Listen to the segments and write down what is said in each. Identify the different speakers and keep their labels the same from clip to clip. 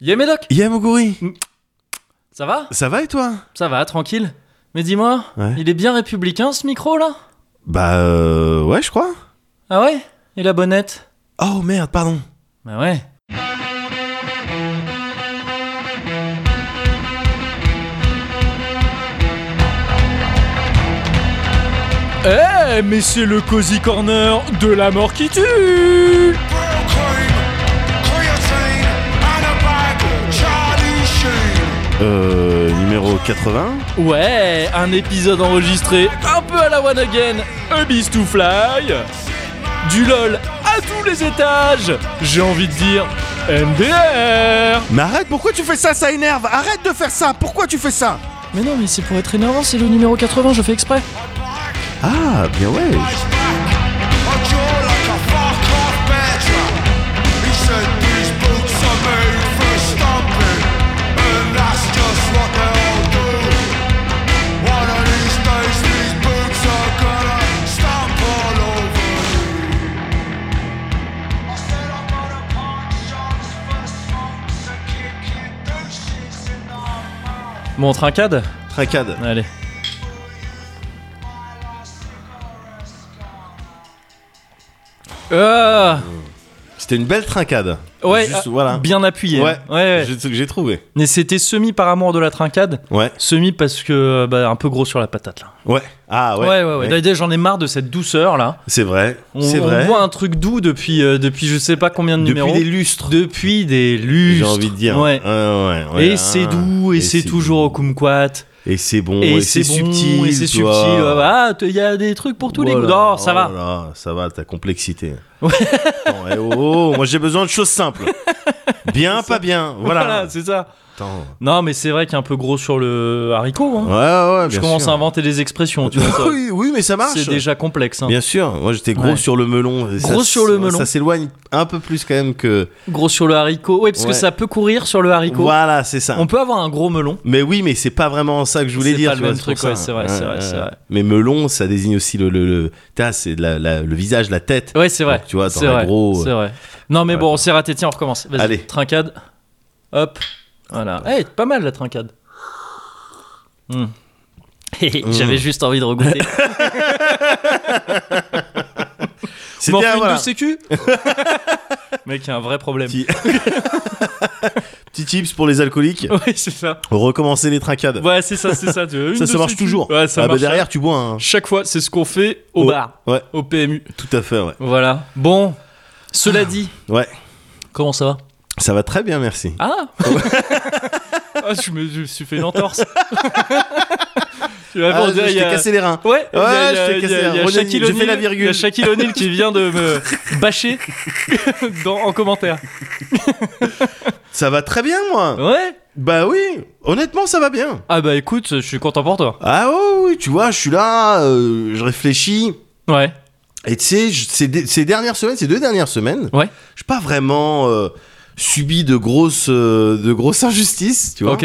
Speaker 1: Yé Médoc
Speaker 2: Yamoguri,
Speaker 1: Ça va
Speaker 2: ça va et toi
Speaker 1: Ça va, tranquille. Mais dis-moi,
Speaker 2: Ouais.
Speaker 1: il est bien républicain ce micro là
Speaker 2: Bah euh, ouais, je crois.
Speaker 1: Ah ouais Et la bonnette
Speaker 2: Oh merde, pardon.
Speaker 1: Bah ouais. Eh, mais c'est le Cozy Corner de la mort qui tue
Speaker 3: Brooklyn, creatine, and a bag, Charlie Sheen.
Speaker 2: Euh, numéro 80
Speaker 1: Ouais, un épisode enregistré un peu à la one again, a beast to fly, du lol à tous les étages, j'ai envie de dire MDR
Speaker 2: Mais arrête, pourquoi tu fais ça Ça énerve Arrête de faire ça Pourquoi tu fais ça
Speaker 1: Mais non, mais c'est pour être énervant, c'est le numéro 80, je fais exprès.
Speaker 2: Ah, bien ouais.
Speaker 3: Eyes back, I jaw like a fuck-off bear trap. He said these boots are made for stomping, and that's just what they all do. One of these days, these boots are gonna stomp all over you. I said I'm gonna punch shots for smokes and kicking douches in the mouth.
Speaker 1: Bon, trincade
Speaker 2: Trincade.
Speaker 1: Allez. Ah
Speaker 2: C'était une belle trincade.
Speaker 1: Ouais,
Speaker 2: Juste,
Speaker 1: ah,
Speaker 2: voilà.
Speaker 1: bien appuyé.
Speaker 2: Ouais.
Speaker 1: hein. ouais, ouais.
Speaker 2: C'est ce que j'ai trouvé.
Speaker 1: Mais c'était semi par amour de la trincade,
Speaker 2: Ouais,
Speaker 1: semi parce que euh, bah, un peu gros sur la patate là.
Speaker 2: ouais. Ah ouais.
Speaker 1: ouais, ouais. ouais. D'ailleurs, J'en ai marre de cette douceur là.
Speaker 2: C'est vrai.
Speaker 1: On,
Speaker 2: C'est
Speaker 1: on
Speaker 2: vrai.
Speaker 1: voit un truc doux depuis, euh, depuis je sais pas combien de
Speaker 2: Depuis
Speaker 1: numéros.
Speaker 2: des lustres.
Speaker 1: Depuis des
Speaker 2: J'ai
Speaker 1: lustres.
Speaker 2: envie de dire.
Speaker 1: Ouais.
Speaker 2: Ouais, ouais, ouais. ah,
Speaker 1: et c'est doux, et,
Speaker 2: et
Speaker 1: c'est
Speaker 2: c'est
Speaker 1: toujours
Speaker 2: doux.
Speaker 1: au kumquat.
Speaker 2: Et c'est bon.
Speaker 1: et
Speaker 2: Et, c'est
Speaker 1: bon,
Speaker 2: subtil.
Speaker 1: Et c'est subtil.
Speaker 2: toi.
Speaker 1: ouais, ouais. Ah, il y a des trucs pour tous les goûts. Non, ça va.
Speaker 2: va. Oh Ça va, ta complexité.
Speaker 1: Ouais.
Speaker 2: Attends, eh, oh, oh, moi j'ai besoin de choses simples. Bien, pas bien. Voilà.
Speaker 1: c'est ça.
Speaker 2: Attends.
Speaker 1: Non, mais c'est vrai qu'il y a un peu gros sur le haricot. hein.
Speaker 2: Ouais, ouais,
Speaker 1: je
Speaker 2: bien
Speaker 1: commence
Speaker 2: sûr.
Speaker 1: à inventer des expressions, tu vois. ça.
Speaker 2: oui, oui, mais ça marche.
Speaker 1: c'est déjà complexe. hein.
Speaker 2: Bien sûr. Moi j'étais gros
Speaker 1: Ouais.
Speaker 2: sur le melon. Et ça
Speaker 1: Gros
Speaker 2: s-
Speaker 1: sur le melon.
Speaker 2: Ça s'éloigne un peu plus quand même que.
Speaker 1: Gros sur le haricot. Oui, parce que
Speaker 2: Ouais.
Speaker 1: ça peut courir sur le haricot.
Speaker 2: Voilà, c'est ça.
Speaker 1: On peut avoir un gros melon.
Speaker 2: Mais oui, mais c'est pas vraiment ça que je voulais
Speaker 1: C'est
Speaker 2: dire.
Speaker 1: pas
Speaker 2: tu
Speaker 1: le
Speaker 2: vois,
Speaker 1: même truc,
Speaker 2: pour ça.
Speaker 1: ouais, c'est vrai, c'est vrai, c'est vrai.
Speaker 2: Mais melon, ça désigne aussi le, le, le- T'as, c'est la- la- le visage, la tête.
Speaker 1: Ouais, c'est vrai.
Speaker 2: Donc, tu vois,
Speaker 1: c'est
Speaker 2: t'en as
Speaker 1: vrai.
Speaker 2: gros, euh,
Speaker 1: C'est vrai. Non, mais
Speaker 2: ouais.
Speaker 1: bon, on s'est raté. Tiens, on recommence. Vas-y.
Speaker 2: Allez.
Speaker 1: Trincade. Hop. Voilà. Eh, pas mal la trincade. Hmm. Hé, hé, J'avais juste envie de regoûter.
Speaker 2: C'était,
Speaker 1: M'en fais
Speaker 2: ah,
Speaker 1: une
Speaker 2: voilà.
Speaker 1: de sécu Mec, il y a un vrai problème.
Speaker 2: Petit- Petit tips pour les alcooliques.
Speaker 1: Ouais, c'est ça.
Speaker 2: Recommencer les trincades.
Speaker 1: Ouais, c'est ça, c'est ça. tu vois, une
Speaker 2: ça, ça
Speaker 1: de
Speaker 2: marche
Speaker 1: sécu.
Speaker 2: toujours.
Speaker 1: Ouais, ça
Speaker 2: Ah, bah,
Speaker 1: marche.
Speaker 2: derrière, tu bois un.
Speaker 1: Chaque fois, c'est ce qu'on fait au
Speaker 2: Oh.
Speaker 1: bar,
Speaker 2: Ouais,
Speaker 1: au PMU.
Speaker 2: tout à fait, ouais.
Speaker 1: Voilà. Bon, cela dit,
Speaker 2: Ouais,
Speaker 1: comment ça va
Speaker 2: ça va très bien, merci.
Speaker 1: Ah Ah, je me je me suis fait une entorse. tu vas
Speaker 2: Ah,
Speaker 1: voir,
Speaker 2: je
Speaker 1: il
Speaker 2: je
Speaker 1: y
Speaker 2: t'ai
Speaker 1: a-
Speaker 2: cassé les reins.
Speaker 1: Ouais, il y a-
Speaker 2: Ouais, je t'ai
Speaker 1: il y a-
Speaker 2: cassé
Speaker 1: il y a
Speaker 2: un-
Speaker 1: Shaquille
Speaker 2: j'ai fait
Speaker 1: O'Neal-
Speaker 2: la
Speaker 1: Il y a
Speaker 2: virgule.
Speaker 1: Shaquille O'Neal qui vient de me bâcher dans, en commentaire.
Speaker 2: Ça va très bien, moi.
Speaker 1: Ouais
Speaker 2: Bah oui, honnêtement, ça va bien.
Speaker 1: Ah bah écoute, je suis content pour toi.
Speaker 2: Ah oh, oui, tu vois, je suis là, euh, je réfléchis.
Speaker 1: Ouais.
Speaker 2: Et tu sais, je- ces, dé- ces dernières semaines, ces deux dernières semaines,
Speaker 1: Ouais.
Speaker 2: j'ai pas vraiment euh, subi de grosses, euh, de grosses injustices, tu vois.
Speaker 1: Ok.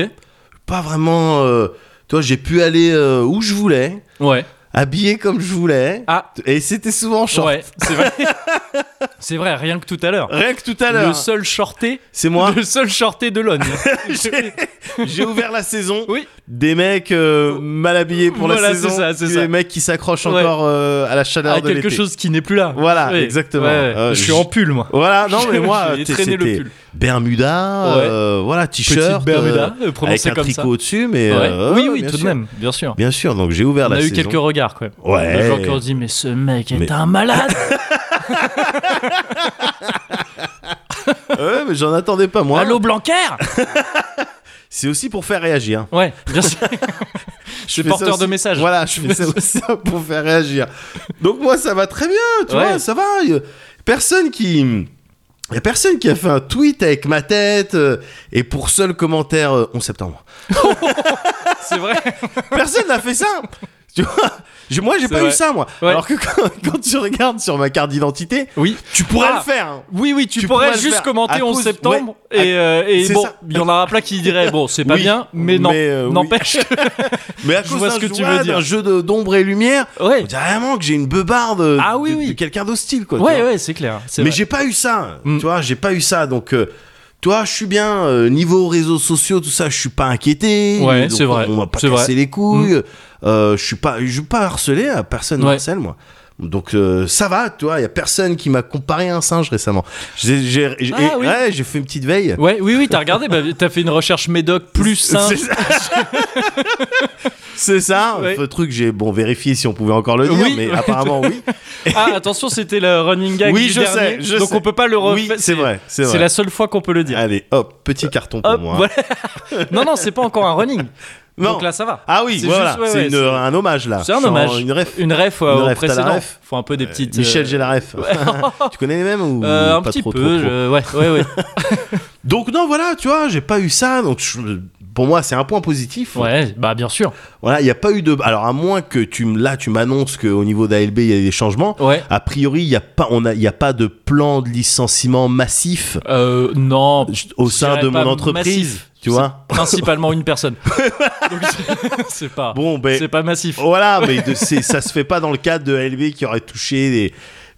Speaker 2: Pas vraiment. euh, tu vois, j'ai pu aller euh, où je voulais,
Speaker 1: Ouais.
Speaker 2: habillé comme je voulais.
Speaker 1: Ah.
Speaker 2: Et c'était souvent en short.
Speaker 1: Ouais, c'est vrai. c'est vrai, rien que tout à l'heure.
Speaker 2: Rien que tout à
Speaker 1: Le
Speaker 2: l'heure,
Speaker 1: seul shorté,
Speaker 2: c'est moi.
Speaker 1: le seul shorté de l'ON.
Speaker 2: J'ai ouvert la saison.
Speaker 1: Oui. Oh.
Speaker 2: Des mecs euh, mal habillés pour
Speaker 1: Voilà,
Speaker 2: la
Speaker 1: c'est
Speaker 2: saison.
Speaker 1: ça, c'est
Speaker 2: des
Speaker 1: ça.
Speaker 2: mecs qui s'accrochent
Speaker 1: Ouais.
Speaker 2: encore euh, à la chaleur
Speaker 1: à
Speaker 2: de
Speaker 1: quelque
Speaker 2: l'été.
Speaker 1: chose qui n'est plus là.
Speaker 2: Voilà,
Speaker 1: Ouais.
Speaker 2: exactement.
Speaker 1: Ouais, ouais.
Speaker 2: Euh,
Speaker 1: je suis
Speaker 2: je-
Speaker 1: en pull, moi.
Speaker 2: Voilà, non mais moi,
Speaker 1: j'ai
Speaker 2: t'es-
Speaker 1: traîné le
Speaker 2: c'était
Speaker 1: pull.
Speaker 2: Bermuda,
Speaker 1: Ouais.
Speaker 2: euh, voilà,
Speaker 1: Petite
Speaker 2: t-shirt, euh,
Speaker 1: Bermuda, euh, prononcée
Speaker 2: avec un
Speaker 1: comme
Speaker 2: tricot
Speaker 1: ça.
Speaker 2: au-dessus, mais
Speaker 1: Ouais.
Speaker 2: euh,
Speaker 1: oui,
Speaker 2: ouais,
Speaker 1: oui,
Speaker 2: bien
Speaker 1: tout de
Speaker 2: sûr.
Speaker 1: même, bien sûr.
Speaker 2: Bien sûr, donc j'ai ouvert
Speaker 1: On
Speaker 2: la
Speaker 1: a eu
Speaker 2: saison.
Speaker 1: quelques regards, quoi.
Speaker 2: Ouais.
Speaker 1: Des gens qui ont dit, mais ce mec est
Speaker 2: Mais-
Speaker 1: un malade.
Speaker 2: Ouais, mais j'en attendais pas moi.
Speaker 1: Allô, Blanquer
Speaker 2: C'est aussi pour faire réagir.
Speaker 1: Ouais, bien sûr. je suis
Speaker 2: fais ça
Speaker 1: porteur
Speaker 2: aussi-
Speaker 1: de messages.
Speaker 2: Voilà, je fais ça aussi pour faire réagir. Donc moi, ça va très bien, tu
Speaker 1: Ouais.
Speaker 2: vois, ça va. Y a Personne qui. Y a personne qui a fait un tweet avec ma tête euh, et pour seul commentaire euh, 11 septembre.
Speaker 1: C'est vrai.
Speaker 2: Personne n'a fait ça. Tu vois, J'ai- moi j'ai
Speaker 1: C'est
Speaker 2: pas
Speaker 1: vrai.
Speaker 2: eu ça moi.
Speaker 1: Ouais.
Speaker 2: Alors que quand, quand tu regardes sur ma carte d'identité,
Speaker 1: Oui.
Speaker 2: tu pourrais
Speaker 1: Ah.
Speaker 2: le faire. hein.
Speaker 1: Oui, oui, tu,
Speaker 2: Tu
Speaker 1: pourrais,
Speaker 2: pourrais le
Speaker 1: juste
Speaker 2: faire
Speaker 1: commenter
Speaker 2: à
Speaker 1: 11
Speaker 2: cause-
Speaker 1: septembre.
Speaker 2: ouais,
Speaker 1: Et, euh, et
Speaker 2: c'est
Speaker 1: bon,
Speaker 2: ça.
Speaker 1: il y en aura plein qui diraient Bon, c'est pas
Speaker 2: Oui,
Speaker 1: bien, mais non.
Speaker 2: mais, euh, oui.
Speaker 1: N'empêche.
Speaker 2: Mais à
Speaker 1: Je
Speaker 2: cause
Speaker 1: vois
Speaker 2: d'un
Speaker 1: ce que
Speaker 2: jeu-
Speaker 1: tu veux
Speaker 2: ouais,
Speaker 1: dire.
Speaker 2: d'un jeu de- d'ombre et lumière,
Speaker 1: ouais,
Speaker 2: on dirait vraiment que j'ai une beubarde de,
Speaker 1: Ah oui,
Speaker 2: de-
Speaker 1: oui.
Speaker 2: de quelqu'un d'hostile quoi. tu
Speaker 1: ouais,
Speaker 2: vois.
Speaker 1: ouais, c'est clair. c'est
Speaker 2: Mais
Speaker 1: vrai.
Speaker 2: j'ai pas eu ça,
Speaker 1: Mm.
Speaker 2: tu vois, j'ai pas eu ça donc. euh, Toi, je suis bien euh, niveau réseaux sociaux, tout ça, je suis pas inquiété.
Speaker 1: Ouais,
Speaker 2: donc
Speaker 1: c'est vrai,
Speaker 2: On va pas
Speaker 1: c'est
Speaker 2: casser
Speaker 1: vrai. Mm.
Speaker 2: les couilles. Euh, je suis pas, je suis pas harcelé. euh, Personne ne
Speaker 1: Ouais.
Speaker 2: harcèle moi. Donc euh, ça va, tu vois. Il y a personne qui m'a comparé à un singe récemment. J'ai, j'ai, j'ai-
Speaker 1: Ah,
Speaker 2: et-
Speaker 1: oui.
Speaker 2: ouais, j'ai fait une petite veille.
Speaker 1: Ouais, oui, oui, t'as regardé, bah, t'as fait une recherche médoc plus
Speaker 2: C'est
Speaker 1: simple.
Speaker 2: ça. C'est ça,
Speaker 1: Ouais.
Speaker 2: le truc, j'ai bon vérifié si on pouvait encore le dire,
Speaker 1: Oui.
Speaker 2: mais apparemment oui.
Speaker 1: Ah, attention, c'était le running gag
Speaker 2: Oui,
Speaker 1: du
Speaker 2: je
Speaker 1: dernier,
Speaker 2: sais, je
Speaker 1: donc
Speaker 2: sais.
Speaker 1: on peut pas le
Speaker 2: oui,
Speaker 1: refaire.
Speaker 2: c'est vrai, c'est
Speaker 1: C'est
Speaker 2: vrai.
Speaker 1: la seule fois qu'on peut le dire.
Speaker 2: Allez, hop, petit carton pour
Speaker 1: Hop,
Speaker 2: moi. hein.
Speaker 1: voilà. non, non, c'est pas encore un running.
Speaker 2: Non.
Speaker 1: Donc là, ça va.
Speaker 2: Ah oui,
Speaker 1: C'est
Speaker 2: voilà,
Speaker 1: juste- ouais,
Speaker 2: c'est
Speaker 1: ouais,
Speaker 2: une-
Speaker 1: c'est-
Speaker 2: un hommage là.
Speaker 1: C'est un
Speaker 2: Genre
Speaker 1: hommage.
Speaker 2: Une ref.
Speaker 1: Une ref euh,
Speaker 2: Une
Speaker 1: au
Speaker 2: ref, t'as la
Speaker 1: précédent.
Speaker 2: ref
Speaker 1: Faut un peu des petites.
Speaker 2: Michel,
Speaker 1: euh,
Speaker 2: j'ai la ref. tu connais les mêmes ou
Speaker 1: euh, un
Speaker 2: pas
Speaker 1: petit
Speaker 2: trop,
Speaker 1: peu,
Speaker 2: trop, trop
Speaker 1: je- ouais, ouais, ouais.
Speaker 2: Donc non, voilà, tu vois, j'ai pas eu ça, donc je- pour moi c'est un point positif.
Speaker 1: Ouais, bah bien sûr.
Speaker 2: Voilà, il n'y a pas eu de. Alors à moins que tu me là tu m'annonces qu'au niveau d'ALB il y a des changements.
Speaker 1: Ouais.
Speaker 2: A priori, il n'y a pas, on a, il y a pas de plan de licenciement massif
Speaker 1: Euh, non.
Speaker 2: au
Speaker 1: je
Speaker 2: sein
Speaker 1: dirais
Speaker 2: de mon
Speaker 1: pas
Speaker 2: entreprise,
Speaker 1: massif.
Speaker 2: tu vois.
Speaker 1: C'est Principalement une personne. Donc, c'est- c'est pas.
Speaker 2: Bon, ben
Speaker 1: C'est pas massif.
Speaker 2: voilà, mais de, c'est- ça se fait pas dans le cadre de ALB qui aurait touché des,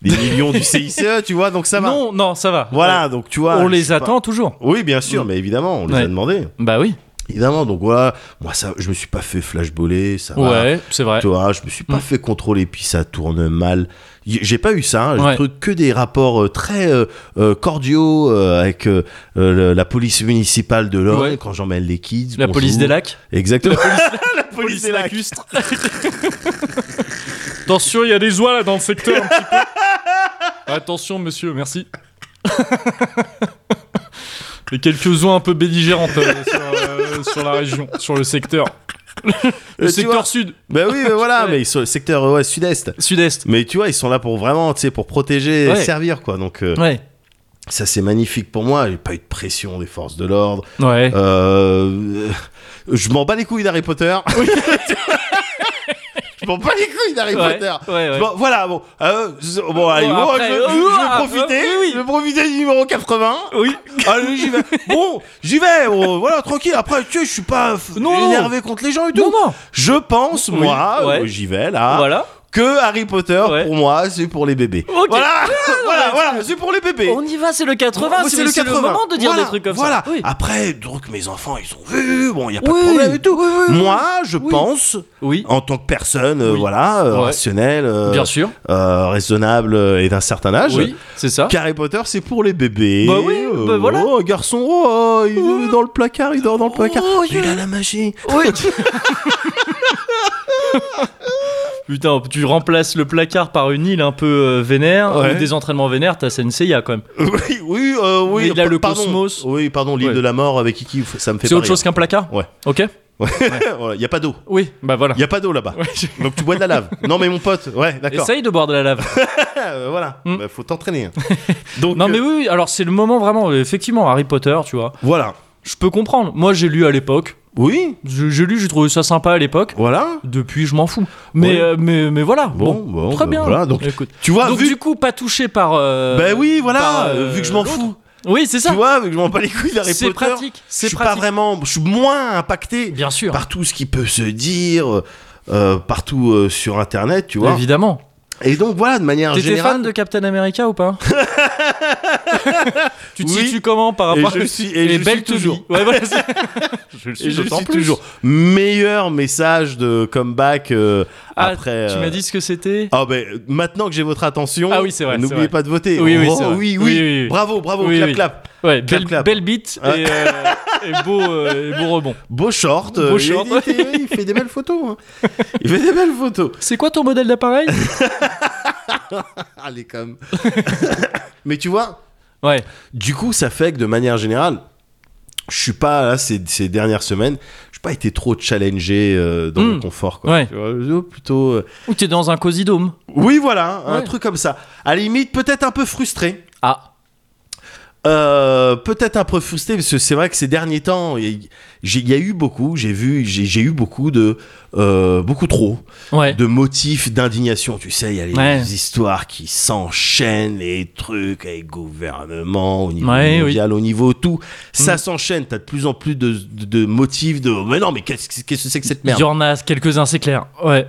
Speaker 2: des millions du CICE, E, tu vois, donc ça va.
Speaker 1: Non, non, ça va.
Speaker 2: Voilà,
Speaker 1: Ouais.
Speaker 2: donc tu vois.
Speaker 1: On
Speaker 2: je
Speaker 1: les
Speaker 2: sais pas.
Speaker 1: attend toujours.
Speaker 2: Oui, bien sûr, mais évidemment, on les
Speaker 1: Ouais.
Speaker 2: a demandés.
Speaker 1: Bah oui.
Speaker 2: Évidemment, donc voilà, moi ça, je me suis pas fait flashballer, ça va.
Speaker 1: Ouais, c'est vrai.
Speaker 2: Toi, je me suis pas
Speaker 1: Mm.
Speaker 2: fait contrôler, puis ça tourne mal. Y- J'ai pas eu ça, hein, j'ai
Speaker 1: Ouais.
Speaker 2: trouvé que des rapports euh, très euh, euh, cordiaux euh, avec euh, euh, le- la police municipale de l'Orne
Speaker 1: Ouais.
Speaker 2: quand j'emmène les kids.
Speaker 1: La
Speaker 2: bonjour.
Speaker 1: police des lacs.
Speaker 2: Exactement.
Speaker 1: police et lacustre. Attention, il y a des oies là dans le secteur un petit peu. Attention, monsieur, merci. Et quelques oies un peu belligérantes euh, sur, euh, sur la région, sur le secteur. Le
Speaker 2: Euh, tu
Speaker 1: secteur
Speaker 2: vois.
Speaker 1: sud,
Speaker 2: Ben oui, mais voilà,
Speaker 1: Ouais.
Speaker 2: mais ils sont le secteur euh, ouais, sud-est.
Speaker 1: sud-est.
Speaker 2: Mais tu vois, ils sont là pour vraiment, tu sais, pour protéger
Speaker 1: Ouais.
Speaker 2: et servir, quoi. Donc, euh,
Speaker 1: Ouais.
Speaker 2: ça, c'est magnifique pour moi. J'ai pas eu de pression des forces de l'ordre.
Speaker 1: Ouais.
Speaker 2: Euh, je m'en bats les couilles d'Harry Potter. je m'en bats les couilles d'Harry
Speaker 1: ouais.
Speaker 2: Potter.
Speaker 1: ouais, ouais.
Speaker 2: Bon, voilà, bon. Euh, z- bon, allez,
Speaker 1: Bon,
Speaker 2: bon,
Speaker 1: après,
Speaker 2: je, je-
Speaker 1: euh,
Speaker 2: je vais
Speaker 1: ah,
Speaker 2: profiter.
Speaker 1: euh, oui, oui.
Speaker 2: Je vais profiter du numéro 80.
Speaker 1: Oui.
Speaker 2: Allez, j'y vais. Bon, j'y vais. bon, voilà, tranquille. Après, tu sais, je suis pas f-
Speaker 1: Non, non.
Speaker 2: énervé contre les gens et tout.
Speaker 1: Non, non.
Speaker 2: Je pense,
Speaker 1: Oui,
Speaker 2: moi,
Speaker 1: ouais.
Speaker 2: euh, j'y vais là,
Speaker 1: Voilà.
Speaker 2: que Harry Potter,
Speaker 1: Ouais.
Speaker 2: pour moi, c'est pour les bébés.
Speaker 1: Ok.
Speaker 2: Voilà, voilà,
Speaker 1: ouais,
Speaker 2: voilà, c'est pour les bébés.
Speaker 1: On y va, c'est le 80.
Speaker 2: Moi,
Speaker 1: c'est le, c'est le moment de dire
Speaker 2: Voilà,
Speaker 1: des trucs comme
Speaker 2: voilà.
Speaker 1: ça. Oui.
Speaker 2: Après, donc mes enfants, ils ont vu, bon, il n'y a pas
Speaker 1: Oui,
Speaker 2: de problème et tout.
Speaker 1: oui, oui, oui.
Speaker 2: Moi, je
Speaker 1: Oui.
Speaker 2: pense,
Speaker 1: Oui.
Speaker 2: en tant que personne, euh,
Speaker 1: Oui.
Speaker 2: voilà, euh,
Speaker 1: Ouais.
Speaker 2: rationnelle, euh,
Speaker 1: Bien sûr.
Speaker 2: euh, raisonnable euh, et d'un certain âge,
Speaker 1: Oui. C'est ça.
Speaker 2: qu'Harry Potter, c'est pour les bébés.
Speaker 1: Bah oui, bah voilà.
Speaker 2: Oh, un garçon, oh, il est dans le placard, il dort dans le placard.
Speaker 1: Oh,
Speaker 2: Mais il
Speaker 1: yeah.
Speaker 2: a la magie.
Speaker 1: Oui. Putain, tu remplaces le placard par une île un peu euh, vénère,
Speaker 2: Ouais.
Speaker 1: ou des entraînements vénères, t'as Senseiya quand même.
Speaker 2: Oui, oui, euh, oui.
Speaker 1: Mais il a
Speaker 2: pa-
Speaker 1: le
Speaker 2: pardon.
Speaker 1: cosmos.
Speaker 2: Oui, pardon, l'île
Speaker 1: Ouais.
Speaker 2: de la mort avec Kiki, f- ça me fait
Speaker 1: C'est autre chose qu'un placard
Speaker 2: Ouais.
Speaker 1: Ok
Speaker 2: Il n'y a pas d'eau.
Speaker 1: Oui, bah voilà.
Speaker 2: Il n'y a pas d'eau là-bas.
Speaker 1: Ouais, je-
Speaker 2: Donc tu bois de la lave. non, mais mon pote, ouais, d'accord.
Speaker 1: Essaye de boire de la lave.
Speaker 2: Euh, voilà,
Speaker 1: Hmm.
Speaker 2: Bah, faut t'entraîner. Donc,
Speaker 1: non mais
Speaker 2: euh,
Speaker 1: oui, oui, alors c'est le moment vraiment, euh, effectivement, Harry Potter, tu vois.
Speaker 2: voilà.
Speaker 1: Je peux comprendre. Moi j'ai lu à l'époque,
Speaker 2: Oui,
Speaker 1: Je- j'ai lu, j'ai trouvé ça sympa à l'époque.
Speaker 2: voilà.
Speaker 1: Depuis, je m'en fous. Mais,
Speaker 2: Ouais.
Speaker 1: euh, mais, mais voilà.
Speaker 2: Bon,
Speaker 1: Bon,
Speaker 2: bon,
Speaker 1: très
Speaker 2: bah,
Speaker 1: bien.
Speaker 2: voilà, donc-
Speaker 1: Écoute.
Speaker 2: Tu vois,
Speaker 1: Donc
Speaker 2: vu.
Speaker 1: du coup, pas touché par. euh,
Speaker 2: Bah oui,
Speaker 1: par,
Speaker 2: voilà,
Speaker 1: euh,
Speaker 2: vu que je m'en
Speaker 1: l'autre.
Speaker 2: fous.
Speaker 1: Oui, c'est ça.
Speaker 2: Tu vois, vu que je m'en bats les couilles d'Harry
Speaker 1: C'est
Speaker 2: Potter.
Speaker 1: pratique.
Speaker 2: Je
Speaker 1: C'est
Speaker 2: suis pas
Speaker 1: pratique.
Speaker 2: vraiment. Je suis moins impacté
Speaker 1: Bien sûr.
Speaker 2: par tout ce qui peut se dire. euh, partout euh, sur internet, tu vois.
Speaker 1: Évidemment.
Speaker 2: Et donc voilà, de manière
Speaker 1: T'étais
Speaker 2: générale.
Speaker 1: fan de Captain America ou pas Tu te
Speaker 2: Oui.
Speaker 1: situes comment par
Speaker 2: Et
Speaker 1: rapport
Speaker 2: je
Speaker 1: à
Speaker 2: le suis, et
Speaker 1: Les
Speaker 2: je le
Speaker 1: belles
Speaker 2: suis toujours.
Speaker 1: Ouais, voilà, c'est- je le
Speaker 2: Et
Speaker 1: suis
Speaker 2: je
Speaker 1: d'autant
Speaker 2: suis
Speaker 1: plus.
Speaker 2: toujours meilleur message de comeback euh,
Speaker 1: Ah,
Speaker 2: après.
Speaker 1: Tu
Speaker 2: euh,
Speaker 1: m'as dit ce que c'était
Speaker 2: Ah ben maintenant que j'ai votre attention,
Speaker 1: Ah oui, c'est vrai, c'est vrai.
Speaker 2: n'oubliez pas de voter.
Speaker 1: Oui, oui,
Speaker 2: Oh,
Speaker 1: c'est vrai.
Speaker 2: oui, oui.
Speaker 1: Oui, oui, oui.
Speaker 2: Bravo, bravo,
Speaker 1: Oui,
Speaker 2: clap,
Speaker 1: oui.
Speaker 2: clap.
Speaker 1: Ah, Ouais,
Speaker 2: clap,
Speaker 1: belle,
Speaker 2: clap.
Speaker 1: belle bite et, euh, et beau, euh, et beau rebond.
Speaker 2: Beau short.
Speaker 1: Beau
Speaker 2: euh, il-
Speaker 1: short.
Speaker 2: Il, il- il fait des belles photos. hein. Il fait des belles photos.
Speaker 1: C'est quoi ton modèle d'appareil
Speaker 2: Allez, comme. Ah, Mais tu vois,
Speaker 1: Ouais,
Speaker 2: du coup, ça fait que de manière générale, je suis pas là ces, ces dernières semaines, je n'ai pas été trop challengé euh, dans
Speaker 1: Mm.
Speaker 2: mon confort. Quoi.
Speaker 1: ouais.
Speaker 2: Tu vois, euh, plutôt. euh,
Speaker 1: Ou t'es dans un cosy dome.
Speaker 2: Oui, voilà, hein, un
Speaker 1: Ouais.
Speaker 2: truc comme ça. À la limite, peut-être un peu frustré.
Speaker 1: Ah,
Speaker 2: Euh, peut-être un peu frustré parce que c'est vrai que ces derniers temps, il y, j'ai- il y a eu beaucoup, j'ai vu, j'ai j'ai eu beaucoup de, euh, beaucoup trop,
Speaker 1: ouais.
Speaker 2: de motifs d'indignation. Tu sais, il y a les
Speaker 1: Ouais.
Speaker 2: histoires qui s'enchaînent, les trucs avec gouvernement, au niveau
Speaker 1: Ouais, oui. Mm.
Speaker 2: mondial, au niveau tout, ça s'enchaîne. T'as de plus en plus de, de, de motifs de, mais non, mais qu'est-ce qu'est-ce que c'est que cette
Speaker 1: Il
Speaker 2: merde
Speaker 1: y en a quelques-uns, c'est clair. Ouais,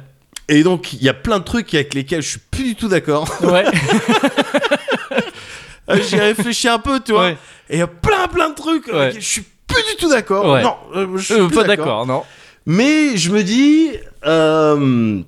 Speaker 2: Et donc, il y a plein de trucs avec lesquels je suis plus du tout d'accord.
Speaker 1: ouais.
Speaker 2: Euh, J'ai réfléchi un peu, tu vois.
Speaker 1: Ouais.
Speaker 2: Et il y a plein, plein de trucs. avec
Speaker 1: Ouais.
Speaker 2: lesquels Je suis plus du tout d'accord.
Speaker 1: Ouais.
Speaker 2: Non, euh, je suis
Speaker 1: Euh,
Speaker 2: plus
Speaker 1: pas d'accord, non.
Speaker 2: Mais je me dis, euh,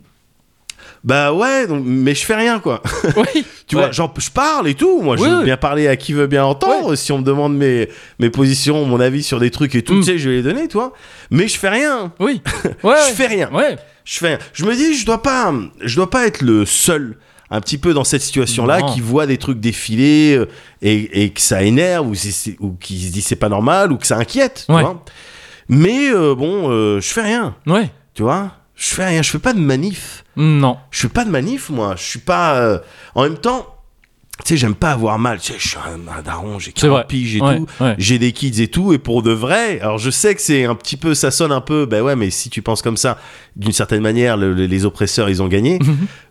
Speaker 2: bah ouais, donc- mais je fais rien quoi.
Speaker 1: Oui.
Speaker 2: Tu
Speaker 1: Ouais.
Speaker 2: vois, genre, je parle et tout. Moi, je
Speaker 1: Oui,
Speaker 2: veux
Speaker 1: oui.
Speaker 2: bien parler à qui veut bien entendre. Si on me demande mes, mes positions, mon avis sur des trucs et tout,
Speaker 1: Mm.
Speaker 2: tu sais, je vais les donner, toi. Mais je fais rien.
Speaker 1: Oui. Ouais.
Speaker 2: Je fais rien.
Speaker 1: Ouais.
Speaker 2: Je fais. rien. Je me dis, je dois pas, je dois pas être le seul un petit peu dans cette situation-là
Speaker 1: Non.
Speaker 2: qui voit des trucs défiler euh, et, et que ça énerve ou, c'est- c'est- ou qui se dit c'est pas normal ou que ça inquiète. tu
Speaker 1: Ouais.
Speaker 2: vois. Mais euh, bon, euh, je fais rien.
Speaker 1: Ouais.
Speaker 2: Tu vois, je fais rien. Je fais pas de manif
Speaker 1: Non.
Speaker 2: je fais pas de manif moi je suis pas euh, en même temps tu sais j'aime pas avoir mal tu sais je suis un, un daron j'ai
Speaker 1: C'est
Speaker 2: 40
Speaker 1: vrai.
Speaker 2: piges et
Speaker 1: Ouais,
Speaker 2: tout
Speaker 1: ouais.
Speaker 2: j'ai des kids et tout et pour de vrai alors je sais que c'est un petit peu ça sonne un peu ben ouais mais si tu penses comme ça d'une certaine manière le- le- les oppresseurs ils ont gagné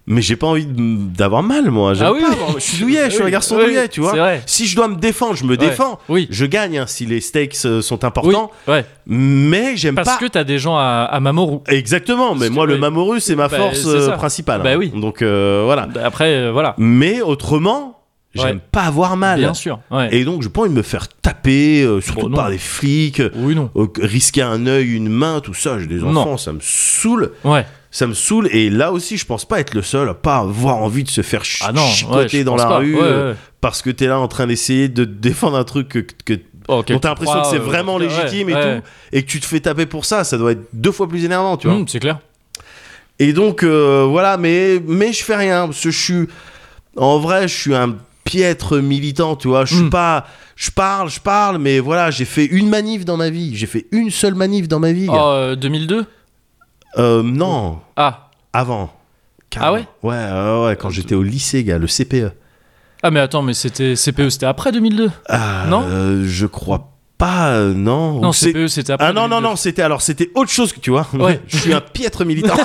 Speaker 2: mais j'ai pas envie de- d'avoir mal moi J'aime
Speaker 1: Mhm. Ah oui.
Speaker 2: pas avoir- je suis douillet je suis un
Speaker 1: Oui,
Speaker 2: garçon
Speaker 1: oui,
Speaker 2: douillet
Speaker 1: c'est
Speaker 2: tu vois
Speaker 1: vrai.
Speaker 2: si je dois me défendre je me
Speaker 1: Ouais.
Speaker 2: défends
Speaker 1: Oui.
Speaker 2: je gagne hein, si les stakes euh, sont importants
Speaker 1: Oui. Ouais.
Speaker 2: mais j'aime
Speaker 1: Parce
Speaker 2: pas
Speaker 1: que t'as des gens à, à Mamorou.
Speaker 2: Exactement, mais
Speaker 1: Parce
Speaker 2: moi
Speaker 1: que,
Speaker 2: le
Speaker 1: ouais.
Speaker 2: Mamoru c'est ma
Speaker 1: Bah,
Speaker 2: force
Speaker 1: c'est
Speaker 2: euh,
Speaker 1: ça.
Speaker 2: principale.
Speaker 1: Bah
Speaker 2: hein.
Speaker 1: oui.
Speaker 2: Donc euh, voilà.
Speaker 1: Après, euh, voilà.
Speaker 2: Mais autrement,
Speaker 1: Ouais.
Speaker 2: j'aime pas avoir mal.
Speaker 1: Bien sûr. Ouais.
Speaker 2: Et donc, je pas envie de me faire taper, euh, surtout
Speaker 1: Bon, non.
Speaker 2: par des flics, euh,
Speaker 1: Oui, non.
Speaker 2: risquer un œil, une main, tout ça. J'ai des
Speaker 1: Non.
Speaker 2: enfants, ça me saoule.
Speaker 1: Ouais.
Speaker 2: Ça me saoule. Et là aussi, je pense pas être le seul à pas avoir envie de se faire ch-
Speaker 1: Ah non. ouais,
Speaker 2: chicoter
Speaker 1: je
Speaker 2: dans
Speaker 1: pense
Speaker 2: la
Speaker 1: pas.
Speaker 2: rue
Speaker 1: Ouais,
Speaker 2: euh,
Speaker 1: ouais.
Speaker 2: parce que t'es là en train d'essayer de te défendre un truc que, que-
Speaker 1: Oh, quel
Speaker 2: dont t'as l'impression que
Speaker 1: croix,
Speaker 2: c'est
Speaker 1: euh,
Speaker 2: vraiment
Speaker 1: ouais,
Speaker 2: légitime et
Speaker 1: ouais.
Speaker 2: tout. Et que tu te fais taper pour ça. Ça doit être deux fois plus énervant, tu vois.
Speaker 1: Hum, c'est clair.
Speaker 2: Et donc euh, voilà, mais mais je fais rien parce que je suis en vrai, je suis un piètre militant, tu vois. Je suis
Speaker 1: Mm.
Speaker 2: pas, je parle, je parle, mais voilà, j'ai fait une manif dans ma vie. J'ai fait une seule manif dans ma vie.
Speaker 1: Oh, euh, 2002
Speaker 2: Euh, non,
Speaker 1: Ah.
Speaker 2: avant.
Speaker 1: Ah ouais
Speaker 2: Ouais, ouais, ouais, quand j'étais au lycée, gars, le E. CPE.
Speaker 1: Ah, mais attends, mais c'était CPE, c'était après 2002
Speaker 2: Ah,
Speaker 1: Non
Speaker 2: euh, Je crois pas, euh, non.
Speaker 1: Non, E,
Speaker 2: Ou c'est-
Speaker 1: CPE, c'était après.
Speaker 2: Ah non, non,
Speaker 1: 2002.
Speaker 2: non, c'était alors, c'était autre chose que tu vois.
Speaker 1: Ouais.
Speaker 2: je suis un piètre militant.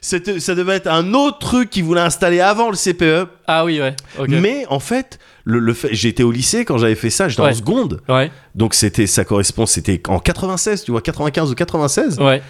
Speaker 2: C'était- ça devait être un autre truc qu'ils voulaient installer avant le E. CPE
Speaker 1: Ah oui, ouais. Ok.
Speaker 2: Mais en fait, le, le fait j'étais au lycée quand j'avais fait ça, j'étais
Speaker 1: Ouais.
Speaker 2: en seconde.
Speaker 1: Ouais,
Speaker 2: Donc c'était ça correspond, c'était en 96, tu vois, 95 ou 96.
Speaker 1: ouais.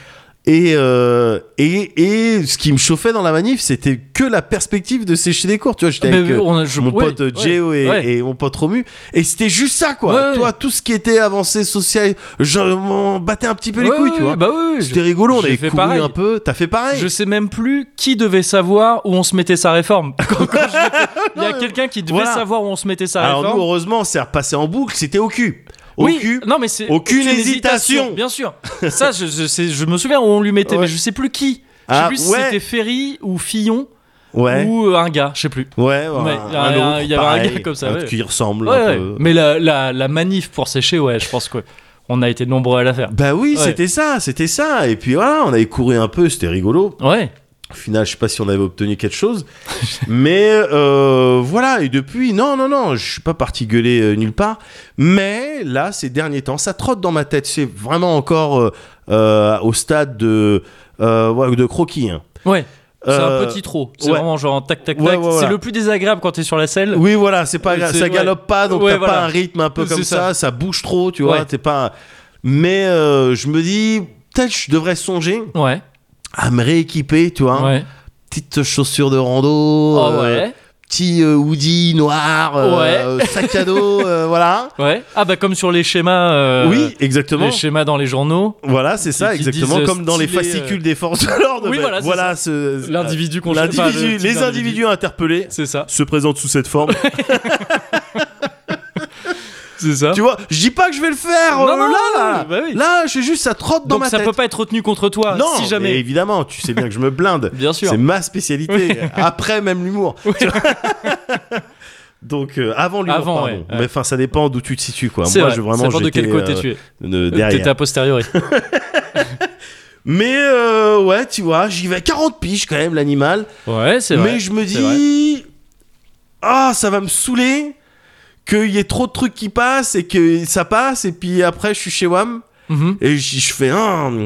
Speaker 2: Et, euh, et, et ce qui me chauffait dans la manif, c'était que la perspective de sécher des cours. Tu vois, j'étais
Speaker 1: Ah, Mais
Speaker 2: avec euh,
Speaker 1: on a- je-
Speaker 2: mon
Speaker 1: ouais,
Speaker 2: pote euh,
Speaker 1: ouais,
Speaker 2: Géo et,
Speaker 1: ouais.
Speaker 2: et mon pote Romu. Et c'était juste ça, quoi.
Speaker 1: Ouais,
Speaker 2: Toi,
Speaker 1: ouais.
Speaker 2: tout ce qui était avancé social, je m'en battais un petit peu les
Speaker 1: Ouais,
Speaker 2: couilles,
Speaker 1: ouais,
Speaker 2: tu vois.
Speaker 1: Bah oui,
Speaker 2: c'était rigolo, on
Speaker 1: j'ai
Speaker 2: avait
Speaker 1: fait
Speaker 2: couru
Speaker 1: pareil.
Speaker 2: un peu. T'as fait pareil
Speaker 1: Je sais même plus qui devait savoir où on se mettait sa réforme. Quand- quand je l'ai fait, Il y a
Speaker 2: Non,
Speaker 1: quelqu'un qui devait
Speaker 2: voilà.
Speaker 1: savoir où on se mettait sa
Speaker 2: Alors
Speaker 1: réforme.
Speaker 2: nous, heureusement, c'est repassé en boucle, c'était au cul. Au
Speaker 1: oui,
Speaker 2: cul,
Speaker 1: non, mais c'est
Speaker 2: aucune hésitation.
Speaker 1: Bien sûr. Ça, je, je, sais- je me souviens où on lui mettait,
Speaker 2: Ouais.
Speaker 1: mais je sais plus qui. Je sais
Speaker 2: Ah,
Speaker 1: plus si
Speaker 2: ouais.
Speaker 1: c'était Ferry ou Fillon
Speaker 2: ouais.
Speaker 1: ou euh, un gars, je sais plus.
Speaker 2: Ouais, un,
Speaker 1: Ouais, il y a-
Speaker 2: un
Speaker 1: un-
Speaker 2: autre,
Speaker 1: il y avait un
Speaker 2: pareil,
Speaker 1: gars comme ça,
Speaker 2: un
Speaker 1: ouais.
Speaker 2: qui ressemble
Speaker 1: Ouais,
Speaker 2: un
Speaker 1: ouais.
Speaker 2: peu.
Speaker 1: Mais la, la, la manif pour sécher, ouais, je pense que on a été nombreux à la faire.
Speaker 2: Bah oui,
Speaker 1: Ouais.
Speaker 2: c'était ça, c'était ça. Et puis voilà, on avait couru un peu, c'était rigolo.
Speaker 1: Ouais,
Speaker 2: Au final, je sais pas si on avait obtenu quelque chose. mais euh, voilà, et depuis, non, non, non, je suis pas parti gueuler euh, nulle part. Mais là, ces derniers temps, ça trotte dans ma tête. C'est vraiment encore euh, euh, au stade de, euh, ouais, de croquis. hein.
Speaker 1: ouais. C'est
Speaker 2: Euh,
Speaker 1: un petit trop. C'est
Speaker 2: ouais.
Speaker 1: vraiment genre en tac tac tac.
Speaker 2: Ouais, ouais,
Speaker 1: C'est
Speaker 2: voilà.
Speaker 1: le plus désagréable quand t'es sur la selle.
Speaker 2: Oui, voilà, c'est pas
Speaker 1: Euh,
Speaker 2: gra-
Speaker 1: c'est-
Speaker 2: ça galope pas, donc
Speaker 1: Ouais,
Speaker 2: t'as
Speaker 1: voilà.
Speaker 2: pas un rythme un peu comme
Speaker 1: C'est
Speaker 2: ça.
Speaker 1: ça.
Speaker 2: ça, bouge trop, tu vois,
Speaker 1: Ouais.
Speaker 2: t'es pas. Mais euh, je me dis, peut-être je devrais songer
Speaker 1: Ouais,
Speaker 2: à me rééquiper, tu vois.
Speaker 1: ouais.
Speaker 2: Petites chaussures de rando,
Speaker 1: Ah
Speaker 2: euh,
Speaker 1: ouais,
Speaker 2: petit euh, hoodie noir, euh, sac à dos, euh, voilà.
Speaker 1: ouais. Ah bah comme sur les schémas. euh,
Speaker 2: oui, exactement.
Speaker 1: Les schémas dans les journaux.
Speaker 2: Voilà, c'est ça,
Speaker 1: qui disent,
Speaker 2: exactement,
Speaker 1: euh,
Speaker 2: comme dans les
Speaker 1: stylé,
Speaker 2: fascicules des forces de l'ordre.
Speaker 1: Oui,
Speaker 2: Ben,
Speaker 1: voilà, c'est
Speaker 2: ce-
Speaker 1: L'individu qu'on
Speaker 2: l'individu,
Speaker 1: enfin, le type
Speaker 2: les
Speaker 1: d'individu.
Speaker 2: individus interpellés
Speaker 1: C'est ça.
Speaker 2: se présentent sous cette forme.
Speaker 1: C'est ça.
Speaker 2: tu vois, je dis pas que je vais le faire
Speaker 1: Non, non,
Speaker 2: euh, là,
Speaker 1: non,
Speaker 2: là,
Speaker 1: bah oui.
Speaker 2: là, je suis juste ça trotte dans
Speaker 1: Donc
Speaker 2: ma
Speaker 1: ça
Speaker 2: tête.
Speaker 1: peut pas être retenu contre toi.
Speaker 2: non,
Speaker 1: si
Speaker 2: mais
Speaker 1: jamais.
Speaker 2: évidemment, tu sais bien que je me blinde.
Speaker 1: Bien sûr.
Speaker 2: C'est ma spécialité.
Speaker 1: Oui.
Speaker 2: Après, même l'humour. Tu vois. Donc euh, avant l'humour,
Speaker 1: Avant,
Speaker 2: pardon.
Speaker 1: ouais, ouais.
Speaker 2: Mais enfin, ça dépend d'où tu te situes, quoi.
Speaker 1: C'est
Speaker 2: Moi,
Speaker 1: vrai.
Speaker 2: je vraiment,
Speaker 1: Ça dépend de
Speaker 2: j'étais,
Speaker 1: quel côté
Speaker 2: euh,
Speaker 1: tu es.
Speaker 2: de- derrière.
Speaker 1: T'étais a posteriori.
Speaker 2: Mais euh, ouais, tu vois, j'y vais 40 piges quand même l'animal.
Speaker 1: ouais, c'est vrai.
Speaker 2: Mais je me
Speaker 1: c'est vrai.
Speaker 2: dis, ah, ça va me saouler qu'il y ait trop de trucs qui passent et que ça passe. Et puis après, je suis chez WAM
Speaker 1: Mhm.
Speaker 2: et j- je fais un.
Speaker 1: Mm.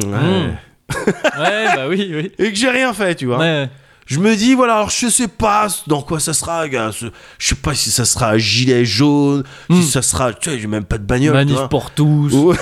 Speaker 1: Ouais, bah oui, oui.
Speaker 2: Et que j'ai rien fait, tu vois.
Speaker 1: Ouais.
Speaker 2: Je me dis, voilà, alors je sais pas dans quoi ça sera, gars. Ce- Je sais pas si ça sera un gilet jaune,
Speaker 1: Mm.
Speaker 2: si ça sera. Tu sais, j'ai même pas de bagnole. tu
Speaker 1: Manif
Speaker 2: vois.
Speaker 1: pour tous.
Speaker 2: Ou-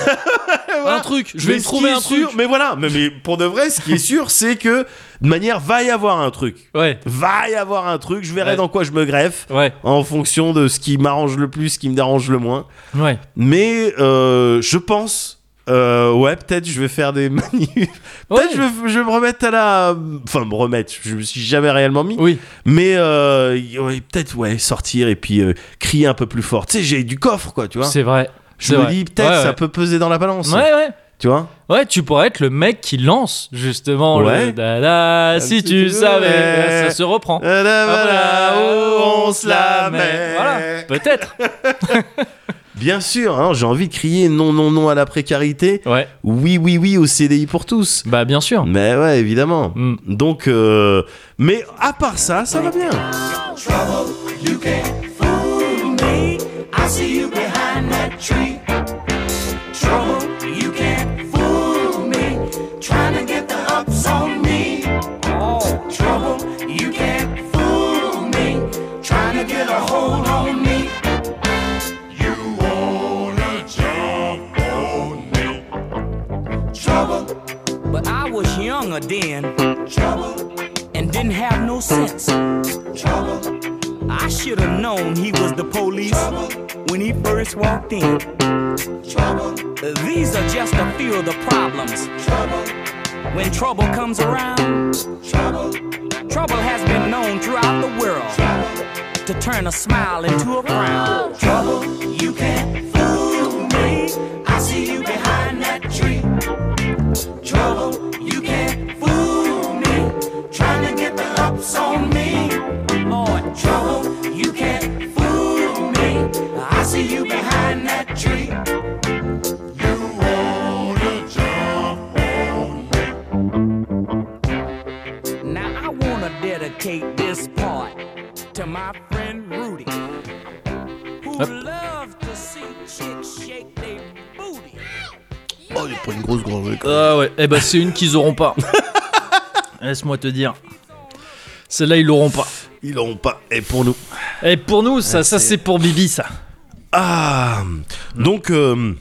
Speaker 2: voilà.
Speaker 1: un truc. Je vais me
Speaker 2: Mais ce
Speaker 1: trouver
Speaker 2: qui est
Speaker 1: un truc.
Speaker 2: sûr- Mais voilà, mais, mais pour de vrai, ce qui est sûr, c'est que de manière va y avoir un truc.
Speaker 1: Ouais,
Speaker 2: Va y avoir un truc. Je verrai
Speaker 1: Ouais.
Speaker 2: dans quoi je me greffe
Speaker 1: ouais,
Speaker 2: en fonction de ce qui m'arrange le plus, ce qui me dérange le moins.
Speaker 1: ouais.
Speaker 2: Mais euh, je pense. euh, ouais, peut-être je vais faire des manifs.
Speaker 1: Ouais.
Speaker 2: Peut-être je, vais- je vais me remettre à la. Enfin, me remettre, je me suis jamais réellement mis.
Speaker 1: Oui,
Speaker 2: Mais euh, y- ouais, peut-être, ouais, sortir et puis euh, crier un peu plus fort. Tu sais, j'ai du coffre, quoi, tu vois.
Speaker 1: c'est vrai.
Speaker 2: Je
Speaker 1: c'est
Speaker 2: me
Speaker 1: vrai.
Speaker 2: dis, peut-être
Speaker 1: Ouais, ouais.
Speaker 2: ça peut peser dans la balance.
Speaker 1: Ouais, ouais.
Speaker 2: Tu vois
Speaker 1: Ouais, tu pourrais être le mec qui lance justement le
Speaker 2: Ouais.
Speaker 1: da, da, si
Speaker 2: si
Speaker 1: tu
Speaker 2: tu
Speaker 1: savais,
Speaker 2: voulais.
Speaker 1: ça se reprend.
Speaker 2: Ah, là, voilà, oh, on se la met.
Speaker 1: Voilà, peut-être.
Speaker 2: Bien sûr, hein, j'ai envie de crier non, non, non à la précarité.
Speaker 1: Ouais,
Speaker 2: Oui, oui, oui au CDI pour tous.
Speaker 1: bah bien sûr.
Speaker 2: Mais ouais, évidemment.
Speaker 1: Mm.
Speaker 2: Donc, euh, mais à part ça, ça va bien.
Speaker 4: trouble. You can't fool me. I see you behind that tree. Trouble, you can't fool me. Trying to get the ups on me. Trouble, you can't fool me. Trying to get a hold on me.
Speaker 5: You wanna jump on me?
Speaker 4: Trouble. But I was younger then. Trouble. And didn't have no sense. Trouble. I should have known he was the police when he first walked in. Trouble. These are just a few of the problems. Trouble. When trouble comes around, trouble. Trouble has been known throughout the world to turn a smile into a frown. Trouble, you can't fool me. I see you behind that tree. Trouble, you can't fool me. Trying to get the ups on me. Lord, trouble, you can't fool me. I see you behind that tree.
Speaker 5: Wanna jump on me?
Speaker 4: Now I wanna dedicate this part to my friend Rudy, who loved to see chicks shake their booty.
Speaker 1: Ah ouais, eh ben c'est une qu'ils auront pas. Laisse-moi te dire. Celle-là, ils l'auront pas.
Speaker 2: Ils n'auront pas. Et pour nous.
Speaker 1: Et pour nous, ça, ça c'est pour Bibi, ça.
Speaker 2: Ah
Speaker 1: Mm.
Speaker 2: Donc, euh,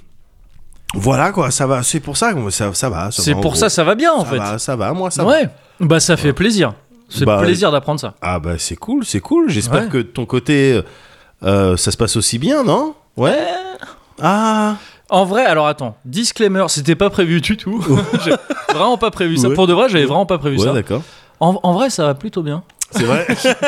Speaker 2: voilà quoi, ça va. C'est pour ça que ça, ça va. ça
Speaker 1: C'est
Speaker 2: va, en
Speaker 1: pour
Speaker 2: gros.
Speaker 1: ça, ça va bien en
Speaker 2: ça
Speaker 1: fait.
Speaker 2: va, Ah ça va, moi ça va.
Speaker 1: ouais, bah ça fait plaisir. C'est
Speaker 2: Bah,
Speaker 1: plaisir d'apprendre ça.
Speaker 2: Ah bah c'est cool, c'est cool. J'espère
Speaker 1: Ouais.
Speaker 2: que de ton côté, euh, ça se passe aussi bien, non Ouais.
Speaker 1: Euh.
Speaker 2: Ah.
Speaker 1: En vrai, alors attends, disclaimer, c'était pas prévu du tout. J'ai vraiment pas prévu ça.
Speaker 2: Ouais.
Speaker 1: Pour de vrai, j'avais vraiment pas prévu
Speaker 2: Ouais,
Speaker 1: ça.
Speaker 2: d'accord.
Speaker 1: En, en vrai, ça va plutôt bien.
Speaker 2: C'est vrai.
Speaker 1: Je Bah,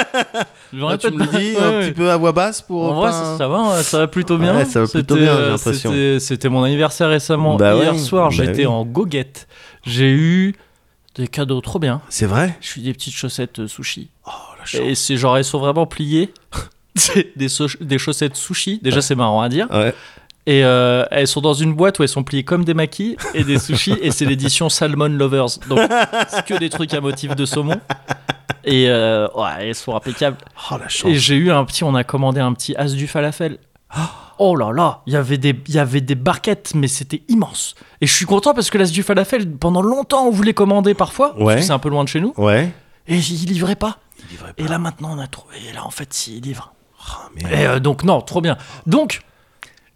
Speaker 1: le
Speaker 2: Ah, tu
Speaker 1: répète
Speaker 2: me le
Speaker 1: pas.
Speaker 2: dis
Speaker 1: Ouais,
Speaker 2: un
Speaker 1: ouais.
Speaker 2: petit peu à voix basse pour.
Speaker 1: En vrai,
Speaker 2: pas
Speaker 1: ça,
Speaker 2: un-
Speaker 1: ça va, hein, ça va plutôt bien.
Speaker 2: Ouais, ça va plutôt
Speaker 1: C'était,
Speaker 2: bien, j'ai
Speaker 1: euh,
Speaker 2: l'impression.
Speaker 1: c'était- C'était mon anniversaire récemment.
Speaker 2: Bah
Speaker 1: Hier
Speaker 2: ouais,
Speaker 1: soir,
Speaker 2: bah
Speaker 1: j'étais
Speaker 2: oui.
Speaker 1: en goguette. J'ai eu des cadeaux trop bien.
Speaker 2: C'est vrai.
Speaker 1: Je suis des petites chaussettes euh, sushi.
Speaker 2: Oh, la
Speaker 1: Et c'est genre, elles sont vraiment pliées. C'est des, so- des chaussettes sushi. Déjà, c'est marrant à dire.
Speaker 2: Ouais.
Speaker 1: Et euh, elles sont dans une boîte où elles sont pliées comme des maquis et des sushis. et c'est l'édition Salmon Lovers. Donc, c'est que des trucs à motif de saumon. Et euh, ouais, elles sont impeccables.
Speaker 2: Oh la chance.
Speaker 1: Et j'ai eu un petit, on a commandé un petit as du falafel. Oh là là, il y avait des, il y avait des barquettes, mais c'était immense. Et je suis content parce que l'as du falafel, pendant longtemps, on voulait commander parfois, parce
Speaker 2: Ouais.
Speaker 1: que c'est un peu loin de chez nous,
Speaker 2: Ouais.
Speaker 1: et il livrait pas.
Speaker 2: livrait
Speaker 1: Et là maintenant, on a trouvé. Et là, en fait, si, il livre.
Speaker 2: Ah, merde.
Speaker 1: Et euh, donc non, trop bien. Donc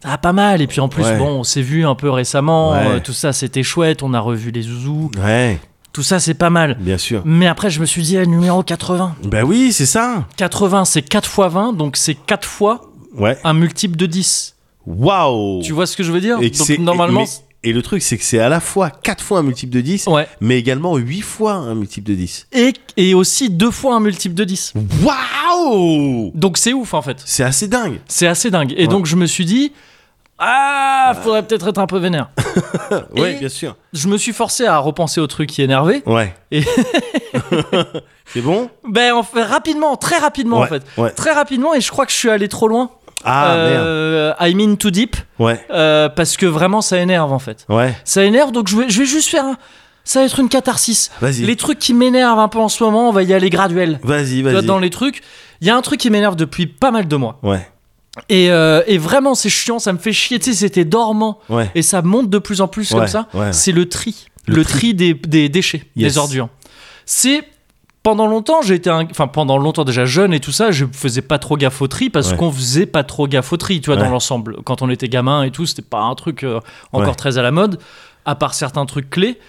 Speaker 1: ça va pas mal. Et puis en plus,
Speaker 2: Ouais.
Speaker 1: bon, on s'est vu un peu récemment.
Speaker 2: Ouais.
Speaker 1: euh, tout ça, c'était chouette. On a revu les zouzous.
Speaker 2: Eh. Ouais.
Speaker 1: Tout ça, c'est pas mal.
Speaker 2: Bien sûr.
Speaker 1: Mais après, je me suis dit, eh, numéro 80.
Speaker 2: Bah oui, c'est ça.
Speaker 1: 80, c'est 4 fois 20, donc c'est 4 fois
Speaker 2: Ouais.
Speaker 1: un multiple de 10.
Speaker 2: Waouh.
Speaker 1: Tu vois ce que je veux dire
Speaker 2: Oh. Et que
Speaker 1: Donc
Speaker 2: c'est-
Speaker 1: normalement,
Speaker 2: mais- Et le truc, c'est que c'est à la fois 4 fois un multiple de 10,
Speaker 1: ouais.
Speaker 2: mais également 8 fois un multiple de 10.
Speaker 1: Et, et aussi deux fois un multiple de 10.
Speaker 2: Mm. Waouh
Speaker 1: Donc c'est ouf en fait.
Speaker 2: C'est assez dingue.
Speaker 1: C'est assez dingue. Et donc je me suis dit, ah, faudrait peut-être être un peu vénère.
Speaker 2: Ouais,
Speaker 1: Et-
Speaker 2: bien sûr.
Speaker 1: Je me suis forcé à repenser au truc qui énervait.
Speaker 2: Ouais.
Speaker 1: Et-
Speaker 2: c'est bon
Speaker 1: Ben en fait, rapidement, très rapidement en
Speaker 2: Ouais,
Speaker 1: fait.
Speaker 2: ouais.
Speaker 1: Très rapidement et je crois que je suis allé trop loin.
Speaker 2: Ah merde.
Speaker 1: Euh, I mean too deep.
Speaker 2: Ouais.
Speaker 1: euh, parce que vraiment ça énerve en fait.
Speaker 2: Ouais.
Speaker 1: Ça énerve donc je vais, je vais juste faire un... Ça va être une catharsis.
Speaker 2: Vas-y.
Speaker 1: Les trucs qui m'énervent un peu en ce moment, on va y aller graduel.
Speaker 2: Vas-y,
Speaker 1: Tu vois,
Speaker 2: vas-y.
Speaker 1: Dans les trucs, il y a un truc qui m'énerve depuis pas mal de mois.
Speaker 2: Ouais.
Speaker 1: Et, euh, et vraiment, c'est chiant, ça me fait chier. Tu sais, c'était dormant.
Speaker 2: Ouais.
Speaker 1: Et ça monte de plus en plus comme
Speaker 2: Ouais,
Speaker 1: ça.
Speaker 2: ouais.
Speaker 1: C'est le tri. Le,
Speaker 2: Le
Speaker 1: tri, des, des déchets,
Speaker 2: Yes.
Speaker 1: des ordures. C'est pendant longtemps, j'ai été, un- enfin pendant longtemps déjà jeune et tout ça, je faisais pas trop gaffe au tri parce
Speaker 2: Ouais.
Speaker 1: qu'on faisait pas trop gaffe au tri, tu vois,
Speaker 2: Ouais.
Speaker 1: dans l'ensemble. Quand on était gamin et tout, c'était pas un truc euh, encore
Speaker 2: Ouais.
Speaker 1: très à la mode, à part certains trucs clés.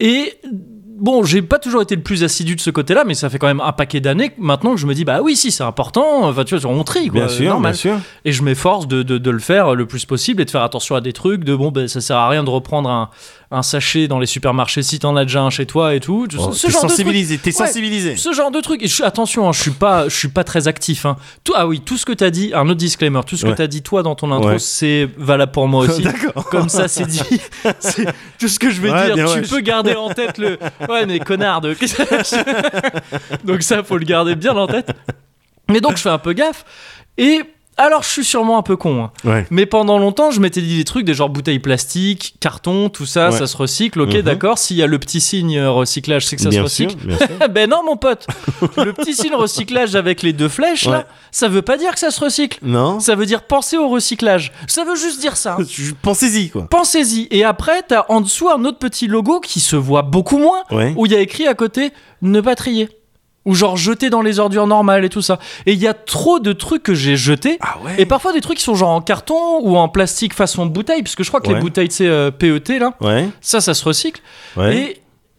Speaker 1: Et bon, j'ai pas toujours été le plus assidu de ce côté-là, mais ça fait quand même un paquet d'années que maintenant que je me dis bah oui, si c'est important, enfin tu vois, on trie quoi,
Speaker 2: Bien sûr,
Speaker 1: normal.
Speaker 2: bien sûr.
Speaker 1: Et je m'efforce de, de- de le faire le plus possible et de faire attention à des trucs, de bon, ben, ça sert à rien de reprendre un, un sachet dans les supermarchés si t'en as déjà un chez toi et tout. Tu-
Speaker 2: Oh,
Speaker 1: ce,
Speaker 2: t'es
Speaker 1: genre de truc,
Speaker 2: sensibilisé, t'es
Speaker 1: Ouais.
Speaker 2: sensibilisé.
Speaker 1: ce genre de truc. Et je suis- attention, hein, je suis pas, je suis pas très actif. hein. Tout, ah oui, tout ce que t'as dit, un autre disclaimer, tout ce que
Speaker 2: Ouais.
Speaker 1: t'as dit toi dans ton intro,
Speaker 2: Ouais.
Speaker 1: c'est valable pour moi aussi.
Speaker 2: D'accord.
Speaker 1: Comme ça, c'est dit. C'est tout ce que je vais
Speaker 2: Ouais,
Speaker 1: dire.
Speaker 2: bien,
Speaker 1: tu
Speaker 2: ouais.
Speaker 1: peux garder en tête le. Ouais, mais connard de. donc ça, faut le garder bien en tête. Mais donc, je fais un peu gaffe. Et alors, je suis sûrement un peu con. hein.
Speaker 2: Ouais.
Speaker 1: Mais pendant longtemps, je m'étais dit des trucs des genres bouteilles plastiques, carton, tout ça,
Speaker 2: Ouais.
Speaker 1: ça se recycle. Ok,
Speaker 2: Mhm.
Speaker 1: d'accord. S'il y a le petit signe euh, recyclage, c'est que ça se
Speaker 2: Bien sûr,
Speaker 1: recycle.
Speaker 2: bien sûr.
Speaker 1: ben non, mon pote. le petit signe recyclage avec les deux flèches,
Speaker 2: Ouais.
Speaker 1: là, ça veut pas dire que ça se recycle.
Speaker 2: Non.
Speaker 1: Ça veut dire penser au recyclage. Ça veut juste dire ça.
Speaker 2: Je- Pensez-y, quoi.
Speaker 1: Pensez-y. Et après, t'as en dessous un autre petit logo qui se voit beaucoup moins,
Speaker 2: Ouais.
Speaker 1: où il y a écrit à côté ne pas trier. Ou genre jeter dans les ordures normales et tout ça. Et il y a trop de trucs que j'ai jetés.
Speaker 2: Ah ouais.
Speaker 1: Et parfois des trucs qui sont genre en carton ou en plastique façon bouteille, parce que je crois que les
Speaker 2: Ouais.
Speaker 1: bouteilles, tu sais, euh, PET, là,
Speaker 2: Ouais.
Speaker 1: ça, ça se recycle.
Speaker 2: Ouais.
Speaker 1: Et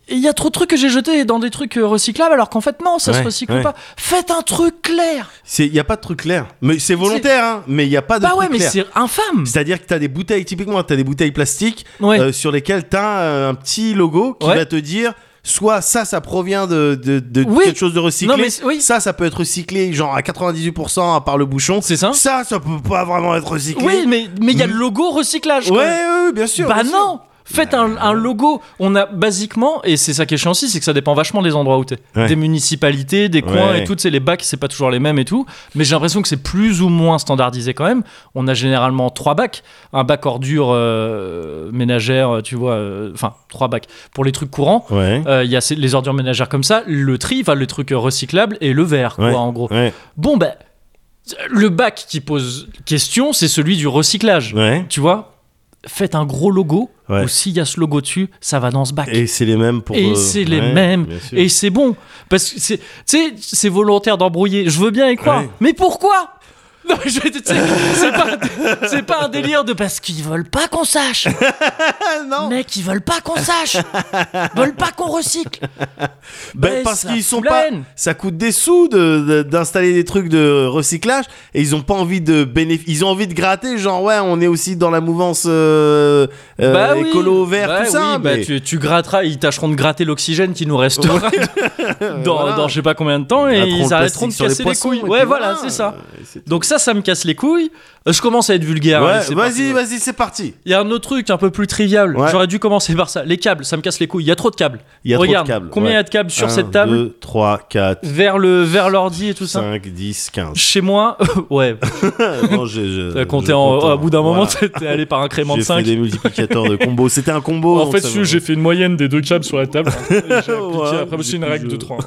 Speaker 1: et il y a trop de trucs que j'ai jetés dans des trucs euh, recyclables, alors qu'en fait, non, ça se
Speaker 2: Ouais,
Speaker 1: recycle
Speaker 2: ouais. Ah,
Speaker 1: pas. Faites un truc clair
Speaker 2: Il n'y a pas de truc clair. Mais c'est volontaire, hein. Mais il n'y a pas de
Speaker 1: Bah
Speaker 2: truc
Speaker 1: ouais, mais
Speaker 2: clair.
Speaker 1: c'est infâme
Speaker 2: C'est-à-dire que tu as des bouteilles, typiquement, tu as des bouteilles plastiques
Speaker 1: Ouais.
Speaker 2: euh, sur lesquelles tu as un petit logo qui
Speaker 1: Ouais.
Speaker 2: va te dire soit ça, ça provient de, de, de
Speaker 1: Oui.
Speaker 2: quelque chose de recyclé,
Speaker 1: Non, mais c'est- oui.
Speaker 2: ça, ça peut être recyclé genre à 98% à part le bouchon.
Speaker 1: C'est ça
Speaker 2: Ça, ça peut pas vraiment être recyclé.
Speaker 1: Oui, mais mais il y a le logo recyclage,
Speaker 2: Ouais,
Speaker 1: quoi.
Speaker 2: ouais, ouais, bien sûr.
Speaker 1: Bah
Speaker 2: bien sûr.
Speaker 1: non Faites un, un logo. On a basiquement, et c'est ça qui est chiant aussi, c'est que ça dépend vachement des endroits où t'es.
Speaker 2: Ouais.
Speaker 1: Des municipalités, des coins
Speaker 2: Ouais.
Speaker 1: et tout. C'est les bacs, c'est pas toujours les mêmes et tout. Mais j'ai l'impression que c'est plus ou moins standardisé quand même. On a généralement trois bacs. Un bac ordure euh, ménagère, tu vois. euh, Enfin, trois bacs. Pour les trucs courants,
Speaker 2: Ouais.
Speaker 1: euh, il y a ces- les ordures ménagères comme ça, le tri, enfin, le truc recyclable et le verre, quoi,
Speaker 2: Ouais.
Speaker 1: en gros.
Speaker 2: Ouais.
Speaker 1: Bon, ben, le bac qui pose question, c'est celui du recyclage
Speaker 2: Ouais.
Speaker 1: tu vois, faites un gros logo,
Speaker 2: Ouais.
Speaker 1: ou s'il y a ce logo dessus, ça va dans ce bac.
Speaker 2: Et c'est les mêmes pour.
Speaker 1: Et
Speaker 2: euh,
Speaker 1: c'est les
Speaker 2: ouais,
Speaker 1: mêmes.
Speaker 2: bien sûr.
Speaker 1: Et c'est bon. Parce que c'est, tu sais, c'est volontaire d'embrouiller. Je veux bien y croire.
Speaker 2: Ouais.
Speaker 1: Mais pourquoi Non, je- tu sais, c'est, pas, c'est pas un délire de parce qu'ils veulent pas qu'on sache.
Speaker 2: non.
Speaker 1: Mec, ils veulent pas qu'on sache. Ils veulent pas qu'on recycle.
Speaker 2: Ben,
Speaker 1: Mais
Speaker 2: parce
Speaker 1: ça
Speaker 2: qu'ils sont
Speaker 1: plaine.
Speaker 2: pas. Ça coûte des sous de- de- d'installer des trucs de recyclage et ils ont pas envie de bénéf- Ils ont envie de gratter, genre ouais, on est aussi dans la mouvance euh, euh,
Speaker 1: Bah oui.
Speaker 2: écolo vert,
Speaker 1: Bah
Speaker 2: tout ça.
Speaker 1: oui, bah
Speaker 2: mais-
Speaker 1: tu, tu gratteras, ils tâcheront de gratter l'oxygène qui nous restera dans,
Speaker 2: Voilà.
Speaker 1: dans je sais pas combien de temps et
Speaker 2: Gratteront le
Speaker 1: ils arrêteront
Speaker 2: plastique
Speaker 1: de
Speaker 2: sur les
Speaker 1: casser les,
Speaker 2: poissons,
Speaker 1: couilles.
Speaker 2: et
Speaker 1: Ouais,
Speaker 2: puis
Speaker 1: voilà,
Speaker 2: voilà.
Speaker 1: c'est ça.
Speaker 2: Euh, et c'est tout.
Speaker 1: Donc ça, ça me casse les couilles. Euh, Je commence à être vulgaire.
Speaker 2: Ouais,
Speaker 1: allez, c'est parti.
Speaker 2: vas-y, vas-y, c'est parti.
Speaker 1: Il y a un autre truc un peu plus trivial.
Speaker 2: Ouais.
Speaker 1: J'aurais dû commencer par ça. Les câbles, ça me casse les couilles. Il y a trop de câbles.
Speaker 2: Il y a trop de
Speaker 1: Regarde,
Speaker 2: câbles,
Speaker 1: Combien il y a de câbles sur cette table
Speaker 2: 2, 3, 4,
Speaker 1: Vers le vers l'ordi et tout ça.
Speaker 2: 5, 10, 15.
Speaker 1: Chez moi, ouais,
Speaker 2: Non, je, je,
Speaker 1: t'as
Speaker 2: je
Speaker 1: compté en,
Speaker 2: compte en-
Speaker 1: à bout d'un moment,
Speaker 2: voilà.
Speaker 1: t'es allé par un crément de
Speaker 2: J'ai
Speaker 1: 5.
Speaker 2: fait des multiplicateurs de combos. C'était un combo.
Speaker 1: en
Speaker 2: donc
Speaker 1: fait,
Speaker 2: Oh, ça
Speaker 1: si,
Speaker 2: va.
Speaker 1: j'ai fait une moyenne des deux câbles sur la table. J'ai appliqué
Speaker 2: Ouais,
Speaker 1: après aussi une
Speaker 2: du coup,
Speaker 1: règle
Speaker 2: je-
Speaker 1: de 3.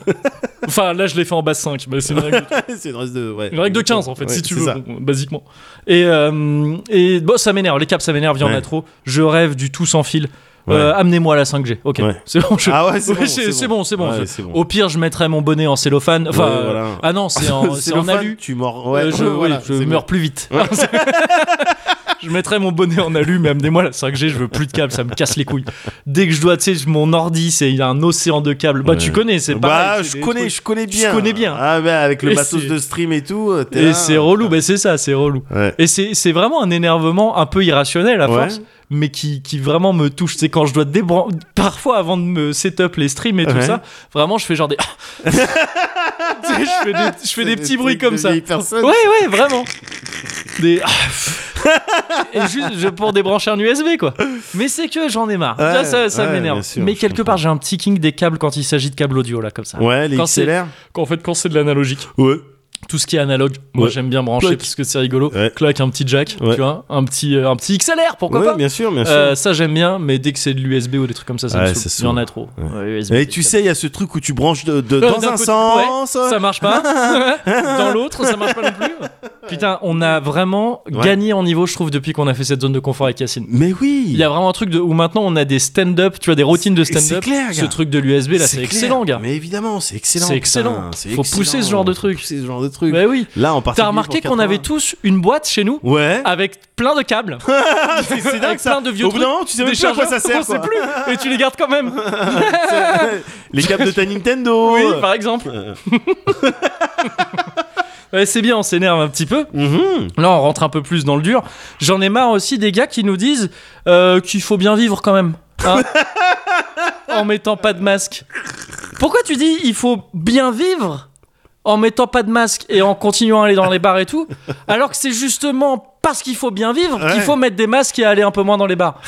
Speaker 1: Enfin, là, je l'ai fait en bas 5, mais c'est une règle de
Speaker 2: c'est une règle de, ouais.
Speaker 1: Une règle de 15 en fait,
Speaker 2: Ouais,
Speaker 1: si tu
Speaker 2: c'est
Speaker 1: veux,
Speaker 2: ça.
Speaker 1: bon, basiquement. Et, euh, et bon, ça m'énerve, les câbles ça m'énerve, il y en a
Speaker 2: Ouais.
Speaker 1: trop. Je rêve du tout sans fil. Euh,
Speaker 2: Ouais.
Speaker 1: Amenez-moi la 5G, ok.
Speaker 2: Ouais.
Speaker 1: C'est bon, je-
Speaker 2: Ah ouais, c'est
Speaker 1: Ouais,
Speaker 2: bon,
Speaker 1: c'est
Speaker 2: c'est
Speaker 1: c'est
Speaker 2: bon.
Speaker 1: bon, c'est bon.
Speaker 2: Ouais,
Speaker 1: Je-
Speaker 2: c'est bon.
Speaker 1: Au pire, je mettrai mon bonnet en cellophane. Enfin,
Speaker 2: Ouais,
Speaker 1: euh,
Speaker 2: voilà.
Speaker 1: ah non, c'est en, c'est en
Speaker 2: Cellophane,
Speaker 1: alu.
Speaker 2: Tu mords.
Speaker 1: Euh,
Speaker 2: Ouais,
Speaker 1: je oui,
Speaker 2: voilà,
Speaker 1: je
Speaker 2: c'est
Speaker 1: meurs plus vite. je mettrai mon bonnet en alu, mais amenez-moi la 5G, je veux plus de câbles, ça me casse les couilles. Dès que je dois, tu sais, mon ordi, c'est il y a un océan de câbles. Bah,
Speaker 2: Ouais.
Speaker 1: tu connais, c'est
Speaker 2: Bah,
Speaker 1: pareil. c'est
Speaker 2: je
Speaker 1: des
Speaker 2: connais,
Speaker 1: trucs-
Speaker 2: je connais
Speaker 1: Tu
Speaker 2: bien.
Speaker 1: connais bien.
Speaker 2: Ah, bah, avec le
Speaker 1: Et
Speaker 2: matos
Speaker 1: c'est-
Speaker 2: de stream et tout. euh, t'es
Speaker 1: Et
Speaker 2: là.
Speaker 1: c'est relou, bah c'est ça, c'est relou.
Speaker 2: Ouais.
Speaker 1: Et c'est c'est vraiment un énervement un peu irrationnel à
Speaker 2: Ouais.
Speaker 1: force, mais qui, qui vraiment me touche. C'est quand je dois débran... Parfois, avant de me set-up les streams et tout
Speaker 2: Ouais.
Speaker 1: ça, vraiment, je fais genre des... Tu sais, je fais des, je fais des petits bruits comme ça.
Speaker 2: Des
Speaker 1: Ouais,
Speaker 2: personnes.
Speaker 1: ouais, vraiment. Des... et juste je- pour débrancher un USB, quoi. Mais c'est que j'en ai marre.
Speaker 2: Ouais,
Speaker 1: ça ça, ça
Speaker 2: ouais,
Speaker 1: m'énerve.
Speaker 2: bien sûr,
Speaker 1: mais
Speaker 2: je
Speaker 1: quelque
Speaker 2: comprends.
Speaker 1: part, j'ai un petit king des câbles quand il s'agit de câbles audio, là, comme ça.
Speaker 2: Ouais, les
Speaker 1: Quand c'est-
Speaker 2: XLR.
Speaker 1: Quand, en fait, quand c'est de l'analogique
Speaker 2: Ouais.
Speaker 1: tout ce qui est analogue moi
Speaker 2: Ouais.
Speaker 1: j'aime bien brancher
Speaker 2: Clac.
Speaker 1: parce que c'est rigolo
Speaker 2: Ouais.
Speaker 1: clac un petit jack
Speaker 2: Ouais.
Speaker 1: tu vois un petit euh, un petit XLR pourquoi
Speaker 2: Ouais,
Speaker 1: pas
Speaker 2: bien sûr, bien sûr.
Speaker 1: Euh, ça j'aime bien mais dès que c'est de l'USB ou des trucs comme ça ça me
Speaker 2: Ouais,
Speaker 1: saoule.
Speaker 2: ça
Speaker 1: il y en
Speaker 2: saoule.
Speaker 1: a trop Ouais, USB,
Speaker 2: Et tu
Speaker 1: câble.
Speaker 2: sais, il y a ce truc où tu branches de, de-
Speaker 1: Euh,
Speaker 2: dans
Speaker 1: d'un
Speaker 2: un
Speaker 1: côté-
Speaker 2: sens.
Speaker 1: ouais, ça marche pas dans l'autre ça marche pas non plus Putain, on a vraiment
Speaker 2: Ouais.
Speaker 1: gagné en niveau, je trouve, depuis qu'on a fait cette zone de confort avec Yacine.
Speaker 2: Mais oui
Speaker 1: Il y a vraiment un truc de, où maintenant on a des stand-up, tu vois, des routines de
Speaker 2: C'est- c'est
Speaker 1: stand-up.
Speaker 2: clair,
Speaker 1: Ce
Speaker 2: gars.
Speaker 1: truc de l'USB là, c'est
Speaker 2: clair.
Speaker 1: excellent, gars.
Speaker 2: Mais évidemment, c'est excellent.
Speaker 1: C'est excellent.
Speaker 2: putain, c'est
Speaker 1: Faut
Speaker 2: excellent.
Speaker 1: pousser ce genre de truc.
Speaker 2: Pousser ce genre de truc.
Speaker 1: Mais oui.
Speaker 2: Là, en particulier.
Speaker 1: T'as remarqué
Speaker 2: Ah, pour
Speaker 1: qu'on
Speaker 2: 80.
Speaker 1: avait Ah, tous une boîte chez nous
Speaker 2: Ouais.
Speaker 1: avec plein de câbles,
Speaker 2: c'est
Speaker 1: avec plein de vieux
Speaker 2: Au bout
Speaker 1: trucs.
Speaker 2: d'un moment, tu sais même
Speaker 1: des
Speaker 2: plus à quoi
Speaker 1: chargeurs,
Speaker 2: ça sert.
Speaker 1: on sait
Speaker 2: quoi.
Speaker 1: plus, et tu les gardes quand même.
Speaker 2: Les câbles de ta Nintendo.
Speaker 1: Oui, par exemple.
Speaker 2: Euh,
Speaker 1: Ouais, c'est bien, on s'énerve un petit peu.
Speaker 2: mhm.
Speaker 1: Là, on rentre un peu plus dans le dur. J'en ai marre aussi des gars qui nous disent euh, qu'il faut bien vivre quand même. hein, en mettant pas de masque. Pourquoi tu dis il faut bien vivre en mettant pas de masque et en continuant à aller dans les bars et tout, alors que c'est justement parce qu'il faut bien vivre qu'il
Speaker 2: Ouais.
Speaker 1: faut mettre des masques et aller un peu moins dans les bars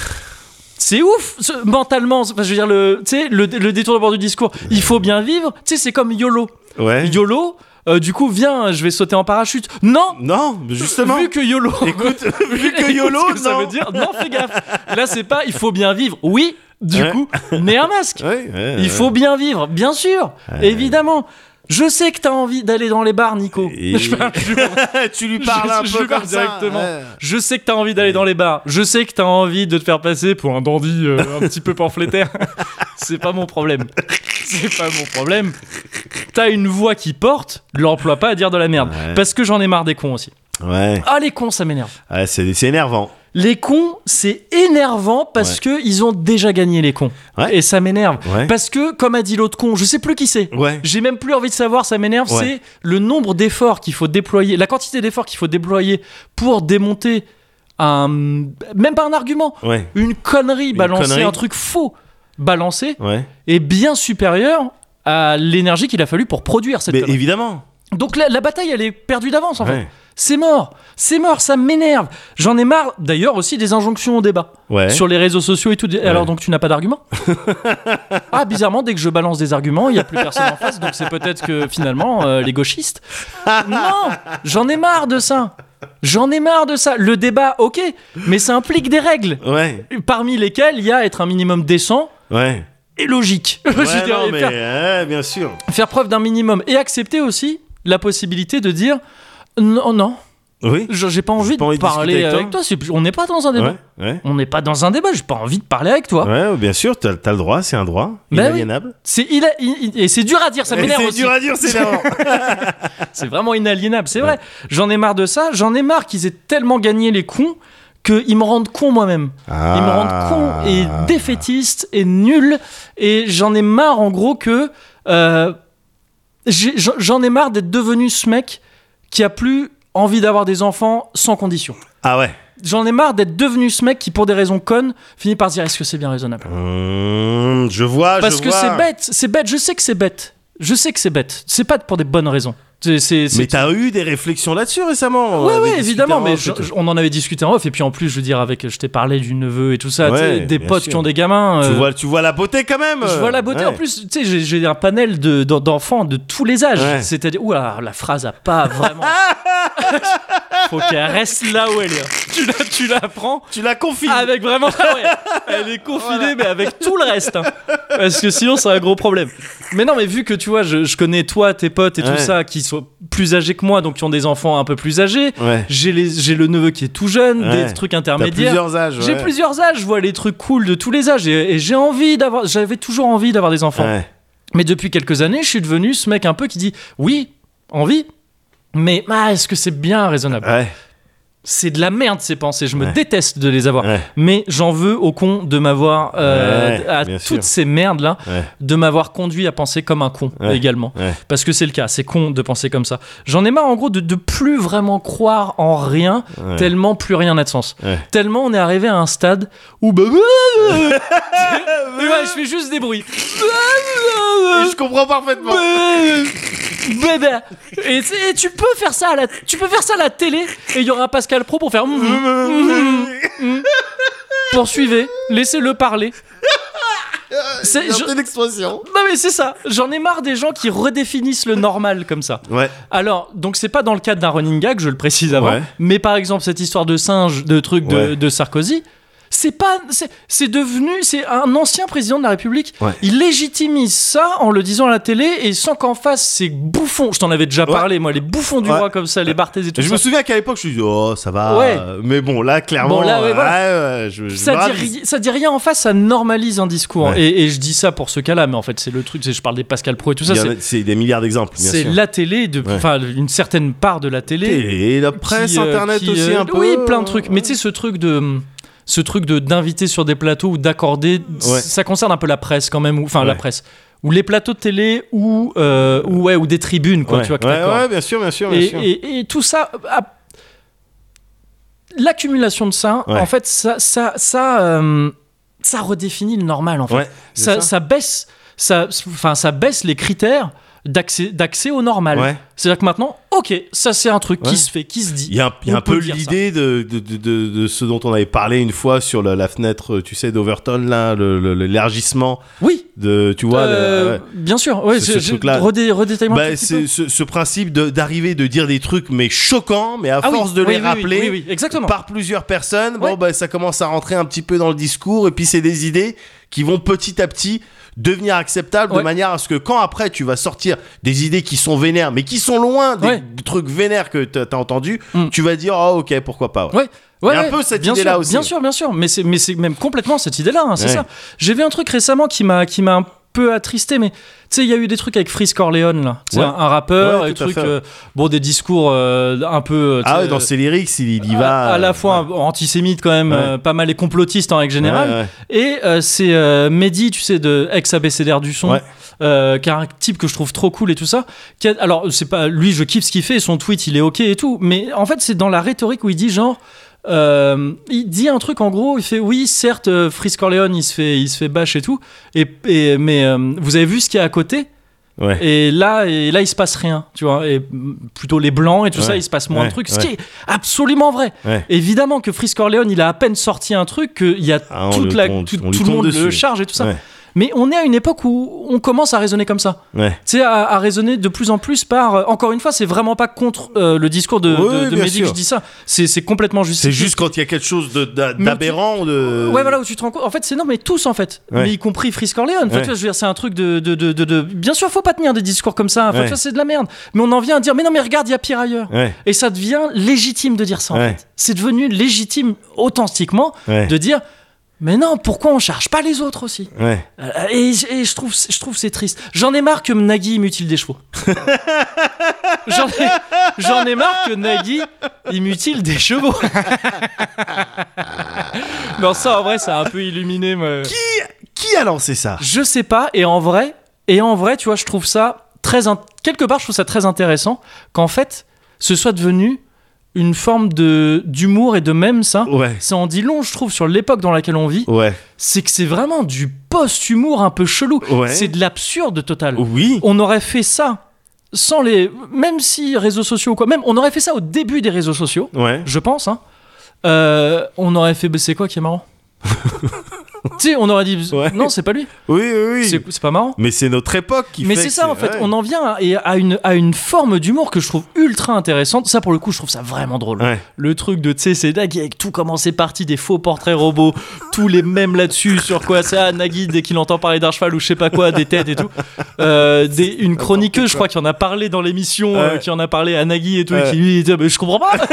Speaker 1: c'est ouf ce- mentalement enfin, je veux dire le tu sais le, le détour de bord du discours il faut bien vivre tu sais c'est comme YOLO
Speaker 2: Ouais.
Speaker 1: YOLO euh, du coup viens je vais sauter en parachute non
Speaker 2: Non, mais justement.
Speaker 1: Vu que YOLO.
Speaker 2: Écoute, vu que
Speaker 1: Écoute
Speaker 2: YOLO,
Speaker 1: ce que ça
Speaker 2: non.
Speaker 1: veut dire. Non, fais gaffe. Là, c'est pas il faut bien vivre. Oui, du
Speaker 2: Ouais.
Speaker 1: coup, mets un masque.
Speaker 2: Ouais, ouais, ouais.
Speaker 1: Il faut bien vivre, bien sûr, évidemment. Je sais que t'as envie d'aller dans les bars, Nico.
Speaker 2: Et-
Speaker 1: Je parle- je-
Speaker 2: tu lui
Speaker 1: je-
Speaker 2: parles un
Speaker 1: je
Speaker 2: peu
Speaker 1: parle
Speaker 2: comme
Speaker 1: directement.
Speaker 2: Ça. Ouais.
Speaker 1: Je sais que t'as envie d'aller dans les bars. Je sais que t'as envie de te faire passer pour un dandy euh, un petit peu pamphlétaire. c'est pas mon problème. C'est pas mon problème. T'as une voix qui porte, l'emploie pas à dire de la merde.
Speaker 2: Ouais.
Speaker 1: Parce que j'en ai marre des cons aussi.
Speaker 2: Ouais,
Speaker 1: Ah, les cons, ça m'énerve.
Speaker 2: Ouais, c'est c'est énervant.
Speaker 1: Les cons, c'est énervant parce que ils ont déjà gagné les cons.
Speaker 2: Ouais.
Speaker 1: Et ça m'énerve.
Speaker 2: Ouais.
Speaker 1: Parce que, comme a dit l'autre con, je sais plus qui c'est.
Speaker 2: Ouais.
Speaker 1: J'ai même plus envie de savoir, ça m'énerve.
Speaker 2: Ouais.
Speaker 1: C'est le nombre d'efforts qu'il faut déployer, la quantité d'efforts qu'il faut déployer pour démonter un. Même pas un argument,
Speaker 2: Ouais.
Speaker 1: une connerie, balancer
Speaker 2: connerie.
Speaker 1: un truc faux, balancer,
Speaker 2: Ouais.
Speaker 1: est bien supérieur à l'énergie qu'il a fallu pour produire cette
Speaker 2: Mais
Speaker 1: connerie.
Speaker 2: évidemment.
Speaker 1: Donc la, la bataille, elle est perdue d'avance en fait.
Speaker 2: Ouais.
Speaker 1: C'est mort, c'est mort, ça m'énerve. J'en ai marre d'ailleurs aussi des injonctions au débat
Speaker 2: Ouais.
Speaker 1: sur les réseaux sociaux et tout. Et Alors donc tu n'as pas d'argument Ah bizarrement, dès que je balance des arguments, il n'y a plus personne en face, donc c'est peut-être que finalement euh, les gauchistes. Non, j'en ai marre de ça. J'en ai marre de ça. Le débat, ok, mais ça implique des règles,
Speaker 2: Ouais.
Speaker 1: parmi lesquelles il y a être un minimum décent
Speaker 2: Ouais.
Speaker 1: et logique. Je veux
Speaker 2: Ouais,
Speaker 1: dire,
Speaker 2: non,
Speaker 1: et
Speaker 2: mais
Speaker 1: faire-
Speaker 2: ouais, bien sûr.
Speaker 1: faire preuve d'un minimum et accepter aussi la possibilité de dire non, non,
Speaker 2: Oui.
Speaker 1: je- j'ai pas envie
Speaker 2: J'ai
Speaker 1: de
Speaker 2: pas envie de
Speaker 1: parler
Speaker 2: discuter
Speaker 1: avec,
Speaker 2: avec
Speaker 1: toi. c'est- on n'est pas dans un débat.
Speaker 2: Ouais. Ouais.
Speaker 1: On n'est pas dans un débat. J'ai pas envie de parler avec toi.
Speaker 2: Ouais, oh, bien sûr, t'as as le droit, c'est un droit
Speaker 1: Bah Oh. oui.
Speaker 2: inaliénable.
Speaker 1: C'est ila- i- i- et c'est dur à dire. Ça
Speaker 2: Et
Speaker 1: m'énerve
Speaker 2: c'est
Speaker 1: aussi.
Speaker 2: dur à dire, c'est énervant.
Speaker 1: C'est vraiment inaliénable. C'est vrai. J'en ai marre de ça. J'en ai marre qu'ils aient tellement gagné les cons qu'ils me rendent con moi-même. Ils me
Speaker 2: Ah.
Speaker 1: rendent con et défaitiste et nul. Et j'en ai marre, en gros, que. euh, j'ai- j'en- j'en ai marre d'être devenu ce mec qui a plus envie d'avoir des enfants sans condition.
Speaker 2: Ah ouais.
Speaker 1: J'en ai marre d'être devenu ce mec qui, pour des raisons connes, finit par se dire est-ce que c'est bien raisonnable
Speaker 2: Hum, je vois,
Speaker 1: Parce
Speaker 2: je
Speaker 1: que
Speaker 2: vois.
Speaker 1: c'est bête, c'est bête, je sais que c'est bête. Je sais que c'est bête. C'est pas pour des bonnes raisons. C'est- c'est- c'est-
Speaker 2: Mais t'as eu des réflexions là-dessus récemment. on
Speaker 1: Ouais,
Speaker 2: avait
Speaker 1: ouais,
Speaker 2: discuté
Speaker 1: évidemment,
Speaker 2: en
Speaker 1: mais
Speaker 2: off et
Speaker 1: je-
Speaker 2: tout.
Speaker 1: je- on en avait discuté en off, et puis en plus, je veux dire, avec, je t'ai parlé du neveu et tout ça, tu sais,
Speaker 2: Ouais,
Speaker 1: des
Speaker 2: bien
Speaker 1: potes
Speaker 2: sûr.
Speaker 1: qui ont des gamins.
Speaker 2: Tu
Speaker 1: euh,
Speaker 2: vois, tu vois la beauté quand même.
Speaker 1: Je vois la beauté.
Speaker 2: Ouais.
Speaker 1: En plus, tu sais, j'ai- j'ai un panel de- d'en- d'enfants de, tous les âges.
Speaker 2: Ouais.
Speaker 1: C'est-à-dire, ouah, la phrase a pas vraiment. Faut qu'elle reste là où elle est. Tu la, tu la prends
Speaker 2: Tu la confies.
Speaker 1: avec vraiment. Ah ouais, elle est confinée, mais avec tout le reste. hein. Parce que sinon, c'est un gros problème. Mais non, mais vu que tu vois, je, je connais toi, tes potes et
Speaker 2: Ouais.
Speaker 1: tout ça, qui sont plus âgés que moi, donc qui ont des enfants un peu plus âgés.
Speaker 2: Ouais.
Speaker 1: J'ai les- j'ai le neveu qui est tout jeune,
Speaker 2: Ouais.
Speaker 1: des trucs
Speaker 2: T'as
Speaker 1: intermédiaires.
Speaker 2: plusieurs âges.
Speaker 1: J'ai
Speaker 2: ouais.
Speaker 1: plusieurs âges, je vois les trucs cool de tous les âges et, et j'ai envie d'avoir, j'avais toujours envie d'avoir des enfants.
Speaker 2: Ouais.
Speaker 1: Mais depuis quelques années, je suis devenu ce mec un peu qui dit oui, envie, mais ah, est-ce que c'est bien raisonnable
Speaker 2: Ouais.
Speaker 1: C'est de la merde ces pensées, je me
Speaker 2: Ouais.
Speaker 1: déteste de les avoir.
Speaker 2: Ouais.
Speaker 1: Mais j'en veux au con de m'avoir, euh,
Speaker 2: Ouais,
Speaker 1: à
Speaker 2: bien
Speaker 1: toutes
Speaker 2: sûr.
Speaker 1: ces merdes là,
Speaker 2: Ouais.
Speaker 1: de m'avoir conduit à penser comme un con
Speaker 2: Ouais.
Speaker 1: également.
Speaker 2: Ouais.
Speaker 1: Parce que c'est le cas, c'est con de penser comme ça. J'en ai marre en gros de, de plus vraiment croire en rien,
Speaker 2: Ouais.
Speaker 1: tellement plus rien n'a de sens.
Speaker 2: Ouais.
Speaker 1: Tellement on est arrivé à un stade où. bah, Et ouais, je fais juste des bruits.
Speaker 2: Je comprends parfaitement.
Speaker 1: Bébé. bah, Et, c'est- et tu peux faire ça à la, tu peux faire ça à la télé et il y aura un Pascal Pro pour faire.
Speaker 2: Bah,
Speaker 1: Poursuivez, laissez-le parler. C'est- je-
Speaker 2: Liberté d'expression.
Speaker 1: Non mais c'est ça, j'en ai marre des gens qui redéfinissent le normal comme ça.
Speaker 2: Ouais.
Speaker 1: Alors, donc c'est pas dans le cadre d'un running gag, je le précise avant,
Speaker 2: Ouais.
Speaker 1: mais par exemple cette histoire de singe, de truc de,
Speaker 2: Ouais.
Speaker 1: de Sarkozy, C'est pas, c'est- c'est devenu, c'est un ancien président de la République.
Speaker 2: Ouais.
Speaker 1: Il légitimise ça en le disant à la télé et sans qu'en face ces bouffons, je t'en avais déjà
Speaker 2: Ouais.
Speaker 1: parlé, moi, les bouffons du
Speaker 2: Ouais.
Speaker 1: roi comme ça, les Barthès et tout
Speaker 2: je
Speaker 1: ça.
Speaker 2: me souviens qu'à l'époque, je me suis dit, oh, ça va.
Speaker 1: Ouais.
Speaker 2: euh, Mais bon, là,
Speaker 1: Bon,
Speaker 2: clairement,
Speaker 1: là, ouais, voilà.
Speaker 2: euh, ouais, ouais, je, je me
Speaker 1: ça dit,
Speaker 2: ravise.
Speaker 1: ri- ça dit rien en face, ça normalise un discours.
Speaker 2: Ouais.
Speaker 1: Et, et je dis ça pour ce cas-là, mais en fait, c'est le truc, c'est je parle des Pascal Pro et tout ça.
Speaker 2: Il y en
Speaker 1: c'est-
Speaker 2: a- C'est des milliards d'exemples, bien
Speaker 1: C'est
Speaker 2: sûr.
Speaker 1: la télé, de-
Speaker 2: Ouais.
Speaker 1: enfin une certaine part de la télé.
Speaker 2: Télé, la
Speaker 1: qui,
Speaker 2: presse,
Speaker 1: euh,
Speaker 2: internet
Speaker 1: qui,
Speaker 2: aussi
Speaker 1: euh,
Speaker 2: un peu.
Speaker 1: Oui, plein de trucs. Mais tu
Speaker 2: Ouais.
Speaker 1: sais, ce truc de. Ce truc de d'inviter sur des plateaux ou d'accorder,
Speaker 2: Ouais.
Speaker 1: ça concerne un peu la presse quand même, ou enfin la
Speaker 2: Ouais.
Speaker 1: presse, ou les plateaux de télé, ou euh, ou ouais, ou des tribunes quoi,
Speaker 2: ouais.
Speaker 1: tu vois. que
Speaker 2: ouais,
Speaker 1: t'accordes.
Speaker 2: ouais, bien sûr, bien sûr, bien
Speaker 1: et,
Speaker 2: sûr.
Speaker 1: et- et tout ça, à- l'accumulation de ça,
Speaker 2: Ouais.
Speaker 1: en fait, ça ça ça euh, ça redéfinit le normal en fait.
Speaker 2: Ouais, c'est
Speaker 1: ça, ça baisse, ça enfin ça baisse les critères d'accès d'accès au normal.
Speaker 2: Ouais.
Speaker 1: C'est-à-dire que maintenant, ok, ça c'est un truc
Speaker 2: Ouais.
Speaker 1: qui se fait, qui se dit.
Speaker 2: Il y a, un- il y a
Speaker 1: On
Speaker 2: un peu
Speaker 1: peut dire ça.
Speaker 2: l'idée de, de, de- de- de ce dont on avait parlé une fois sur la, la fenêtre, tu sais, d'Overton, là, le- le- l'élargissement
Speaker 1: Oui,
Speaker 2: de, tu vois, le-
Speaker 1: euh,
Speaker 2: ouais.
Speaker 1: bien sûr. Ouais,
Speaker 2: Ce- ce
Speaker 1: je- je-
Speaker 2: truc-là.
Speaker 1: redé- redétaille-moi un
Speaker 2: Bah,
Speaker 1: tout petit peu.
Speaker 2: c'est ce, ce principe de- d'arriver de, dire des trucs mais choquants, mais à
Speaker 1: Ah oui,
Speaker 2: force de
Speaker 1: oui,
Speaker 2: les
Speaker 1: oui, oui,
Speaker 2: rappeler
Speaker 1: oui, oui, exactement.
Speaker 2: par plusieurs personnes, bon
Speaker 1: Ouais.
Speaker 2: bah ça commence à rentrer un petit peu dans le discours et puis c'est des idées qui vont petit à petit devenir acceptables de
Speaker 1: Ouais.
Speaker 2: manière à ce que quand après tu vas sortir des idées qui sont vénères mais qui sont loin des
Speaker 1: Ouais.
Speaker 2: trucs vénères que t'as t'as entendu,
Speaker 1: Mm.
Speaker 2: tu vas dire ah ok pourquoi pas. ouais.
Speaker 1: Ouais. Ouais,
Speaker 2: Il y a un
Speaker 1: ouais,
Speaker 2: peu cette
Speaker 1: bien
Speaker 2: idée-là
Speaker 1: sûr,
Speaker 2: aussi.
Speaker 1: Bien sûr, bien sûr. Mais c'est, mais c'est même complètement cette idée-là. hein, c'est
Speaker 2: Ouais.
Speaker 1: ça. J'ai vu un truc récemment qui m'a, qui m'a un peu attristé, mais tu sais, il y a eu des trucs avec Freeze Corleone, là. Tu sais,
Speaker 2: Ouais.
Speaker 1: un, un rappeur,
Speaker 2: Ouais,
Speaker 1: et
Speaker 2: tout à
Speaker 1: trucs,
Speaker 2: fait.
Speaker 1: euh, bon, des discours euh, un peu. euh, tu
Speaker 2: Ah
Speaker 1: sais,
Speaker 2: ouais, dans ses lyrics il, il y
Speaker 1: à-
Speaker 2: va
Speaker 1: à,
Speaker 2: euh,
Speaker 1: la fois un- antisémite quand même,
Speaker 2: Ouais.
Speaker 1: euh, pas mal et complotiste en règle
Speaker 2: ouais,
Speaker 1: générale.
Speaker 2: ouais.
Speaker 1: Et euh, c'est euh, Mehdi, tu sais, de ex abcdr du son,
Speaker 2: Ouais.
Speaker 1: euh, qui est un type que je trouve trop cool et tout ça. qui a- alors, c'est pas lui, je kiffe ce qu'il fait, son tweet, il est ok et tout. Mais en fait, c'est dans la rhétorique où il dit genre. euh, il dit un truc en gros, il fait oui, certes, euh, Freeze Corleone il se fait, il se fait bâche et tout, et, et- mais euh, vous avez vu ce qu'il y a à côté,
Speaker 2: Ouais.
Speaker 1: et là, et là, il se passe rien, tu vois. Et mm, plutôt les blancs et tout
Speaker 2: Ouais.
Speaker 1: ça, il se passe moins
Speaker 2: Ouais.
Speaker 1: de trucs. Ce
Speaker 2: Ouais.
Speaker 1: qui est absolument vrai.
Speaker 2: Ouais.
Speaker 1: Évidemment que Frisk Corleone, il a à peine sorti un truc, qu'il y a
Speaker 2: Ah, on
Speaker 1: toute
Speaker 2: le
Speaker 1: la,
Speaker 2: tombe-
Speaker 1: tout,
Speaker 2: on lui
Speaker 1: tout le
Speaker 2: tombe
Speaker 1: monde le
Speaker 2: dessus.
Speaker 1: charge et tout ça.
Speaker 2: Ouais.
Speaker 1: Mais on est à une époque où on commence à raisonner comme ça.
Speaker 2: Ouais.
Speaker 1: Tu sais, à, à raisonner de plus en plus par. euh, encore une fois, c'est vraiment pas contre euh, le discours de,
Speaker 2: Oui,
Speaker 1: de- de
Speaker 2: bien
Speaker 1: Mehdi
Speaker 2: sûr.
Speaker 1: que je dis ça. C'est c'est complètement juste.
Speaker 2: C'est juste quand il y a quelque chose de- d'a-
Speaker 1: Mais
Speaker 2: d'aberrant ou de
Speaker 1: Ouais, voilà, où tu te rends compte. En fait, c'est non, mais tous, en fait.
Speaker 2: Ouais.
Speaker 1: Mais y compris Frisk Corleone. Enfin,
Speaker 2: Ouais.
Speaker 1: tu vois, je veux dire, c'est un truc de, de, de, de, de- Bien sûr, faut pas tenir des discours comme ça. Enfin,
Speaker 2: Ouais.
Speaker 1: tu vois, c'est de la merde. Mais on en vient à dire, mais non, mais regarde, il y a pire ailleurs.
Speaker 2: Ouais.
Speaker 1: Et ça devient légitime de dire ça, en
Speaker 2: Ouais.
Speaker 1: fait. C'est devenu légitime, authentiquement,
Speaker 2: Ouais.
Speaker 1: de dire. Mais non, pourquoi on charge pas les autres aussi
Speaker 2: Ouais.
Speaker 1: Euh, Et, je- et je trouve, je trouve c'est triste. J'en ai marre que Nagui mutile des chevaux. J'en ai, j'en ai marre que Nagui il mutile des chevaux. non, ça en vrai, ça a un peu illuminé. moi.
Speaker 2: Qui a lancé ça
Speaker 1: Je sais pas. Et en vrai, et en vrai, tu vois, je trouve ça très in- quelque part, je trouve ça très intéressant qu'en fait, ce soit devenu une forme de d'humour et de même ça.
Speaker 2: Ouais.
Speaker 1: Ça en dit long, je trouve, sur l'époque dans laquelle on vit
Speaker 2: Ouais.
Speaker 1: c'est que c'est vraiment du post-humour un peu chelou.
Speaker 2: Ouais.
Speaker 1: C'est de l'absurde total.
Speaker 2: Oui.
Speaker 1: On aurait fait ça sans les. Même si réseaux sociaux ou quoi. Même, on aurait fait ça au début des réseaux sociaux,
Speaker 2: Ouais.
Speaker 1: je pense. hein. Euh, on aurait fait. C'est quoi qui est marrant Tu sais, on aurait dit.
Speaker 2: Ouais.
Speaker 1: Non, c'est pas lui.
Speaker 2: Oui, oui, oui.
Speaker 1: C'est c'est pas marrant.
Speaker 2: Mais c'est notre époque qui
Speaker 1: Mais
Speaker 2: fait
Speaker 1: c'est
Speaker 2: que
Speaker 1: ça en fait,
Speaker 2: ouais.
Speaker 1: on en vient à, et à une, à une forme d'humour que je trouve ultra intéressante. Ça pour le coup, je trouve ça vraiment drôle.
Speaker 2: Ouais.
Speaker 1: Le truc de, tu sais, c'est Nagui avec tout comment c'est parti, des faux portraits robots, tous les mêmes là-dessus, sur quoi ça, Nagui, dès qu'il entend parler d'un cheval ou je sais pas quoi, des têtes et tout. Euh, des- une chroniqueuse, je crois, qui en a parlé dans l'émission, euh,
Speaker 2: Ouais.
Speaker 1: qui en a parlé à Nagui et tout,
Speaker 2: Ouais.
Speaker 1: et qui lui dit, mais je comprends pas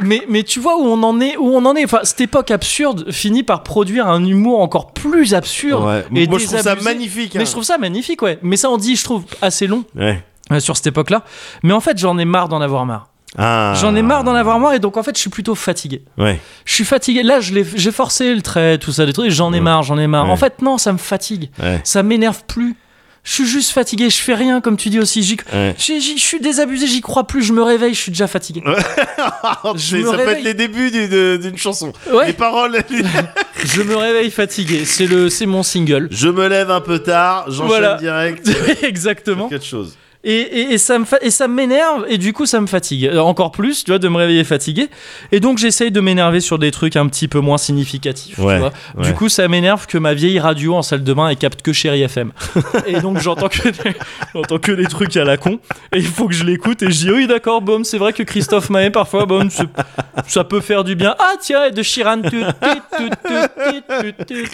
Speaker 1: mais, mais tu vois où on en est, où on en est. Enfin, cette époque absurde finit par produire un humour encore plus absurde.
Speaker 2: Ouais.
Speaker 1: Et
Speaker 2: Moi, je trouve ça
Speaker 1: désabusé.
Speaker 2: magnifique. hein.
Speaker 1: Mais je trouve ça magnifique, ouais. Mais ça en dit, je trouve, assez long
Speaker 2: Ouais.
Speaker 1: euh, sur cette époque-là. Mais en fait, j'en ai marre d'en avoir marre.
Speaker 2: Ah.
Speaker 1: J'en ai marre d'en avoir marre et donc en fait, je suis plutôt fatigué.
Speaker 2: Ouais.
Speaker 1: Je suis fatigué. Là, je l'ai- j'ai forcé le trait, tout ça, des trucs. J'en ai marre, j'en ai marre.
Speaker 2: Ouais.
Speaker 1: En fait, non, ça me fatigue.
Speaker 2: Ouais.
Speaker 1: Ça m'énerve plus. Je suis juste fatigué. Je fais rien, comme tu dis aussi. J'y-
Speaker 2: Ouais.
Speaker 1: j'y- j'y- Je suis désabusé. J'y crois plus. Je me réveille. Je suis déjà fatigué.
Speaker 2: Ah,
Speaker 1: Je
Speaker 2: mais
Speaker 1: me
Speaker 2: ça peut
Speaker 1: réveille.
Speaker 2: être les débuts du- de- d'une chanson.
Speaker 1: Ouais.
Speaker 2: Les paroles. les-
Speaker 1: je me réveille fatigué. C'est le, c'est mon single.
Speaker 2: je me lève un peu tard, j'enchaîne
Speaker 1: Voilà.
Speaker 2: direct.
Speaker 1: Exactement.
Speaker 2: Quelque chose.
Speaker 1: Et, et- et ça me fa- et ça m'énerve et du coup ça me fatigue Euh, encore plus tu vois de me réveiller fatigué et donc j'essaye de m'énerver sur des trucs un petit peu moins significatifs tu
Speaker 2: Ouais,
Speaker 1: vois.
Speaker 2: ouais.
Speaker 1: du coup ça m'énerve que ma vieille radio en salle de bain elle capte que Chéri FM et donc j'entends que des, j'entends que des trucs à la con et il faut que je l'écoute et je dis oui d'accord bon c'est vrai que Christophe Maé parfois bon c'est- ça peut faire du bien ah tiens et de Chiran Tu, tu, tu, tu, tu, tu,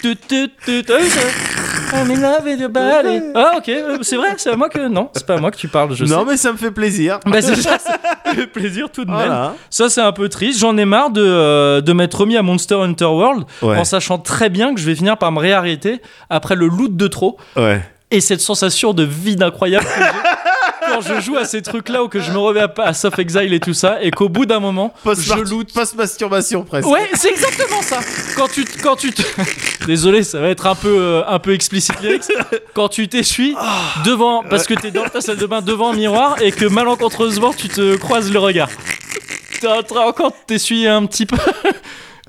Speaker 1: tu, tu, tu, tu. Ah oui, ça- I'm in love with your body. Ah ok, euh, c'est vrai, c'est à moi que non, c'est pas à moi que tu parles, je
Speaker 2: non,
Speaker 1: sais.
Speaker 2: mais ça me fait plaisir.
Speaker 1: Bah, c'est ça, ça fait plaisir tout de même.
Speaker 2: Voilà.
Speaker 1: Ça c'est un peu triste. J'en ai marre de, euh, de m'être remis à Monster Hunter World
Speaker 2: Ouais.
Speaker 1: en sachant très bien que je vais finir par me réarrêter après le loot de trop
Speaker 2: Ouais.
Speaker 1: et cette sensation de vide incroyable que j'ai quand je joue à ces trucs-là ou que je me remets à, à Soft Exile et tout ça et qu'au bout d'un moment, je
Speaker 2: Post-mar-
Speaker 1: loot
Speaker 2: Post-masturbation presque.
Speaker 1: Ouais, c'est exactement ça. Quand tu te- quand tu te- désolé, ça va être un peu euh, un peu explicite lyrics. Quand tu t'essuies devant parce que t'es dans ta salle de bain devant un miroir et que malencontreusement tu te croises le regard. T'es en train encore de t'essuyer un petit peu.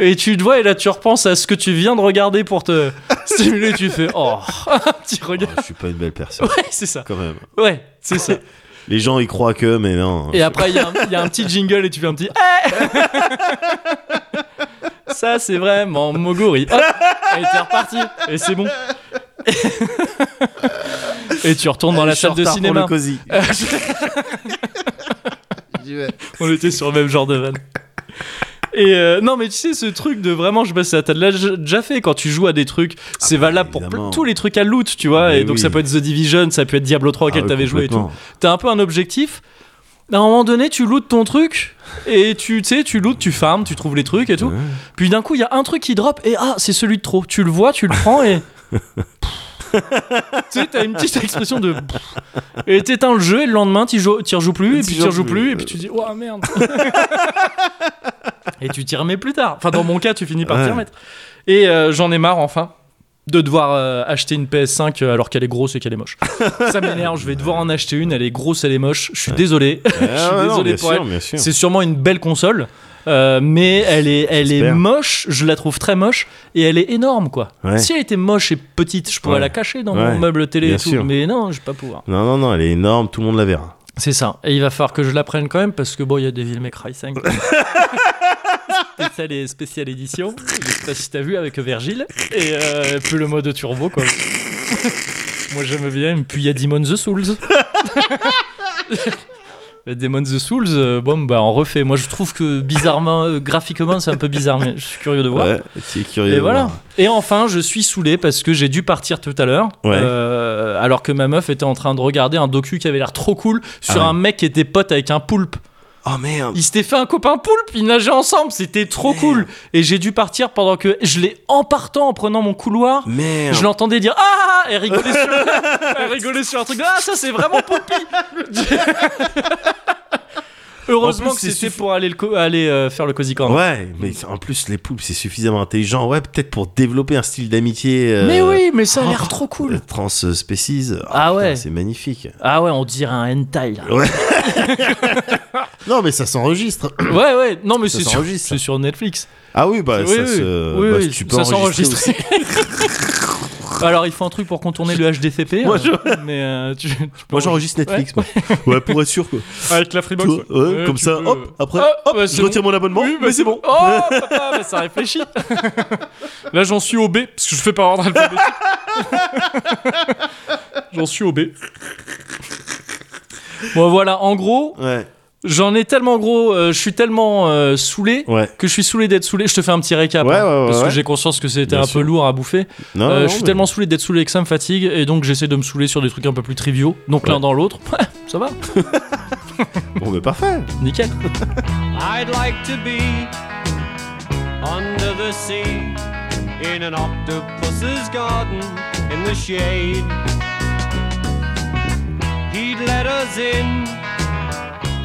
Speaker 1: Et tu te vois et là tu repenses à ce que tu viens de regarder pour te stimuler, tu fais oh un petit regard.
Speaker 2: Oh, je suis pas une belle personne,
Speaker 1: Ouais, c'est ça.
Speaker 2: quand même.
Speaker 1: Ouais, c'est ça.
Speaker 2: Les gens y croient que, mais non.
Speaker 1: Et après, il y, a un- il y a un petit jingle et tu fais un petit. Eh Ça, c'est vraiment Moguri. Hop et t'es reparti. Et c'est bon. et tu retournes dans la
Speaker 2: Je suis en
Speaker 1: salle de
Speaker 2: retard pour
Speaker 1: cinéma.
Speaker 2: le cosy.
Speaker 1: On était sur le même genre de van. Et euh, non, mais tu sais, ce truc de vraiment, je sais pas si t'as déjà- déjà fait quand tu joues à des trucs, c'est
Speaker 2: bah,
Speaker 1: valable pour
Speaker 2: évidemment.
Speaker 1: pl- tous les trucs à loot, tu vois.
Speaker 2: Mais
Speaker 1: et donc,
Speaker 2: oui.
Speaker 1: ça peut être The Division, ça peut être Diablo 3 auquel
Speaker 2: Ah ouais,
Speaker 1: t'avais joué et tout.
Speaker 2: complètement.
Speaker 1: T'as un peu un objectif. À un moment donné, tu lootes ton truc et tu tu sais, tu lootes, tu farmes, tu trouves les trucs et tout.
Speaker 2: Ouais.
Speaker 1: Puis d'un coup, il y a un truc qui drop et ah, c'est celui de trop. Tu le vois, tu le prends et. tu sais, t'as une petite expression de. Et t'éteins le jeu et le lendemain, t'y joues, t'y rejoues plus et
Speaker 2: T'y
Speaker 1: puis t'y
Speaker 2: joues
Speaker 1: rejoues
Speaker 2: plus,
Speaker 1: plus et
Speaker 2: euh.
Speaker 1: puis tu dis, ouah merde. et tu t'y remets plus tard. Enfin, dans mon cas, tu finis par
Speaker 2: Ouais.
Speaker 1: t'y remettre. Et euh, j'en ai marre enfin de devoir euh, acheter une PS5 euh, alors qu'elle est grosse et qu'elle est moche. Ça m'énerve, je vais devoir en acheter une, elle est grosse, elle est moche, je suis désolé. je suis
Speaker 2: Ah, ouais, non,
Speaker 1: désolé
Speaker 2: bien
Speaker 1: pour
Speaker 2: sûr,
Speaker 1: elle.
Speaker 2: bien sûr.
Speaker 1: C'est sûrement une belle console, euh, mais elle est, elle est
Speaker 2: J'espère.
Speaker 1: moche, je la trouve très moche, et elle est énorme quoi.
Speaker 2: Ouais.
Speaker 1: Si elle était moche et petite, je pourrais
Speaker 2: Ouais.
Speaker 1: la cacher dans
Speaker 2: Ouais.
Speaker 1: mon meuble télé
Speaker 2: Bien
Speaker 1: et tout,
Speaker 2: sûr.
Speaker 1: mais non, je vais pas pouvoir.
Speaker 2: Non, non, non, elle est énorme, tout le monde la verra.
Speaker 1: C'est ça, et il va falloir que je la prenne quand même, parce que bon, il y a Devil May Cry 5. spécial et spécial édition, je sais pas si t'as vu avec Virgile, et euh, plus le mode turbo quoi. Moi j'aime bien, et puis il y a Demon the Souls. Bah, Demon the Souls, euh, bon bah on refait. Moi je trouve que bizarrement, euh, graphiquement c'est un peu bizarre, mais je suis curieux de voir.
Speaker 2: Ouais, c'est curieux.
Speaker 1: Et
Speaker 2: de
Speaker 1: voilà.
Speaker 2: voir.
Speaker 1: Et enfin, je suis saoulé parce que j'ai dû partir tout à l'heure,
Speaker 2: Ouais.
Speaker 1: euh, alors que ma meuf était en train de regarder un docu qui avait l'air trop cool sur
Speaker 2: Ah ouais.
Speaker 1: un mec qui était pote avec un poulpe.
Speaker 2: Oh merde.
Speaker 1: Il s'était fait un copain poulpe, ils nageaient ensemble, c'était trop cool. Et j'ai dû partir pendant que je l'ai en partant, en prenant mon couloir.
Speaker 2: Merde.
Speaker 1: Je l'entendais dire ah et rigoler sur, elle rigolait sur un truc. de, Ah ça c'est vraiment Poppy. Heureusement
Speaker 2: En plus,
Speaker 1: que
Speaker 2: c'est
Speaker 1: c'était
Speaker 2: suffi-
Speaker 1: pour aller, le co- aller euh, faire le cosy corner.
Speaker 2: Ouais, mais en plus, les poulpes, c'est suffisamment intelligent. Ouais, peut-être pour développer un style d'amitié. euh,
Speaker 1: Mais oui, mais ça a l'air
Speaker 2: oh,
Speaker 1: trop cool.
Speaker 2: euh, Trans-species. Oh,
Speaker 1: Ah
Speaker 2: putain,
Speaker 1: ouais.
Speaker 2: C'est magnifique.
Speaker 1: Ah ouais, on dirait un hentai là.
Speaker 2: Non, mais ça s'enregistre.
Speaker 1: Ouais ouais, non mais
Speaker 2: Ça
Speaker 1: c'est sur,
Speaker 2: s'enregistre, ça.
Speaker 1: c'est sur Netflix.
Speaker 2: Ah oui, bah
Speaker 1: oui,
Speaker 2: ça
Speaker 1: oui.
Speaker 2: se.
Speaker 1: oui,
Speaker 2: bah,
Speaker 1: oui,
Speaker 2: tu peux
Speaker 1: ça
Speaker 2: enregistrer
Speaker 1: s'enregistre. Alors il faut un truc pour contourner le HDCP.
Speaker 2: Moi,
Speaker 1: euh,
Speaker 2: je-
Speaker 1: mais euh, tu- tu peux
Speaker 2: Moi j'enregistre Netflix,
Speaker 1: Ouais.
Speaker 2: moi. Ouais, pour être sûr quoi.
Speaker 1: avec la
Speaker 2: Tu
Speaker 1: Freebox.
Speaker 2: vois, ouais,
Speaker 1: Ouais,
Speaker 2: comme
Speaker 1: tu
Speaker 2: ça,
Speaker 1: peux-
Speaker 2: hop, après,
Speaker 1: Ah,
Speaker 2: hop,
Speaker 1: bah,
Speaker 2: je
Speaker 1: c'est
Speaker 2: retire mon abonnement,
Speaker 1: Oui, bah,
Speaker 2: mais c'est bon.
Speaker 1: Oh, papa, bah, ça réfléchit. Là, j'en suis au B, parce que je fais par ordre alphabétique. j'en suis au B. Bon, voilà, en gros,
Speaker 2: Ouais,
Speaker 1: j'en ai tellement gros, euh, je suis tellement euh, saoulé
Speaker 2: ouais.
Speaker 1: que je suis saoulé d'être saoulé. Je te fais un petit récap, hein,
Speaker 2: Ouais, ouais, ouais,
Speaker 1: parce que
Speaker 2: ouais.
Speaker 1: j'ai conscience que c'était
Speaker 2: Bien
Speaker 1: un
Speaker 2: sûr.
Speaker 1: peu lourd à bouffer.
Speaker 2: Non,
Speaker 1: Euh,
Speaker 2: non,
Speaker 1: je suis
Speaker 2: mais-
Speaker 1: tellement saoulé d'être saoulé que ça me fatigue, et donc j'essaie de me saouler sur des trucs un peu plus triviaux. Donc l'un
Speaker 2: Ouais.
Speaker 1: dans l'autre, ouais, ça va,
Speaker 2: Bon, bah parfait.
Speaker 1: nickel.
Speaker 4: I'd like to be under the sea in an octopus's garden in the shade. He'd let us in,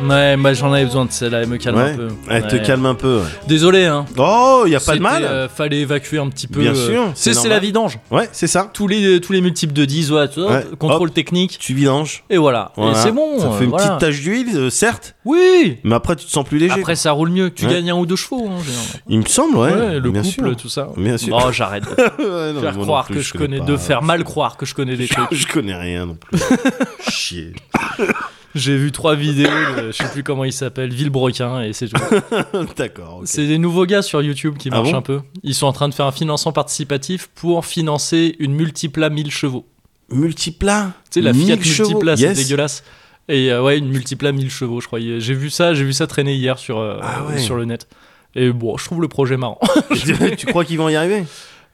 Speaker 1: Ouais, moi j'en avais besoin de celle-là, elle me calme
Speaker 2: Ouais.
Speaker 1: un peu.
Speaker 2: Elle te
Speaker 1: Ouais.
Speaker 2: calme un peu. ouais.
Speaker 1: Désolé, hein.
Speaker 2: Oh, il y a pas
Speaker 1: C'était,
Speaker 2: de mal.
Speaker 1: euh, fallait évacuer un petit peu. euh,
Speaker 2: Bien sûr, c'est
Speaker 1: C'est c'est
Speaker 2: normal.
Speaker 1: la vidange.
Speaker 2: Ouais, c'est ça.
Speaker 1: Tous les, tous les multiples de 10, ouais, tu vois,
Speaker 2: Ouais,
Speaker 1: contrôle technique,
Speaker 2: Tu vidanges.
Speaker 1: et voilà.
Speaker 2: Voilà.
Speaker 1: Et c'est bon.
Speaker 2: Ça
Speaker 1: euh,
Speaker 2: fait une
Speaker 1: voilà.
Speaker 2: petite tache d'huile, euh, certes,
Speaker 1: Oui
Speaker 2: mais après tu te sens plus léger.
Speaker 1: Après, ça roule mieux. Tu
Speaker 2: Ouais.
Speaker 1: gagnes un ou deux chevaux. hein, généralement.
Speaker 2: Il me semble, ouais.
Speaker 1: Ouais, le
Speaker 2: bien
Speaker 1: couple,
Speaker 2: sûr.
Speaker 1: tout ça.
Speaker 2: Bien sûr.
Speaker 1: Oh, j'arrête. de
Speaker 2: Ouais, non,
Speaker 1: Faire
Speaker 2: moi non
Speaker 1: croire
Speaker 2: plus,
Speaker 1: que je connais, de
Speaker 2: pas.
Speaker 1: faire mal croire que je connais des trucs.
Speaker 2: Je connais rien non plus. Chier.
Speaker 1: J'ai vu trois vidéos, de, je sais plus comment il s'appelle, Villebrequin, et c'est tout.
Speaker 2: D'accord. ok.
Speaker 1: C'est des nouveaux gars sur YouTube qui
Speaker 2: Ah
Speaker 1: marchent
Speaker 2: bon
Speaker 1: un peu. Ils sont en train de faire un financement participatif pour financer une multipla 1000 chevaux.
Speaker 2: Multiplat.
Speaker 1: Tu sais, la Fiat
Speaker 2: Mille chevaux.
Speaker 1: Multipla,
Speaker 2: Yes.
Speaker 1: c'est dégueulasse. Et euh, ouais, une Multipla 1000 chevaux, je croyais. J'ai vu ça, j'ai vu ça traîner hier sur, euh,
Speaker 2: Ah ouais.
Speaker 1: sur le net. Et bon, je trouve le projet marrant.
Speaker 2: tu crois qu'ils vont y arriver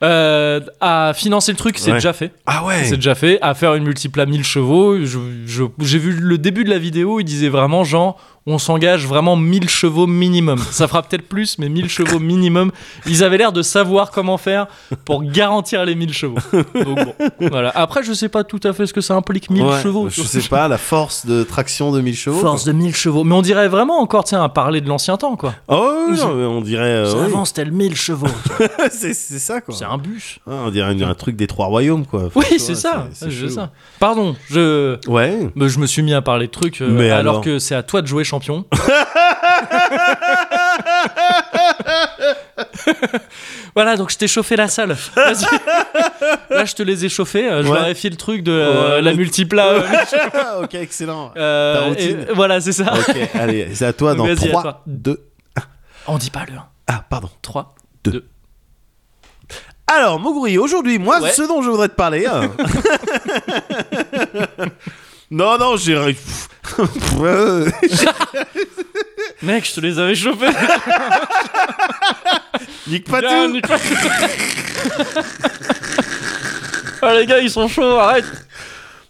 Speaker 1: Euh, à financer le truc, c'est
Speaker 2: Ouais.
Speaker 1: déjà fait.
Speaker 2: Ah ouais.
Speaker 1: C'est déjà fait. À faire une multiple à 1000 chevaux, je- je- j'ai vu le début de la vidéo, il disait vraiment genre, on s'engage vraiment 1000 chevaux minimum. Ça fera peut-être plus, mais 1000 chevaux minimum. Ils avaient l'air de savoir comment faire pour garantir les 1000 chevaux. Donc bon, voilà. Après, je sais pas tout à fait ce que ça implique 1000
Speaker 2: Ouais,
Speaker 1: chevaux.
Speaker 2: Je sais pas, la force de traction de 1000 chevaux.
Speaker 1: Force de 1000 chevaux. Mais on dirait vraiment encore, tiens, à parler de l'ancien temps, quoi.
Speaker 2: Oh, oui, non, mais on dirait. euh, oui.
Speaker 1: Avant, c'était le 1000 chevaux.
Speaker 2: c'est c'est ça quoi.
Speaker 1: C'est un bus.
Speaker 2: Ah, on dirait une- un truc des trois royaumes quoi. Enfin, tu
Speaker 1: Oui,
Speaker 2: vois,
Speaker 1: c'est ça. Ah,
Speaker 2: c'est
Speaker 1: Je
Speaker 2: chelou.
Speaker 1: ça. Pardon, je.
Speaker 2: Ouais.
Speaker 1: Bah, je me suis mis à parler de trucs, euh,
Speaker 2: Mais
Speaker 1: alors,
Speaker 2: alors
Speaker 1: que c'est à toi de jouer champion. voilà, donc je t'ai chauffé la salle. Vas-y. Là, je te les ai chauffés. euh, Je
Speaker 2: Ouais.
Speaker 1: leur ai fait le truc de euh,
Speaker 2: Ouais.
Speaker 1: la multipla. euh,
Speaker 2: ok, excellent.
Speaker 1: euh,
Speaker 2: Ta routine.
Speaker 1: et- voilà, c'est ça.
Speaker 2: ok, allez, c'est à toi dans
Speaker 1: Vas-y, à
Speaker 2: 3,
Speaker 1: toi.
Speaker 2: 2.
Speaker 1: On dit pas le 1,
Speaker 2: Ah, pardon.
Speaker 1: 3.
Speaker 2: Alors, Moguri, aujourd'hui, moi,
Speaker 1: Ouais.
Speaker 2: ce dont je voudrais te parler. hein. non, non, j'ai. Pff, euh,
Speaker 1: Mec, je te les avais chauffés.
Speaker 2: Nique pas
Speaker 1: Bien,
Speaker 2: tout.
Speaker 1: nique pas tout. Ah, les gars, ils sont chauds, arrête.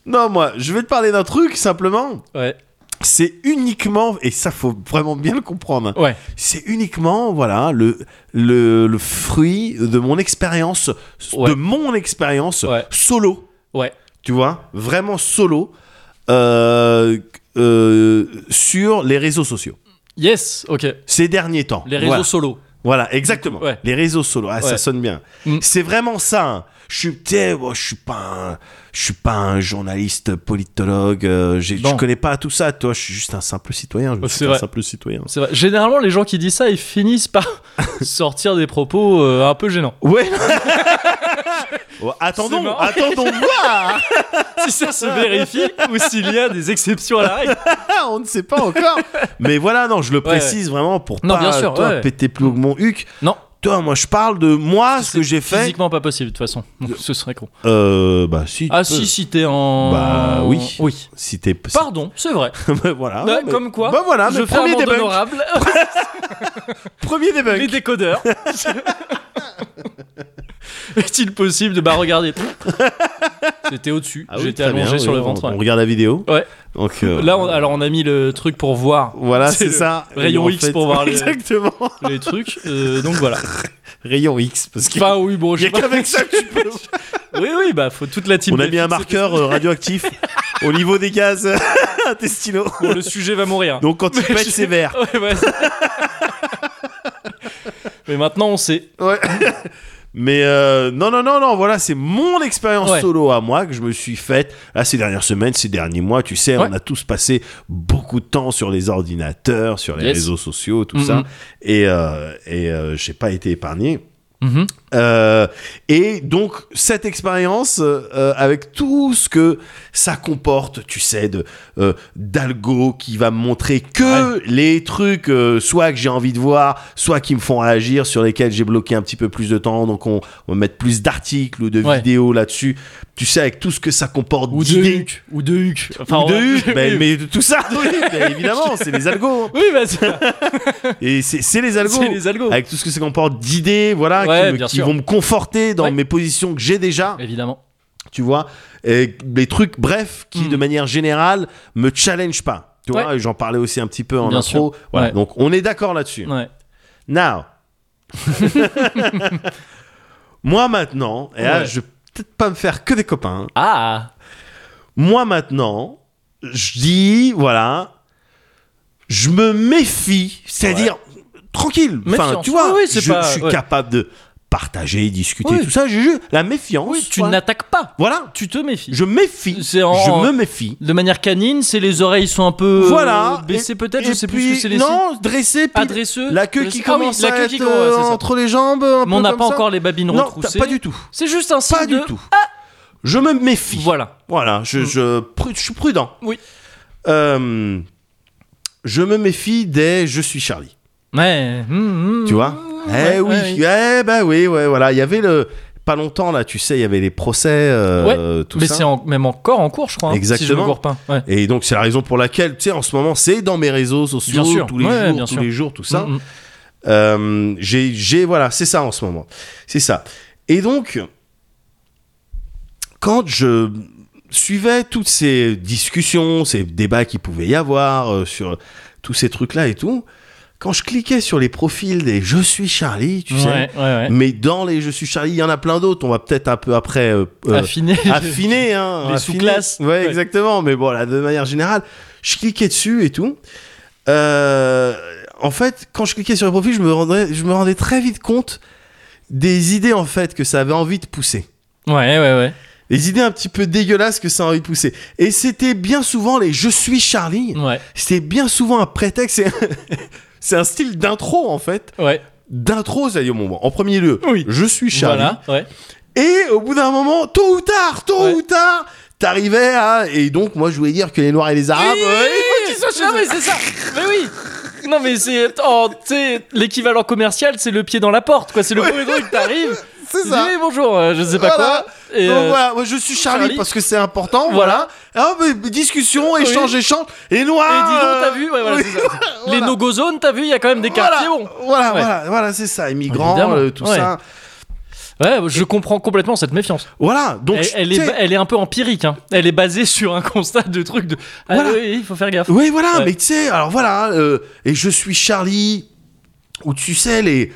Speaker 2: Non, moi, je vais te parler d'un truc simplement.
Speaker 1: Ouais,
Speaker 2: C'est uniquement, et ça faut vraiment bien le comprendre, hein.
Speaker 1: ouais.
Speaker 2: c'est uniquement, voilà, le, le, le fruit de mon expérience,
Speaker 1: Ouais.
Speaker 2: de mon expérience
Speaker 1: Ouais.
Speaker 2: solo.
Speaker 1: Ouais.
Speaker 2: tu vois, vraiment solo euh, euh, sur les réseaux sociaux
Speaker 1: Yes, ok.
Speaker 2: ces derniers temps.
Speaker 1: Les réseaux
Speaker 2: voilà.
Speaker 1: solo.
Speaker 2: Voilà, exactement.
Speaker 1: Ouais.
Speaker 2: Les réseaux solo, ah, ça
Speaker 1: Ouais.
Speaker 2: sonne bien.
Speaker 1: Mm.
Speaker 2: C'est vraiment ça. hein. Je suis, tu sais, moi, je suis pas, un, je suis pas un journaliste, politologue. euh, j'ai- je
Speaker 1: Non.
Speaker 2: connais pas tout ça. Toi, je suis juste un simple citoyen. Je
Speaker 1: C'est
Speaker 2: suis un
Speaker 1: vrai.
Speaker 2: simple citoyen.
Speaker 1: C'est vrai. Généralement, les gens qui disent ça, ils finissent par sortir des propos euh, un peu gênants.
Speaker 2: Ouais. Oh,
Speaker 1: C'est
Speaker 2: attendons,
Speaker 1: marrant.
Speaker 2: attendons de voir.
Speaker 1: Si ça se vérifie ou s'il y a des exceptions à la règle.
Speaker 2: On ne sait pas encore. Mais voilà, non, je le précise vraiment pour
Speaker 1: Non,
Speaker 2: pas
Speaker 1: bien sûr,
Speaker 2: toi,
Speaker 1: ouais.
Speaker 2: péter plus haut que mon huc.
Speaker 1: Non.
Speaker 2: Toi, moi, je parle de moi, ce
Speaker 1: C'est
Speaker 2: que j'ai fait.
Speaker 1: Physiquement pas possible de toute façon. Donc, ce serait con.
Speaker 2: Euh, bah si. tu
Speaker 1: Ah
Speaker 2: peux.
Speaker 1: si, si t'es en.
Speaker 2: Bah oui.
Speaker 1: Oui.
Speaker 2: Si t'es. si-
Speaker 1: Pardon, c'est vrai.
Speaker 2: Bah, voilà.
Speaker 1: Ouais,
Speaker 2: Mais-
Speaker 1: Comme quoi,
Speaker 2: Bah voilà.
Speaker 1: je
Speaker 2: mais
Speaker 1: fais un
Speaker 2: premier
Speaker 1: monde
Speaker 2: debunk.
Speaker 1: honorable.
Speaker 2: Premier debunk.
Speaker 1: Les décodeurs. Est-il possible de. Bah regardez. C'était au-dessus.
Speaker 2: Ah oui,
Speaker 1: J'étais
Speaker 2: très bien,
Speaker 1: allongé
Speaker 2: oui,
Speaker 1: sur le
Speaker 2: on-
Speaker 1: ventre.
Speaker 2: On,
Speaker 1: ouais.
Speaker 2: regarde la vidéo.
Speaker 1: Ouais.
Speaker 2: Donc euh,
Speaker 1: Là, on- alors on a mis le truc pour voir
Speaker 2: Voilà,
Speaker 1: c'est
Speaker 2: c'est
Speaker 1: le
Speaker 2: ça.
Speaker 1: rayon
Speaker 2: En
Speaker 1: X pour voir les-
Speaker 2: Exactement.
Speaker 1: les trucs. euh, donc voilà.
Speaker 2: Rayon X parce que.
Speaker 1: Enfin oui, bon,
Speaker 2: Il y
Speaker 1: je
Speaker 2: a
Speaker 1: sais pas.
Speaker 2: qu'avec ça que tu peux.
Speaker 1: Oui, oui, bah faut toute la team.
Speaker 2: On a mis un
Speaker 1: Netflix,
Speaker 2: marqueur euh, radioactif au niveau des gaz intestinaux.
Speaker 1: c'est- Bon, le sujet va mourir.
Speaker 2: Donc quand tu
Speaker 1: Mais
Speaker 2: pètes,
Speaker 1: je-
Speaker 2: c'est vert.
Speaker 1: Ouais, ouais. Mais maintenant on sait.
Speaker 2: Ouais. Mais euh, non, non, non, non, voilà, c'est mon expérience
Speaker 1: Ouais.
Speaker 2: solo à moi que je me suis faite là, ces dernières semaines, ces derniers mois. Tu sais,
Speaker 1: Ouais.
Speaker 2: on a tous passé beaucoup de temps sur les ordinateurs, sur les
Speaker 1: Yes.
Speaker 2: réseaux sociaux, tout
Speaker 1: Mhm.
Speaker 2: ça. Et, euh, et euh, j'ai pas été épargné.
Speaker 1: Mhm.
Speaker 2: Euh, et donc cette expérience, euh, euh, avec tout ce que ça comporte, tu sais, de euh, d'algo qui va me montrer que les trucs, euh, soit que j'ai envie de voir, soit qui me font réagir, sur lesquels j'ai bloqué un petit peu plus de temps, donc on, on va mettre plus d'articles ou de
Speaker 1: Ouais.
Speaker 2: vidéos là-dessus. Tu sais, avec tout ce que ça comporte
Speaker 1: Ou de
Speaker 2: d'idées.
Speaker 1: Huc. Ou de Huc.
Speaker 2: Ou de
Speaker 1: ouais.
Speaker 2: Hulk, ben, mais de tout ça, oui, ben, évidemment, c'est les algos. hein.
Speaker 1: Oui, bah c'est
Speaker 2: Et c'est c'est les algos
Speaker 1: c'est les algos.
Speaker 2: avec tout ce que ça comporte d'idées, voilà,
Speaker 1: Ouais,
Speaker 2: qui, me-
Speaker 1: bien
Speaker 2: qui
Speaker 1: sûr.
Speaker 2: vont me conforter dans
Speaker 1: Ouais.
Speaker 2: mes positions que j'ai déjà,
Speaker 1: Évidemment.
Speaker 2: tu vois, et des trucs, bref, qui
Speaker 1: Mm.
Speaker 2: de manière générale me challenge pas. Tu vois, et j'en parlais aussi un petit peu en
Speaker 1: Bien
Speaker 2: intro. Voilà,
Speaker 1: Ouais.
Speaker 2: donc on est d'accord là-dessus.
Speaker 1: Ouais.
Speaker 2: Now, moi maintenant, et là,
Speaker 1: Ouais.
Speaker 2: je vais peut-être pas me faire que des copains.
Speaker 1: Ah.
Speaker 2: Moi maintenant, je dis, voilà, je me méfie, c'est-à-dire tranquille. Enfin,
Speaker 1: Méfiance.
Speaker 2: tu vois,
Speaker 1: Oui, oui, c'est
Speaker 2: je,
Speaker 1: pas-
Speaker 2: je suis
Speaker 1: ouais.
Speaker 2: capable de partager, discuter,
Speaker 1: Oui.
Speaker 2: tout ça. J'ai juste la méfiance.
Speaker 1: Oui, tu
Speaker 2: voilà.
Speaker 1: n'attaques pas.
Speaker 2: Voilà,
Speaker 1: Tu te méfies.
Speaker 2: je méfie.
Speaker 1: C'est en-
Speaker 2: Je me méfie.
Speaker 1: De manière canine, c'est les oreilles sont un peu euh,
Speaker 2: Voilà.
Speaker 1: baissées
Speaker 2: Et-
Speaker 1: peut-être,
Speaker 2: et
Speaker 1: je sais plus
Speaker 2: puis-
Speaker 1: ce que c'est les
Speaker 2: Non, dressé, puis
Speaker 1: adresseux.
Speaker 2: la queue qui
Speaker 1: Ah oui,
Speaker 2: commence
Speaker 1: la
Speaker 2: à
Speaker 1: queue
Speaker 2: être
Speaker 1: qui commence,
Speaker 2: euh,
Speaker 1: c'est ça.
Speaker 2: entre les jambes. un
Speaker 1: Mais
Speaker 2: peu
Speaker 1: on n'a
Speaker 2: comme
Speaker 1: pas
Speaker 2: ça.
Speaker 1: encore les babines
Speaker 2: Non,
Speaker 1: retroussées.
Speaker 2: t'as- pas du tout.
Speaker 1: C'est juste un signe
Speaker 2: Pas
Speaker 1: de-
Speaker 2: du tout. Je me méfie.
Speaker 1: Voilà.
Speaker 2: Voilà, je, je, pru- je suis prudent.
Speaker 1: Oui.
Speaker 2: Euh, je me méfie des Je suis Charlie.
Speaker 1: Ouais. hum, hum.
Speaker 2: Tu vois
Speaker 1: ouais,
Speaker 2: Eh oui,
Speaker 1: ouais,
Speaker 2: eh bah oui, ouais, voilà. Il y avait le. Pas longtemps, là, tu sais, il y avait les procès, euh, tout
Speaker 1: Mais
Speaker 2: ça.
Speaker 1: c'est en- même encore en cours, je crois. hein, Si je
Speaker 2: Exactement.
Speaker 1: me gourre pas. Ouais.
Speaker 2: Et donc, c'est la raison pour laquelle, tu sais, en ce moment, c'est dans mes réseaux sociaux,
Speaker 1: Bien sûr.
Speaker 2: tous les
Speaker 1: Ouais,
Speaker 2: jours,
Speaker 1: bien
Speaker 2: tous
Speaker 1: sûr.
Speaker 2: les jours, tout ça.
Speaker 1: Mm, mm.
Speaker 2: Euh, j'ai, j'ai- voilà, c'est ça en ce moment. C'est ça. Et donc, quand je suivais toutes ces discussions, ces débats qu'il pouvait y avoir euh, sur tous ces trucs-là et tout, quand je cliquais sur les profils des Je suis Charlie, tu sais,
Speaker 1: ouais, ouais, ouais.
Speaker 2: mais dans les Je suis Charlie, il y en a plein d'autres. On va peut-être un peu après euh, euh,
Speaker 1: Affiné.
Speaker 2: affiner, hein,
Speaker 1: Les
Speaker 2: affiner.
Speaker 1: sous-classes.
Speaker 2: Ouais,
Speaker 1: Ouais.
Speaker 2: exactement. Mais bon, là, de manière générale, je cliquais dessus et tout. Euh, en fait, quand je cliquais sur le profil, je me rendais, je me rendais très vite compte des idées en fait que ça avait envie de pousser.
Speaker 1: Ouais, ouais, ouais.
Speaker 2: Les idées un petit peu dégueulasses que ça a envie de pousser. Et c'était bien souvent les Je suis Charlie.
Speaker 1: Ouais,
Speaker 2: C'était bien souvent un prétexte. c'est- C'est un style d'intro en fait.
Speaker 1: ouais.
Speaker 2: D'intro, ça y est, bon, en premier lieu,
Speaker 1: Oui.
Speaker 2: je suis Charlie.
Speaker 1: Voilà, ouais.
Speaker 2: Et au bout d'un moment, tôt ou tard, tôt
Speaker 1: Ouais.
Speaker 2: ou tard, t'arrivais à. Et donc, moi, je voulais dire que les Noirs et les Arabes.
Speaker 1: Oui,
Speaker 2: euh, il faut qu'ils soient chez
Speaker 1: non,
Speaker 2: eux.
Speaker 1: mais c'est ça. Mais oui. Non, mais c'est. oh, tu sais, l'équivalent commercial, c'est le pied dans la porte, quoi. C'est le premier truc, t'arrives.
Speaker 2: C'est
Speaker 1: tu
Speaker 2: ça.
Speaker 1: dis, Oui, bonjour, euh, je sais pas
Speaker 2: Voilà.
Speaker 1: quoi. Et,
Speaker 2: Donc
Speaker 1: euh,
Speaker 2: voilà, moi, je suis Charlie,
Speaker 1: Charlie.
Speaker 2: parce que c'est important,
Speaker 1: Voilà.
Speaker 2: voilà. Ah, mais discussion,
Speaker 1: Oui.
Speaker 2: échange, échange. Et
Speaker 1: et
Speaker 2: Noirs.
Speaker 1: dis donc,
Speaker 2: euh,
Speaker 1: t'as vu Ouais, voilà,
Speaker 2: oui,
Speaker 1: c'est ça. Les
Speaker 2: voilà.
Speaker 1: no-go zones, t'as vu, il y a quand même des
Speaker 2: Voilà,
Speaker 1: quartiers bons.
Speaker 2: voilà,
Speaker 1: Ouais.
Speaker 2: voilà, voilà, c'est ça, immigrants,
Speaker 1: Évidemment.
Speaker 2: euh, tout
Speaker 1: Ouais.
Speaker 2: ça.
Speaker 1: Ouais, je comprends complètement cette méfiance.
Speaker 2: Voilà, donc.
Speaker 1: elle,
Speaker 2: je-
Speaker 1: elle
Speaker 2: tu
Speaker 1: est,
Speaker 2: sais-
Speaker 1: elle est un peu empirique. hein. Elle est basée sur un constat de trucs de. Ah
Speaker 2: Voilà.
Speaker 1: oui, il faut faire gaffe.
Speaker 2: Oui, voilà,
Speaker 1: Ouais.
Speaker 2: mais tu sais, alors voilà, euh, et je suis Charlie, ou tu sais, les.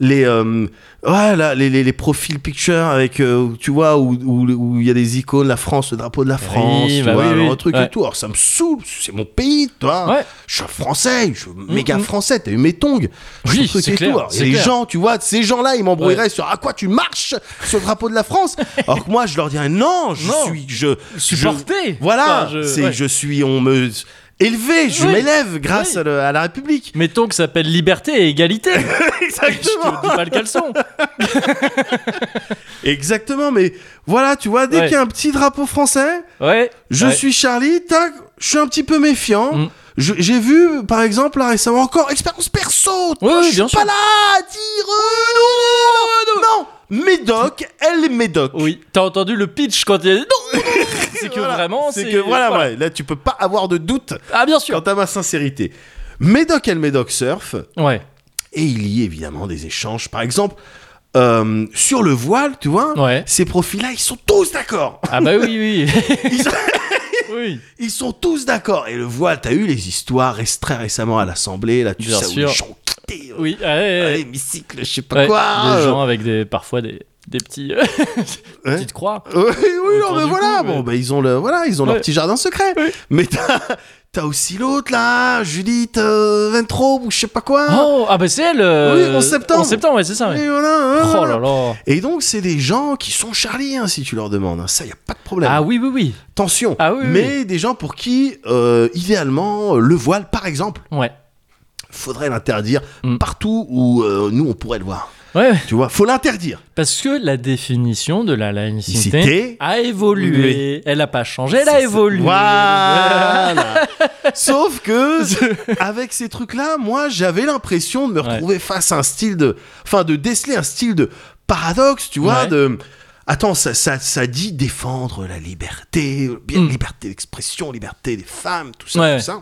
Speaker 2: Les, euh, ouais, là, les, les, les profils pictures avec, euh, tu vois, où où- où il y a des icônes, la France, le drapeau de la France, tu
Speaker 1: bah
Speaker 2: vois,
Speaker 1: oui,
Speaker 2: alors,
Speaker 1: oui,
Speaker 2: un truc
Speaker 1: ouais.
Speaker 2: et tout. Alors ça me saoule, c'est mon pays, toi.
Speaker 1: Ouais.
Speaker 2: Je suis un français, je suis un méga
Speaker 1: mhm.
Speaker 2: français, t'as eu mes tongs.
Speaker 1: Oui,
Speaker 2: ce truc
Speaker 1: c'est
Speaker 2: et
Speaker 1: clair,
Speaker 2: tout. Alors, il y a
Speaker 1: c'est
Speaker 2: les
Speaker 1: clair.
Speaker 2: gens, tu vois, ces gens-là, ils m'embrouilleraient sur à quoi tu marches sur le drapeau de la France. alors que moi, je leur dirais non, je
Speaker 1: Non.
Speaker 2: suis, je, je,
Speaker 1: Supporter.
Speaker 2: voilà,
Speaker 1: Enfin, je-
Speaker 2: c'est
Speaker 1: ouais.
Speaker 2: je suis, on me élevé, je
Speaker 1: Oui.
Speaker 2: m'élève grâce
Speaker 1: Oui.
Speaker 2: à, le- à la République.
Speaker 1: Mettons que ça s'appelle liberté et égalité.
Speaker 2: Exactement.
Speaker 1: Je te dis pas le caleçon.
Speaker 2: Exactement, mais voilà, tu vois, dès
Speaker 1: Ouais.
Speaker 2: qu'il y a un petit drapeau français,
Speaker 1: Ouais.
Speaker 2: je
Speaker 1: Ouais.
Speaker 2: suis Charlie, tac, je suis un petit peu méfiant.
Speaker 1: Mm.
Speaker 2: Je- J'ai vu, par exemple, là récemment encore, expérience perso. tu
Speaker 1: Oui,
Speaker 2: vois,
Speaker 1: oui,
Speaker 2: je suis
Speaker 1: bien
Speaker 2: pas
Speaker 1: sûr.
Speaker 2: là à dire euh, non, non, Médoc, elle est Médoc.
Speaker 1: Oui. T'as entendu le pitch quand il a dit non. non, non. C'est que
Speaker 2: Voilà.
Speaker 1: vraiment,
Speaker 2: c'est que voilà, ouais, là tu peux pas avoir de doute
Speaker 1: Ah bien
Speaker 2: quant
Speaker 1: sûr.
Speaker 2: à ma sincérité. Médoc, elle Médoc surf.
Speaker 1: Ouais.
Speaker 2: Et il y a évidemment des échanges. Par exemple, euh, sur le voile, tu vois,
Speaker 1: Ouais.
Speaker 2: ces profils-là, ils sont tous d'accord.
Speaker 1: Ah bah oui, oui.
Speaker 2: Ils,
Speaker 1: oui.
Speaker 2: ils sont tous d'accord. Et le voile, t'as eu les histoires rest- très récemment à l'assemblée, là, tu
Speaker 1: Bien
Speaker 2: sais,
Speaker 1: sûr.
Speaker 2: où les gens ont quitté euh,
Speaker 1: Oui. ouais, ouais.
Speaker 2: l'hémicycle, je sais pas
Speaker 1: Ouais,
Speaker 2: quoi.
Speaker 1: Des
Speaker 2: euh,
Speaker 1: gens avec des parfois des des petits
Speaker 2: Ouais.
Speaker 1: petites croix.
Speaker 2: Oui, oui, non,
Speaker 1: Autour
Speaker 2: mais
Speaker 1: du
Speaker 2: voilà,
Speaker 1: cou,
Speaker 2: bon,
Speaker 1: ouais.
Speaker 2: bah, ils ont, le, voilà, ils ont
Speaker 1: Ouais.
Speaker 2: leur petit jardin secret.
Speaker 1: Oui.
Speaker 2: Mais t'as, t'as aussi l'autre, là, Judith euh, Ventraub, ou je sais pas quoi.
Speaker 1: Oh ah bah c'est elle. euh,
Speaker 2: Oui, en septembre.
Speaker 1: En septembre, ouais, c'est ça. ouais.
Speaker 2: Et voilà, hein,
Speaker 1: Oh
Speaker 2: voilà.
Speaker 1: là là.
Speaker 2: Et donc, c'est des gens qui sont Charlie, hein, si tu leur demandes. hein. Ça, y a pas de problème.
Speaker 1: Ah oui, oui, oui.
Speaker 2: Tension.
Speaker 1: Ah oui, oui,
Speaker 2: mais des gens pour qui, euh, idéalement, euh, le voile, par exemple,
Speaker 1: Ouais.
Speaker 2: faudrait l'interdire
Speaker 1: Mm.
Speaker 2: partout où euh, nous, on pourrait le voir.
Speaker 1: Ouais.
Speaker 2: Tu vois, faut l'interdire.
Speaker 1: Parce que la définition de la laïcité
Speaker 2: Laïcité.
Speaker 1: a évolué. Elle n'a pas changé, elle a
Speaker 2: C'est-
Speaker 1: évolué.
Speaker 2: Voilà. Sauf que, avec ces trucs-là, moi, j'avais l'impression de me
Speaker 1: Ouais.
Speaker 2: retrouver face à un style de. Enfin, de déceler un style de paradoxe, tu vois,
Speaker 1: Ouais.
Speaker 2: de. Attends, ça, ça, ça dit défendre la liberté, bien
Speaker 1: Mm.
Speaker 2: liberté d'expression, liberté des femmes, tout ça,
Speaker 1: Ouais.
Speaker 2: tout ça.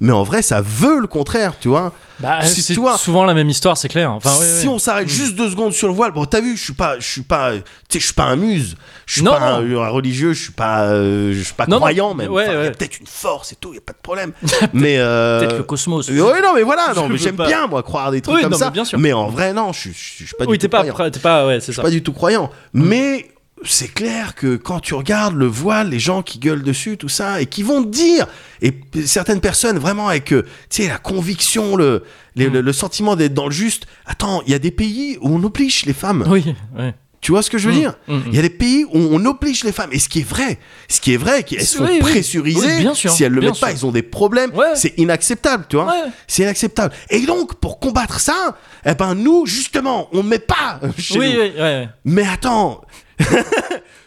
Speaker 2: Mais en vrai, ça veut le contraire, tu vois.
Speaker 1: Bah,
Speaker 2: Si
Speaker 1: c'est
Speaker 2: toi-
Speaker 1: souvent la même histoire, c'est clair. Enfin, ouais,
Speaker 2: si
Speaker 1: ouais. Mm.
Speaker 2: on s'arrête juste deux secondes sur le voile, bon, t'as vu, je suis pas, je suis pas, tu sais, je suis pas un muse, je suis
Speaker 1: Non,
Speaker 2: pas un, un religieux, je suis pas, euh, je suis pas
Speaker 1: Non,
Speaker 2: croyant
Speaker 1: non,
Speaker 2: même.
Speaker 1: ouais,
Speaker 2: Enfin, Il y
Speaker 1: ouais.
Speaker 2: a peut-être une force et tout, il y a pas de problème. mais euh,
Speaker 1: Peut-être le cosmos.
Speaker 2: euh, ouais, non, mais voilà, non,
Speaker 1: Je
Speaker 2: mais
Speaker 1: veux
Speaker 2: j'aime
Speaker 1: pas.
Speaker 2: bien moi croire à des trucs
Speaker 1: Oui,
Speaker 2: comme
Speaker 1: non,
Speaker 2: ça.
Speaker 1: mais bien sûr.
Speaker 2: en vrai, non, je, je- je suis pas
Speaker 1: oui,
Speaker 2: du
Speaker 1: t'es
Speaker 2: tout
Speaker 1: pas,
Speaker 2: croyant.
Speaker 1: prêt, t'es pas, ouais, c'est
Speaker 2: Je
Speaker 1: ça.
Speaker 2: suis pas du tout croyant, mais c'est clair que quand tu regardes le voile, les gens qui gueulent dessus, tout ça, et qui vont te dire, et p- certaines personnes vraiment avec, euh, tu sais, la conviction, le, les-
Speaker 1: Mm.
Speaker 2: le, le sentiment d'être dans le juste. Attends, il y a des pays où on oblige les femmes.
Speaker 1: Oui, ouais.
Speaker 2: Tu vois ce que je veux
Speaker 1: Mm,
Speaker 2: dire
Speaker 1: mm,
Speaker 2: Il y a des pays où on oblige les femmes, et ce qui est vrai, ce qui est vrai, qu'elles
Speaker 1: C'est-
Speaker 2: sont
Speaker 1: oui, oui.
Speaker 2: pressurisées.
Speaker 1: Oui, bien sûr,
Speaker 2: si elles le
Speaker 1: bien
Speaker 2: mettent pas,
Speaker 1: sûr.
Speaker 2: ils ont des problèmes.
Speaker 1: Ouais.
Speaker 2: C'est inacceptable, tu vois
Speaker 1: Ouais.
Speaker 2: C'est inacceptable. Et donc, pour combattre ça, eh ben nous, justement, on met pas chez
Speaker 1: Oui,
Speaker 2: nous.
Speaker 1: oui, ouais.
Speaker 2: Mais attends,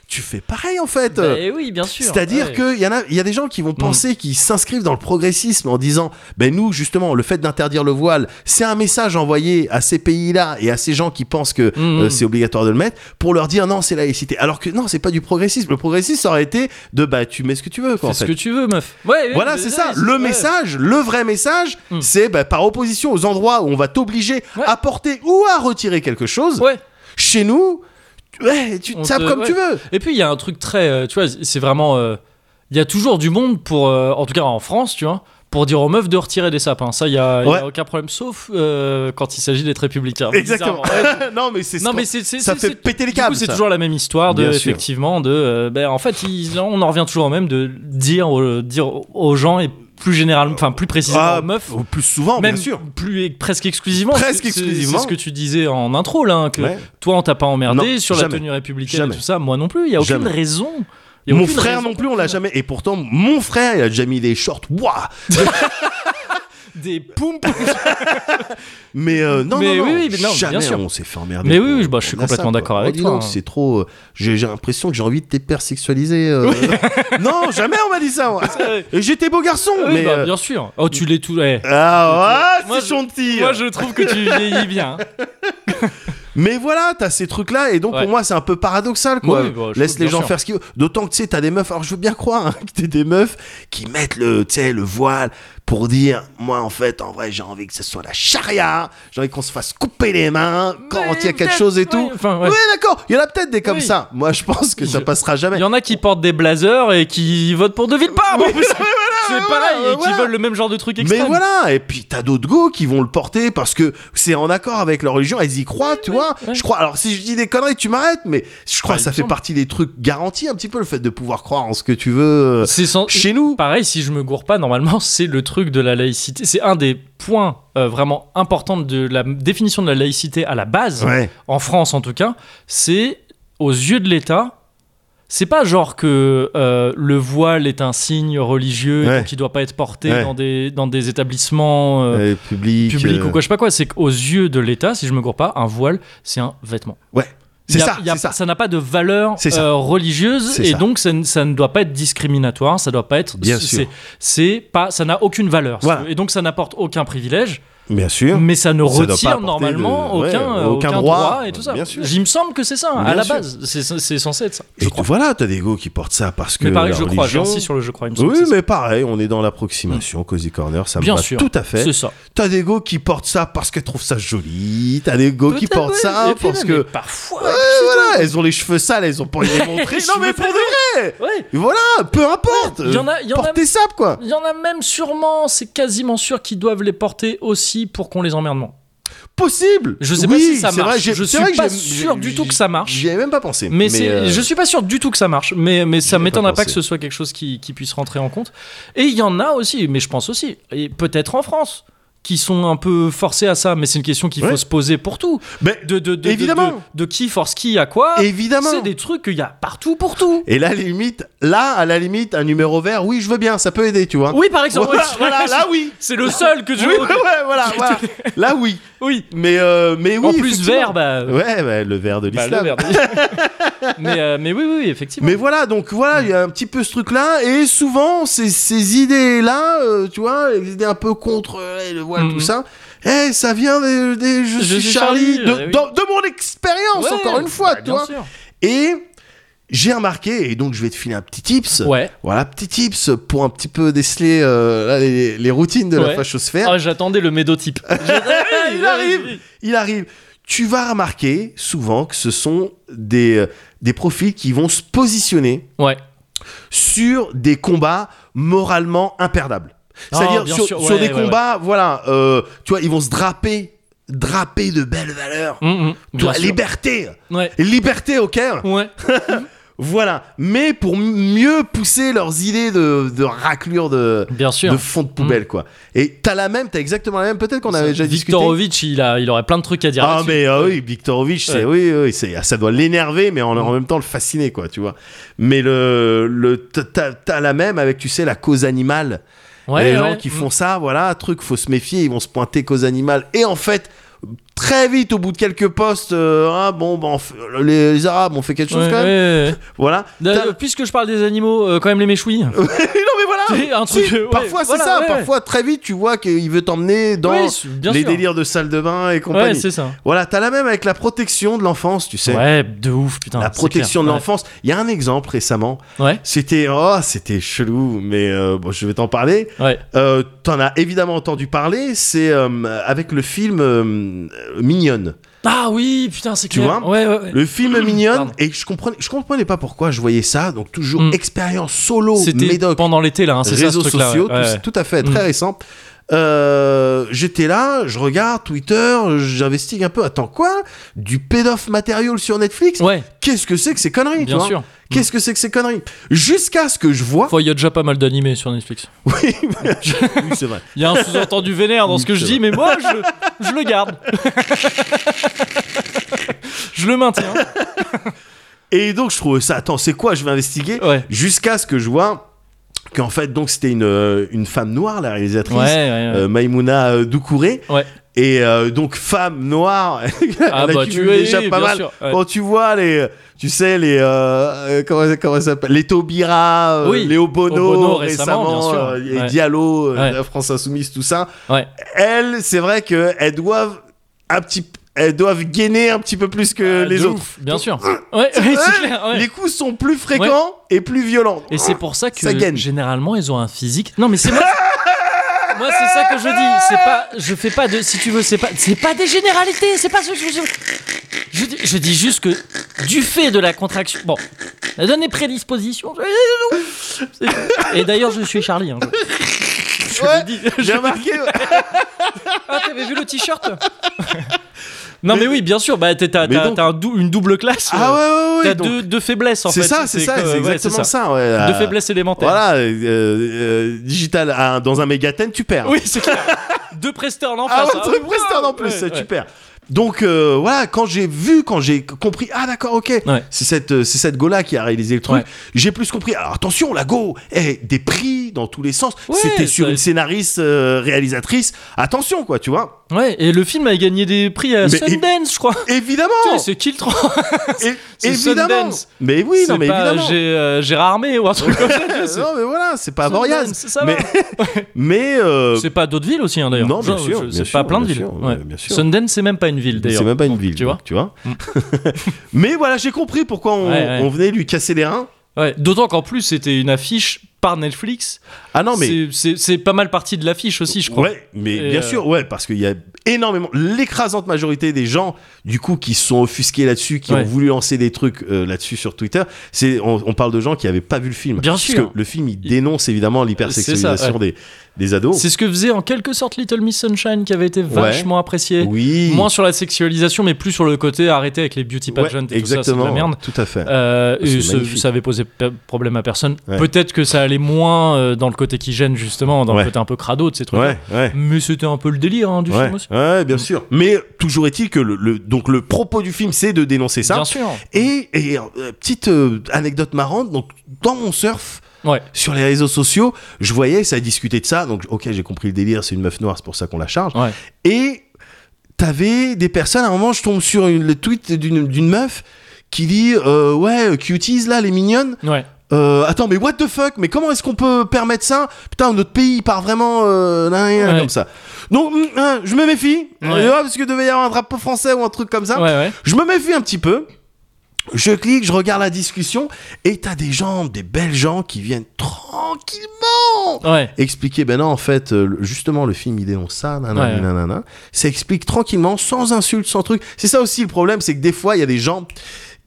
Speaker 2: tu fais pareil en fait.
Speaker 1: Et Bah, oui, bien sûr.
Speaker 2: C'est-à-dire
Speaker 1: ouais. Mm.
Speaker 2: qu'il y, en a- il y a des gens qui vont penser, qui s'inscrivent dans le progressisme en disant Ben nous, justement, le fait d'interdire le voile, c'est un message envoyé à ces pays-là et à ces gens qui pensent que
Speaker 1: Mm,
Speaker 2: euh,
Speaker 1: mm.
Speaker 2: c'est obligatoire de le mettre pour leur dire non, c'est laïcité. Alors que non, c'est pas du progressisme. Le progressisme, ça aurait été de Bah, tu mets ce que tu veux, quoi. en
Speaker 1: Fais ce
Speaker 2: fait.
Speaker 1: que tu veux, meuf. Ouais, ouais,
Speaker 2: Voilà,
Speaker 1: ouais,
Speaker 2: c'est
Speaker 1: ouais,
Speaker 2: ça. Le
Speaker 1: ouais.
Speaker 2: message, le vrai message,
Speaker 1: Mm.
Speaker 2: c'est bah, par opposition aux endroits où on va t'obliger
Speaker 1: Ouais.
Speaker 2: à porter ou à retirer quelque chose.
Speaker 1: Ouais.
Speaker 2: Chez nous, tu- ouais, tu
Speaker 1: On
Speaker 2: te tapes
Speaker 1: te-
Speaker 2: comme
Speaker 1: ouais.
Speaker 2: tu veux.
Speaker 1: Et puis il y a un truc très, euh, tu vois, c'est vraiment, euh, il y a toujours du monde pour, euh, en tout cas en France, tu vois, pour dire aux meufs de retirer des sapins. Ça, il y, a- il y
Speaker 2: Ouais.
Speaker 1: a aucun problème, sauf euh, quand il s'agit d'être républicain.
Speaker 2: Exactement.
Speaker 1: Bizarrement. Ouais.
Speaker 2: non, mais c'est
Speaker 1: Non
Speaker 2: ce
Speaker 1: mais
Speaker 2: qu'on-
Speaker 1: c'est c'est-
Speaker 2: ça
Speaker 1: c'est-
Speaker 2: fait péter les
Speaker 1: du
Speaker 2: câbles.
Speaker 1: coup, c'est
Speaker 2: ça.
Speaker 1: toujours la même histoire de
Speaker 2: Bien sûr.
Speaker 1: effectivement de euh, ben, en fait ils- on en revient toujours au même de dire aux, dire aux gens et plus généralement enfin plus précisément
Speaker 2: Ah,
Speaker 1: aux meufs
Speaker 2: au plus souvent,
Speaker 1: même
Speaker 2: bien sûr.
Speaker 1: plus et presque exclusivement
Speaker 2: Presque
Speaker 1: C'est- c'est-
Speaker 2: exclusivement.
Speaker 1: c'est ce que tu disais en intro là hein, que
Speaker 2: Ouais.
Speaker 1: toi on t'a pas emmerdé
Speaker 2: Non,
Speaker 1: sur la
Speaker 2: jamais.
Speaker 1: tenue républicaine
Speaker 2: Jamais.
Speaker 1: et tout ça moi non plus il y a aucune
Speaker 2: Jamais.
Speaker 1: raison Il y a
Speaker 2: Mon
Speaker 1: aucune
Speaker 2: frère
Speaker 1: raison.
Speaker 2: non plus, on l'a jamais. Et pourtant, mon frère, il a déjà mis des shorts. Ouah
Speaker 1: des pompes
Speaker 2: Mais euh, non,
Speaker 1: Mais
Speaker 2: non,
Speaker 1: oui, oui, mais non, bien
Speaker 2: jamais
Speaker 1: sûr.
Speaker 2: on s'est fait emmerder.
Speaker 1: Mais
Speaker 2: pour-
Speaker 1: oui, oui, bah, je suis
Speaker 2: pour ça,
Speaker 1: complètement
Speaker 2: quoi.
Speaker 1: d'accord
Speaker 2: Oh,
Speaker 1: avec
Speaker 2: dis
Speaker 1: toi,
Speaker 2: donc,
Speaker 1: hein.
Speaker 2: C'est trop. euh, J'ai j'ai l'impression que j'ai envie de t'hypersexualiser. euh. non, jamais on m'a dit ça. moi. Et J'étais beau garçon,
Speaker 1: Oui,
Speaker 2: mais.
Speaker 1: bah,
Speaker 2: euh,
Speaker 1: bien sûr oh tu l'es tout ouais.
Speaker 2: Ah, ouais,
Speaker 1: Moi,
Speaker 2: c'est
Speaker 1: je-
Speaker 2: gentil.
Speaker 1: moi je trouve que tu vieillis bien hein.
Speaker 2: Mais voilà, t'as ces trucs-là, et donc
Speaker 1: Ouais.
Speaker 2: pour moi, c'est un peu paradoxal, quoi.
Speaker 1: Oui, bah, je
Speaker 2: Laisse
Speaker 1: trouve,
Speaker 2: les
Speaker 1: bien
Speaker 2: gens
Speaker 1: sûr.
Speaker 2: faire ce qu'ils veulent. D'autant que, tu sais, t'as des meufs, alors je veux bien croire hein, que t'es des meufs qui mettent le, tu sais, le voile pour dire, moi, en fait, en vrai, j'ai envie que ce soit la charia, j'ai envie qu'on se fasse couper les mains quand
Speaker 1: Mais
Speaker 2: il y a quelque
Speaker 1: peut-être,
Speaker 2: chose et
Speaker 1: oui,
Speaker 2: tout.
Speaker 1: enfin, ouais.
Speaker 2: Oui, d'accord, il y en a peut-être des comme
Speaker 1: Oui.
Speaker 2: ça. Moi, je pense que ça
Speaker 1: Je-
Speaker 2: passera jamais.
Speaker 1: Il y en a qui portent des blazers et qui votent pour De Villepin. en plus. c'est
Speaker 2: voilà,
Speaker 1: pareil, et qui
Speaker 2: Ah, voilà.
Speaker 1: veulent le même genre de truc extrême.
Speaker 2: Mais voilà, et puis t'as d'autres go qui vont le porter parce que c'est en accord avec leur religion, elles y croient, tu vois.
Speaker 1: ouais.
Speaker 2: Je crois. Alors si je dis des conneries, tu m'arrêtes, mais je crois
Speaker 1: Ouais,
Speaker 2: que
Speaker 1: il
Speaker 2: ça
Speaker 1: me
Speaker 2: fait
Speaker 1: semble.
Speaker 2: partie des trucs garantis un petit peu le fait de pouvoir croire en ce que tu veux euh,
Speaker 1: C'est sans-
Speaker 2: chez nous.
Speaker 1: Pareil, si je me gourre pas, normalement, c'est le truc de la laïcité. C'est un des points euh, vraiment importants de la définition de la laïcité à la base,
Speaker 2: Ouais.
Speaker 1: en France en tout cas. C'est aux yeux de l'État. C'est pas genre que euh, le voile est un signe religieux
Speaker 2: Ouais.
Speaker 1: et donc il doit pas être porté
Speaker 2: Ouais.
Speaker 1: dans, des, dans des établissements euh,
Speaker 2: Euh, public.
Speaker 1: publics
Speaker 2: euh,
Speaker 1: ou quoi, je sais pas quoi. C'est qu'aux yeux de l'État, si je me gourre pas, un voile, c'est un vêtement.
Speaker 2: Ouais. C'est
Speaker 1: Y a-
Speaker 2: ça,
Speaker 1: y a-
Speaker 2: c'est ça.
Speaker 1: n'a pas de valeur
Speaker 2: C'est ça.
Speaker 1: euh, religieuse
Speaker 2: C'est
Speaker 1: et
Speaker 2: ça.
Speaker 1: donc ça, ne- ça ne doit pas être discriminatoire, ça doit pas être.
Speaker 2: Bien
Speaker 1: c'est-
Speaker 2: sûr.
Speaker 1: c'est- C'est pas, ça n'a aucune valeur
Speaker 2: Voilà.
Speaker 1: et donc ça n'apporte aucun privilège,
Speaker 2: Bien sûr.
Speaker 1: mais ça ne
Speaker 2: Ça doit pas
Speaker 1: retire
Speaker 2: apporter
Speaker 1: normalement
Speaker 2: de- ouais,
Speaker 1: aucun, euh,
Speaker 2: aucun
Speaker 1: droit,
Speaker 2: droit,
Speaker 1: et tout ça.
Speaker 2: bien sûr.
Speaker 1: Il me semble que c'est ça hein, à
Speaker 2: Bien
Speaker 1: la
Speaker 2: sûr.
Speaker 1: base, c'est c'est censé être ça.
Speaker 2: Et
Speaker 1: Je crois.
Speaker 2: voilà, t'as des go qui portent ça parce que.
Speaker 1: mais pareil,
Speaker 2: la
Speaker 1: je crois.
Speaker 2: religion-
Speaker 1: J'insiste sur le je crois. il me semble
Speaker 2: Oui,
Speaker 1: que c'est
Speaker 2: mais pareil, on est dans l'approximation, Cozy Corner, ça
Speaker 1: ça.
Speaker 2: me
Speaker 1: bien
Speaker 2: va
Speaker 1: sûr,
Speaker 2: tout à fait.
Speaker 1: C'est ça.
Speaker 2: T'as des go qui portent ça parce qu'elles trouvent ça joli, t'as des go qui
Speaker 1: Peut-être,
Speaker 2: portent
Speaker 1: ouais,
Speaker 2: ça hein,
Speaker 1: et puis
Speaker 2: parce
Speaker 1: même,
Speaker 2: que.
Speaker 1: mais parfois.
Speaker 2: Ouais, voilà, elles ont les cheveux sales, elles ont pas envie de les montrer.
Speaker 1: Les cheveux
Speaker 2: de vrai
Speaker 1: Ouais.
Speaker 2: Et Voilà, peu importe
Speaker 1: Ouais, y en a- y en a-
Speaker 2: Portez ça, quoi
Speaker 1: Il y en a même sûrement, c'est quasiment sûr qu'ils doivent les porter aussi pour qu'on les emmerde moins.
Speaker 2: Possible
Speaker 1: Je sais
Speaker 2: Oui,
Speaker 1: pas si ça
Speaker 2: c'est
Speaker 1: marche.
Speaker 2: j'ai-
Speaker 1: Je
Speaker 2: c'est
Speaker 1: suis
Speaker 2: vrai que
Speaker 1: pas
Speaker 2: j'ai-
Speaker 1: sûr
Speaker 2: j'ai-
Speaker 1: du tout que ça marche.
Speaker 2: J'y avais même pas pensé.
Speaker 1: Mais, c'est,
Speaker 2: euh,
Speaker 1: je suis pas sûr du tout que ça marche, mais, mais ça
Speaker 2: ai pas
Speaker 1: m'étonnerait pas
Speaker 2: pensé.
Speaker 1: que ce soit quelque chose qui, qui puisse rentrer en compte. Et il y en a aussi, mais je pense aussi, et peut-être en France, qui sont un peu forcés à ça, mais c'est une question qu'il faut
Speaker 2: Ouais.
Speaker 1: se poser pour tout.
Speaker 2: Mais
Speaker 1: De, de, de- de-
Speaker 2: Évidemment.
Speaker 1: De, de qui force qui à quoi
Speaker 2: Évidemment
Speaker 1: C'est des trucs qu'il y a partout pour tout
Speaker 2: Et là, à la limite, là, à la limite, un numéro vert, oui, je veux bien, ça peut aider, tu vois.
Speaker 1: Oui, par exemple,
Speaker 2: voilà,
Speaker 1: oui.
Speaker 2: voilà, là, oui
Speaker 1: c'est le seul que je
Speaker 2: Oui, ouais, ouais, voilà, voilà. Là, oui
Speaker 1: oui.
Speaker 2: Mais, euh, mais oui
Speaker 1: en plus,
Speaker 2: effectivement.
Speaker 1: vert, bah,
Speaker 2: Ouais, bah, le vert de
Speaker 1: bah, le
Speaker 2: l'islam.
Speaker 1: vert. mais, euh, mais oui, oui, oui, effectivement.
Speaker 2: Mais voilà, donc voilà, il y a un petit peu ce truc-là, et souvent, ces, ces idées-là, euh, tu vois, les idées un peu contre euh, le voile,
Speaker 1: Mhm.
Speaker 2: tout ça, eh, ça vient des, des- je, suis Charlie, de,
Speaker 1: eh oui.
Speaker 2: dans- de mon expérience,
Speaker 1: Ouais,
Speaker 2: encore une fois,
Speaker 1: bah,
Speaker 2: tu
Speaker 1: bien
Speaker 2: vois.
Speaker 1: sûr.
Speaker 2: Et j'ai remarqué, et donc je vais te filer un petit tips,
Speaker 1: Ouais.
Speaker 2: voilà, petit tips pour un petit peu déceler euh, là, les, les routines de
Speaker 1: Ouais.
Speaker 2: la fachosphère.
Speaker 1: Ah, j'attendais le médotype. Ah,
Speaker 2: il arrive, il arrive. Tu vas remarquer souvent que ce sont des, euh, des profils qui vont se positionner
Speaker 1: Ouais.
Speaker 2: sur des combats moralement imperdables.
Speaker 1: Ah,
Speaker 2: C'est-à-dire
Speaker 1: bien
Speaker 2: sur,
Speaker 1: sûr,
Speaker 2: sur
Speaker 1: ouais,
Speaker 2: des
Speaker 1: ouais,
Speaker 2: combats, voilà, euh, tu vois, ils vont se draper drapé de belles valeurs.
Speaker 1: Hum, hum, bien
Speaker 2: Toi,
Speaker 1: sûr. Mmh.
Speaker 2: liberté
Speaker 1: Ouais.
Speaker 2: Liberté, ok hein.
Speaker 1: Ouais.
Speaker 2: Voilà. Mais pour m- mieux pousser leurs idées de, de raclure de,
Speaker 1: Bien sûr. Mmh.
Speaker 2: de fond de poubelle, quoi. Et t'as la même, t'as exactement la même, peut-être qu'on avait déjà discuté.
Speaker 1: Viktorovic, il, a, il aurait plein de trucs à dire.
Speaker 2: Ah
Speaker 1: là-dessus.
Speaker 2: mais ah oui, Viktorovic, c'est oui, oui, c'est ah, ça doit l'énerver,
Speaker 1: Mm.
Speaker 2: mais en, en même temps le fasciner quoi, tu vois. Mais le le t'as- t'as t'as la même avec tu sais la cause animale.
Speaker 1: Ouais,
Speaker 2: les
Speaker 1: ouais. Mm.
Speaker 2: gens qui font ça, voilà, truc, faut se méfier, ils vont se pointer cause animale. Et en fait, très vite, au bout de quelques postes, euh, ah bon, bah, on fait- les, les Arabes ont fait quelque chose
Speaker 1: Ouais,
Speaker 2: quand même.
Speaker 1: ouais, ouais.
Speaker 2: Voilà. T'as-
Speaker 1: Euh, Puisque je parle des animaux, euh, quand même les méchouilles.
Speaker 2: Mais non, mais voilà.
Speaker 1: C'est un truc,
Speaker 2: Si,
Speaker 1: euh, ouais,
Speaker 2: parfois,
Speaker 1: voilà,
Speaker 2: c'est ça.
Speaker 1: ouais.
Speaker 2: Parfois, très vite, tu vois qu'il veut t'emmener dans
Speaker 1: Oui, c'est- bien
Speaker 2: les
Speaker 1: sûr.
Speaker 2: délires de salle de bain et
Speaker 1: Ouais,
Speaker 2: compagnie.
Speaker 1: c'est ça.
Speaker 2: voilà, t'as la même avec la protection de l'enfance, tu sais.
Speaker 1: Ouais, de ouf, putain.
Speaker 2: la
Speaker 1: Ah, c'est
Speaker 2: protection de
Speaker 1: clair.
Speaker 2: l'enfance. Il y a un exemple récemment.
Speaker 1: Ouais,
Speaker 2: C'était oh, c'était chelou, mais euh, bon, je vais t'en parler.
Speaker 1: ouais.
Speaker 2: Euh, T'en as évidemment entendu parler. C'est euh, avec le film euh, euh, Mignonne.
Speaker 1: Ah oui, putain, c'est
Speaker 2: Tu
Speaker 1: clair.
Speaker 2: vois
Speaker 1: ouais, ouais, ouais.
Speaker 2: Le film Mignonne
Speaker 1: Pardon.
Speaker 2: et je comprenais, je comprenais pas pourquoi je voyais ça. Donc toujours
Speaker 1: Mm.
Speaker 2: expérience solo,
Speaker 1: C'était
Speaker 2: médoc,
Speaker 1: pendant l'été là, hein, c'est ça ce
Speaker 2: réseaux
Speaker 1: truc là.
Speaker 2: sociaux, tout, tout à fait, très
Speaker 1: Mm.
Speaker 2: récent. Euh, J'étais là, je regarde Twitter, j'investigue un peu. Attends quoi Du pédof matériel sur Netflix
Speaker 1: Ouais,
Speaker 2: Qu'est-ce que c'est que ces conneries tu
Speaker 1: bien
Speaker 2: vois
Speaker 1: sûr.
Speaker 2: Qu'est-ce que c'est que ces conneries Jusqu'à ce que je vois.
Speaker 1: Enfin, il y a déjà pas mal d'animés sur Netflix.
Speaker 2: Oui, oui, c'est vrai.
Speaker 1: Il y a un sous-entendu vénère dans ce que je dis, mais moi, je, je le garde. je le maintiens.
Speaker 2: Et donc je trouve ça. Attends, c'est quoi Je vais investiguer.
Speaker 1: Ouais.
Speaker 2: Jusqu'à ce que je vois qu'en fait, donc c'était une euh, une femme noire, la réalisatrice.
Speaker 1: Ouais, ouais, ouais.
Speaker 2: euh, Maïmouna euh, Doucouré
Speaker 1: Ouais.
Speaker 2: et euh, donc femme noire elle
Speaker 1: Ah bah,
Speaker 2: accumule
Speaker 1: tu es,
Speaker 2: déjà
Speaker 1: bien
Speaker 2: pas mal
Speaker 1: sûr, ouais.
Speaker 2: quand tu vois les tu sais les euh, euh, comment comment ça s'appelle les Taubira euh,
Speaker 1: Oui,
Speaker 2: Léo Bono,
Speaker 1: Obono récemment,
Speaker 2: récemment,
Speaker 1: bien sûr.
Speaker 2: euh, et
Speaker 1: Ouais.
Speaker 2: Diallo euh,
Speaker 1: Ouais.
Speaker 2: la France insoumise tout ça
Speaker 1: Ouais.
Speaker 2: elles c'est vrai que elles doivent un petit elles doivent gainer un petit peu plus que
Speaker 1: Ah,
Speaker 2: Euh, les
Speaker 1: de
Speaker 2: autres
Speaker 1: ouf, bien sûr. Ouais, ouais, c'est
Speaker 2: Ouais,
Speaker 1: clair. ouais.
Speaker 2: les coups sont plus fréquents et plus violents
Speaker 1: Et c'est pour ça que
Speaker 2: Ça gaine.
Speaker 1: généralement ils ont un physique. Non mais c'est moi. moi c'est ça que je dis. C'est pas, je fais pas de. Si tu veux, c'est pas, c'est pas des généralités. C'est pas ce que je. je- Je, dis- je dis juste que du fait de la contraction, bon, ça donne des prédispositions. C'est tout. Et d'ailleurs, je suis Charlie. hein. Je
Speaker 2: Ouais,
Speaker 1: l'ai dit.
Speaker 2: j'ai remarqué
Speaker 1: Ah, t'avais vu le t-shirt Non mais, oui, bien sûr. Bah t'es- t'as,
Speaker 2: Mais
Speaker 1: t'as-
Speaker 2: donc-
Speaker 1: t'as un dou- une double classe.
Speaker 2: ah
Speaker 1: euh,
Speaker 2: ouais ouais ouais
Speaker 1: T'as
Speaker 2: donc,
Speaker 1: deux, deux faiblesses en
Speaker 2: c'est
Speaker 1: fait.
Speaker 2: ça c'est ça
Speaker 1: que-
Speaker 2: c'est
Speaker 1: ouais,
Speaker 2: exactement
Speaker 1: c'est
Speaker 2: ça ouais,
Speaker 1: Deux
Speaker 2: euh,
Speaker 1: faiblesses élémentaires.
Speaker 2: Voilà, euh, euh, digital à- dans un mégathène, tu perds.
Speaker 1: Oui, c'est clair. Deux presteurs en
Speaker 2: ah,
Speaker 1: face.
Speaker 2: un truc
Speaker 1: waouh.
Speaker 2: Preston en plus,
Speaker 1: Ouais,
Speaker 2: tu
Speaker 1: ouais.
Speaker 2: perds. Donc euh, voilà, quand j'ai vu, quand j'ai compris, ah d'accord, ok,
Speaker 1: Ouais.
Speaker 2: c'est cette euh, c'est cette go là qui a réalisé le truc.
Speaker 1: Ouais.
Speaker 2: J'ai plus compris. Alors attention, la go, eh, des prix dans tous les sens.
Speaker 1: Ouais,
Speaker 2: C'était sur
Speaker 1: ça-
Speaker 2: une scénariste, euh, réalisatrice. Attention quoi, tu vois.
Speaker 1: Ouais, et le film a gagné des prix à
Speaker 2: Mais-
Speaker 1: Sundance, je crois.
Speaker 2: Évidemment,
Speaker 1: Tu sais, c'est Kill 3.
Speaker 2: é-
Speaker 1: c'est
Speaker 2: évidemment.
Speaker 1: Sundance.
Speaker 2: Mais oui, non mais évidemment.
Speaker 1: euh, Gérard Armé ou un truc comme ça. tu vois, c'est-
Speaker 2: non mais voilà, c'est pas Moriaz.
Speaker 1: Sundance, ça va.
Speaker 2: Mais mais euh,
Speaker 1: C'est pas d'autres villes aussi, hein, d'ailleurs.
Speaker 2: Non, bien
Speaker 1: Ça,
Speaker 2: sûr,
Speaker 1: je-
Speaker 2: bien
Speaker 1: C'est
Speaker 2: sûr,
Speaker 1: pas plein de
Speaker 2: bien
Speaker 1: villes.
Speaker 2: sûr,
Speaker 1: Ouais.
Speaker 2: bien sûr.
Speaker 1: Sundance, c'est même pas une ville, d'ailleurs.
Speaker 2: C'est même pas une
Speaker 1: Donc,
Speaker 2: ville.
Speaker 1: Tu vois
Speaker 2: Tu vois Mais voilà, j'ai compris pourquoi on,
Speaker 1: Ouais, ouais.
Speaker 2: on venait lui casser les reins.
Speaker 1: Ouais, D'autant qu'en plus, c'était une affiche par Netflix.
Speaker 2: Ah non, mais.
Speaker 1: C'est- C'est c'est pas mal partie de l'affiche aussi, je crois.
Speaker 2: Ouais, mais
Speaker 1: Et,
Speaker 2: bien
Speaker 1: euh,
Speaker 2: sûr, ouais, parce qu'il y a énormément. L'écrasante majorité des gens, du coup, qui se sont offusqués là-dessus, qui
Speaker 1: Ouais.
Speaker 2: ont voulu lancer des trucs euh, là-dessus sur Twitter, c'est on, on parle de gens qui n'avaient pas vu le film.
Speaker 1: Bien
Speaker 2: parce
Speaker 1: sûr.
Speaker 2: que le film, il dénonce évidemment l'hypersexualisation des, des ados.
Speaker 1: C'est ce que faisait en quelque sorte Little Miss Sunshine, qui avait été vachement apprécié.
Speaker 2: Oui.
Speaker 1: Moins sur la sexualisation, mais plus sur le côté arrêter avec les beauty
Speaker 2: Ouais,
Speaker 1: pageants et tout ça, c'est de
Speaker 2: exactement.
Speaker 1: la merde.
Speaker 2: Tout à fait.
Speaker 1: Euh,
Speaker 2: Ah, C'est
Speaker 1: et ce-
Speaker 2: magnifique.
Speaker 1: ça avait posé pe- problème à personne.
Speaker 2: Ouais.
Speaker 1: Peut-être que ça allait moins euh, dans le côté qui gêne, justement, dans
Speaker 2: Ouais.
Speaker 1: le côté un peu crado de ces trucs.
Speaker 2: ouais, ouais.
Speaker 1: Mais c'était un peu le délire hein, du
Speaker 2: Ouais,
Speaker 1: film aussi.
Speaker 2: ouais, bien sûr. Mais toujours est-il que le, le- donc le propos du film, c'est de dénoncer ça.
Speaker 1: Bien sûr.
Speaker 2: Et, et, euh, petite euh, anecdote marrante, donc dans mon surf
Speaker 1: Ouais.
Speaker 2: sur les réseaux sociaux, je voyais ça discutait de ça, donc ok j'ai compris le délire, c'est une meuf noire, c'est pour ça qu'on la charge.
Speaker 1: Ouais.
Speaker 2: Et t'avais des personnes, à un moment je tombe sur une- le tweet d'une d'une meuf qui dit euh, ouais cuties là les mignonnes.
Speaker 1: Ouais.
Speaker 2: Euh, attends mais what the fuck mais comment est-ce qu'on peut permettre ça putain notre pays il part vraiment euh, nan, nan, nan,
Speaker 1: Ouais.
Speaker 2: comme ça donc hum, hein, je me méfie
Speaker 1: Ouais.
Speaker 2: Euh, parce que devait y avoir un drapeau français ou un truc comme ça
Speaker 1: Ouais, ouais.
Speaker 2: je me méfie un petit peu. Je clique, je regarde la discussion et t'as des gens, des belles gens qui viennent tranquillement
Speaker 1: Ouais.
Speaker 2: expliquer. Ben non, en fait, euh, le- justement, le film il dénonce ça, nanana,
Speaker 1: Ouais.
Speaker 2: nanana. Ça explique tranquillement, sans insulte, sans truc. C'est ça aussi le problème, c'est que des fois il y a des gens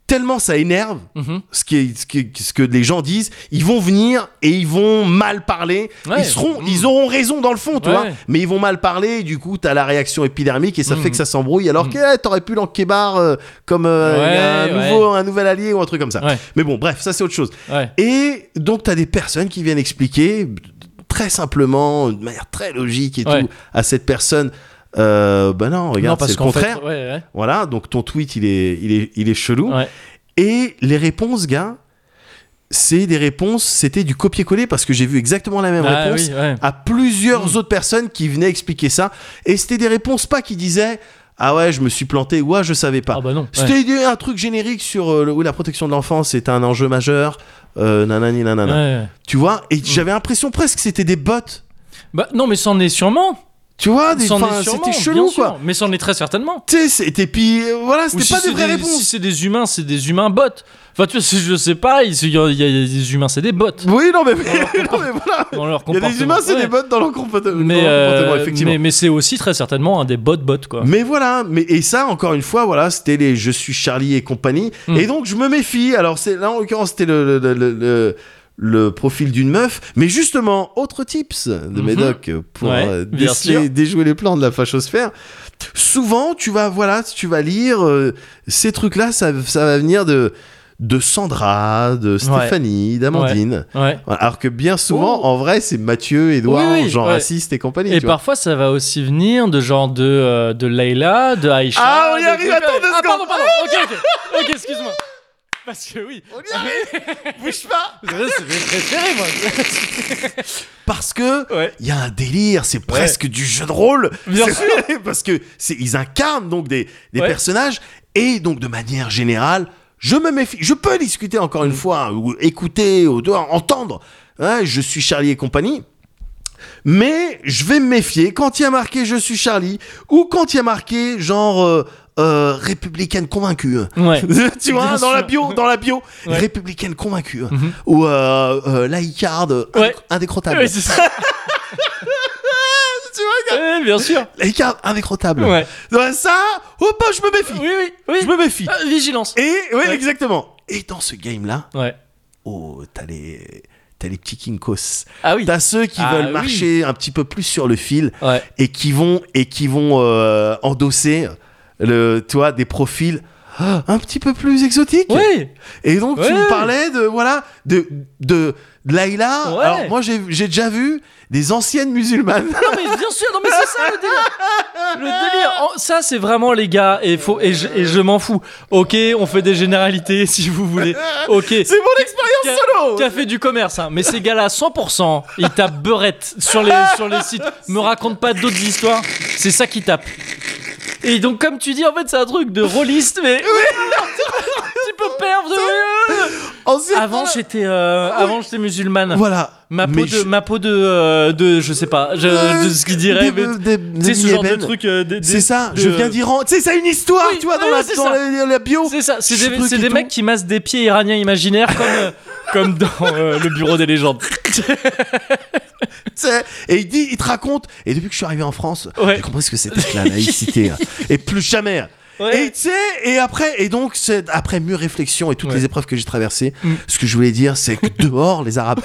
Speaker 2: tellement ça énerve
Speaker 1: Mhm.
Speaker 2: ce, qui est- ce, qui est- ce que les gens disent, ils vont venir et ils vont mal parler.
Speaker 1: Ouais.
Speaker 2: Ils, seront,
Speaker 1: Mhm.
Speaker 2: ils auront raison dans le fond, tu
Speaker 1: Ouais.
Speaker 2: vois. Mais ils vont mal parler, et du coup, t'as la réaction épidermique et ça
Speaker 1: Mhm.
Speaker 2: fait que ça s'embrouille. Alors que eh, t'aurais pu l'enquébar euh, comme euh,
Speaker 1: Ouais,
Speaker 2: un, nouveau, un nouvel allié ou un truc comme ça.
Speaker 1: Ouais.
Speaker 2: Mais bon, bref, ça c'est autre chose.
Speaker 1: Ouais.
Speaker 2: Et donc, tu as des personnes qui viennent expliquer très simplement, de manière très logique et
Speaker 1: Ouais.
Speaker 2: tout, à cette personne. Euh, ben non, regarde, c'est le
Speaker 1: qu'en fait-
Speaker 2: contraire.
Speaker 1: ouais,
Speaker 2: Voilà, donc ton tweet, il est, il est, il est chelou.
Speaker 1: ouais. Ouais.
Speaker 2: Et les réponses, gars, c'est des réponses, c'était du copier-coller parce que j'ai vu exactement la même
Speaker 1: Ah
Speaker 2: réponse
Speaker 1: oui,
Speaker 2: bah.
Speaker 1: Mm. ouais.
Speaker 2: à plusieurs autres personnes qui venaient expliquer ça. Et c'était des réponses pas qui disaient Ah ouais, je me suis planté, ou ah, je savais pas.
Speaker 1: Ah bah non. ouais.
Speaker 2: C'était un truc générique sur euh, le- où la protection de l'enfance est un enjeu majeur. Euh, nanani, nanana.
Speaker 1: Ouais. Mm.
Speaker 2: Tu vois Et j'avais l'impression presque que c'était des bots.
Speaker 1: Bah non, mais c'en est sûrement.
Speaker 2: Tu vois Ah, des-
Speaker 1: C'en
Speaker 2: enfin,
Speaker 1: est sûrement.
Speaker 2: C'était
Speaker 1: bien
Speaker 2: chelou,
Speaker 1: sûr.
Speaker 2: quoi.
Speaker 1: Mais c'en est très certainement.
Speaker 2: Tu sais, c'était- et puis euh, voilà,
Speaker 1: Ou
Speaker 2: c'était
Speaker 1: si
Speaker 2: pas
Speaker 1: c'est
Speaker 2: des vraies
Speaker 1: des- Si
Speaker 2: réponses.
Speaker 1: c'est des humains, c'est des humains bots. Enfin, tu vois, c'est- je sais pas, il y a, il y a des humains, c'est des bots.
Speaker 2: Oui, non, mais, non, mais voilà.
Speaker 1: Dans leur
Speaker 2: Il y a
Speaker 1: comportement.
Speaker 2: des humains, c'est
Speaker 1: Ouais.
Speaker 2: des bots dans leur comporte- dans leur comportement,
Speaker 1: Mais, euh,
Speaker 2: effectivement.
Speaker 1: mais, mais c'est aussi très certainement un des bots-bots, quoi.
Speaker 2: Mais voilà, mais et ça encore une fois, voilà, c'était les je suis Charlie et compagnie.
Speaker 1: Mm.
Speaker 2: Et donc je me méfie. Alors c'est là en l'occurrence c'était le le, le- le- le profil d'une meuf, mais justement autre tips de
Speaker 1: Mhm.
Speaker 2: Médoc pour
Speaker 1: Ouais,
Speaker 2: euh,
Speaker 1: bien
Speaker 2: déceler-
Speaker 1: sûr.
Speaker 2: déjouer les plans de la fachosphère. Souvent tu vas voilà tu vas lire euh, ces trucs là, ça, ça va venir de de Sandra, de Stéphanie, d'Amandine.
Speaker 1: Ouais.
Speaker 2: Voilà, Alors que bien souvent,
Speaker 1: Oh.
Speaker 2: en vrai, c'est Mathieu, Edouard,
Speaker 1: Oui, oui,
Speaker 2: genre
Speaker 1: ouais.
Speaker 2: raciste et compagnie.
Speaker 1: Et
Speaker 2: tu vois.
Speaker 1: parfois, ça va aussi venir de genre de, euh, de Layla, de Aïcha.
Speaker 2: Ah, on y
Speaker 1: de-
Speaker 2: arrive, attends deux
Speaker 1: Ah, pardon,
Speaker 2: secondes.
Speaker 1: pardon, ok, ok, ok, excuse-moi. Parce que oui,
Speaker 2: On y arrive Bouge pas
Speaker 1: c'est mes préférés, moi.
Speaker 2: Parce que
Speaker 1: Ouais.
Speaker 2: il y a un délire, c'est presque du jeu de rôle.
Speaker 1: Bien
Speaker 2: C'est- Parce que c'est, ils incarnent donc des, des
Speaker 1: Ouais.
Speaker 2: personnages et donc de manière générale, je me méfie. Je peux discuter encore
Speaker 1: Mm.
Speaker 2: une fois ou écouter ou doigt, entendre. Hein, je suis Charlie et compagnie. Mais je vais me méfier quand il y a marqué je suis Charlie ou quand il y a marqué genre euh, euh, républicaine convaincue.
Speaker 1: Ouais.
Speaker 2: tu vois
Speaker 1: Bien
Speaker 2: dans la
Speaker 1: sûr.
Speaker 2: bio dans la bio
Speaker 1: Ouais. Mm-hmm.
Speaker 2: républicaine convaincue ou euh, euh, laïcarde indé-
Speaker 1: Ouais.
Speaker 2: indécrottable
Speaker 1: Ouais, c'est ça.
Speaker 2: Ah, tu vois gars,
Speaker 1: Ouais, bien sûr.
Speaker 2: laïcarde indécrottable
Speaker 1: Ouais.
Speaker 2: Ouais, ça oh bah je me méfie
Speaker 1: Oui, oui, oui.
Speaker 2: je me méfie
Speaker 1: Ah, vigilance.
Speaker 2: et ouais,
Speaker 1: Ouais.
Speaker 2: exactement et dans ce game là
Speaker 1: Ouais.
Speaker 2: oh t'as les t'as les petits kinkos
Speaker 1: Ah oui.
Speaker 2: t'as ceux qui
Speaker 1: Ah
Speaker 2: veulent
Speaker 1: oui.
Speaker 2: marcher un petit peu plus sur le fil
Speaker 1: Ouais.
Speaker 2: et qui vont et qui vont euh, endosser le tu vois des profils ah, un petit peu plus exotiques
Speaker 1: Oui.
Speaker 2: Et donc
Speaker 1: Ouais.
Speaker 2: tu me parlais de voilà de de de Laïla.
Speaker 1: Ouais.
Speaker 2: Alors moi j'ai j'ai déjà vu des anciennes musulmanes.
Speaker 1: Non mais bien sûr, non mais c'est ça le délire. Le délire, En- ça c'est vraiment les gars et faut et je, et je m'en fous. Ok, on fait des généralités si vous voulez. Ok.
Speaker 2: C'est mon expérience solo.
Speaker 1: Qui a fait du commerce, hein. mais ces gars-là, 100%, ils tapent beurette sur les, sur les sites. Me raconte pas d'autres histoires, c'est ça qui tape. Et donc, comme tu dis, en fait, c'est un truc de rôliste, mais. un petit peu perve de.
Speaker 2: Ancienne-
Speaker 1: Avant, j'étais euh,
Speaker 2: Ah
Speaker 1: avant, j'étais musulmane.
Speaker 2: voilà
Speaker 1: Ma peau,
Speaker 2: Mais
Speaker 1: de,
Speaker 2: je- Euh,
Speaker 1: ma peau de, euh, de. Je sais pas, je, de ce qu'il dirait.
Speaker 2: Des-
Speaker 1: mais-
Speaker 2: des- des-
Speaker 1: C'est
Speaker 2: des
Speaker 1: ce genre de
Speaker 2: Yémen.
Speaker 1: truc. euh, des- des-
Speaker 2: C'est ça.
Speaker 1: de-
Speaker 2: Je viens d'Iran. Tu sais ça a une histoire
Speaker 1: Oui,
Speaker 2: tu vois dans
Speaker 1: oui,
Speaker 2: la
Speaker 1: c'est
Speaker 2: dans
Speaker 1: ça.
Speaker 2: la, la bio.
Speaker 1: C'est ça, c'est des,
Speaker 2: Truc
Speaker 1: c'est
Speaker 2: et
Speaker 1: des
Speaker 2: tout.
Speaker 1: mecs qui massent des pieds iraniens imaginaires comme, euh, comme dans euh, le bureau des légendes.
Speaker 2: Tu sais, Et il dit il te raconte. Et depuis que je suis arrivé en France,
Speaker 1: Ouais.
Speaker 2: j'ai compris ce que c'était que la laïcité hein. et plus jamais.
Speaker 1: Ouais.
Speaker 2: Et tu sais, et après, et donc, c'est- après mûre réflexion et toutes
Speaker 1: Ouais.
Speaker 2: les épreuves que j'ai traversées,
Speaker 1: Mm.
Speaker 2: ce que je voulais dire, c'est que dehors, les Arabes,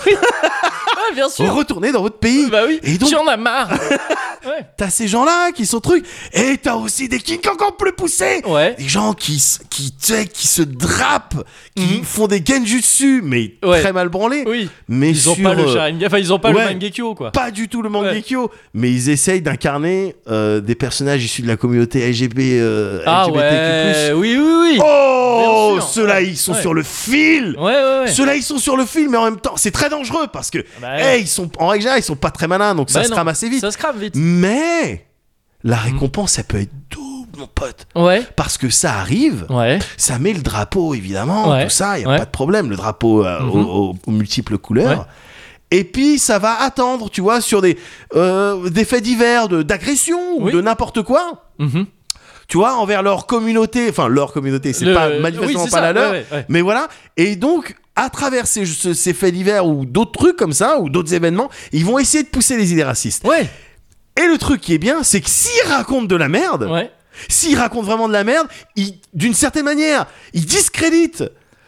Speaker 1: Ah, bien sûr.
Speaker 2: retournez dans votre pays.
Speaker 1: Bah oui,
Speaker 2: Et donc-
Speaker 1: tu en as marre. ouais.
Speaker 2: T'as ces gens-là qui sont trucs, et t'as aussi des kinks encore plus poussés.
Speaker 1: Ouais.
Speaker 2: Des gens qui, s- qui, tu sais, qui se drapent, qui font des genjutsu, mais
Speaker 1: Mhm. Ouais.
Speaker 2: très mal branlés.
Speaker 1: Oui.
Speaker 2: Mais
Speaker 1: Ils ont
Speaker 2: sur,
Speaker 1: pas le
Speaker 2: euh,
Speaker 1: Sharingan, enfin ils ont pas
Speaker 2: ouais.
Speaker 1: le Mangekyo quoi.
Speaker 2: pas du tout le mangekyo, mais ils essayent d'incarner euh, des personnages issus de la communauté LGB, euh,
Speaker 1: ah
Speaker 2: LGBTQ+.
Speaker 1: ouais, oui oui oui.
Speaker 2: Oh,
Speaker 1: Bien sûr.
Speaker 2: ceux-là, ils sont
Speaker 1: Ouais.
Speaker 2: sur le fil.
Speaker 1: Ouais ouais ouais.
Speaker 2: Ceux-là, ils sont Oh. sur le fil, mais en même temps, c'est très dangereux parce que,
Speaker 1: Bah ouais.
Speaker 2: hey, ils sont en règle générale, ils sont pas très malins, donc ça
Speaker 1: Bah
Speaker 2: se
Speaker 1: non,
Speaker 2: ramasse assez vite.
Speaker 1: Ça se crame vite.
Speaker 2: Mais la
Speaker 1: Hmm.
Speaker 2: récompense, elle peut être double, mon pote.
Speaker 1: Ouais.
Speaker 2: Parce que ça arrive,
Speaker 1: Ouais.
Speaker 2: ça met le drapeau, évidemment,
Speaker 1: Ouais.
Speaker 2: tout ça, il n'y a
Speaker 1: Ouais.
Speaker 2: pas de problème, le drapeau euh,
Speaker 1: Mhm.
Speaker 2: aux, aux- aux multiples couleurs.
Speaker 1: Ouais.
Speaker 2: Et puis, ça va attendre, tu vois, sur des, euh, des faits divers de- d'agression ou
Speaker 1: Oui.
Speaker 2: de n'importe quoi.
Speaker 1: Mhm.
Speaker 2: Tu vois, envers leur communauté, enfin leur communauté, c'est
Speaker 1: Le-
Speaker 2: pas
Speaker 1: oui,
Speaker 2: manifestement
Speaker 1: c'est
Speaker 2: pas
Speaker 1: ça,
Speaker 2: la leur,
Speaker 1: ouais, ouais, ouais.
Speaker 2: mais voilà. Et donc, à travers ces, ce- ces faits divers ou d'autres trucs comme ça, ou d'autres événements, ils vont essayer de pousser les idées racistes.
Speaker 1: Ouais.
Speaker 2: Et le truc qui est bien, c'est que s'ils racontent de la merde,
Speaker 1: Ouais.
Speaker 2: S'il raconte vraiment de la merde, il- d'une certaine manière, il discrédite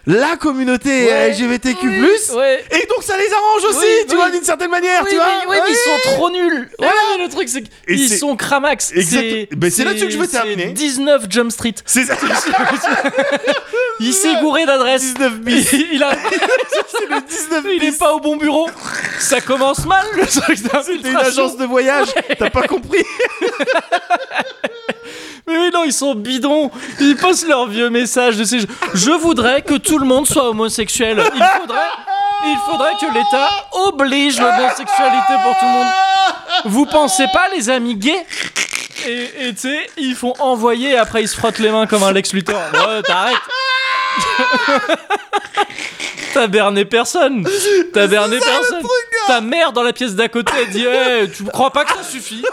Speaker 2: la communauté
Speaker 1: Ouais.
Speaker 2: LGBTQ+.
Speaker 1: Ouais.
Speaker 2: Et donc ça les arrange aussi,
Speaker 1: Oui,
Speaker 2: tu
Speaker 1: oui.
Speaker 2: vois, d'une certaine manière,
Speaker 1: Oui,
Speaker 2: Ah, tu vois.
Speaker 1: mais, ouais, mais ils sont trop nuls. Ouais,
Speaker 2: Voilà.
Speaker 1: le truc, c'est
Speaker 2: Et
Speaker 1: qu'ils
Speaker 2: c'est-
Speaker 1: sont cramax.
Speaker 2: Exact-
Speaker 1: C'est-
Speaker 2: Ben, c'est là-dessus que je veux
Speaker 1: c'est
Speaker 2: terminer.
Speaker 1: 19 Jump Street.
Speaker 2: C'est ça.
Speaker 1: Il s'est gouré d'adresse.
Speaker 2: 19
Speaker 1: Il,
Speaker 2: bis.
Speaker 1: il a- il est pas au bon bureau. Ça commence mal le truc
Speaker 2: C'était une agence de voyage, t'as pas compris
Speaker 1: Mais oui, non, ils sont bidons. Ils postent leurs vieux messages de ces. Je voudrais que tout le monde soit homosexuel. Il faudrait, il faudrait que l'État oblige l'homosexualité pour tout le monde. Vous pensez pas, les amis gays Et et tu sais, ils font envoyer et après ils se frottent les mains comme un Lex Luthor. Ouais, t'arrêtes. T'as berné personne. T'as berné personne. Ta mère dans la pièce d'à côté elle dit hey, Tu crois pas que ça suffit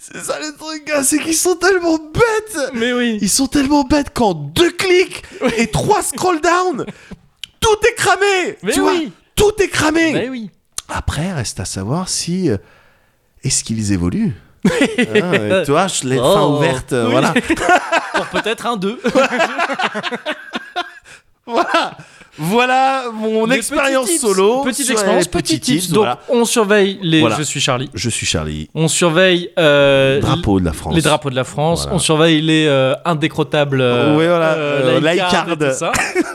Speaker 2: C'est ça le truc, gars, c'est qu'ils sont tellement bêtes
Speaker 1: Mais oui.
Speaker 2: Ils sont tellement bêtes qu'en deux clics et trois scroll down, tout est cramé
Speaker 1: Mais
Speaker 2: Tu
Speaker 1: oui. Bah
Speaker 2: vois Tout est cramé
Speaker 1: Mais oui.
Speaker 2: Après, reste à savoir si. euh, Est-ce qu'ils évoluent Hein, et Toi, je l'ai
Speaker 1: Oh.
Speaker 2: fin ouverte, euh,
Speaker 1: Oui.
Speaker 2: voilà.
Speaker 1: Pour peut-être un 2.
Speaker 2: Voilà Voilà mon
Speaker 1: Les
Speaker 2: expérience
Speaker 1: petits tips.
Speaker 2: solo.
Speaker 1: Petite
Speaker 2: sur
Speaker 1: expérience,
Speaker 2: les
Speaker 1: petit
Speaker 2: petits
Speaker 1: tips.
Speaker 2: tips,
Speaker 1: Donc,
Speaker 2: voilà.
Speaker 1: on surveille les.
Speaker 2: Voilà.
Speaker 1: Je suis Charlie.
Speaker 2: Je suis Charlie,
Speaker 1: On surveille euh,
Speaker 2: drapeau de la France.
Speaker 1: les drapeaux de la France.
Speaker 2: Voilà.
Speaker 1: On surveille les euh, indécrottables. euh,
Speaker 2: Ouais, voilà, euh,
Speaker 1: lifeguards et
Speaker 2: lifeguard.
Speaker 1: tout ça.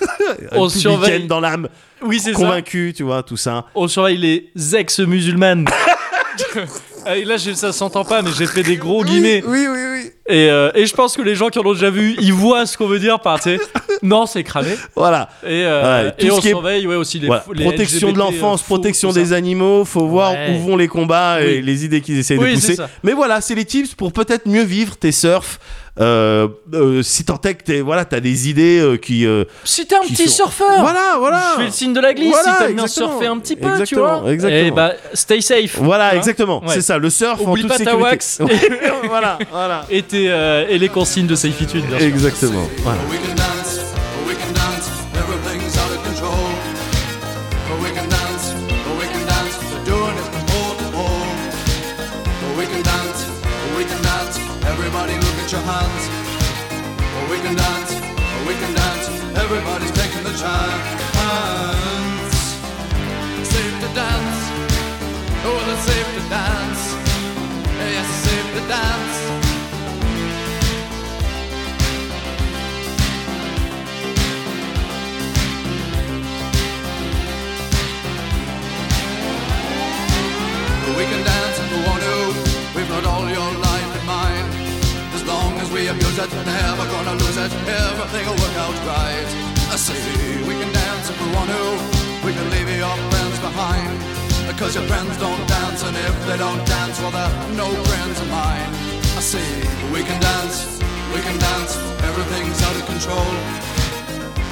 Speaker 2: On
Speaker 1: on surveille-
Speaker 2: dans l'âme,
Speaker 1: Oui, c'est ça.
Speaker 2: convaincu, tu vois, tout ça.
Speaker 1: On surveille les ex-musulmanes. Et là, j'ai- ça s'entend pas, mais j'ai fait des gros guillemets.
Speaker 2: Oui, oui, oui.
Speaker 1: Et, euh, et je pense que les gens qui en ont déjà vu, ils voient ce qu'on veut dire par, tu sais, non, c'est cramé.
Speaker 2: Voilà.
Speaker 1: Et, euh,
Speaker 2: Voilà, et tout
Speaker 1: et
Speaker 2: ce
Speaker 1: on
Speaker 2: qui est-
Speaker 1: surveille ouais, aussi les,
Speaker 2: Voilà.
Speaker 1: fou- les
Speaker 2: protection de
Speaker 1: LGBT, euh,
Speaker 2: l'enfance,
Speaker 1: fous,
Speaker 2: protection
Speaker 1: tout ça.
Speaker 2: des animaux, faut voir
Speaker 1: Ouais.
Speaker 2: où vont les combats et
Speaker 1: Oui.
Speaker 2: les idées qu'ils essayent
Speaker 1: Oui,
Speaker 2: de
Speaker 1: c'est
Speaker 2: pousser.
Speaker 1: ça.
Speaker 2: Mais voilà, c'est les tips pour peut-être mieux vivre tes surfs. Euh, euh, si tant est que t'es- voilà, t'as des idées euh, qui. euh,
Speaker 1: Si t'es un
Speaker 2: qui
Speaker 1: petit
Speaker 2: sont-
Speaker 1: surfeur,
Speaker 2: Voilà, voilà.
Speaker 1: Ah, Je fais le signe de la glisse
Speaker 2: Ah, Voilà,
Speaker 1: si t'aimes bien
Speaker 2: exactement.
Speaker 1: surfer un petit peu, tu
Speaker 2: Exactement,
Speaker 1: vois.
Speaker 2: exactement.
Speaker 1: Et bah, stay safe.
Speaker 2: Voilà,
Speaker 1: Hein
Speaker 2: exactement.
Speaker 1: Ouais.
Speaker 2: C'est ça, le surf en
Speaker 1: Oublie
Speaker 2: toute
Speaker 1: pas ta
Speaker 2: sécurité.
Speaker 1: wax.
Speaker 2: voilà, voilà.
Speaker 1: Et, tes, euh, et les consignes de safeitude, bien sûr.
Speaker 2: Exactement. Voilà.
Speaker 3: We can dance, we can dance, everything's out of control. We can dance, we can dance, we're doing it from pole to pole. We can dance, we can dance, everybody look at your hands. We can dance, we can dance, everybody's taking the chance. Safe to dance, oh, it's safe to dance. Yes, it's safe to dance. We can dance if we want to. We've got all your life in mind. As long as we abuse it, never gonna lose it. Everything will work out right. I see. We can dance if we want to. We can leave your friends behind. Because your friends don't dance, and if they don't dance, well, they're no friends of mine. I see. We can dance. We can dance. Everything's out of control.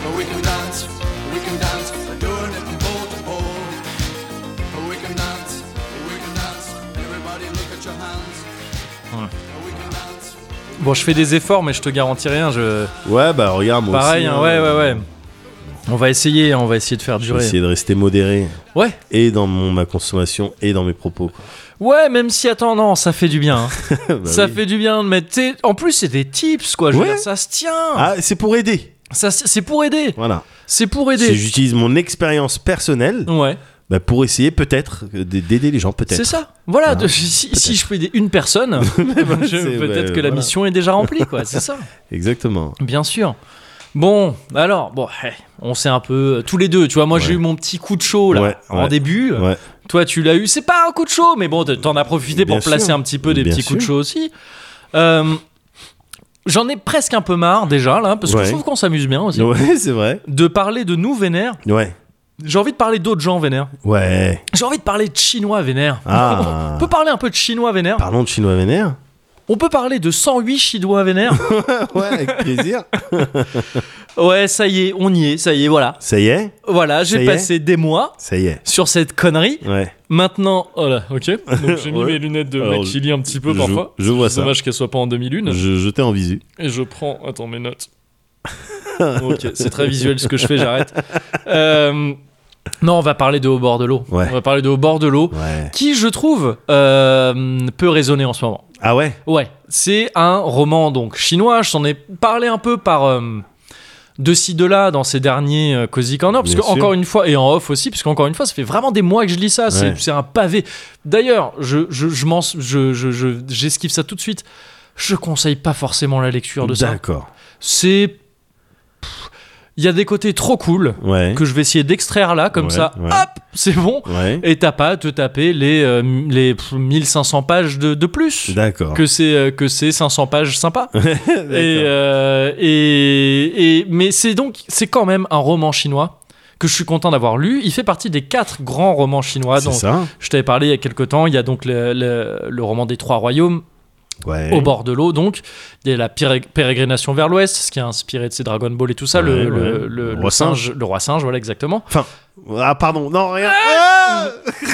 Speaker 3: But we can dance. We can dance. We're doing it from pole to pole. We can dance, we can dance, everybody look at your hands. We can dance.
Speaker 1: Bon, je fais des efforts, mais je te garantis rien. Je...
Speaker 2: Ouais, bah regarde, moi
Speaker 1: Pareil,
Speaker 2: aussi,
Speaker 1: hein,
Speaker 2: hein,
Speaker 1: ouais, ouais, ouais. On va essayer, hein, on va essayer de faire
Speaker 2: Je vais
Speaker 1: durer.
Speaker 2: essayer de rester modéré
Speaker 1: Ouais,
Speaker 2: et dans mon, ma consommation et dans mes propos.
Speaker 1: ouais, même si, attends, non, ça fait du bien. hein.
Speaker 2: Bah
Speaker 1: ça
Speaker 2: oui.
Speaker 1: fait du bien de mettre. t'sais, En plus, c'est des tips, quoi. Je veux
Speaker 2: Ouais.
Speaker 1: dire, ça se tient.
Speaker 2: Ah, c'est pour aider.
Speaker 1: Ça, se- c'est pour aider.
Speaker 2: Voilà.
Speaker 1: C'est pour
Speaker 2: Si
Speaker 1: aider.
Speaker 2: j'utilise mon expérience personnelle
Speaker 1: Ouais.
Speaker 2: bah, pour essayer peut-être euh, d'aider les gens, peut-être.
Speaker 1: C'est ça. Voilà,
Speaker 2: Hein,
Speaker 1: de- si, si je fais des- une personne, je-
Speaker 2: c'est-
Speaker 1: peut-être
Speaker 2: ouais,
Speaker 1: que la
Speaker 2: voilà.
Speaker 1: mission est déjà remplie, quoi. C'est ça.
Speaker 2: Exactement.
Speaker 1: Bien sûr. Bon, alors, bon, hey, on s'est un peu euh, tous les deux. Tu vois, moi j'ai
Speaker 2: Ouais.
Speaker 1: eu mon petit coup de chaud là
Speaker 2: Ouais,
Speaker 1: en
Speaker 2: ouais,
Speaker 1: début.
Speaker 2: Ouais.
Speaker 1: Toi, tu l'as eu. C'est pas un coup de chaud, mais bon, t- t'en as profité pour
Speaker 2: Bien sûr.
Speaker 1: placer un petit peu des
Speaker 2: Bien
Speaker 1: petits coups de
Speaker 2: sûr.
Speaker 1: chaud aussi. Euh, J'en ai presque un peu marre déjà là, parce que
Speaker 2: Ouais.
Speaker 1: je trouve qu'on s'amuse bien aussi.
Speaker 2: Ouais, c'est vrai.
Speaker 1: De parler de nous vénères,
Speaker 2: Ouais.
Speaker 1: j'ai envie de parler d'autres gens vénères.
Speaker 2: Ouais.
Speaker 1: J'ai envie de parler de chinois vénères.
Speaker 2: Ah.
Speaker 1: On peut parler un peu de chinois vénères.
Speaker 2: Parlons de chinois vénère.
Speaker 1: On peut parler de 108 chinois vénères.
Speaker 2: Ouais, avec plaisir.
Speaker 1: ouais, ça y est, on y est, ça y est, voilà.
Speaker 2: ça y est
Speaker 1: Voilà,
Speaker 2: Ça
Speaker 1: j'ai
Speaker 2: y est
Speaker 1: passé des mois
Speaker 2: Ça y est.
Speaker 1: sur cette connerie.
Speaker 2: Ouais.
Speaker 1: Maintenant, oh là, ok. Donc j'ai mis
Speaker 2: Ouais.
Speaker 1: mes lunettes de
Speaker 2: Alors,
Speaker 1: mec qui lit un petit peu
Speaker 2: je-
Speaker 1: parfois.
Speaker 2: je vois
Speaker 1: C'est
Speaker 2: ça.
Speaker 1: Dommage qu'elles soient pas en demi-lune.
Speaker 2: Je, je t'ai en visu.
Speaker 1: Et je prends, attends mes notes. ok, c'est très visuel ce que je fais, j'arrête. Euh, Non, on va parler de Au bord de l'eau.
Speaker 2: Ouais.
Speaker 1: On va parler de Au bord de l'eau,
Speaker 2: Ouais.
Speaker 1: qui, je trouve, euh, peut résonner en ce moment.
Speaker 2: Ah ouais
Speaker 1: Ouais, c'est un roman donc chinois. Je t'en ai parlé un peu par euh, de ci de là dans ces derniers euh, Cozy Corner, parce
Speaker 2: Bien
Speaker 1: que
Speaker 2: sûr.
Speaker 1: encore une fois et en off aussi, parce qu'encore une fois, ça fait vraiment des mois que je lis ça. C'est-
Speaker 2: Ouais.
Speaker 1: C'est un pavé. D'ailleurs, je je je m'en- je je- je- j'esquive ça tout de suite. Je conseille pas forcément la lecture de ça.
Speaker 2: D'accord.
Speaker 1: C'est pff, il y a des côtés trop cool
Speaker 2: Ouais.
Speaker 1: que je vais essayer d'extraire là comme
Speaker 2: Ouais,
Speaker 1: ça.
Speaker 2: ouais.
Speaker 1: Hop, c'est bon.
Speaker 2: Ouais.
Speaker 1: Et t'as pas à te taper les euh, m- les pff, 1500 pages de de plus
Speaker 2: D'accord.
Speaker 1: que c'est euh, que c'est 500 pages sympa et,
Speaker 2: D'accord.
Speaker 1: euh, et, et- mais c'est donc c'est quand même un roman chinois que je suis content d'avoir lu il fait partie des quatre grands romans chinois
Speaker 2: C'est
Speaker 1: dont
Speaker 2: ça
Speaker 1: je t'avais parlé il y a quelques temps il y a donc le, le- le roman des trois royaumes
Speaker 2: Ouais.
Speaker 1: au bord de l'eau donc il y a la péré- pérégrination vers l'ouest ce qui a inspiré de ces Dragon Ball et tout ça le,
Speaker 2: Ouais, ouais.
Speaker 1: le- le-
Speaker 2: Le
Speaker 1: le
Speaker 2: roi
Speaker 1: singe le roi singe voilà exactement
Speaker 2: Enfin. Ah pardon, non, rien.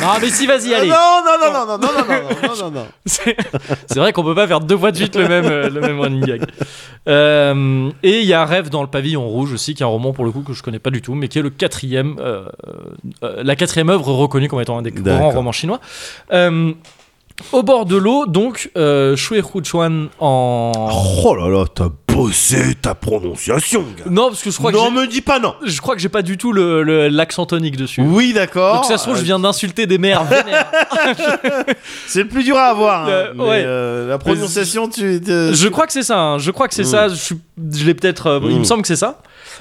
Speaker 1: ah mais si vas-y allez
Speaker 2: Non, non, non, non, non, non, non, non, non, non.
Speaker 1: C'est c'est vrai qu'on peut pas faire deux fois de suite le même, euh, le même running gag. Euh, et il y a Rêve dans le pavillon rouge aussi, qui est un roman pour le coup que je connais pas du tout, mais qui est le quatrième, euh, euh, la quatrième œuvre reconnue comme étant un des
Speaker 2: D'accord.
Speaker 1: grands romans chinois. Euh, au bord de l'eau, donc, euh, Shui Hu Chuan en.
Speaker 2: Oh là là, t'as bossé ta prononciation, gars.
Speaker 1: Non, parce que je crois que.
Speaker 2: Non,
Speaker 1: j'ai-
Speaker 2: me dis pas non.
Speaker 1: Je crois que j'ai pas du tout le- le- l'accent tonique dessus.
Speaker 2: Oui, d'accord.
Speaker 1: Donc ça se trouve, je viens d'insulter des mères vénères.
Speaker 2: C'est le plus dur à avoir. hein,
Speaker 1: Euh,
Speaker 2: mais,
Speaker 1: ouais.
Speaker 2: euh, la prononciation, tu. te-
Speaker 1: Je crois que c'est ça. hein. Je crois que c'est
Speaker 2: Mm.
Speaker 1: ça. Je, suis- je l'ai peut-être. euh, Il
Speaker 2: Mm.
Speaker 1: me semble que c'est ça.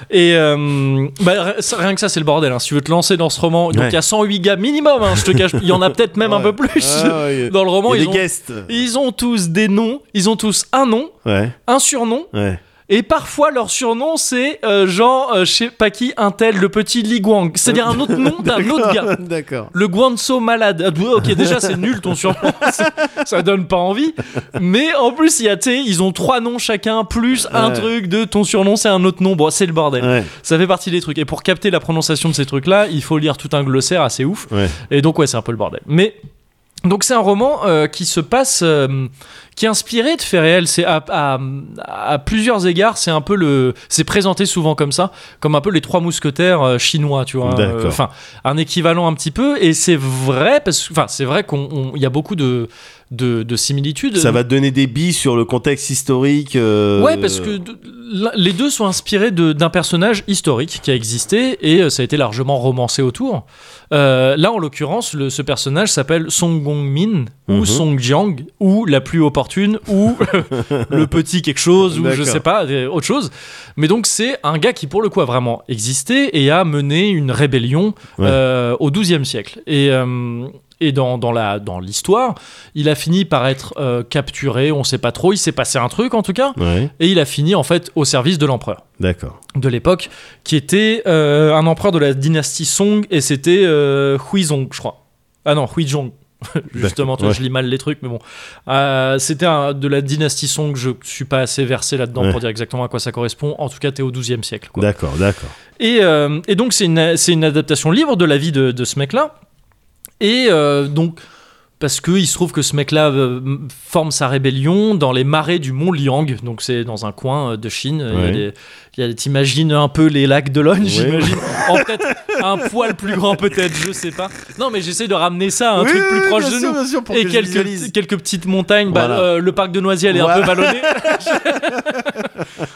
Speaker 1: Et euh, bah, r- rien que ça, c'est le bordel. hein. Si tu veux te lancer dans ce roman, donc il
Speaker 2: Ouais.
Speaker 1: y a 108 gars minimum. hein, je te cache. Il y en a peut-être même un
Speaker 2: Ouais.
Speaker 1: peu plus
Speaker 2: Ah, ouais.
Speaker 1: dans le roman.
Speaker 2: Il y a
Speaker 1: Ils
Speaker 2: des
Speaker 1: ont,
Speaker 2: guests.
Speaker 1: ils ont tous des noms. Ils ont tous un nom,
Speaker 2: Ouais,
Speaker 1: un surnom.
Speaker 2: ouais.
Speaker 1: Et parfois, leur surnom, c'est euh, genre, euh, je sais pas qui, un tel, le petit Li Guang. C'est-à-dire un autre nom d'un autre gars.
Speaker 2: D'accord.
Speaker 1: Le Guanzo malade. Ah, bah, Ok, déjà c'est nul ton surnom, ça- ça donne pas envie. Mais en plus, il y a, tu sais, ils ont trois noms chacun, plus un
Speaker 2: Ouais.
Speaker 1: truc de ton surnom, c'est un autre nom. Bon, c'est le bordel.
Speaker 2: Ouais,
Speaker 1: Ça fait partie des trucs. Et pour capter la prononciation de ces trucs-là, il faut lire tout un glossaire assez ouf.
Speaker 2: ouais.
Speaker 1: Et donc, ouais, c'est un peu le bordel. Mais. Donc c'est un roman euh, qui se passe, euh, qui est inspiré de faits réels. C'est à, à- à plusieurs égards, c'est un peu le, c'est présenté souvent comme ça, comme un peu les trois mousquetaires euh, chinois, tu vois.
Speaker 2: D'accord.
Speaker 1: Euh, Enfin, un équivalent un petit peu. Et c'est vrai parce que, enfin, c'est vrai qu'on, on- il y a beaucoup de de, de similitudes.
Speaker 2: Ça va te donner des billes sur le contexte historique. euh,
Speaker 1: Ouais, parce que de- l'un- les deux sont inspirés de- d'un personnage historique qui a existé et euh, ça a été largement romancé autour. Euh, là, en l'occurrence, le- ce personnage s'appelle Song Gongmin ou
Speaker 2: Mhm.
Speaker 1: Song Jiang ou la plus opportune ou le petit quelque chose ou je
Speaker 2: D'accord.
Speaker 1: sais pas, euh, autre chose. Mais donc, c'est un gars qui, pour le coup, a vraiment existé et a mené une rébellion
Speaker 2: Ouais.
Speaker 1: euh, au XIIe siècle. Et. euh, et dans, dans la- dans l'histoire, il a fini par être euh, capturé, on sait pas trop, il s'est passé un truc en tout cas,
Speaker 2: Ouais,
Speaker 1: et il a fini en fait au service de l'empereur
Speaker 2: d'accord.
Speaker 1: de l'époque, qui était euh, un empereur de la dynastie Song, et c'était euh, Huizong, je crois. Ah non, Huizhong. Justement, toi,
Speaker 2: ouais.
Speaker 1: je lis mal les trucs, mais bon. Euh, c'était un- de la dynastie Song, je suis pas assez versé là-dedans
Speaker 2: Ouais.
Speaker 1: pour dire exactement à quoi ça correspond. En tout cas, t'es au 12e siècle. Quoi.
Speaker 2: D'accord, d'accord.
Speaker 1: Et, euh, et donc, c'est une, c'est une adaptation libre de la vie de, de ce mec-là. Et euh, donc, parce qu'il se trouve que ce mec-là euh, m- forme sa rébellion dans les marais du mont Liang. Donc, c'est dans un coin euh, de Chine. Il y a
Speaker 2: Ouais.
Speaker 1: des- il y a- T'imagines un peu les lacs de l'One,
Speaker 2: Ouais.
Speaker 1: j'imagine. En peut-être un poil plus grand, peut-être, je sais pas. Non, mais j'essaie de ramener ça à un
Speaker 2: Oui,
Speaker 1: truc
Speaker 2: oui,
Speaker 1: plus
Speaker 2: oui,
Speaker 1: proche
Speaker 2: bien
Speaker 1: de
Speaker 2: sûr,
Speaker 1: nous.
Speaker 2: bien sûr, pour
Speaker 1: Et
Speaker 2: que je visualise.
Speaker 1: quelques, quelques petites montagnes. Bah,
Speaker 2: Voilà.
Speaker 1: euh, le parc de Noisiel est un
Speaker 2: Voilà.
Speaker 1: peu ballonné.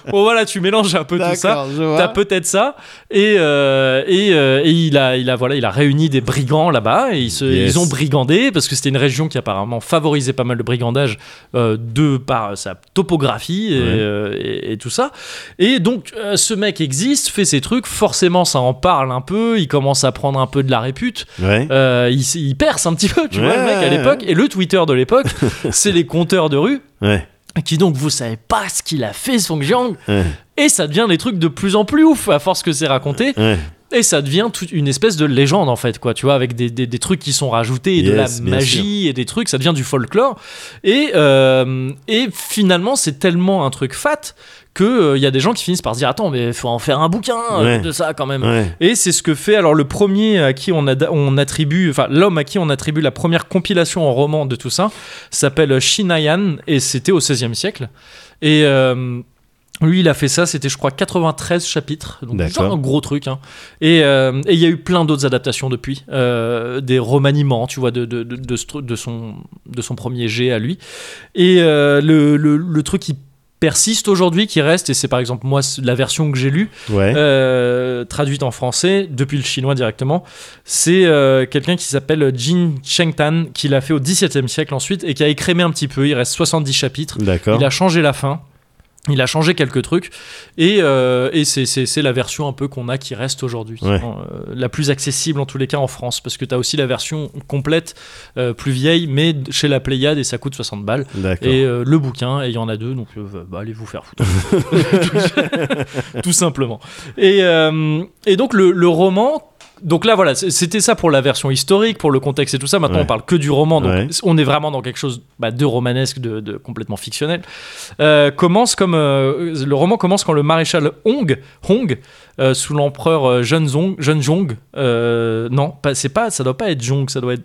Speaker 1: bon, voilà, tu mélanges un peu tout ça.
Speaker 2: D'accord, je vois.
Speaker 1: T'as peut-être ça. Et, euh, et, euh, et il, a, il, a, voilà, il a réuni des brigands là-bas et ils, se-
Speaker 2: Yes.
Speaker 1: ils ont brigandé parce que c'était une région qui apparemment favorisait pas mal le brigandage euh, de par euh, sa topographie et,
Speaker 2: Ouais.
Speaker 1: euh, et- et tout ça. Et donc euh, ce mec existe, fait ses trucs, forcément ça en parle un peu, il commence à prendre un peu de la répute,
Speaker 2: Ouais.
Speaker 1: Euh, il, s- il perce un petit peu, tu vois, le mec à
Speaker 2: Ouais.
Speaker 1: l'époque. Et le Twitter de l'époque, c'est les compteurs de rue
Speaker 2: Ouais.
Speaker 1: qui donc vous savez pas ce qu'il a fait Song Jiang
Speaker 2: Ouais.
Speaker 1: et ça devient des trucs de plus en plus ouf à force que c'est raconté
Speaker 2: Ouais.
Speaker 1: et ça devient toute une espèce de légende en fait quoi tu vois avec des, des- des trucs qui sont rajoutés et de
Speaker 2: Yes,
Speaker 1: la
Speaker 2: bien
Speaker 1: magie et des trucs ça devient du folklore et euh, et finalement c'est tellement un truc fat que euh, il y a des gens qui finissent par se dire attends mais faut en faire un bouquin euh,
Speaker 2: Ouais.
Speaker 1: de ça quand même
Speaker 2: Ouais.
Speaker 1: et c'est ce que fait alors le premier à qui on, ad- on attribue, enfin l'homme à qui on attribue la première compilation en roman de tout ça s'appelle Shinayan et c'était au XVIe siècle. Et euh, Lui, il a fait ça, c'était je crois 93 chapitres, donc
Speaker 2: D'accord.
Speaker 1: genre un gros truc. hein. Et euh, et il y a eu plein d'autres adaptations depuis, euh, des remaniements, tu vois, de, de, de, de ce tru- de son, de son premier jet à lui. Et euh, le, le- le truc qui persiste aujourd'hui, qui reste, et c'est par exemple moi c- la version que j'ai lue,
Speaker 2: Ouais.
Speaker 1: euh, traduite en français, depuis le chinois directement, c'est euh, quelqu'un qui s'appelle Jin Chengtan, qui l'a fait au XVIIe siècle ensuite, et qui a écrémé un petit peu, il reste 70 chapitres.
Speaker 2: D'accord.
Speaker 1: euh, Il a changé la fin. Il a changé quelques trucs et, euh, et c'est- c'est c'est la version un peu qu'on a qui reste aujourd'hui,
Speaker 2: Ouais.
Speaker 1: Euh, la plus accessible en tous les cas en France, parce que tu as aussi la version complète, euh, plus vieille, mais d- chez la Pléiade et ça coûte 60 balles.
Speaker 2: D'accord.
Speaker 1: Et euh, le bouquin, et il y en a deux, donc euh, bah, allez vous faire foutre. Tout simplement. Et, euh, et donc le, le roman, donc là voilà, c- c'était ça pour la version historique, pour le contexte et tout ça. Maintenant
Speaker 2: Ouais.
Speaker 1: on parle que du roman, donc
Speaker 2: Ouais.
Speaker 1: on est vraiment dans quelque chose bah, de romanesque, de, de complètement fictionnel. Euh, commence comme, euh, le roman commence quand le maréchal Hong, Hong euh, sous l'empereur euh, Jeune Zong, Jeune Jong, euh, non, pas- c'est pas, ça doit pas être Jong, ça doit être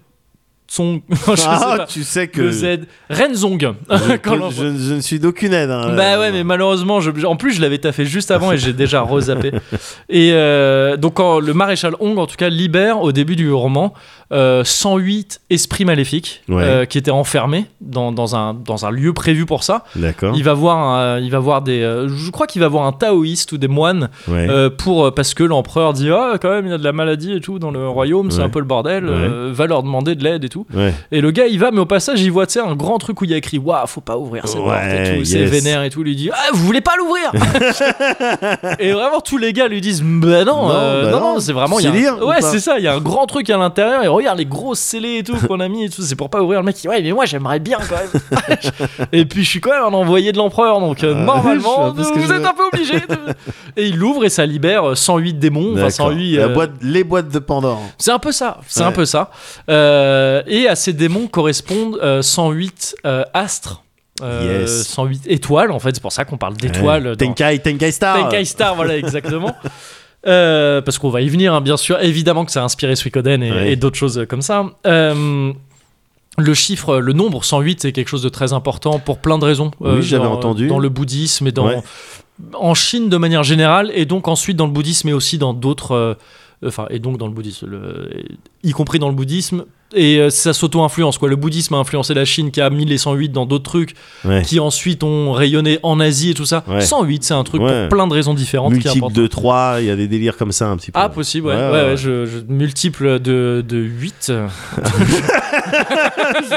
Speaker 1: Song, je sais
Speaker 2: Ah,
Speaker 1: pas.
Speaker 2: tu sais que
Speaker 1: Le Z, Renzong.
Speaker 2: je,
Speaker 1: Quand l'on-
Speaker 2: je- je ne suis d'aucune aide. hein.
Speaker 1: bah ouais, mais malheureusement, je- en plus je l'avais taffé juste avant et j'ai déjà rezappé. Et euh, donc quand le maréchal Hong, en tout cas, libère au début du roman euh, 108 esprits maléfiques
Speaker 2: Ouais.
Speaker 1: euh, qui étaient enfermés dans, dans un, dans un lieu prévu pour ça.
Speaker 2: D'accord.
Speaker 1: Il va voir, un- il va voir des, euh, je crois qu'il va voir un taoïste ou des moines
Speaker 2: Ouais.
Speaker 1: euh, pour euh, parce que l'empereur dit ah quand même il y a de la maladie et tout dans le royaume, c'est
Speaker 2: Ouais.
Speaker 1: un peu le bordel.
Speaker 2: Ouais.
Speaker 1: euh, va leur demander de l'aide et tout.
Speaker 2: ouais.
Speaker 1: Et le gars, il va, mais au passage, il voit, tu sais, un grand truc où il y a écrit Waouh, faut pas ouvrir cette
Speaker 2: Ouais,
Speaker 1: porte et tout. C'est
Speaker 2: yes.
Speaker 1: vénère et tout. Il lui dit Ah, vous voulez pas l'ouvrir Et vraiment, tous les gars lui disent Bah non,
Speaker 2: Non,
Speaker 1: euh,
Speaker 2: bah
Speaker 1: non,
Speaker 2: non,
Speaker 1: non, c'est vraiment.
Speaker 2: tu
Speaker 1: il y a
Speaker 2: sais
Speaker 1: un-
Speaker 2: lire ou
Speaker 1: Ouais,
Speaker 2: pas
Speaker 1: c'est ça, il y a un grand truc à l'intérieur. Et regarde les grosses scellés et tout qu'on a mis et tout. C'est pour pas ouvrir le mec. Il dit, Ouais, mais moi, j'aimerais bien quand même. et puis, je suis quand même un envoyé de l'empereur, donc euh,
Speaker 2: Ah, je
Speaker 1: normalement,
Speaker 2: vois pas ce que
Speaker 1: vous
Speaker 2: je
Speaker 1: êtes
Speaker 2: veux.
Speaker 1: un peu obligé. Et il l'ouvre et ça libère euh, 108 démons. Enfin,
Speaker 2: D'accord.
Speaker 1: 108.
Speaker 2: La
Speaker 1: euh,
Speaker 2: boîte- les boîtes de Pandore.
Speaker 1: c'est un peu ça, c'est
Speaker 2: Ouais.
Speaker 1: un peu ça. Euh, et à ces démons correspondent euh, 108 euh, astres, euh,
Speaker 2: Yes.
Speaker 1: 108 étoiles en fait, c'est pour ça qu'on parle d'étoiles.
Speaker 2: Ouais.
Speaker 1: dans-
Speaker 2: Tenkai, Tenkai Star.
Speaker 1: Tenkai Star, voilà exactement. Euh, parce qu'on va y venir, hein, bien sûr. Évidemment que ça a inspiré Suikoden et,
Speaker 2: Ouais.
Speaker 1: et d'autres choses comme ça. Euh, le chiffre, le nombre 108, c'est quelque chose de très important pour plein de raisons. euh,
Speaker 2: Oui, j'avais
Speaker 1: dans-
Speaker 2: entendu.
Speaker 1: Dans le bouddhisme et dans
Speaker 2: Ouais.
Speaker 1: en Chine de manière générale, et donc ensuite dans le bouddhisme, mais aussi dans d'autres. euh, Enfin, et donc dans le bouddhisme, le- y compris dans le bouddhisme. Et euh, ça s'auto-influence, quoi. Le bouddhisme a influencé la Chine qui a mis les 108 dans d'autres trucs,
Speaker 2: Ouais.
Speaker 1: qui ensuite ont rayonné en Asie et tout ça.
Speaker 2: Ouais.
Speaker 1: 108, c'est un truc
Speaker 2: Ouais.
Speaker 1: pour plein de raisons différentes qui est
Speaker 2: Multiple
Speaker 1: important.
Speaker 2: de 3, il y a des délires comme ça un petit peu.
Speaker 1: Ah, possible, ouais.
Speaker 2: Ouais,
Speaker 1: Ouais,
Speaker 2: ouais,
Speaker 1: ouais,
Speaker 2: ouais.
Speaker 1: Je, je- multiple de, de 8,
Speaker 2: je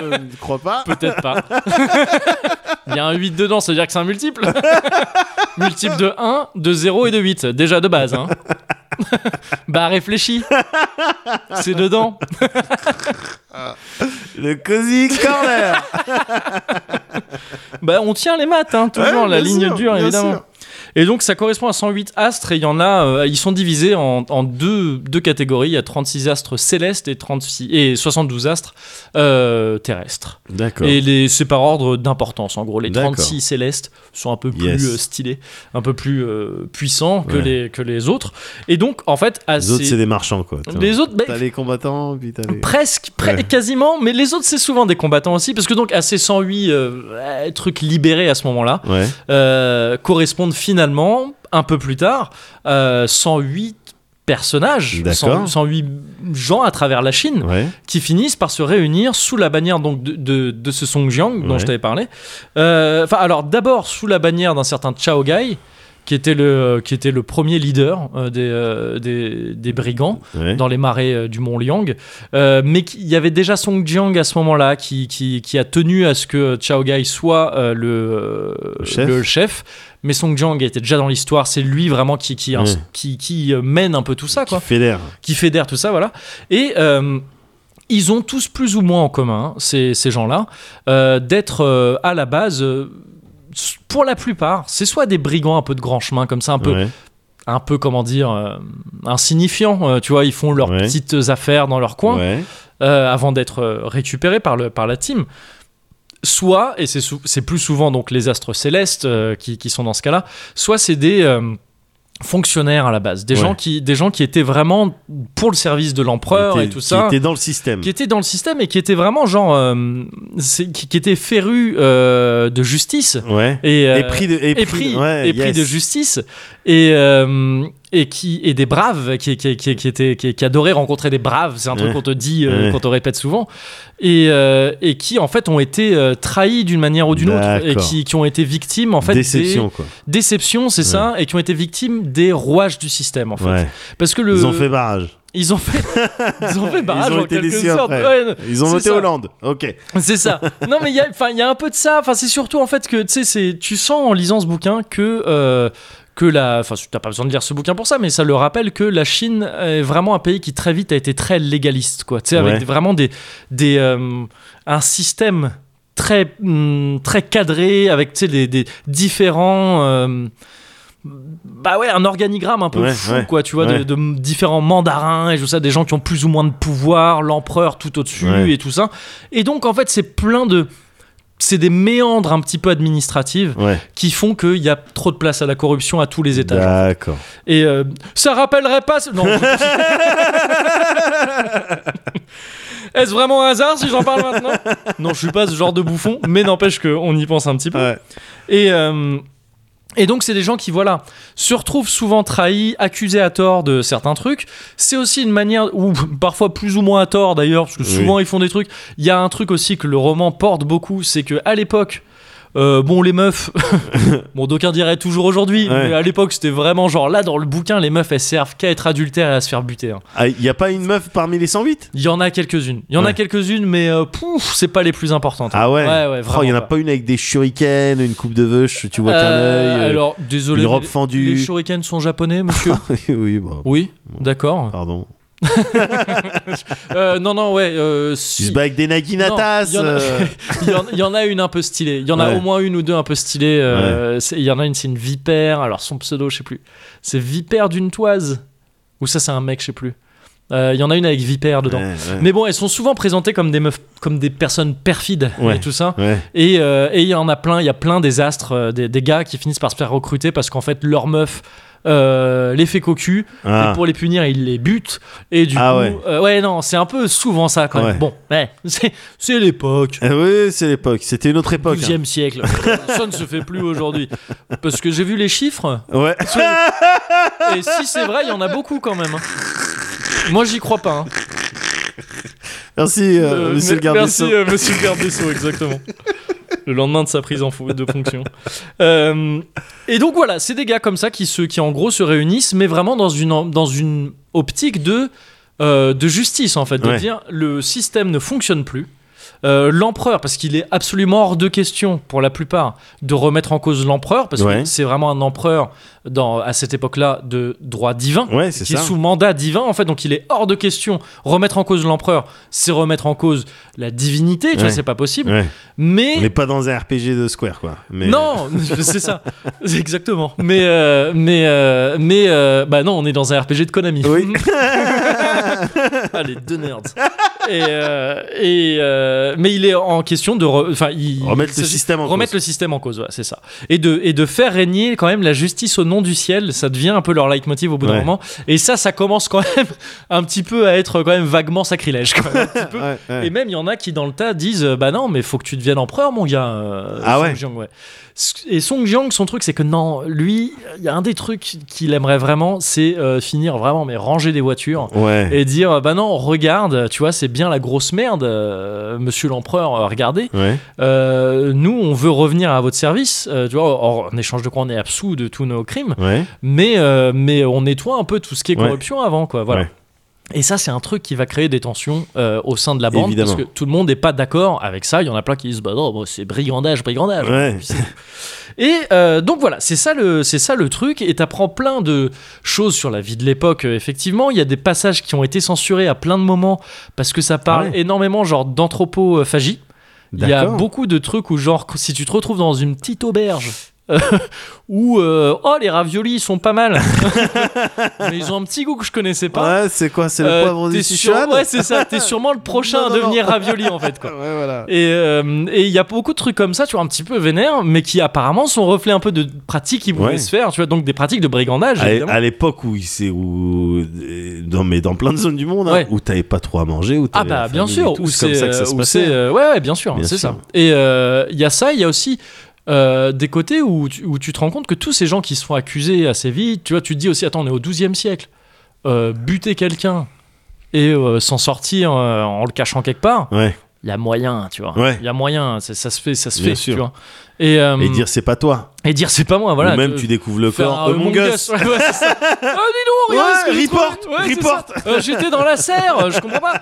Speaker 2: ne crois pas.
Speaker 1: peut-être pas. Il y a un 8 dedans, ça veut dire que c'est un multiple. multiple de 1, de 0 et de 8, déjà de base. Hein. bah réfléchis, c'est dedans.
Speaker 2: Le Cozy Corner.
Speaker 1: Bah on tient les maths, hein, toujours,
Speaker 2: Ouais,
Speaker 1: la
Speaker 2: bien
Speaker 1: ligne
Speaker 2: sûr,
Speaker 1: dure
Speaker 2: bien
Speaker 1: évidemment.
Speaker 2: sûr.
Speaker 1: Et donc ça correspond à 108 astres et il y en a, euh, ils sont divisés en, en deux, deux catégories. Il y a 36 astres célestes et, 36, et 72 astres euh, terrestres.
Speaker 2: D'accord.
Speaker 1: Et les, c'est par ordre d'importance en gros. Les
Speaker 2: D'accord.
Speaker 1: 36 célestes sont un peu plus
Speaker 2: Yes.
Speaker 1: euh, stylés, un peu plus euh, puissants que,
Speaker 2: Ouais.
Speaker 1: les, que les autres. Et donc en fait, à
Speaker 2: Les autres,
Speaker 1: ces-
Speaker 2: c'est des marchands quoi.
Speaker 1: les autres, bah,
Speaker 2: T'as les combattants, puis t'as les.
Speaker 1: Presque, pre-
Speaker 2: Ouais.
Speaker 1: quasiment, mais les autres c'est souvent des combattants aussi, parce que donc à ces 108 euh, euh, trucs libérés à ce moment-là,
Speaker 2: Ouais.
Speaker 1: euh, correspondent finalement, un peu plus tard, euh, 108 personnages,
Speaker 2: D'accord.
Speaker 1: 100 108 gens à travers la Chine,
Speaker 2: Ouais.
Speaker 1: qui finissent par se réunir sous la bannière donc de, de, de ce Songjiang dont
Speaker 2: Ouais.
Speaker 1: je t'avais parlé. Euh, Enfin, alors d'abord sous la bannière d'un certain Chao Gai, qui était le, qui était le premier leader euh, des, euh, des, des brigands
Speaker 2: Ouais.
Speaker 1: dans les marais euh, du mont Liang. Euh, mais il y avait déjà Song Jiang à ce moment-là qui, qui, qui a tenu à ce que Chao Gai soit euh, le, euh,
Speaker 2: Le chef.
Speaker 1: chef. Mais Song Jiang était déjà dans l'histoire, c'est lui vraiment qui, qui,
Speaker 2: Ouais.
Speaker 1: qui, qui, euh, mène un peu tout ça. Quoi
Speaker 2: Qui fédère.
Speaker 1: qui fédèrent tout ça, voilà. Et euh, ils ont tous plus ou moins en commun, hein, ces, ces gens-là, euh, d'être euh, à la base, euh, s- pour la plupart, c'est soit des brigands un peu de grand chemin, comme ça, un peu,
Speaker 2: Ouais.
Speaker 1: un peu comment dire, euh, insignifiants, euh, tu vois, ils font leurs
Speaker 2: Ouais.
Speaker 1: petites affaires dans leur coin,
Speaker 2: Ouais.
Speaker 1: euh, avant d'être euh, récupérés par, le, par la team. Soit, et c'est sou- c'est plus souvent donc les astres célestes euh, qui, qui sont dans ce cas-là, soit c'est des, euh, fonctionnaires à la base, des
Speaker 2: Ouais.
Speaker 1: gens qui, des gens qui étaient vraiment pour le service de l'empereur et tout ça,
Speaker 2: Qui était dans le système.
Speaker 1: qui étaient dans le système et qui étaient vraiment genre, euh, c'est- qui, qui étaient férus euh, de justice
Speaker 2: Ouais.
Speaker 1: et, euh,
Speaker 2: et pris de, et
Speaker 1: et
Speaker 2: pris-
Speaker 1: pris,
Speaker 2: ouais,
Speaker 1: et pris
Speaker 2: yes.
Speaker 1: de justice et euh, et qui et des braves qui qui qui, qui étaient qui, qui adoraient rencontrer des braves c'est un truc
Speaker 2: Ouais.
Speaker 1: qu'on te dit euh,
Speaker 2: Ouais.
Speaker 1: qu'on te répète souvent et euh, et qui en fait ont été euh, trahis d'une manière ou d'une autre et
Speaker 2: D'accord.
Speaker 1: qui, qui ont été victimes en fait
Speaker 2: Déception, quoi.
Speaker 1: des déceptions c'est ça et qui ont été victimes des rouages du système en fait
Speaker 2: Ouais.
Speaker 1: parce que le
Speaker 2: Ils ont fait barrage.
Speaker 1: ils ont fait ils ont fait barrage
Speaker 2: Ils ont
Speaker 1: en
Speaker 2: été
Speaker 1: quelque
Speaker 2: déçus
Speaker 1: sorte
Speaker 2: après.
Speaker 1: Ouais,
Speaker 2: Ils ont
Speaker 1: c'est
Speaker 2: voté
Speaker 1: ça.
Speaker 2: Hollande. Ok.
Speaker 1: C'est ça. Non, mais il y a, enfin, il y a un peu de ça. Enfin, c'est surtout en fait que tu sais, c'est, tu sens en lisant ce bouquin que euh, que la, enfin, t'as pas besoin de lire ce bouquin pour ça, mais ça le rappelle que la Chine est vraiment un pays qui très vite a été très légaliste, quoi. Tu sais, avec
Speaker 2: Ouais.
Speaker 1: vraiment des des euh, un système très hum, très cadré avec tu sais des, des différents euh, bah ouais un organigramme un peu
Speaker 2: Ouais,
Speaker 1: fou
Speaker 2: ouais,
Speaker 1: quoi tu vois de-
Speaker 2: ouais.
Speaker 1: de, différents mandarins et tout ça des gens qui ont plus ou moins de pouvoir l'empereur tout au-dessus
Speaker 2: Ouais.
Speaker 1: et tout ça et donc en fait c'est plein de c'est des méandres un petit peu administratives
Speaker 2: Ouais.
Speaker 1: qui font qu'il y a trop de place à la corruption à tous
Speaker 2: Bah.
Speaker 1: les étages.
Speaker 2: D'accord.
Speaker 1: Et euh, ça rappellerait pas. ce- Non. Est-ce vraiment un hasard si j'en parle maintenant Non, je suis pas ce genre de bouffon, mais n'empêche qu'on y pense un petit peu.
Speaker 2: Ouais.
Speaker 1: Et, euh, et donc, c'est des gens qui, voilà, se retrouvent souvent trahis, accusés à tort de certains trucs. C'est aussi une manière, ou parfois plus ou moins à tort d'ailleurs, parce que
Speaker 2: Oui.
Speaker 1: souvent ils font des trucs. Il y a un truc aussi que le roman porte beaucoup, c'est que à l'époque. euh, bon, les meufs, bon, d'aucuns diraient toujours aujourd'hui,
Speaker 2: Ouais.
Speaker 1: mais à l'époque c'était vraiment genre là dans le bouquin, les meufs elles servent qu'à être adultères et à se faire buter. hein.
Speaker 2: Ah, Il n'y a pas une meuf parmi les 108
Speaker 1: Il y en a quelques-unes, il y en a
Speaker 2: Ouais.
Speaker 1: quelques-unes, mais euh, pouf, c'est pas les plus importantes. hein.
Speaker 2: Ah ouais.
Speaker 1: ouais, ouais,
Speaker 2: Oh, il n'y en a
Speaker 1: vraiment
Speaker 2: pas une avec des shurikens, une coupe de veuche, tu vois qu'un
Speaker 1: Euh,
Speaker 2: œil. euh,
Speaker 1: Alors, désolé.
Speaker 2: une
Speaker 1: mais
Speaker 2: robe
Speaker 1: les-
Speaker 2: fendue.
Speaker 1: Les shurikens sont japonais, monsieur
Speaker 2: oui, bon,
Speaker 1: Oui, d'accord.
Speaker 2: pardon.
Speaker 1: Euh, non, non, ouais. Euh, si.
Speaker 2: Tu se bats avec des
Speaker 1: Non,
Speaker 2: naginatas.
Speaker 1: Il y en a-
Speaker 2: euh,
Speaker 1: il y en- il y, en a une un peu stylée. Il y en a
Speaker 2: Ouais.
Speaker 1: au moins une ou deux un peu stylées. euh, c'est- Il y en a une, c'est une vipère. Alors, son pseudo, je sais plus. C'est vipère d'une toise. Ou ça, c'est un mec, je sais plus. Euh, Il y en a une avec vipère dedans.
Speaker 2: ouais, ouais.
Speaker 1: Mais bon, elles sont souvent présentées comme des meufs, comme des personnes perfides
Speaker 2: Ouais.
Speaker 1: et tout ça.
Speaker 2: Ouais.
Speaker 1: Et euh, et il y en a plein, il y a plein des astres, euh, des, des gars qui finissent par se faire recruter parce qu'en fait leur meuf euh, les fait cocu
Speaker 2: Ah.
Speaker 1: et pour les punir ils les butent et du
Speaker 2: Ah
Speaker 1: coup
Speaker 2: ouais.
Speaker 1: euh, ouais non c'est un peu souvent ça quand même
Speaker 2: Ouais.
Speaker 1: bon ouais, c'est c'est l'époque
Speaker 2: Euh, oui, c'est l'époque. hein. C'était une autre époque.
Speaker 1: 12 e siècle ça ne se fait plus aujourd'hui parce que j'ai vu les chiffres
Speaker 2: hein. Ouais.
Speaker 1: et si c'est vrai il y en a beaucoup quand même hein. moi j'y crois pas hein.
Speaker 2: Merci, euh,
Speaker 1: Euh,
Speaker 2: monsieur
Speaker 1: me-
Speaker 2: le garde des
Speaker 1: merci,
Speaker 2: Sceaux.
Speaker 1: euh, monsieur le garde des Sceaux, exactement. Le lendemain de sa prise en fo- de fonction. Euh, et donc voilà, c'est des gars comme ça qui, se, qui en gros se réunissent, mais vraiment dans une, en- dans une optique de, euh, de justice en fait, de
Speaker 2: Ouais.
Speaker 1: dire le système ne fonctionne plus. Euh, l'empereur, parce qu'il est absolument hors de question pour la plupart de remettre en cause l'empereur, parce
Speaker 2: Ouais.
Speaker 1: que c'est vraiment un empereur dans, à cette époque-là de droit divin
Speaker 2: Ouais, c'est
Speaker 1: euh, qui est
Speaker 2: ça.
Speaker 1: sous mandat divin en fait donc il est hors de question remettre en cause l'empereur c'est remettre en cause la divinité tu vois
Speaker 2: Ouais.
Speaker 1: c'est pas possible
Speaker 2: Ouais. On n'est
Speaker 1: mais
Speaker 2: pas dans un RPG de Square, quoi. Mais...
Speaker 1: non c'est ça C'est exactement mais euh, mais euh, mais euh, bah non on est dans un RPG de Konami
Speaker 2: Oui.
Speaker 1: ah les deux nerds et, euh, et euh, mais il est en question de re- enfin il-
Speaker 2: Remettre le
Speaker 1: il s'agit-
Speaker 2: système en
Speaker 1: remettre le
Speaker 2: cause.
Speaker 1: système en cause ouais, c'est ça et de et de faire régner quand même la justice au nom du ciel ça devient un peu leur leitmotiv au bout d'un
Speaker 2: Ouais.
Speaker 1: moment et ça ça commence quand même un petit peu à être quand même vaguement sacrilège quand même.
Speaker 2: Ouais, ouais.
Speaker 1: et même il y en a qui dans le tas disent euh, bah non mais faut que tu deviennes empereur mon gars euh,
Speaker 2: Ah
Speaker 1: Song
Speaker 2: ouais.
Speaker 1: Jiang, S- et Song Jiang son truc c'est que non lui il y a un des trucs qu'il aimerait vraiment c'est euh, finir vraiment mais ranger des voitures
Speaker 2: Ouais.
Speaker 1: et dire bah non regarde tu vois c'est bien la grosse merde euh, monsieur l'empereur euh, regardez
Speaker 2: Ouais.
Speaker 1: euh, nous on veut revenir à votre service euh, tu vois or, en échange de quoi on est absous de tous nos crimes
Speaker 2: Ouais.
Speaker 1: mais euh, mais on nettoie un peu tout ce qui est
Speaker 2: Ouais.
Speaker 1: corruption avant quoi voilà
Speaker 2: Ouais.
Speaker 1: et ça, c'est un truc qui va créer des tensions euh, au sein de la bande,
Speaker 2: Évidemment.
Speaker 1: parce que tout le monde n'est pas d'accord avec ça. Il y en a plein qui disent, bah non, bon, c'est brigandage, brigandage.
Speaker 2: Ouais.
Speaker 1: Et euh, donc voilà, c'est ça le c'est ça le truc. Et t'apprends plein de choses sur la vie de l'époque. euh, effectivement, il y a des passages qui ont été censurés à plein de moments parce que ça parle
Speaker 2: Ah ouais.
Speaker 1: énormément genre d'anthropophagie. Il y a
Speaker 2: D'accord.
Speaker 1: beaucoup de trucs où genre si tu te retrouves dans une petite auberge euh, où euh, oh les raviolis ils sont pas mal, mais ils ont un petit goût que je connaissais pas.
Speaker 2: Ouais, c'est quoi C'est le
Speaker 1: Euh,
Speaker 2: poivre
Speaker 1: t'es
Speaker 2: de
Speaker 1: sûr-
Speaker 2: Sichuan
Speaker 1: Ouais, c'est ça. T'es sûrement le prochain
Speaker 2: Non, non,
Speaker 1: à
Speaker 2: non.
Speaker 1: devenir ravioli en fait quoi.
Speaker 2: Ouais, voilà.
Speaker 1: Et euh, et il y a beaucoup de trucs comme ça, tu vois, un petit peu vénères, mais qui apparemment sont reflets un peu de pratiques qui pouvaient
Speaker 2: Ouais.
Speaker 1: se faire, tu vois, donc des pratiques de brigandage.
Speaker 2: À,
Speaker 1: évidemment.
Speaker 2: Ah, à l'époque où il s'est où euh, dans mais dans plein de zones du monde hein,
Speaker 1: Ouais.
Speaker 2: où t'avais pas trop à manger où
Speaker 1: Ah
Speaker 2: t'avais la
Speaker 1: bah bien
Speaker 2: famine et
Speaker 1: sûr,
Speaker 2: tout,
Speaker 1: ou
Speaker 2: c'est comme
Speaker 1: c'est
Speaker 2: ça que ça
Speaker 1: euh,
Speaker 2: se
Speaker 1: ou
Speaker 2: passait. hein.
Speaker 1: c'est, euh, ouais, ouais bien sûr,
Speaker 2: Bien
Speaker 1: c'est
Speaker 2: sûr.
Speaker 1: ça. Et euh, il y a ça, il y a aussi euh, des côtés où tu, où tu te rends compte que tous ces gens qui se font accuser assez vite, tu vois, tu te dis aussi attends, on est au 12e siècle. Euh, buter quelqu'un et euh, s'en sortir euh, en le cachant quelque part,
Speaker 2: Ouais.
Speaker 1: il y a moyen, tu vois. Il
Speaker 2: Ouais.
Speaker 1: y a moyen, c'est- ça se fait, ça se
Speaker 2: Bien
Speaker 1: fait,
Speaker 2: sûr.
Speaker 1: tu vois. Et, euh,
Speaker 2: Et dire c'est pas toi.
Speaker 1: et dire c'est pas moi, voilà.
Speaker 2: Ou même
Speaker 1: de-
Speaker 2: tu découvres le
Speaker 1: faire
Speaker 2: corps
Speaker 1: un
Speaker 2: de mon gosse.
Speaker 1: Ouais, ouais, c'est ça. oh, dis donc, regarde
Speaker 2: Ouais,
Speaker 1: ce que j'ai
Speaker 2: report,
Speaker 1: trouvé. Ouais, c'est
Speaker 2: report.
Speaker 1: ça. Euh, J'étais dans la serre, euh, je comprends pas.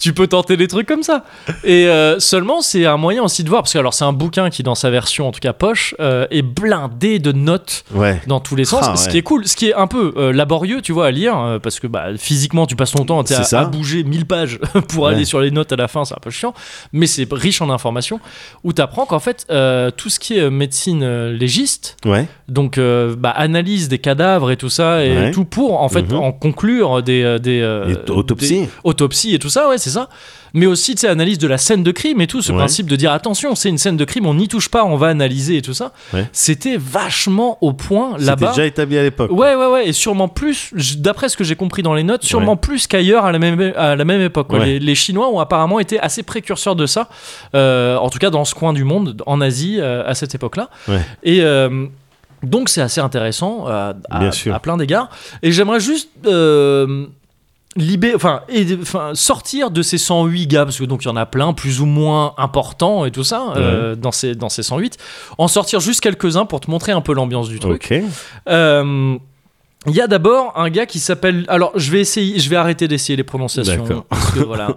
Speaker 1: tu peux tenter des trucs comme ça. Et euh, seulement, c'est un moyen aussi de voir, parce que alors c'est un bouquin qui, dans sa version en tout cas poche, euh, est blindé de notes
Speaker 2: Ouais.
Speaker 1: dans tous les sens,
Speaker 2: Ah,
Speaker 1: ce
Speaker 2: ouais.
Speaker 1: qui est cool, ce qui est un peu euh, laborieux, tu vois, à lire, euh, parce que bah, physiquement, tu passes ton temps tu sais,
Speaker 2: C'est
Speaker 1: à,
Speaker 2: ça.
Speaker 1: à bouger 1000 pages pour
Speaker 2: Ouais.
Speaker 1: aller sur les notes à la fin, c'est un peu chiant, mais c'est riche en informations, où tu apprends qu'en fait, euh, tout ce qui est euh, médecine euh, légiste,
Speaker 2: Ouais.
Speaker 1: donc euh, bah, analyse des cadavres et tout ça, et
Speaker 2: Ouais.
Speaker 1: tout pour en fait
Speaker 2: Mhm.
Speaker 1: en conclure des, euh, des, euh,
Speaker 2: Et autopsie.
Speaker 1: des autopsies et tout ça, ouais, c'est ça. Mais aussi, tu sais, analyse de la scène de crime et tout, ce
Speaker 2: Ouais.
Speaker 1: principe de dire attention, c'est une scène de crime, on n'y touche pas, on va analyser et tout ça.
Speaker 2: Ouais.
Speaker 1: C'était vachement au point
Speaker 2: C'était
Speaker 1: là-bas.
Speaker 2: déjà établi à l'époque.
Speaker 1: Ouais, ouais, ouais, et sûrement plus, j- d'après ce que j'ai compris dans les notes, sûrement
Speaker 2: Ouais.
Speaker 1: plus qu'ailleurs à, la même- à la même époque. quoi.
Speaker 2: Ouais.
Speaker 1: Les, les Chinois ont apparemment été assez précurseurs de ça, euh, en tout cas dans ce coin du monde, en Asie, euh, à cette époque-là.
Speaker 2: Ouais.
Speaker 1: Et. euh, donc c'est assez intéressant euh, à,
Speaker 2: Bien sûr.
Speaker 1: à plein d'égards. Et j'aimerais juste euh, libé- enfin, aider- enfin, sortir de ces 108 gars, parce que donc il y en a plein, plus ou moins importants et tout ça, euh, dans, ces, dans ces 108. En sortir juste quelques-uns pour te montrer un peu l'ambiance du truc.
Speaker 2: Ok.
Speaker 1: Euh, Il y a d'abord un gars qui s'appelle. Alors, je vais essayer, je vais arrêter d'essayer les prononciations.
Speaker 2: D'accord.
Speaker 1: Parce que voilà.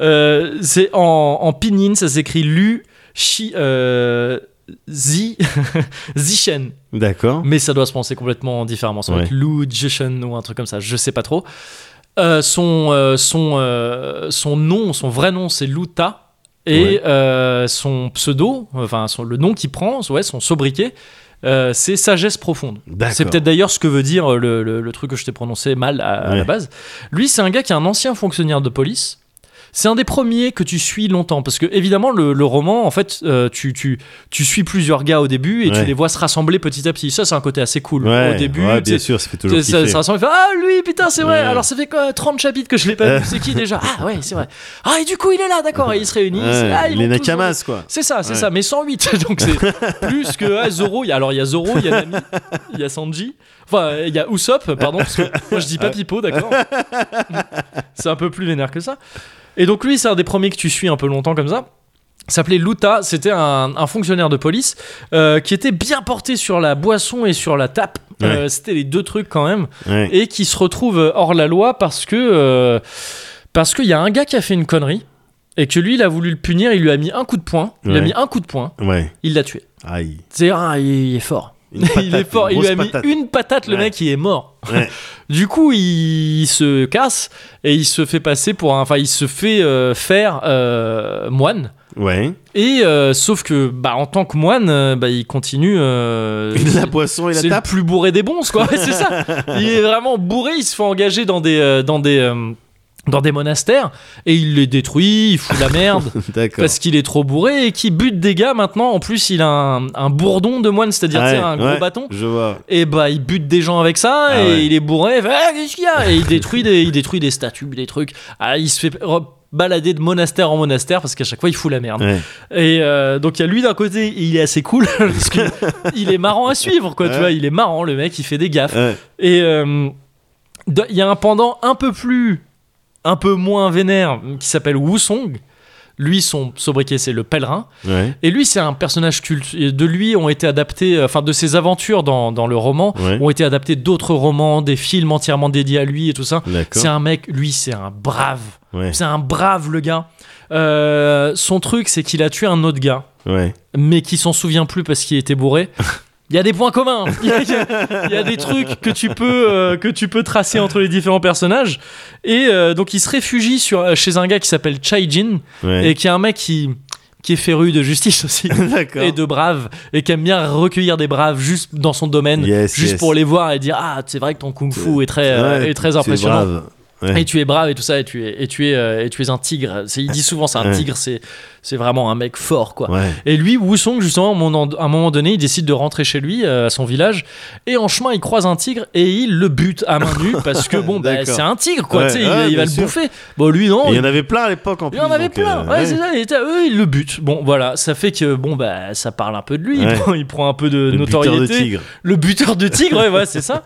Speaker 1: Euh, c'est en, en pinyin, ça s'écrit Lu Shi. euh, Zi, Zishen,
Speaker 2: D'accord.
Speaker 1: mais ça doit se prononcer complètement différemment. Ça doit
Speaker 2: Ouais.
Speaker 1: être Lu Jishen ou un truc comme ça, je sais pas trop. Euh, son, euh, son, euh, son nom, son vrai nom, c'est Lu Ta, et
Speaker 2: Ouais.
Speaker 1: euh, son pseudo, enfin son- le nom qu'il prend, ouais, son sobriquet, euh, c'est Sagesse Profonde.
Speaker 2: D'accord.
Speaker 1: C'est peut-être d'ailleurs ce que veut dire euh, le, le- le truc que je t'ai prononcé mal à, à
Speaker 2: Ouais.
Speaker 1: la base. Lui, c'est un gars qui est un ancien fonctionnaire de police. C'est un des premiers que tu suis longtemps parce que évidemment le, le roman en fait euh, tu, tu, tu suis plusieurs gars au début et tu
Speaker 2: Ouais.
Speaker 1: les vois se rassembler petit à petit ça c'est un côté assez cool
Speaker 2: Ouais,
Speaker 1: au début
Speaker 2: ouais,
Speaker 1: tu
Speaker 2: bien
Speaker 1: sais,
Speaker 2: sûr, ça fait toujours
Speaker 1: ça, ça,
Speaker 2: kiffer.
Speaker 1: ça ressemble, il fait, ah lui putain c'est vrai
Speaker 2: Ouais.
Speaker 1: alors ça fait quoi 30 chapitres que je l'ai pas
Speaker 2: Ouais.
Speaker 1: vu c'est qui déjà ah ouais c'est vrai ah et du coup il est là d'accord et ils se réunissent
Speaker 2: Ouais,
Speaker 1: ah, ils
Speaker 2: les
Speaker 1: vont tous-
Speaker 2: nakamas quoi.
Speaker 1: c'est ça, c'est
Speaker 2: Ouais.
Speaker 1: ça, mais 108. Donc c'est plus que ah, Zoro. il y a- Alors il y a Zoro, il y a Nami, il y a Sanji. Enfin, il y a Usopp, pardon, parce que moi je dis pas Pipo, d'accord C'est un peu plus vénère que ça. Et donc lui, c'est un des premiers que tu suis un peu longtemps comme ça. Il s'appelait Luta, c'était un, un fonctionnaire de police euh, qui était bien porté sur la boisson et sur la tape.
Speaker 2: Ouais.
Speaker 1: Euh, c'était les deux trucs quand même
Speaker 2: Ouais.
Speaker 1: et qui se retrouve hors la loi parce que euh, parce qu'il y a un gars qui a fait une connerie et que lui il a voulu le punir, il lui a mis un coup de poing, il lui a
Speaker 2: Ouais.
Speaker 1: mis un coup de poing,
Speaker 2: Ouais.
Speaker 1: il l'a tué.
Speaker 2: Aïe.
Speaker 1: C'est ah, il, il est fort.
Speaker 2: Une patate,
Speaker 1: il est fort,
Speaker 2: une
Speaker 1: il lui a
Speaker 2: grosse
Speaker 1: mis
Speaker 2: patate.
Speaker 1: une patate, le
Speaker 2: Ouais.
Speaker 1: mec il est mort.
Speaker 2: Ouais.
Speaker 1: du coup, il, il se casse et il se fait passer pour un enfin il se fait euh, faire euh, moine.
Speaker 2: Ouais.
Speaker 1: Et euh, sauf que bah en tant que moine, euh, bah il continue euh,
Speaker 2: la poisson et la
Speaker 1: c'est le
Speaker 2: tape.
Speaker 1: plus bourré des bons, quoi. Ouais, c'est ça. Il est vraiment bourré. Il se fait engager dans des, euh, dans des, euh, dans des monastères et il les détruit. Il fout la merde.
Speaker 2: D'accord.
Speaker 1: Parce qu'il est trop bourré et qui bute des gars maintenant. En plus, il a un, un bourdon de moine, c'est-à-dire tu sais,
Speaker 2: Ouais,
Speaker 1: un gros
Speaker 2: ouais,
Speaker 1: bâton.
Speaker 2: Je vois.
Speaker 1: Et bah, il bute des gens avec ça
Speaker 2: Ah
Speaker 1: et
Speaker 2: ouais.
Speaker 1: il est bourré. il fait, Ah, qu'est-ce qu'il y a Et il détruit, des, il détruit des statues, des trucs. Ah, il se fait re- balader de monastère en monastère parce qu'à chaque fois, il fout la merde.
Speaker 2: Ouais.
Speaker 1: Et euh, donc il y a lui d'un côté, il est assez cool, parce qu'il il est marrant à suivre, quoi, tu
Speaker 2: Ouais.
Speaker 1: vois, il est marrant, le mec, il fait des gaffes.
Speaker 2: Ouais.
Speaker 1: Et euh, de- il y a un pendant un peu plus, un peu moins vénère, qui s'appelle Wusong. Lui, son sobriquet, c'est le pèlerin.
Speaker 2: Ouais.
Speaker 1: Et lui, c'est un personnage culte. Et De lui ont été adaptés, euh, enfin, de ses aventures dans, dans le roman,
Speaker 2: Ouais.
Speaker 1: ont été adaptés d'autres romans, des films entièrement dédiés à lui et tout ça.
Speaker 2: D'accord.
Speaker 1: C'est un mec, lui, c'est un brave.
Speaker 2: Ouais.
Speaker 1: C'est un brave le gars. Euh, son truc, c'est qu'il a tué un autre gars,
Speaker 2: Ouais.
Speaker 1: mais qui s'en souvient plus parce qu'il était bourré. Il y a des points communs. Il y a, il y a- il y a des trucs que tu peux euh, que tu peux tracer entre les différents personnages. euh, Et euh, donc il se réfugie sur, chez un gars qui s'appelle Chai Jin
Speaker 2: Ouais.
Speaker 1: et qui est un mec qui qui est féru de justice aussi
Speaker 2: D'accord.
Speaker 1: et de braves et qui aime bien recueillir des braves juste dans son domaine,
Speaker 2: Yes,
Speaker 1: juste
Speaker 2: yes.
Speaker 1: pour les voir et dire ah c'est vrai que ton kung fu est très euh,
Speaker 2: Ouais,
Speaker 1: est très
Speaker 2: c'est
Speaker 1: impressionnant.
Speaker 2: brave. Ouais.
Speaker 1: Et tu es brave et tout ça, et tu es, et tu es, euh, et tu es un tigre. C'est- Il dit souvent, c'est un
Speaker 2: Ouais.
Speaker 1: tigre, c'est, c'est vraiment un mec fort, quoi.
Speaker 2: Ouais.
Speaker 1: Et lui, Wusong, justement, à un moment- à un moment donné, il décide de rentrer chez lui, euh, à son village, et en chemin, il croise un tigre et il le bute à main nue parce que bon, bah,
Speaker 2: D'accord.
Speaker 1: c'est un tigre, quoi.
Speaker 2: Ouais,
Speaker 1: tu sais, il-
Speaker 2: ouais,
Speaker 1: il,
Speaker 2: bien
Speaker 1: va le
Speaker 2: sûr.
Speaker 1: bouffer. Bon, lui, non.
Speaker 2: Et Il y
Speaker 1: il-
Speaker 2: en avait plein à l'époque en
Speaker 1: il
Speaker 2: plus.
Speaker 1: y en avait
Speaker 2: donc, euh,
Speaker 1: plein, ouais, c'est ça, il était à eux, il le bute. Bon, voilà, ça fait que, bon, bah, ça parle un peu de lui, il,
Speaker 2: Ouais.
Speaker 1: prend, il prend un peu de
Speaker 2: Le buteur
Speaker 1: notoriété
Speaker 2: de tigre.
Speaker 1: le buteur de tigre, ouais, ouais, c'est ça.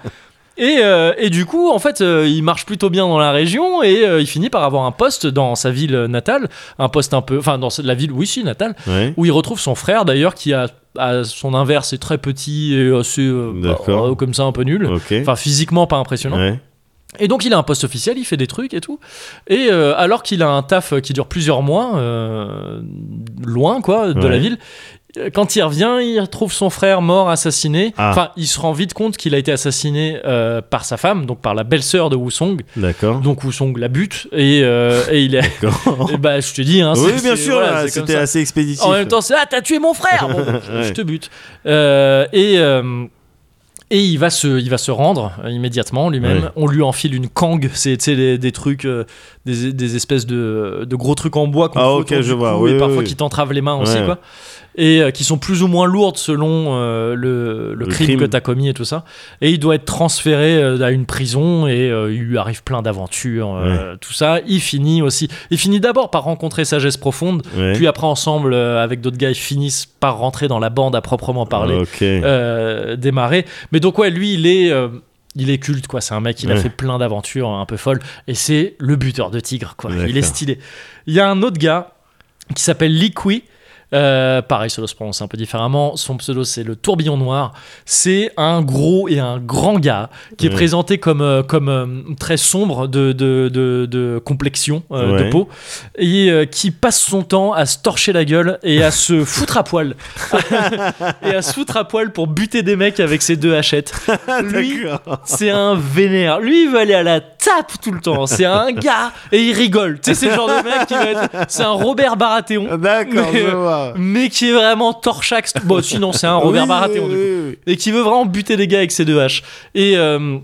Speaker 1: Et, euh, et du coup, en fait, euh, il marche plutôt bien dans la région et euh, il finit par avoir un poste dans sa ville natale, un poste un peu, enfin dans la ville, oui, si natale,
Speaker 2: Ouais.
Speaker 1: où il retrouve son frère d'ailleurs qui a à son inverse est très petit et assez euh,
Speaker 2: D'accord.
Speaker 1: bah, euh, comme ça un peu nul,
Speaker 2: Ok.
Speaker 1: enfin physiquement pas impressionnant.
Speaker 2: Ouais.
Speaker 1: Et donc il a un poste officiel, il fait des trucs et tout. Et euh, alors qu'il a un taf qui dure plusieurs mois, euh, loin quoi, de
Speaker 2: Ouais.
Speaker 1: la ville, euh, quand il revient, il retrouve son frère mort, assassiné.
Speaker 2: Ah.
Speaker 1: Enfin, il se rend vite compte qu'il a été assassiné euh, par sa femme, donc par la belle-sœur de Wusong.
Speaker 2: D'accord.
Speaker 1: Donc Wusong la bute et, euh, et il est...
Speaker 2: D'accord.
Speaker 1: et bah, je te dis, hein,
Speaker 2: oui,
Speaker 1: c'est-
Speaker 2: bien
Speaker 1: c'est-
Speaker 2: sûr,
Speaker 1: voilà,
Speaker 2: là,
Speaker 1: c'est comme
Speaker 2: c'était
Speaker 1: ça.
Speaker 2: assez expéditif.
Speaker 1: En même temps, c'est ah t'as tué mon frère. Bon, je,
Speaker 2: Ouais.
Speaker 1: je te bute. Euh, et euh, et il va se il va se rendre euh, immédiatement lui-même.
Speaker 2: Ouais.
Speaker 1: On lui enfile une kang, c'est tu sais, des, des trucs euh, des, des espèces de, de gros trucs en bois qu'on
Speaker 2: Ah,
Speaker 1: fout
Speaker 2: ok,
Speaker 1: autour du
Speaker 2: je vois,
Speaker 1: cou
Speaker 2: oui,
Speaker 1: et
Speaker 2: oui,
Speaker 1: parfois
Speaker 2: oui.
Speaker 1: qui t'entravent les mains aussi
Speaker 2: Ouais.
Speaker 1: quoi. Et euh, qui sont plus ou moins lourdes selon euh, le, le crime,
Speaker 2: crime.
Speaker 1: que t'as commis et tout ça. Et il doit être transféré euh, à une prison et euh, il lui arrive plein d'aventures, euh, tout ça. Il finit aussi. Il finit d'abord par rencontrer Sagesse Profonde,
Speaker 2: Ouais.
Speaker 1: puis après, ensemble, euh, avec d'autres gars, ils finissent par rentrer dans la bande à proprement parler,
Speaker 2: Ah, Ok.
Speaker 1: euh, démarrer. Mais donc, ouais, lui, il est, euh, il est culte, quoi. C'est un mec, il a
Speaker 2: Ouais.
Speaker 1: fait plein d'aventures hein, un peu folles. Et c'est le buteur de tigre, quoi. Il est
Speaker 2: D'accord.
Speaker 1: stylé. Il y a un autre gars qui s'appelle Liqui. Euh, pareil, cela se prononce un peu différemment. Son pseudo, c'est le tourbillon noir. C'est un gros et un grand gars qui est
Speaker 2: Ouais.
Speaker 1: présenté comme, euh, comme euh, très sombre de, de, de, de complexion, euh, de
Speaker 2: Ouais.
Speaker 1: peau, et euh, qui passe son temps à se torcher la gueule et à se foutre à poil. et à se foutre à poil pour buter des mecs avec ses deux hachettes. Lui,
Speaker 2: Ah, D'accord.
Speaker 1: c'est un vénère. Lui, il veut aller à la tape tout le temps. C'est un gars et il rigole. Tu sais, c'est le genre de mec qui va être. C'est un Robert Baratheon
Speaker 2: D'accord,
Speaker 1: Mais,
Speaker 2: je
Speaker 1: euh,
Speaker 2: vois.
Speaker 1: mais qui est vraiment torchax. Bon, sinon, c'est un Robert
Speaker 2: Oui,
Speaker 1: Baratheon,
Speaker 2: oui,
Speaker 1: du coup.
Speaker 2: oui,
Speaker 1: Et qui veut vraiment buter les gars avec ses deux haches. Et. euh,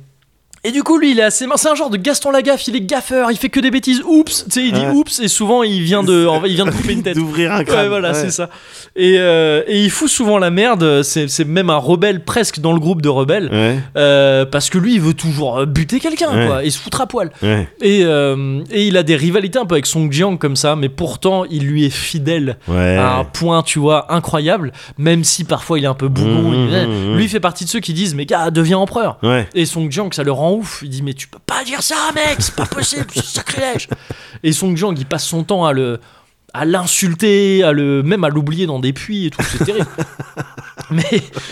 Speaker 1: et du coup, lui, il est assez. C'est un genre de Gaston Lagaffe, il est gaffeur, il fait que des bêtises. Oups Tu sais, il dit
Speaker 2: Ouais.
Speaker 1: oups, et souvent, il vient de, il vient de couper
Speaker 2: oui.
Speaker 1: une tête.
Speaker 2: D'ouvrir un crâne.
Speaker 1: Ouais, voilà, c'est ça. Et, euh, et il fout souvent la merde. C'est c'est même un rebelle presque dans le groupe de rebelles.
Speaker 2: Ouais,
Speaker 1: euh, parce que lui, il veut toujours euh, buter quelqu'un,
Speaker 2: Ouais.
Speaker 1: quoi, et se foutre à poil.
Speaker 2: ouais,
Speaker 1: Et, euh, et il a des rivalités un peu avec Song Jiang comme ça, mais pourtant, il lui est fidèle
Speaker 2: ouais.
Speaker 1: à un point, tu vois, incroyable, même si parfois il est un peu bougon.
Speaker 2: Mmh,
Speaker 1: il est-
Speaker 2: mmh, mmh.
Speaker 1: Lui, il fait partie de ceux qui disent, mais gars, deviens empereur.
Speaker 2: Ouais.
Speaker 1: Et Song Jiang, ça le rend ouf. Il dit, mais tu peux pas dire ça, mec, c'est pas possible, c'est sacrilège. Et Song Jiang, il passe son temps à le à l'insulter, à le même à l'oublier dans des puits et tout, c'est terrible. mais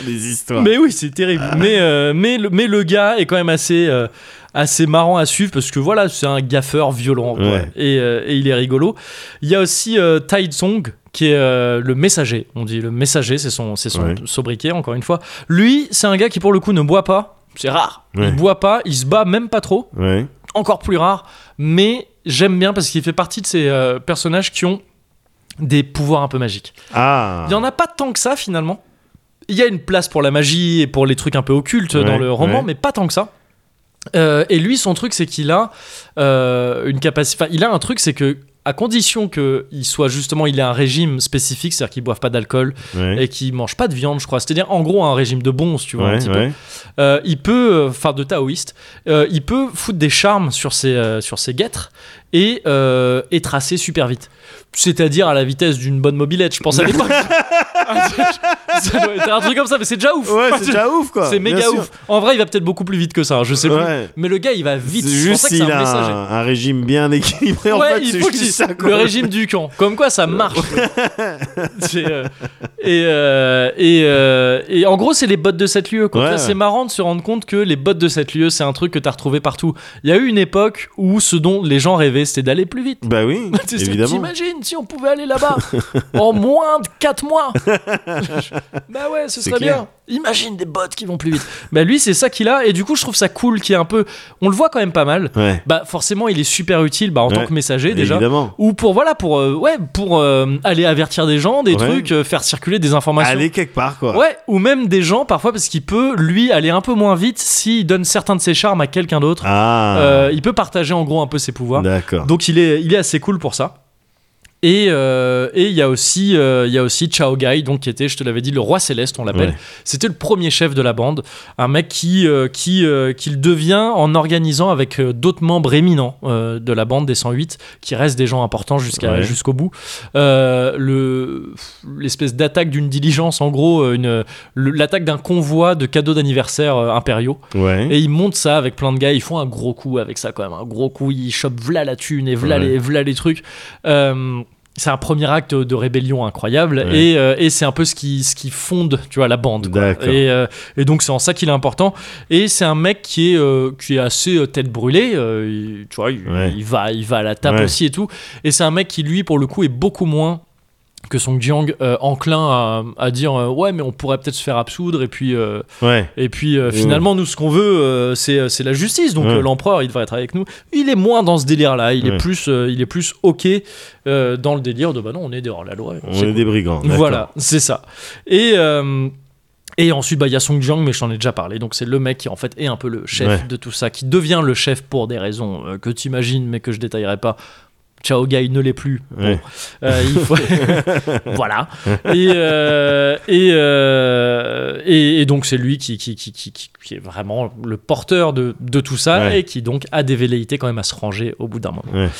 Speaker 2: Les histoires.
Speaker 1: mais oui, c'est terrible.
Speaker 2: Ah.
Speaker 1: Mais, euh, mais, le, mais le gars est quand même assez, euh, assez marrant à suivre parce que voilà, c'est un gaffeur violent quoi.
Speaker 2: Ouais.
Speaker 1: et, euh, et il est rigolo. Il y a aussi euh, Tai Song qui est euh, le messager. On dit le messager, c'est son, c'est son
Speaker 2: Ouais.
Speaker 1: sobriquet, encore une fois. Lui, c'est un gars qui pour le coup ne boit pas. C'est rare.
Speaker 2: Ouais.
Speaker 1: Il boit pas, il se bat même pas trop.
Speaker 2: Ouais.
Speaker 1: Encore plus rare. Mais j'aime bien parce qu'il fait partie de ces euh, personnages qui ont des pouvoirs un peu magiques.
Speaker 2: Ah.
Speaker 1: Il n'y en a pas tant que ça finalement. Il y a une place pour la magie et pour les trucs un peu occultes
Speaker 2: Ouais,
Speaker 1: dans le roman,
Speaker 2: ouais.
Speaker 1: mais pas tant que ça. Euh, et lui, son truc, c'est qu'il a euh, une capacité. Enfin, il a un truc, c'est que à condition que il soit justement, il ait un régime spécifique, c'est-à-dire qu'il boive pas d'alcool
Speaker 2: Ouais.
Speaker 1: et qu'il mange pas de viande, je crois. C'est-à-dire, en gros, un régime de bon, si tu vois, un
Speaker 2: Ouais,
Speaker 1: petit peu.
Speaker 2: ouais.
Speaker 1: Euh, il peut, euh, enfin de taoïste, euh, il peut foutre des charmes sur ses, euh, sur ses guêtres et, euh, et tracer super vite. C'est-à-dire à la vitesse d'une bonne mobilette, je pense à l'époque. ça doit être un truc comme ça, mais c'est déjà ouf.
Speaker 2: Ouais, c'est déjà ouf, quoi.
Speaker 1: C'est
Speaker 2: Bien
Speaker 1: méga
Speaker 2: sûr.
Speaker 1: ouf. En vrai, il va peut-être beaucoup plus vite que ça, hein, je sais
Speaker 2: Ouais.
Speaker 1: plus. Mais le gars, il va vite.
Speaker 2: C'est
Speaker 1: C'est pour
Speaker 2: juste
Speaker 1: ça que c'est
Speaker 2: s'il
Speaker 1: un
Speaker 2: a
Speaker 1: messager.
Speaker 2: un, un régime bien équilibré en
Speaker 1: Ouais,
Speaker 2: fait,
Speaker 1: il
Speaker 2: c'est
Speaker 1: faut
Speaker 2: juste
Speaker 1: que
Speaker 2: ça, quoi.
Speaker 1: le régime du camp. Comme quoi, ça marche. C'est, euh, et, euh, et, euh, et en gros, c'est les bottes de cette lieu. quoi.
Speaker 2: Ouais.
Speaker 1: Tu vois, C'est marrant de se rendre compte que les bottes de cette lieu, c'est un truc que t'as retrouvé partout. Il y a eu une époque où ce dont les gens rêvaient, c'était d'aller plus vite.
Speaker 2: Bah oui,
Speaker 1: C'est- c'est-
Speaker 2: évidemment.
Speaker 1: T'imagines si on pouvait aller là-bas en moins de 4 mois Bah ouais, ce
Speaker 2: C'est
Speaker 1: serait
Speaker 2: clair.
Speaker 1: bien. Imagine des bottes qui vont plus vite. bah lui, c'est ça qu'il a, et du coup, je trouve ça cool qu'il est un peu. On le voit quand même pas mal.
Speaker 2: Ouais.
Speaker 1: Bah forcément, il est super utile bah, en tant
Speaker 2: Ouais,
Speaker 1: que messager déjà.
Speaker 2: Évidemment.
Speaker 1: Ou pour voilà pour euh, ouais pour euh, aller avertir des gens des
Speaker 2: Ouais.
Speaker 1: trucs euh, faire circuler des informations
Speaker 2: Aller quelque part, quoi.
Speaker 1: ouais ou même des gens parfois parce qu'il peut lui aller un peu moins vite s'il donne certains de ses charmes à quelqu'un d'autre
Speaker 2: Ah.
Speaker 1: Euh, il peut partager en gros un peu ses pouvoirs
Speaker 2: D'accord.
Speaker 1: donc il est, il est assez cool pour ça. Et euh, et il y a aussi euh, il y a aussi Chao Gai donc qui était je te l'avais dit le roi céleste on l'appelle
Speaker 2: Ouais.
Speaker 1: c'était le premier chef de la bande un mec qui euh, qui euh, qu'il devient en organisant avec euh, d'autres membres éminents euh, de la bande des 108 qui restent des gens importants jusqu'à
Speaker 2: Ouais.
Speaker 1: jusqu'au bout Euh, le l'espèce d'attaque d'une diligence en gros euh, une le- l'attaque d'un convoi de cadeaux d'anniversaire euh, impériaux
Speaker 2: Ouais.
Speaker 1: et ils montent ça avec plein de gars, ils font un gros coup avec ça quand même, un gros coup, ils chopent v'là la thune et v'là,
Speaker 2: Ouais.
Speaker 1: les, v'là les trucs. Euh, c'est un premier acte de rébellion incroyable
Speaker 2: Ouais.
Speaker 1: et, euh, et c'est un peu ce qui, ce qui fonde tu vois, la bande. quoi.
Speaker 2: D'accord.
Speaker 1: Et, euh, et donc c'est en ça qu'il est important. Et c'est un mec qui est, euh, qui est assez euh, tête brûlée, euh, il- tu vois, il,
Speaker 2: Ouais.
Speaker 1: il va, il va à la tape
Speaker 2: Ouais.
Speaker 1: aussi et tout. Et c'est un mec qui, lui, pour le coup, est beaucoup moins que Song Jiang euh, enclin à, à dire euh, ouais mais on pourrait peut-être se faire absoudre et puis euh,
Speaker 2: Ouais.
Speaker 1: et puis euh,
Speaker 2: Ouais.
Speaker 1: finalement, nous, ce qu'on veut, euh, c'est euh, c'est la justice. Donc
Speaker 2: Ouais.
Speaker 1: euh, l'empereur, il devrait être avec nous. Il est moins dans ce délire-là. Il, est
Speaker 2: Ouais.
Speaker 1: plus, euh, il est plus OK euh, dans le délire de bah non, on est dehors la loi.
Speaker 2: On
Speaker 1: C'est
Speaker 2: est
Speaker 1: cool.
Speaker 2: des brigands. d'accord.
Speaker 1: Voilà, c'est ça. Et. euh, et ensuite, bah, il y a Song Jiang, mais j'en ai déjà parlé. Donc, c'est le mec qui, en fait, est un peu le chef
Speaker 2: Ouais.
Speaker 1: de tout ça, qui devient le chef pour des raisons euh, que tu imagines, mais que je détaillerai pas. Chao Gai ne l'est plus. Bon,
Speaker 2: Ouais.
Speaker 1: euh, il faut- voilà. Et, euh, et, euh, et, et donc, c'est lui qui, qui, qui, qui, qui- qui est vraiment le porteur de, de tout ça
Speaker 2: Ouais.
Speaker 1: et qui, donc, a des velléités quand même à se ranger au bout d'un moment.
Speaker 2: Ouais.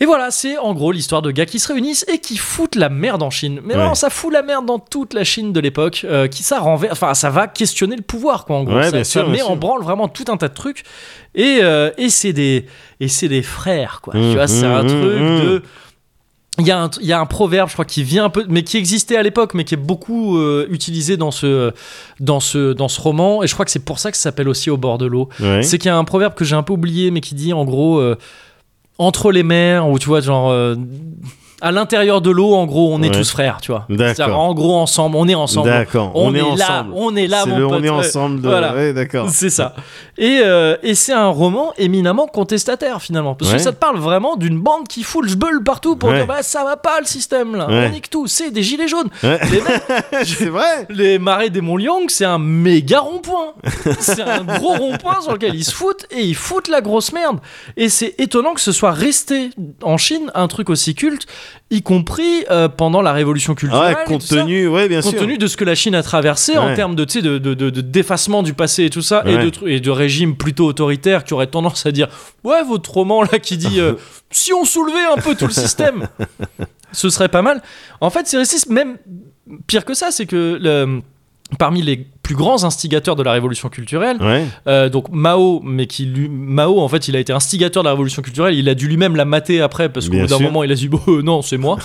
Speaker 1: Et voilà, c'est en gros l'histoire de gars qui se réunissent et qui foutent la merde en Chine. Mais
Speaker 2: Ouais.
Speaker 1: non, ça fout la merde dans toute la Chine de l'époque, euh, qui ça renverse, enfin ça va questionner le pouvoir quoi en gros.
Speaker 2: Ouais,
Speaker 1: ça,
Speaker 2: bien
Speaker 1: ça
Speaker 2: sûr,
Speaker 1: met
Speaker 2: bien
Speaker 1: en
Speaker 2: sûr.
Speaker 1: branle vraiment tout un tas de trucs. Et, euh, et c'est des et c'est des frères quoi.
Speaker 2: Mmh,
Speaker 1: tu vois, c'est
Speaker 2: mmh,
Speaker 1: un
Speaker 2: mmh,
Speaker 1: truc
Speaker 2: mmh.
Speaker 1: de il y, a un, il y a un proverbe, je crois, qui vient un peu, mais qui existait à l'époque, mais qui est beaucoup euh, utilisé dans ce, dans, ce, dans ce roman. Et je crois que c'est pour ça que ça s'appelle aussi Au bord de l'eau.
Speaker 2: Ouais.
Speaker 1: C'est qu'il y a un proverbe que j'ai un peu oublié, mais qui dit en gros euh, entre les mers, ou tu vois, genre euh, à l'intérieur de l'eau, en gros, on est
Speaker 2: Ouais.
Speaker 1: tous frères, tu vois.
Speaker 2: D'accord.
Speaker 1: C'est-à-dire, En gros, ensemble, on est ensemble.
Speaker 2: D'accord.
Speaker 1: On,
Speaker 2: On,
Speaker 1: est, là,
Speaker 2: ensemble.
Speaker 1: on est là,
Speaker 2: C'est
Speaker 1: mon
Speaker 2: le
Speaker 1: pote.
Speaker 2: on est
Speaker 1: Ouais.
Speaker 2: ensemble. de-
Speaker 1: Voilà.
Speaker 2: Ouais, d'accord.
Speaker 1: C'est ça. Et, euh, et c'est un roman éminemment contestataire finalement. Parce
Speaker 2: Ouais.
Speaker 1: que ça te parle vraiment d'une bande qui fout le jbeul partout pour
Speaker 2: Ouais.
Speaker 1: dire bah, ça va pas le système là.
Speaker 2: Ouais.
Speaker 1: On nique tout. C'est des gilets jaunes.
Speaker 2: Ouais.
Speaker 1: Les, mecs,
Speaker 2: C'est vrai.
Speaker 1: les marais des Monts Liang, c'est un méga rond-point. c'est un gros rond-point sur lequel ils se foutent et ils foutent la grosse merde. Et c'est étonnant que ce soit resté en Chine un truc aussi culte, y compris euh, pendant la révolution
Speaker 2: Ouais,
Speaker 1: culturelle. et
Speaker 2: compte
Speaker 1: tout ça
Speaker 2: tenu, ouais, bien
Speaker 1: compte
Speaker 2: sûr.
Speaker 1: tenu de ce que la Chine a traversé en
Speaker 2: Ouais.
Speaker 1: termes de, tu sais, de, de- de- de défacement du passé et tout ça, et,
Speaker 2: Ouais.
Speaker 1: de, tru- et de régimes plutôt autoritaires qui auraient tendance à dire Ouais, votre roman là qui dit euh, Si on soulevait un peu tout le système, ce serait pas mal. En fait, c'est récit, même pire que ça, c'est que le- parmi les plus grands instigateurs de la révolution culturelle,
Speaker 2: Ouais.
Speaker 1: euh, donc Mao, mais qui lui, Mao en fait, il a été instigateur de la révolution culturelle. Il a dû lui-même la mater après parce qu'au
Speaker 2: Bien
Speaker 1: bout d'un
Speaker 2: sûr.
Speaker 1: moment, il a dit Bon, euh, non, c'est moi,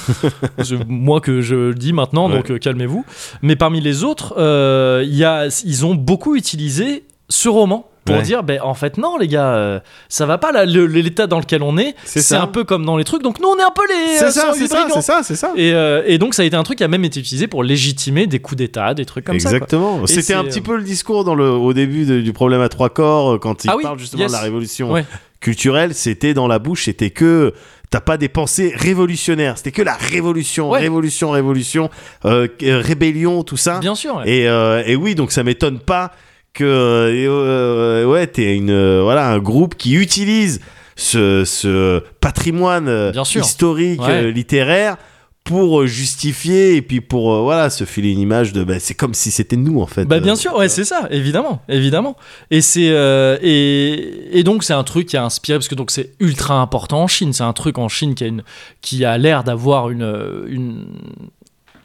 Speaker 1: c'est moi que je le dis maintenant. Donc euh, calmez-vous. Mais parmi les autres, euh, il y a, ils ont beaucoup utilisé ce roman pour
Speaker 2: Ouais.
Speaker 1: dire ben en fait non les gars, euh, ça va pas là, le- l'état dans lequel on est.
Speaker 2: C'est
Speaker 1: C'est
Speaker 2: ça.
Speaker 1: un peu comme dans les trucs. Donc nous, on est un peu les euh,
Speaker 2: C'est ça,
Speaker 1: 108
Speaker 2: c'est ça,
Speaker 1: brigands.
Speaker 2: c'est ça, c'est ça.
Speaker 1: Et, euh, et donc ça a été un truc qui a même été utilisé pour légitimer des coups d'État, des trucs comme ça. quoi.
Speaker 2: Exactement.
Speaker 1: Et c'est,
Speaker 2: C'était un
Speaker 1: euh,
Speaker 2: petit peu le discours dans le, au début de- du problème à trois corps euh, quand il
Speaker 1: Ah oui,
Speaker 2: parle justement
Speaker 1: yes.
Speaker 2: de la révolution
Speaker 1: Ouais.
Speaker 2: culturelle. C'était dans la bouche, c'était que t'as pas des pensées révolutionnaires. C'était que la révolution,
Speaker 1: Ouais.
Speaker 2: révolution, révolution, euh, euh, rébellion, tout ça.
Speaker 1: Bien sûr. ouais.
Speaker 2: Et, euh, et oui, donc ça m'étonne pas que euh, ouais, t'es une euh, voilà un groupe qui utilise ce, ce patrimoine euh,
Speaker 1: Bien sûr.
Speaker 2: historique
Speaker 1: Ouais.
Speaker 2: euh, littéraire pour euh, justifier et puis pour euh, voilà se filer une image de bah, c'est comme si c'était nous en fait.
Speaker 1: Bah bien
Speaker 2: Euh,
Speaker 1: sûr, ouais, c'est ça, évidemment, évidemment. Et c'est euh, et, et donc c'est un truc qui a inspiré parce que donc c'est ultra important en Chine. C'est un truc en Chine qui a une qui a l'air d'avoir une euh, une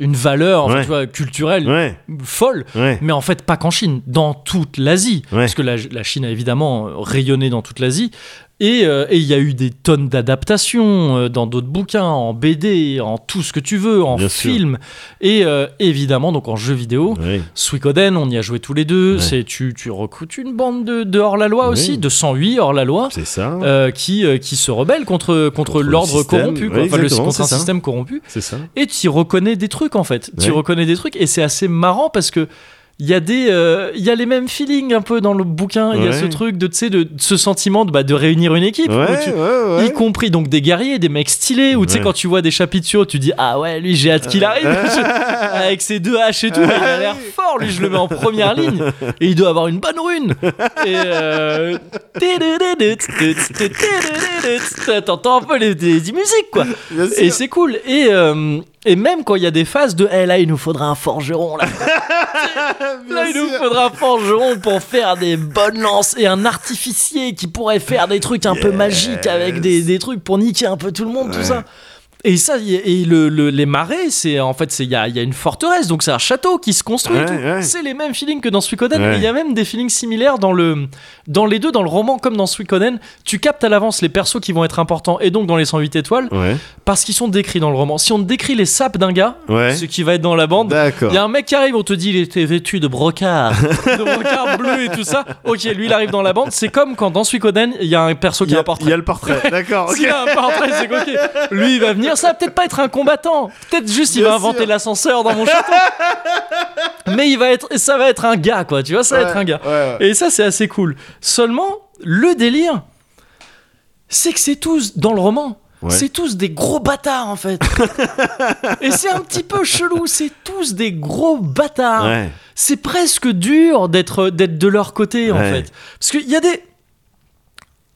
Speaker 1: une valeur enfin,
Speaker 2: Ouais.
Speaker 1: tu vois, culturelle
Speaker 2: Ouais,
Speaker 1: folle.
Speaker 2: ouais.
Speaker 1: Mais en fait, pas qu'en Chine, dans toute l'Asie,
Speaker 2: Ouais.
Speaker 1: parce que la, la Chine a évidemment rayonné dans toute l'Asie. Et euh, et il y a eu des tonnes d'adaptations euh, dans d'autres bouquins, en BD, en tout ce que tu veux, en
Speaker 2: Bien sûr.
Speaker 1: film. Et euh, évidemment, donc en jeu vidéo.
Speaker 2: Oui.
Speaker 1: Suikoden, on y a joué tous les deux.
Speaker 2: Ouais.
Speaker 1: C'est tu, tu recrutes une bande de, de hors-la-loi
Speaker 2: Oui.
Speaker 1: aussi, de 108 hors-la-loi.
Speaker 2: C'est ça.
Speaker 1: euh, qui, euh, qui se rebellent contre, contre,
Speaker 2: Contre le
Speaker 1: l'ordre
Speaker 2: système.
Speaker 1: corrompu, quoi.
Speaker 2: Ouais,
Speaker 1: Enfin, le-
Speaker 2: exactement,
Speaker 1: contre
Speaker 2: c'est
Speaker 1: un
Speaker 2: ça.
Speaker 1: système corrompu.
Speaker 2: C'est ça.
Speaker 1: Et tu reconnais des trucs en fait. Tu
Speaker 2: Ouais.
Speaker 1: reconnais des trucs et c'est assez marrant parce que il y a des euh, il y a les mêmes feelings un peu dans le bouquin. Il y a
Speaker 2: Ouais.
Speaker 1: ce truc de tu sais de de ce sentiment de bah, de réunir une équipe.
Speaker 2: Ouais,
Speaker 1: où tu-
Speaker 2: ouais, ouais.
Speaker 1: Y compris donc des guerriers, des mecs stylés, où tu sais,
Speaker 2: Ouais.
Speaker 1: quand tu vois des chapiteaux, tu dis Ah ouais, lui j'ai hâte qu'il arrive, avec ses deux haches et tout, il a l'air fort, lui je le mets en première ligne, et il doit avoir une bonne rune. Et euh, T'entends un peu les, les- les musiques quoi.
Speaker 2: Bien sûr.
Speaker 1: Et c'est cool. Et, euh, et même quand il y a des phases de Eh là, il nous faudra un forgeron là. Là, il nous faudra un forgeron pour faire des bonnes lances et un artificier qui pourrait faire des trucs un peu magiques avec des, des trucs pour niquer un peu tout le monde, tout ça. Et ça, y est- et le, le- les marais, c'est en fait, c'est il y a, il y a une forteresse, donc c'est un château qui se construit. et
Speaker 2: Ouais,
Speaker 1: tout.
Speaker 2: ouais.
Speaker 1: C'est les mêmes feelings que dans Suikoden.
Speaker 2: Ouais.
Speaker 1: et Il y a même des feelings similaires dans le, dans les deux, dans le roman comme dans Suikoden. Tu captes à l'avance les persos qui vont être importants et donc dans les 108 étoiles
Speaker 2: Ouais.
Speaker 1: parce qu'ils sont décrits dans le roman. Si on te décrit les sapes d'un gars,
Speaker 2: Ouais.
Speaker 1: ce qui va être dans la bande,
Speaker 2: D'accord.
Speaker 1: il y a un mec qui arrive, on te dit il était vêtu de brocard, de brocard bleu et tout ça. Ok, lui il arrive dans la bande. C'est comme quand dans Suikoden, il y a un perso qui
Speaker 2: Il y
Speaker 1: a
Speaker 2: a,
Speaker 1: un portrait.
Speaker 2: il y a le portrait. D'accord. ok.
Speaker 1: S'il a un portrait, c'est que, ok. Lui il va venir, ça va peut-être pas être un combattant. Peut-être juste il
Speaker 2: Bien
Speaker 1: va inventer
Speaker 2: sûr.
Speaker 1: l'ascenseur dans mon château. Mais il va être, ça va être un gars quoi. Tu vois, ça va être un gars.
Speaker 2: Ouais, ouais.
Speaker 1: Et ça, c'est assez cool. Seulement, le délire, c'est que c'est tous, dans le roman,
Speaker 2: Ouais.
Speaker 1: c'est tous des gros bâtards, en fait. Et c'est un petit peu chelou, c'est tous des gros bâtards.
Speaker 2: Ouais.
Speaker 1: C'est presque dur d'être d'être de leur côté, en
Speaker 2: Ouais.
Speaker 1: fait. Parce qu'il y a des...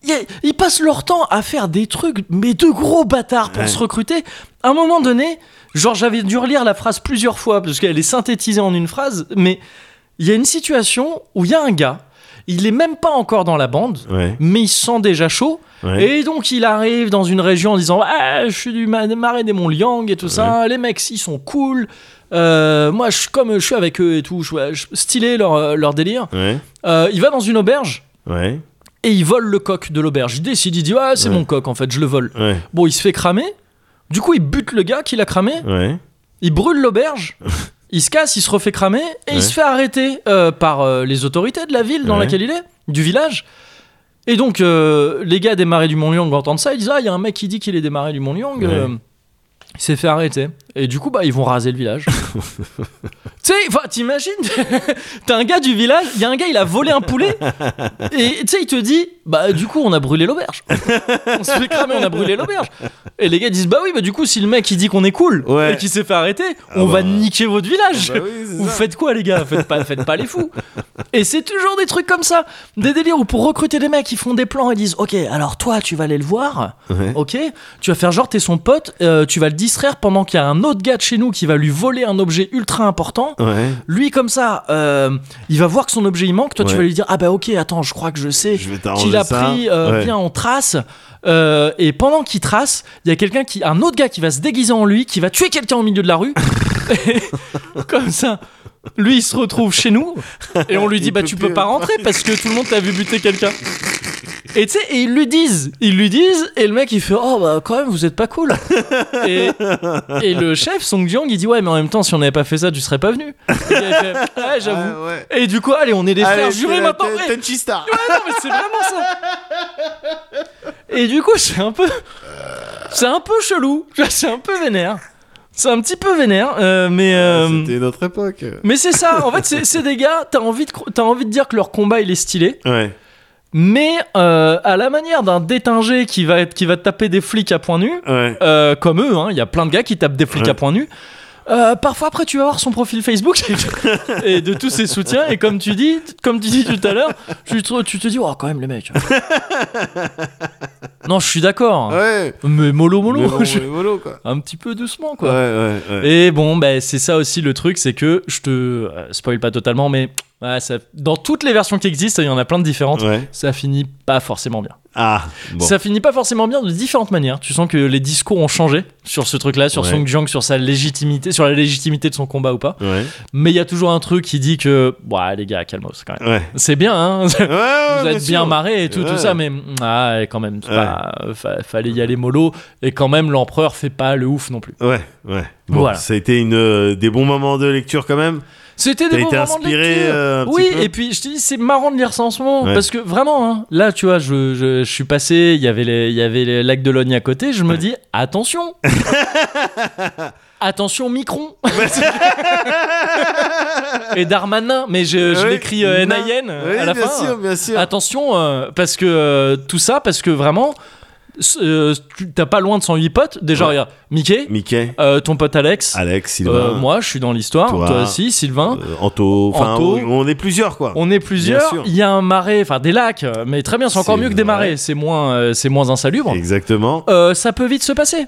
Speaker 1: il y a- Ils passent leur temps à faire des trucs, mais de gros bâtards pour
Speaker 2: Ouais.
Speaker 1: se recruter. À un moment donné, genre j'avais dû relire la phrase plusieurs fois parce qu'elle est synthétisée en une phrase, mais il y a une situation où il y a un gars, il est même pas encore dans la bande,
Speaker 2: Ouais.
Speaker 1: mais il se sent déjà chaud.
Speaker 2: Ouais.
Speaker 1: Et donc il arrive dans une région en disant ah, Je suis du ma- marais des monts Liang et tout ça, les mecs ils sont cool, Euh, moi je, comme je suis avec eux et tout, je, je- stylé leur, euh, leur délire.
Speaker 2: Ouais.
Speaker 1: Euh, il va dans une auberge
Speaker 2: Ouais.
Speaker 1: et il vole le coq de l'auberge. Il décide, il dit Ah, c'est mon coq en fait, je le vole.
Speaker 2: Ouais.
Speaker 1: Bon, il se fait cramer, du coup il bute le gars qui l'a cramé,
Speaker 2: Ouais.
Speaker 1: il brûle l'auberge. Il se casse, il se refait cramer et il
Speaker 2: Ouais.
Speaker 1: se fait arrêter euh, par euh, les autorités de la ville dans
Speaker 2: Ouais.
Speaker 1: laquelle il est, du village. Et donc, euh, les gars des marais du Mont-Liang entendent ça. Ils disent Ah, il y a un mec qui dit qu'il est des marais du Mont-Liang. euh, il s'est fait arrêter. Et du coup, bah, ils vont raser le village. tu sais, enfin, t'imagines T'as un gars du village, il y a un gars, il a volé un poulet. Et tu sais, il te dit Bah, du coup, on a brûlé l'auberge. on se fait cramer, on a brûlé l'auberge. Et les gars disent Bah oui, bah du coup, si le mec il dit qu'on est cool
Speaker 2: Ouais.
Speaker 1: et qu'il s'est fait arrêter, on va
Speaker 2: bah.
Speaker 1: niquer votre village.
Speaker 2: Bah oui, c'est
Speaker 1: Vous
Speaker 2: ça.
Speaker 1: faites quoi, les gars faites pas, faites pas les fous. Et c'est toujours des trucs comme ça. Des délires où pour recruter des mecs, ils font des plans et disent Ok, alors toi, tu vas aller le voir.
Speaker 2: Ouais.
Speaker 1: Ok Tu vas faire genre, t'es son pote. euh, tu vas le distraire pendant qu'il y a un autre gars de chez nous qui va lui voler un objet ultra important.
Speaker 2: Ouais.
Speaker 1: Lui, comme ça, euh, il va voir que son objet il manque. Toi, tu
Speaker 2: Ouais.
Speaker 1: vas lui dire Ah bah ok, attends, je crois que je sais
Speaker 2: Je vais
Speaker 1: qu'il
Speaker 2: t'arranger
Speaker 1: a
Speaker 2: ça.
Speaker 1: pris. euh,
Speaker 2: Ouais.
Speaker 1: Viens, on trace. Euh, et pendant qu'il trace, il y a quelqu'un qui, un autre gars qui va se déguiser en lui, qui va tuer quelqu'un au milieu de la rue. Et comme ça, lui, il se retrouve chez nous et on lui dit
Speaker 2: Il
Speaker 1: bah
Speaker 2: peut
Speaker 1: tu
Speaker 2: plus
Speaker 1: peux pas rentrer parce que tout le monde t'a vu buter quelqu'un. Et tu sais, et ils lui disent, ils lui disent, et le mec il fait oh bah quand même vous êtes pas cool. et, et le chef Song Jiang il dit ouais mais en même temps si on n'avait pas fait ça tu serais pas venu. Et il fait, ouais j'avoue.
Speaker 2: Ah, ouais.
Speaker 1: Et du coup allez on est des frères
Speaker 2: Allez,
Speaker 1: jurés
Speaker 2: t'es-
Speaker 1: maintenant.
Speaker 2: t'es-
Speaker 1: Eh,
Speaker 2: t'es une star.
Speaker 1: Ouais, non, mais c'est vraiment ça. Et du coup, c'est un peu. C'est un peu chelou. C'est un peu vénère. C'est un petit peu vénère, euh, mais. euh,
Speaker 2: Ah, C'était notre époque.
Speaker 1: mais c'est ça. En fait, c'est- c'est des gars, t'as envie, de cro- t'as envie de dire que leur combat, il est stylé.
Speaker 2: Ouais.
Speaker 1: Mais euh, à la manière d'un détingé qui va, être, qui va taper des flics à point nu,
Speaker 2: Ouais.
Speaker 1: euh, comme eux, il y a plein de gars qui tapent des flics
Speaker 2: Ouais.
Speaker 1: à point nu. Euh, parfois après tu vas voir son profil Facebook et de tous ses soutiens et comme tu dis comme tu dis tout à l'heure tu te, tu te dis oh quand même les mecs non je suis d'accord
Speaker 2: Ouais.
Speaker 1: mais mollo mollo
Speaker 2: Mais bon,
Speaker 1: je-
Speaker 2: mais mollo, quoi.
Speaker 1: un petit peu doucement
Speaker 2: Ouais,
Speaker 1: quoi bah,
Speaker 2: ouais, ouais.
Speaker 1: et bon ben c'est ça aussi le truc c'est que je te euh, spoil pas totalement mais Ouais, ça- dans toutes les versions qui existent, il y en a plein de différentes.
Speaker 2: Ouais.
Speaker 1: Ça finit pas forcément bien.
Speaker 2: Ah, bon.
Speaker 1: Ça finit pas forcément bien de différentes manières. Tu sens que les discours ont changé sur ce truc-là, sur
Speaker 2: Ouais.
Speaker 1: Song Jiang, sur sa légitimité, sur la légitimité de son combat ou pas.
Speaker 2: Ouais.
Speaker 1: Mais il y a toujours un truc qui dit que, ouais, les gars, calmos quand même.
Speaker 2: Ouais.
Speaker 1: C'est bien, hein.
Speaker 2: Ouais, ouais,
Speaker 1: Vous êtes
Speaker 2: sûr.
Speaker 1: bien marré et tout,
Speaker 2: Ouais.
Speaker 1: tout ça, mais ah, et quand même, c'est
Speaker 2: Ouais.
Speaker 1: pas- euh, fa- fallait y aller mollo. Et quand même, l'empereur fait pas le ouf non plus.
Speaker 2: Ouais, ouais. Bon,
Speaker 1: Voilà.
Speaker 2: ça a été une, euh, des bons moments de lecture quand même.
Speaker 1: C'était
Speaker 2: T'as
Speaker 1: des bons
Speaker 2: été
Speaker 1: moments de
Speaker 2: inspiré,
Speaker 1: lecture.
Speaker 2: euh, un petit
Speaker 1: oui,
Speaker 2: peu
Speaker 1: et puis je te dis, c'est marrant de lire ça en ce moment
Speaker 2: Ouais.
Speaker 1: parce que vraiment, hein, là, tu vois, je, je, je suis passé, il y avait les- il y avait les lacs de Logne à côté, je me dis attention, attention Micron euh, et Darmanin, mais je, je
Speaker 2: Ouais.
Speaker 1: l'écris euh,
Speaker 2: Non.
Speaker 1: N.I.N.
Speaker 2: Oui,
Speaker 1: à la
Speaker 2: bien
Speaker 1: fin.
Speaker 2: sûr, bien sûr.
Speaker 1: Attention, euh, parce que euh, tout ça, parce que vraiment, c- euh, tu- t'as pas loin de 108 potes. Déjà,
Speaker 2: Ouais.
Speaker 1: regarde, Mickey,
Speaker 2: Mickey,
Speaker 1: euh, ton pote Alex,
Speaker 2: Alex, Sylvain,
Speaker 1: euh, moi, je suis dans l'histoire,
Speaker 2: Toi.
Speaker 1: toi, aussi, Sylvain.
Speaker 2: euh, Anto, enfin,
Speaker 1: Anto.
Speaker 2: on, on est plusieurs quoi.
Speaker 1: Ah. On est
Speaker 2: sûr.
Speaker 1: plusieurs, il y a un marais, enfin des lacs, euh, mais très bien, c'est encore
Speaker 2: C'est
Speaker 1: mieux que des
Speaker 2: vrai.
Speaker 1: marais, c'est moins, euh, c'est moins insalubre.
Speaker 2: Exactement.
Speaker 1: Euh, ça peut vite se passer.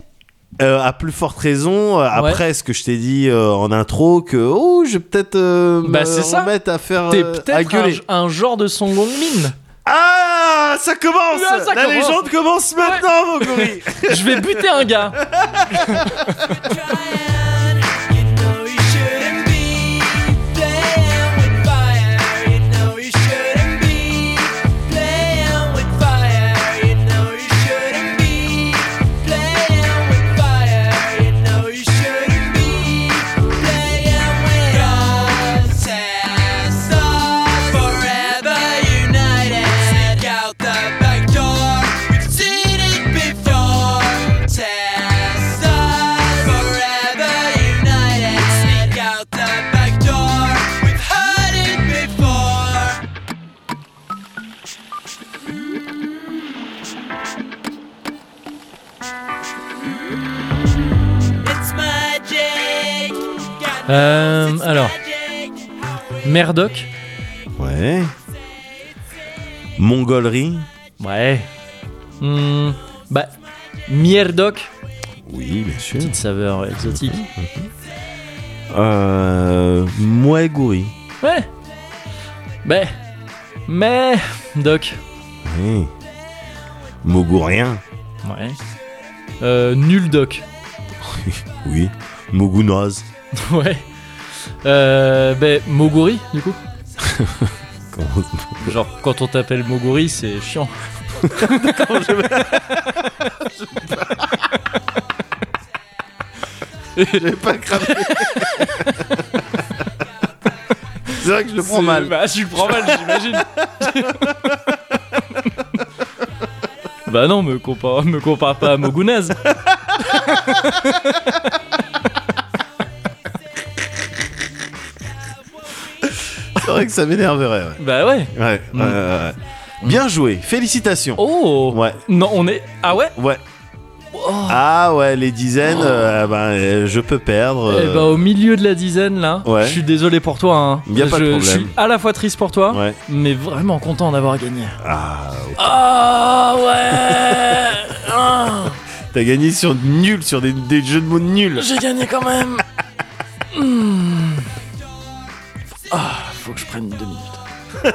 Speaker 2: Euh, à plus forte raison, euh,
Speaker 1: Ouais.
Speaker 2: après ce que je t'ai dit euh, en intro, que oh, je vais peut-être euh,
Speaker 1: Bah,
Speaker 2: me
Speaker 1: c'est ça.
Speaker 2: remettre à faire
Speaker 1: T'es
Speaker 2: euh, à
Speaker 1: peut-être
Speaker 2: gueuler.
Speaker 1: un, un genre de Song Min.
Speaker 2: Ah, ça commence.
Speaker 1: Ah, ça
Speaker 2: La
Speaker 1: commence.
Speaker 2: légende commence maintenant, mon gorille.
Speaker 1: Je vais buter un gars. Euh, alors, Merdoc.
Speaker 2: Ouais. Mongolerie.
Speaker 1: Ouais. Hmm, bah, Mierdoc,
Speaker 2: Oui, bien sûr.
Speaker 1: petite saveur exotique.
Speaker 2: Euh, Mouaigouri.
Speaker 1: Ouais. Bah, mais Doc.
Speaker 2: Oui. Mogourien.
Speaker 1: Ouais. Euh, nul Doc.
Speaker 2: Oui. Mogounoise.
Speaker 1: Ouais. Euh, ben, Moguri, du coup.
Speaker 2: Comment-
Speaker 1: Genre, quand on t'appelle Moguri, c'est chiant.
Speaker 2: J'ai pas cramé. C'est vrai que je le prends
Speaker 1: C'est-
Speaker 2: mal.
Speaker 1: Bah, tu le prends mal, j'imagine. bah non, me compare, me compare pas à Mogunaz.
Speaker 2: C'est vrai que ça m'énerverait. Ouais.
Speaker 1: Bah ouais.
Speaker 2: Ouais, ouais, ouais, ouais. Bien joué. Félicitations.
Speaker 1: Oh
Speaker 2: Ouais.
Speaker 1: Non, on est. Ah ouais
Speaker 2: Ouais.
Speaker 1: Oh.
Speaker 2: Ah ouais, les dizaines, euh, ben, euh, je peux perdre.
Speaker 1: Eh
Speaker 2: euh,
Speaker 1: bah, au milieu de la dizaine, là,
Speaker 2: Ouais.
Speaker 1: je suis désolé pour toi. Hein.
Speaker 2: Y a pas de
Speaker 1: Je- Je
Speaker 2: problème.
Speaker 1: suis à la fois triste pour toi,
Speaker 2: Ouais.
Speaker 1: mais vraiment content d'avoir gagné.
Speaker 2: Ah,
Speaker 1: Ah ouais Ah.
Speaker 2: t'as gagné sur nul, sur des, des jeux de mots nuls.
Speaker 1: J'ai gagné quand même. Hmm. Ah, faut que je prenne deux minutes.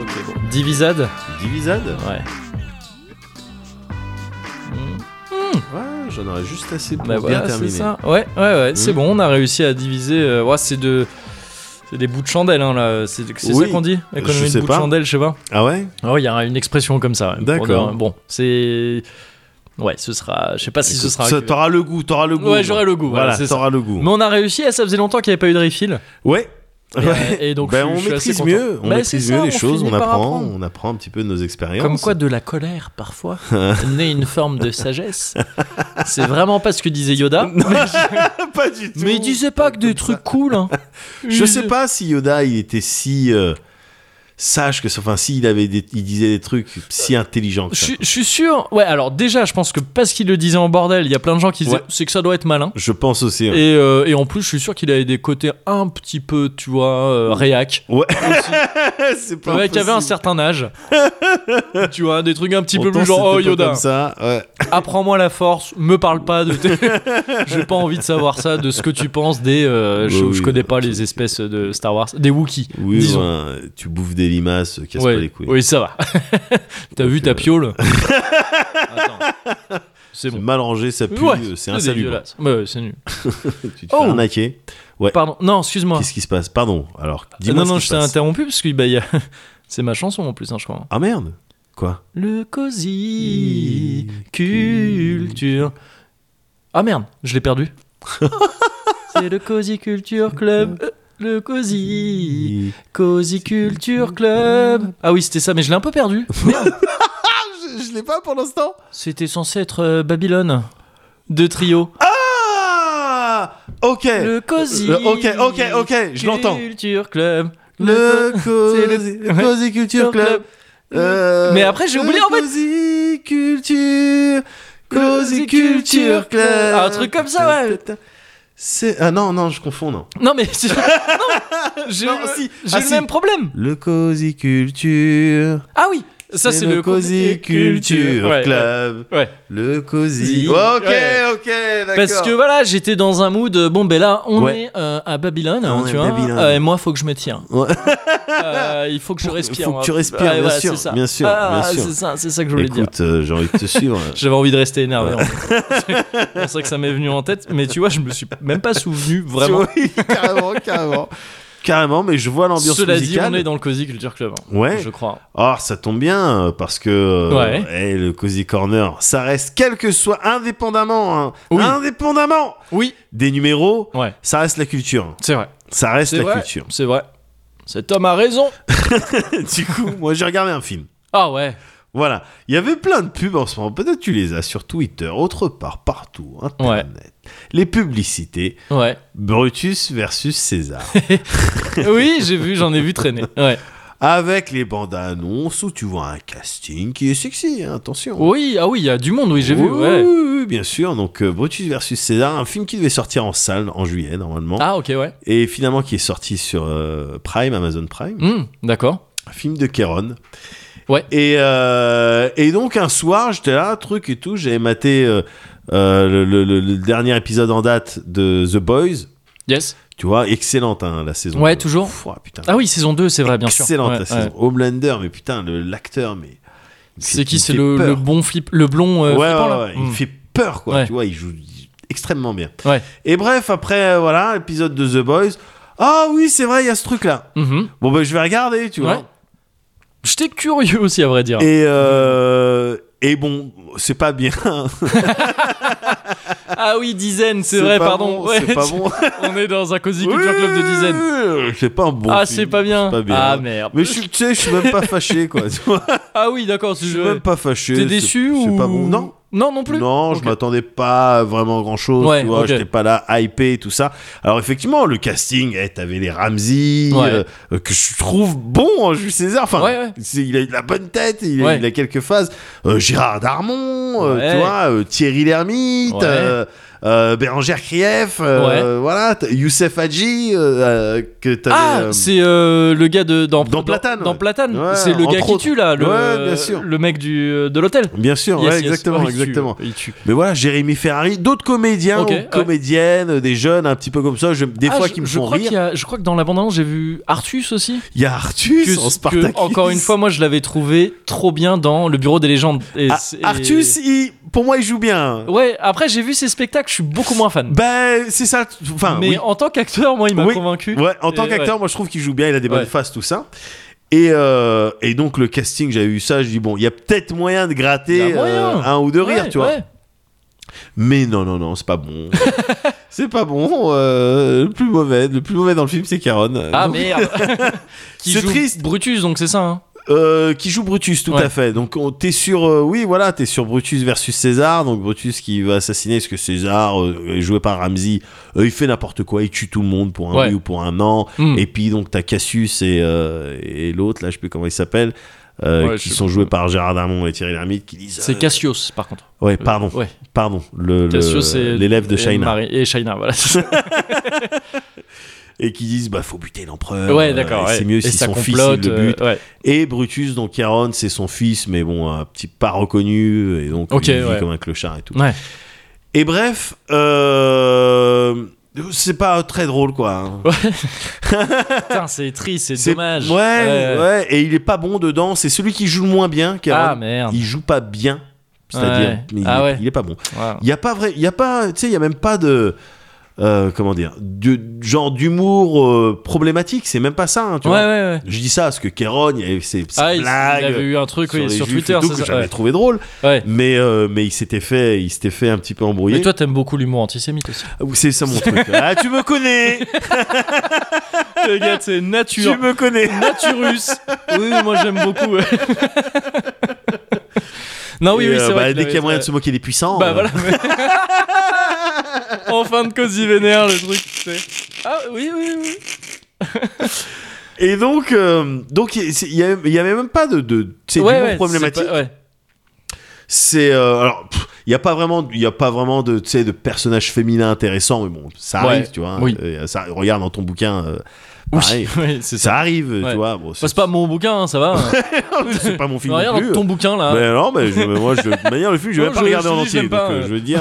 Speaker 1: Ok, bon. Divisade
Speaker 2: Divisade
Speaker 1: Ouais.
Speaker 2: Ouais, j'en aurais juste assez pour
Speaker 1: Bah
Speaker 2: bien
Speaker 1: voilà, c'est
Speaker 2: terminer.
Speaker 1: ça. Ouais, ouais, ouais. C'est
Speaker 2: Mm.
Speaker 1: bon, on a réussi à diviser. euh, ouais, c'est de. C'est des bouts de chandelle, hein, là. C'est c'est
Speaker 2: Oui.
Speaker 1: ça qu'on dit Économie
Speaker 2: sais
Speaker 1: de bouts
Speaker 2: pas.
Speaker 1: de chandelle, je sais pas.
Speaker 2: Ah ouais
Speaker 1: Ah ouais, il y a une expression comme ça. pour
Speaker 2: D'accord.
Speaker 1: dire, Bon, c'est. Ouais, ce sera. Je sais pas si ce
Speaker 2: Écoute,
Speaker 1: sera.
Speaker 2: ça, T'auras le goût, t'auras le goût.
Speaker 1: Ouais, j'aurai le goût, voilà,
Speaker 2: Voilà,
Speaker 1: c'est
Speaker 2: t'auras le goût.
Speaker 1: eh, Mais on a réussi, ah, ça faisait longtemps qu'il n'y avait pas eu de refill.
Speaker 2: Ouais,
Speaker 1: Et,
Speaker 2: Ouais.
Speaker 1: et donc,
Speaker 2: Ben,
Speaker 1: je- je
Speaker 2: on
Speaker 1: suis assez
Speaker 2: maîtrise
Speaker 1: content.
Speaker 2: mieux, on
Speaker 1: Ben,
Speaker 2: maîtrise
Speaker 1: c'est ça,
Speaker 2: mieux les choses,
Speaker 1: finit
Speaker 2: on
Speaker 1: par
Speaker 2: apprend,
Speaker 1: apprendre.
Speaker 2: on apprend un petit peu de nos expériences.
Speaker 1: Comme quoi, de la colère, parfois, naît une forme de sagesse. C'est vraiment pas ce que disait Yoda.
Speaker 2: pas du tout.
Speaker 1: Mais il disait pas que des trucs cool. hein.
Speaker 2: Je
Speaker 1: Il-
Speaker 2: sais pas si Yoda il était si euh, sage que ça. Enfin, s'il avait des- il disait des trucs si intelligents. Que
Speaker 1: Je
Speaker 2: ça.
Speaker 1: suis- je suis sûr. Ouais, alors déjà, je pense que parce qu'il le disait en bordel, il y a plein de gens qui disaient
Speaker 2: Ouais.
Speaker 1: c'est que ça doit être malin.
Speaker 2: Je pense aussi. hein.
Speaker 1: Et, euh, et en plus, je suis sûr qu'il avait des côtés un petit peu, tu vois, euh, réac.
Speaker 2: Ouais. C'est pas
Speaker 1: Le mec avait un
Speaker 2: impossible.
Speaker 1: certain âge. tu vois, des trucs un petit peu
Speaker 2: Pourtant,
Speaker 1: plus genre, oh
Speaker 2: c'était pas
Speaker 1: Yoda,
Speaker 2: Comme ça. ouais.
Speaker 1: apprends-moi la force, me parle pas de tes- J'ai pas envie de savoir ça, de ce que tu penses des. euh, je,
Speaker 2: Ouais, oui,
Speaker 1: je connais pas
Speaker 2: ok.
Speaker 1: les espèces de Star Wars. Des Wookiees,
Speaker 2: Oui,
Speaker 1: disons.
Speaker 2: ouais, tu bouffes des limaces, euh, casse
Speaker 1: Ouais.
Speaker 2: pas les couilles. euh,
Speaker 1: Oui, ça va. T'as vu ta piole Attends. C'est
Speaker 2: C'est
Speaker 1: bon.
Speaker 2: Mal rangé, ça pue,
Speaker 1: Ouais,
Speaker 2: euh, c'est
Speaker 1: C'est
Speaker 2: insalubre.
Speaker 1: dégueulasse. Bah Ouais, ouais, c'est nul.
Speaker 2: Tu te fais
Speaker 1: Oh.
Speaker 2: arnaquer.
Speaker 1: Pardon, non, excuse-moi.
Speaker 2: Qu'est-ce qui se passe Pardon. Alors,
Speaker 1: Ah,
Speaker 2: dis-moi.
Speaker 1: Non,
Speaker 2: ce
Speaker 1: non,
Speaker 2: qui
Speaker 1: je
Speaker 2: se
Speaker 1: t'ai
Speaker 2: passe.
Speaker 1: interrompu parce que bah, il y a- c'est ma chanson en plus, hein, je crois.
Speaker 2: Ah merde. Quoi
Speaker 1: Le cosy culture. Ah merde, je l'ai perdu. c'est le cosy culture club. Euh, Le cosy cosy culture club. Ah oui, c'était ça, mais je l'ai un peu perdu.
Speaker 2: Je, l'ai pas pour l'instant.
Speaker 1: C'était censé être euh, Babylone de trio.
Speaker 2: Ah Ok.
Speaker 1: Le cosy.
Speaker 2: Le- ok, ok, ok, je l'entends.
Speaker 1: Culture club.
Speaker 2: Le
Speaker 1: c'est
Speaker 2: Cozy
Speaker 1: le-
Speaker 2: le Cozy
Speaker 1: Culture
Speaker 2: Culture Club.
Speaker 1: Club.
Speaker 2: Euh,
Speaker 1: Mais après, j'ai oublié, en fait.
Speaker 2: Cozy Culture.
Speaker 1: Cozy
Speaker 2: Cozy
Speaker 1: Culture
Speaker 2: Culture Club.
Speaker 1: Un truc comme ça, ouais.
Speaker 2: C'est... Ah non, non, je confonds, non.
Speaker 1: Non mais c'est- non, j'ai
Speaker 2: Non,
Speaker 1: eu-
Speaker 2: si.
Speaker 1: j'ai
Speaker 2: Ah,
Speaker 1: eu le
Speaker 2: si.
Speaker 1: même problème.
Speaker 2: Le Cozy Culture.
Speaker 1: Ah oui, ça c'est le,
Speaker 2: Cozy Culture
Speaker 1: Ouais,
Speaker 2: Club.
Speaker 1: ouais, ouais.
Speaker 2: Le Cozy.
Speaker 1: Si.
Speaker 2: Ok,
Speaker 1: Ouais.
Speaker 2: ok, d'accord.
Speaker 1: Parce que voilà, j'étais dans un mood. euh, Bon ben là, on
Speaker 2: Ouais.
Speaker 1: est euh, à Babylone,
Speaker 2: On
Speaker 1: hein,
Speaker 2: est
Speaker 1: tu
Speaker 2: à
Speaker 1: vois.
Speaker 2: Babylone.
Speaker 1: euh, et moi, faut que je me tienne.
Speaker 2: Ouais.
Speaker 1: Euh, il faut que je respire.
Speaker 2: faut que
Speaker 1: moi.
Speaker 2: tu respires,
Speaker 1: Ouais,
Speaker 2: bien
Speaker 1: voilà,
Speaker 2: sûr,
Speaker 1: c'est ça.
Speaker 2: bien sûr,
Speaker 1: Ah,
Speaker 2: bien sûr.
Speaker 1: C'est ça, c'est ça que je voulais dire.
Speaker 2: Écoute, euh, j'ai envie de te suivre.
Speaker 1: J'avais envie de rester énervé. en fait. c'est pour ça que ça m'est venu en tête. Mais tu vois, je me suis même pas souvenu vraiment.
Speaker 2: Oui, carrément, carrément. Carrément, mais je vois l'ambiance
Speaker 1: Cela
Speaker 2: musicale.
Speaker 1: dit, on est dans le Cozy Culture Club. hein,
Speaker 2: Ouais.
Speaker 1: Je crois.
Speaker 2: Ah, ça tombe bien euh, parce que euh,
Speaker 1: Ouais.
Speaker 2: eh, le Cozy Corner, ça reste quel que soit indépendamment, hein,
Speaker 1: Oui.
Speaker 2: indépendamment
Speaker 1: Oui.
Speaker 2: des numéros,
Speaker 1: Ouais.
Speaker 2: ça reste la culture.
Speaker 1: C'est vrai.
Speaker 2: Ça reste
Speaker 1: C'est
Speaker 2: la
Speaker 1: vrai.
Speaker 2: culture.
Speaker 1: C'est vrai. Cet homme a raison.
Speaker 2: du coup, moi j'ai regardé un film.
Speaker 1: Ah ouais.
Speaker 2: Voilà, il y avait plein de pubs en ce moment. Peut-être tu les as sur Twitter, autre part, partout, internet. Les publicités
Speaker 1: Ouais.
Speaker 2: Brutus versus César,
Speaker 1: Oui, j'ai vu, j'en ai vu traîner. Ouais.
Speaker 2: avec les bandes annonces où tu vois un casting qui est sexy. hein, attention.
Speaker 1: Oui, ah oui, il y a du monde, oui, j'ai vu.
Speaker 2: Oui,
Speaker 1: Ouais.
Speaker 2: oui, oui, bien sûr. Donc, euh, Brutus versus César, un film qui devait sortir en salle en juillet, normalement.
Speaker 1: Ah, ok, ouais.
Speaker 2: Et finalement, qui est sorti sur euh, Prime, Amazon Prime.
Speaker 1: Hmm, D'accord.
Speaker 2: Un film de Kéron.
Speaker 1: Ouais.
Speaker 2: Et, euh, et donc, un soir, j'étais là, truc et tout. J'avais maté euh, euh, le, le- le- le dernier épisode en date de The Boys.
Speaker 1: Yes.
Speaker 2: Tu vois, excellente hein, la saison.
Speaker 1: Ouais,
Speaker 2: deux.
Speaker 1: toujours.
Speaker 2: Pff, ah, putain.
Speaker 1: Ah oui, saison 2, c'est vrai, bien sûr.
Speaker 2: Excellente
Speaker 1: Ouais,
Speaker 2: la
Speaker 1: ouais.
Speaker 2: saison. Homelander, mais putain, le- l'acteur, mais. il fait-
Speaker 1: C'est qui
Speaker 2: il
Speaker 1: C'est
Speaker 2: fait
Speaker 1: le,
Speaker 2: peur.
Speaker 1: le bon flip, le blond euh,
Speaker 2: ouais,
Speaker 1: flippant,
Speaker 2: ouais,
Speaker 1: là
Speaker 2: ouais,
Speaker 1: Hmm.
Speaker 2: il fait peur quoi
Speaker 1: Ouais.
Speaker 2: tu vois il joue extrêmement bien
Speaker 1: Ouais.
Speaker 2: et bref après euh, voilà épisode de The Boys ah oui c'est vrai il y a ce truc là
Speaker 1: Mhm.
Speaker 2: bon ben je vais regarder tu
Speaker 1: Ouais.
Speaker 2: vois
Speaker 1: J'étais curieux aussi, à vrai dire.
Speaker 2: et euh, et bon c'est pas bien
Speaker 1: Ah oui, dizaine, c'est vrai,
Speaker 2: pas
Speaker 1: pardon.
Speaker 2: bon,
Speaker 1: Ouais,
Speaker 2: c'est pas bon
Speaker 1: On est dans un Cozy Culture Club de dizaine.
Speaker 2: Oui, c'est pas un bon
Speaker 1: ah,
Speaker 2: film.
Speaker 1: c'est pas bien.
Speaker 2: c'est pas bien
Speaker 1: Ah merde.
Speaker 2: mais je suis, tu sais, je suis même pas fâché, quoi. tu vois.
Speaker 1: Ah oui, d'accord.
Speaker 2: Je
Speaker 1: c'est-
Speaker 2: suis même pas fâché.
Speaker 1: T'es
Speaker 2: c'est-
Speaker 1: déçu
Speaker 2: C'est
Speaker 1: ou
Speaker 2: pas bon. Non,
Speaker 1: Non, non plus.
Speaker 2: Non,
Speaker 1: Ok.
Speaker 2: je m'attendais pas vraiment à grand chose,
Speaker 1: Ouais,
Speaker 2: tu vois,
Speaker 1: ok.
Speaker 2: j'étais pas là hypé et tout ça. Alors effectivement, le casting, eh, t'avais les Ramsey,
Speaker 1: Ouais.
Speaker 2: euh, euh, que je trouve bon en Jules César, enfin,
Speaker 1: Ouais, ouais.
Speaker 2: c'est- il a de la bonne tête, il, a-
Speaker 1: Ouais.
Speaker 2: il a quelques phases. Euh, Gérard Darmon, euh,
Speaker 1: Ouais.
Speaker 2: tu vois, euh, Thierry Lhermitte,
Speaker 1: Ouais.
Speaker 2: euh, euh, Bérangère Krief, euh, voilà, t- Youssef Hadji, euh, euh, que t'avais...
Speaker 1: Ah,
Speaker 2: euh,
Speaker 1: c'est euh, le gars de dans,
Speaker 2: Dans Platane,
Speaker 1: Dans
Speaker 2: ouais.
Speaker 1: Platane,
Speaker 2: Ouais,
Speaker 1: c'est le
Speaker 2: entre
Speaker 1: gars qui
Speaker 2: autres.
Speaker 1: tue là, le,
Speaker 2: Ouais, bien sûr.
Speaker 1: le mec du euh, de l'hôtel.
Speaker 2: Bien sûr,
Speaker 1: Yes,
Speaker 2: ouais,
Speaker 1: yes,
Speaker 2: exactement,
Speaker 1: ouais, il tue,
Speaker 2: exactement.
Speaker 1: Il tue.
Speaker 2: Mais voilà, Jérémy Ferrari, d'autres comédiens,
Speaker 1: Ok,
Speaker 2: ou
Speaker 1: ouais.
Speaker 2: comédiennes, euh, des jeunes, un petit peu comme ça, je- des
Speaker 1: Ah,
Speaker 2: fois
Speaker 1: je,
Speaker 2: qui me
Speaker 1: je
Speaker 2: font
Speaker 1: crois
Speaker 2: rire.
Speaker 1: qu'il y a- je crois que dans la bande j'ai vu Artus aussi.
Speaker 2: Il y a Artus
Speaker 1: Que-
Speaker 2: en
Speaker 1: que,
Speaker 2: Spartacus.
Speaker 1: encore une fois, moi je l'avais trouvé trop bien dans le bureau des légendes. Et
Speaker 2: Ah,
Speaker 1: c'est-
Speaker 2: Artus, il- pour moi, il joue bien.
Speaker 1: Ouais, après j'ai vu ses spectacles, je suis beaucoup moins fan.
Speaker 2: Ben, c'est ça. t- Enfin,
Speaker 1: Mais
Speaker 2: oui.
Speaker 1: en tant qu'acteur, moi il m'a
Speaker 2: Oui.
Speaker 1: convaincu.
Speaker 2: Ouais, en tant
Speaker 1: Et
Speaker 2: qu'acteur, moi, je trouve qu'il joue bien. Il a des bonnes
Speaker 1: Ouais.
Speaker 2: faces, tout ça. Et, euh, et donc, le casting, j'avais eu ça. Je dis, bon, il y a peut-être moyen de
Speaker 1: Il
Speaker 2: gratter
Speaker 1: y a moyen.
Speaker 2: euh, un ou deux
Speaker 1: ouais.
Speaker 2: rires, tu vois.
Speaker 1: ouais.
Speaker 2: Mais non, non, non, c'est pas bon. C'est pas bon. euh, le plus mauvais, le plus mauvais dans le film, c'est Caron.
Speaker 1: Ah merde Qui
Speaker 2: C'est
Speaker 1: joue
Speaker 2: triste.
Speaker 1: Brutus, donc c'est ça. hein.
Speaker 2: Euh, qui joue Brutus, tout
Speaker 1: Ouais.
Speaker 2: à fait. Donc on- t'es sur, euh, oui, voilà, t'es sur Brutus versus César. Donc Brutus qui va assassiner, parce que César, euh, joué par Ramsey, euh, il fait n'importe quoi, il tue tout le monde pour un
Speaker 1: Ouais.
Speaker 2: oui ou pour un an.
Speaker 1: Hmm.
Speaker 2: Et puis donc t'as Cassius et, euh, et l'autre, là, je sais plus comment il s'appelle. euh,
Speaker 6: Ouais,
Speaker 2: qui
Speaker 6: je sais
Speaker 2: sont joués par Gérard Darmon et Thierry Lhermitte qui disent
Speaker 1: C'est
Speaker 2: euh,
Speaker 1: Cassios, par contre.
Speaker 2: ouais pardon
Speaker 1: Ouais.
Speaker 2: pardon le- le-
Speaker 1: Cassios, c'est.
Speaker 2: l'élève de
Speaker 1: et
Speaker 2: Shaina
Speaker 1: Marie- Et Shaina, voilà.
Speaker 2: et qui disent bah faut buter l'empereur
Speaker 1: ouais,
Speaker 2: euh,
Speaker 1: d'accord.
Speaker 2: et
Speaker 1: ouais.
Speaker 2: c'est mieux
Speaker 1: Et
Speaker 2: si
Speaker 1: ça
Speaker 2: son fils il
Speaker 1: complote,
Speaker 2: le bute
Speaker 1: euh, ouais.
Speaker 2: Et Brutus, donc Caron, c'est son fils, mais bon, un petit pas reconnu, et donc
Speaker 1: Ok,
Speaker 2: il vit
Speaker 1: ouais.
Speaker 2: comme un clochard et tout.
Speaker 1: Ouais.
Speaker 2: Et bref, euh, c'est pas très drôle, quoi. hein.
Speaker 1: Putain, c'est triste, c'est
Speaker 2: C'est-
Speaker 1: dommage.
Speaker 2: Ouais, ouais, et il est pas bon dedans. C'est celui qui joue le moins bien,
Speaker 1: Ah
Speaker 2: Caron.
Speaker 1: merde.
Speaker 2: il joue pas bien, c'est-à-dire,
Speaker 1: Ouais.
Speaker 2: mais il,
Speaker 1: Ah
Speaker 2: est-
Speaker 1: ouais.
Speaker 2: il est pas bon.
Speaker 1: Ouais.
Speaker 2: Il y a pas vrai, il y a pas, tu sais, il y a même pas de. euh, comment dire, de, genre d'humour euh, problématique, c'est même pas ça, hein, tu
Speaker 1: ouais,
Speaker 2: vois.
Speaker 1: ouais, ouais.
Speaker 2: Je dis ça parce que Caron, il y avait ses, ses
Speaker 1: Ah, il, il
Speaker 2: blagues.
Speaker 1: avait eu un truc oui,
Speaker 2: les
Speaker 1: sur
Speaker 2: Juifs et
Speaker 1: Twitter,
Speaker 2: tout,
Speaker 1: c'est
Speaker 2: que
Speaker 1: ça.
Speaker 2: j'avais
Speaker 1: ouais.
Speaker 2: trouvé drôle
Speaker 1: Ouais.
Speaker 2: mais euh, mais il s'était fait il s'était fait un petit peu embrouiller
Speaker 1: Mais toi, t'aimes beaucoup l'humour antisémite aussi.
Speaker 2: Ah oui, c'est ça mon truc ah tu me connais
Speaker 1: Le gars, c'est
Speaker 2: tu
Speaker 1: nature.
Speaker 2: me connais
Speaker 1: Naturus. Oui, oui, moi j'aime beaucoup. non, oui,
Speaker 2: Et,
Speaker 1: oui,
Speaker 2: euh,
Speaker 1: c'est
Speaker 2: bah,
Speaker 1: vrai. qu'il
Speaker 2: dès qu'il y a
Speaker 1: avait-
Speaker 2: moyen de se moquer des puissants
Speaker 1: Bah
Speaker 2: euh,
Speaker 1: voilà. enfin de cause il vénère le truc, tu sais. Ah oui, oui, oui.
Speaker 2: et donc euh, donc il c'est- il y, avait- il y avait même pas de, de c'est
Speaker 1: ouais,
Speaker 2: d'humour
Speaker 1: ouais,
Speaker 2: problématique
Speaker 1: c'est pas- ouais.
Speaker 2: c'est euh, alors pff, il y a pas vraiment il y a pas vraiment de tu sais de personnages féminins intéressants mais bon ça
Speaker 1: Ouais.
Speaker 2: arrive tu vois hein.
Speaker 1: Oui.
Speaker 2: Et euh, ça regarde dans ton bouquin euh,
Speaker 1: Oui,
Speaker 2: pareil.
Speaker 1: oui, c'est ça.
Speaker 2: ça arrive
Speaker 1: Ouais.
Speaker 2: tu vois bon,
Speaker 1: Bah,
Speaker 2: c'est
Speaker 1: c'est pas mon bouquin, hein, ça va.
Speaker 2: c'est pas mon film non
Speaker 1: Regarde
Speaker 2: plus. euh.
Speaker 1: dans ton bouquin là.
Speaker 2: Mais non, mais je- moi, je, de toute manière, le film, Ah. je vais
Speaker 1: Non,
Speaker 2: même pas
Speaker 1: je-
Speaker 2: regarder
Speaker 1: je
Speaker 2: en
Speaker 1: te dis,
Speaker 2: entier.
Speaker 1: j'aime
Speaker 2: Donc,
Speaker 1: pas,
Speaker 2: euh,
Speaker 1: euh.
Speaker 2: je veux dire.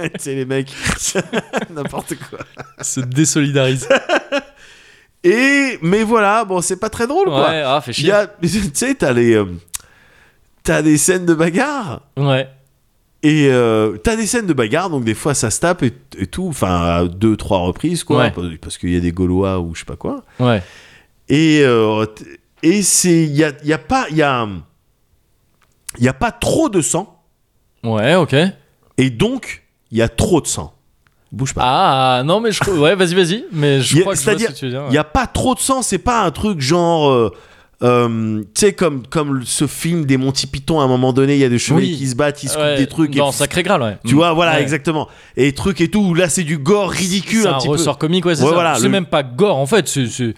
Speaker 2: tu sais, les mecs, n'importe quoi.
Speaker 1: Se désolidarise.
Speaker 2: Et, mais voilà, bon, c'est pas très drôle, quoi.
Speaker 1: Ouais, ah, fait
Speaker 2: Il
Speaker 1: chier.
Speaker 2: y a, tu sais, t'as les. euh, t'as des scènes de bagarre.
Speaker 1: Ouais.
Speaker 2: Et euh, t'as des scènes de bagarre, donc des fois ça se tape et, et tout, enfin à deux, trois reprises, quoi,
Speaker 1: Ouais.
Speaker 2: parce- parce qu'il y a des Gaulois ou je sais pas quoi.
Speaker 1: Ouais.
Speaker 2: Et euh, t- et c'est. Il y a, il y a pas. Il y a. Il y a pas trop de sang.
Speaker 1: Ouais, ok.
Speaker 2: Et donc, il y a trop de sang. Bouge pas.
Speaker 1: Ah, non, mais je. Ouais, vas-y, vas-y. Mais je
Speaker 2: Bah. Y a-
Speaker 1: crois que je vois ce
Speaker 2: c'est-à-dire,
Speaker 1: que tu veux dire.
Speaker 2: Il
Speaker 1: ouais.
Speaker 2: n'y a pas trop de sang, c'est pas un truc genre. euh, euh, tu sais, comme, comme ce film des Monty Python, à un moment donné, il y a des chevaliers
Speaker 1: Oui.
Speaker 2: qui se battent, ils se
Speaker 1: Ouais,
Speaker 2: coupent des trucs. et
Speaker 1: Dans
Speaker 2: pff,
Speaker 1: Sacré Graal, ouais.
Speaker 2: Tu vois, voilà,
Speaker 1: Ouais.
Speaker 2: exactement. Et trucs et tout, là c'est du gore ridicule
Speaker 1: C'est
Speaker 2: un,
Speaker 1: un
Speaker 2: petit
Speaker 1: ressort comique, ouais, c'est
Speaker 2: Ouais,
Speaker 1: ça.
Speaker 2: voilà,
Speaker 1: c'est
Speaker 2: le-
Speaker 1: même pas gore en fait, c'est. c'est...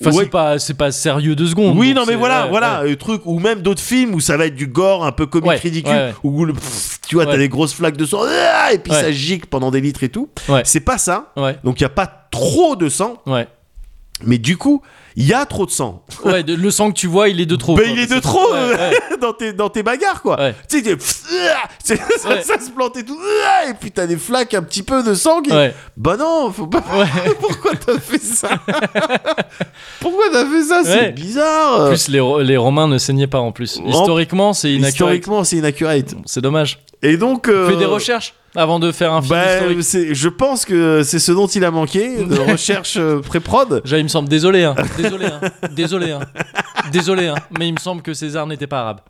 Speaker 1: Enfin,
Speaker 2: Ouais.
Speaker 1: c'est, pas, c'est pas sérieux deux
Speaker 2: peu.
Speaker 1: secondes.
Speaker 2: Oui,
Speaker 1: donc
Speaker 2: non, mais
Speaker 1: c'est-
Speaker 2: voilà,
Speaker 1: ouais,
Speaker 2: voilà,
Speaker 1: ouais.
Speaker 2: euh, truc, ou même d'autres films où ça va être du gore un peu comique
Speaker 1: Ouais,
Speaker 2: ridicule,
Speaker 1: ouais, ouais.
Speaker 2: où le, pff, tu vois, t'as
Speaker 1: Ouais.
Speaker 2: des grosses flaques de sang, ah, et puis
Speaker 1: Ouais.
Speaker 2: ça gicle pendant des litres et tout.
Speaker 1: Ouais.
Speaker 2: C'est pas ça,
Speaker 1: Ouais,
Speaker 2: donc il n'y a pas trop de sang,
Speaker 1: ouais.
Speaker 2: mais du coup, il y a trop de sang.
Speaker 1: Ouais, de- le sang que tu vois, il est de trop.
Speaker 2: Bah,
Speaker 1: quoi.
Speaker 2: il est
Speaker 1: C'est-
Speaker 2: de trop
Speaker 1: ouais,
Speaker 2: euh,
Speaker 1: ouais.
Speaker 2: dans, tes, dans tes bagarres, quoi.
Speaker 1: Ouais.
Speaker 2: Tu sais, t'es- pff, ah, c'est- ça,
Speaker 1: Ouais.
Speaker 2: ça se plante et tout. ah, Et puis t'as des flaques un petit peu de sang qui.
Speaker 1: Ouais.
Speaker 2: Bah non, faut pas. Pourquoi t'as fait ça Pourquoi t'as fait ça C'est
Speaker 1: Ouais. En
Speaker 2: bizarre. euh,
Speaker 1: plus, les, Ro- les Romains ne saignaient pas en plus.
Speaker 2: En-
Speaker 1: Historiquement, c'est inaccurate.
Speaker 2: Historiquement, c'est inaccurate.
Speaker 1: C'est dommage.
Speaker 2: Et donc. euh,
Speaker 1: Fais des recherches avant de faire un film
Speaker 2: bah,
Speaker 1: historique.
Speaker 2: c'est- je pense que c'est ce dont il a manqué, de recherche euh, pré-prod.
Speaker 1: Déjà, il me semble désolé, hein. désolé, hein. désolé, hein. désolé, hein. mais il me semble que César n'était pas arabe.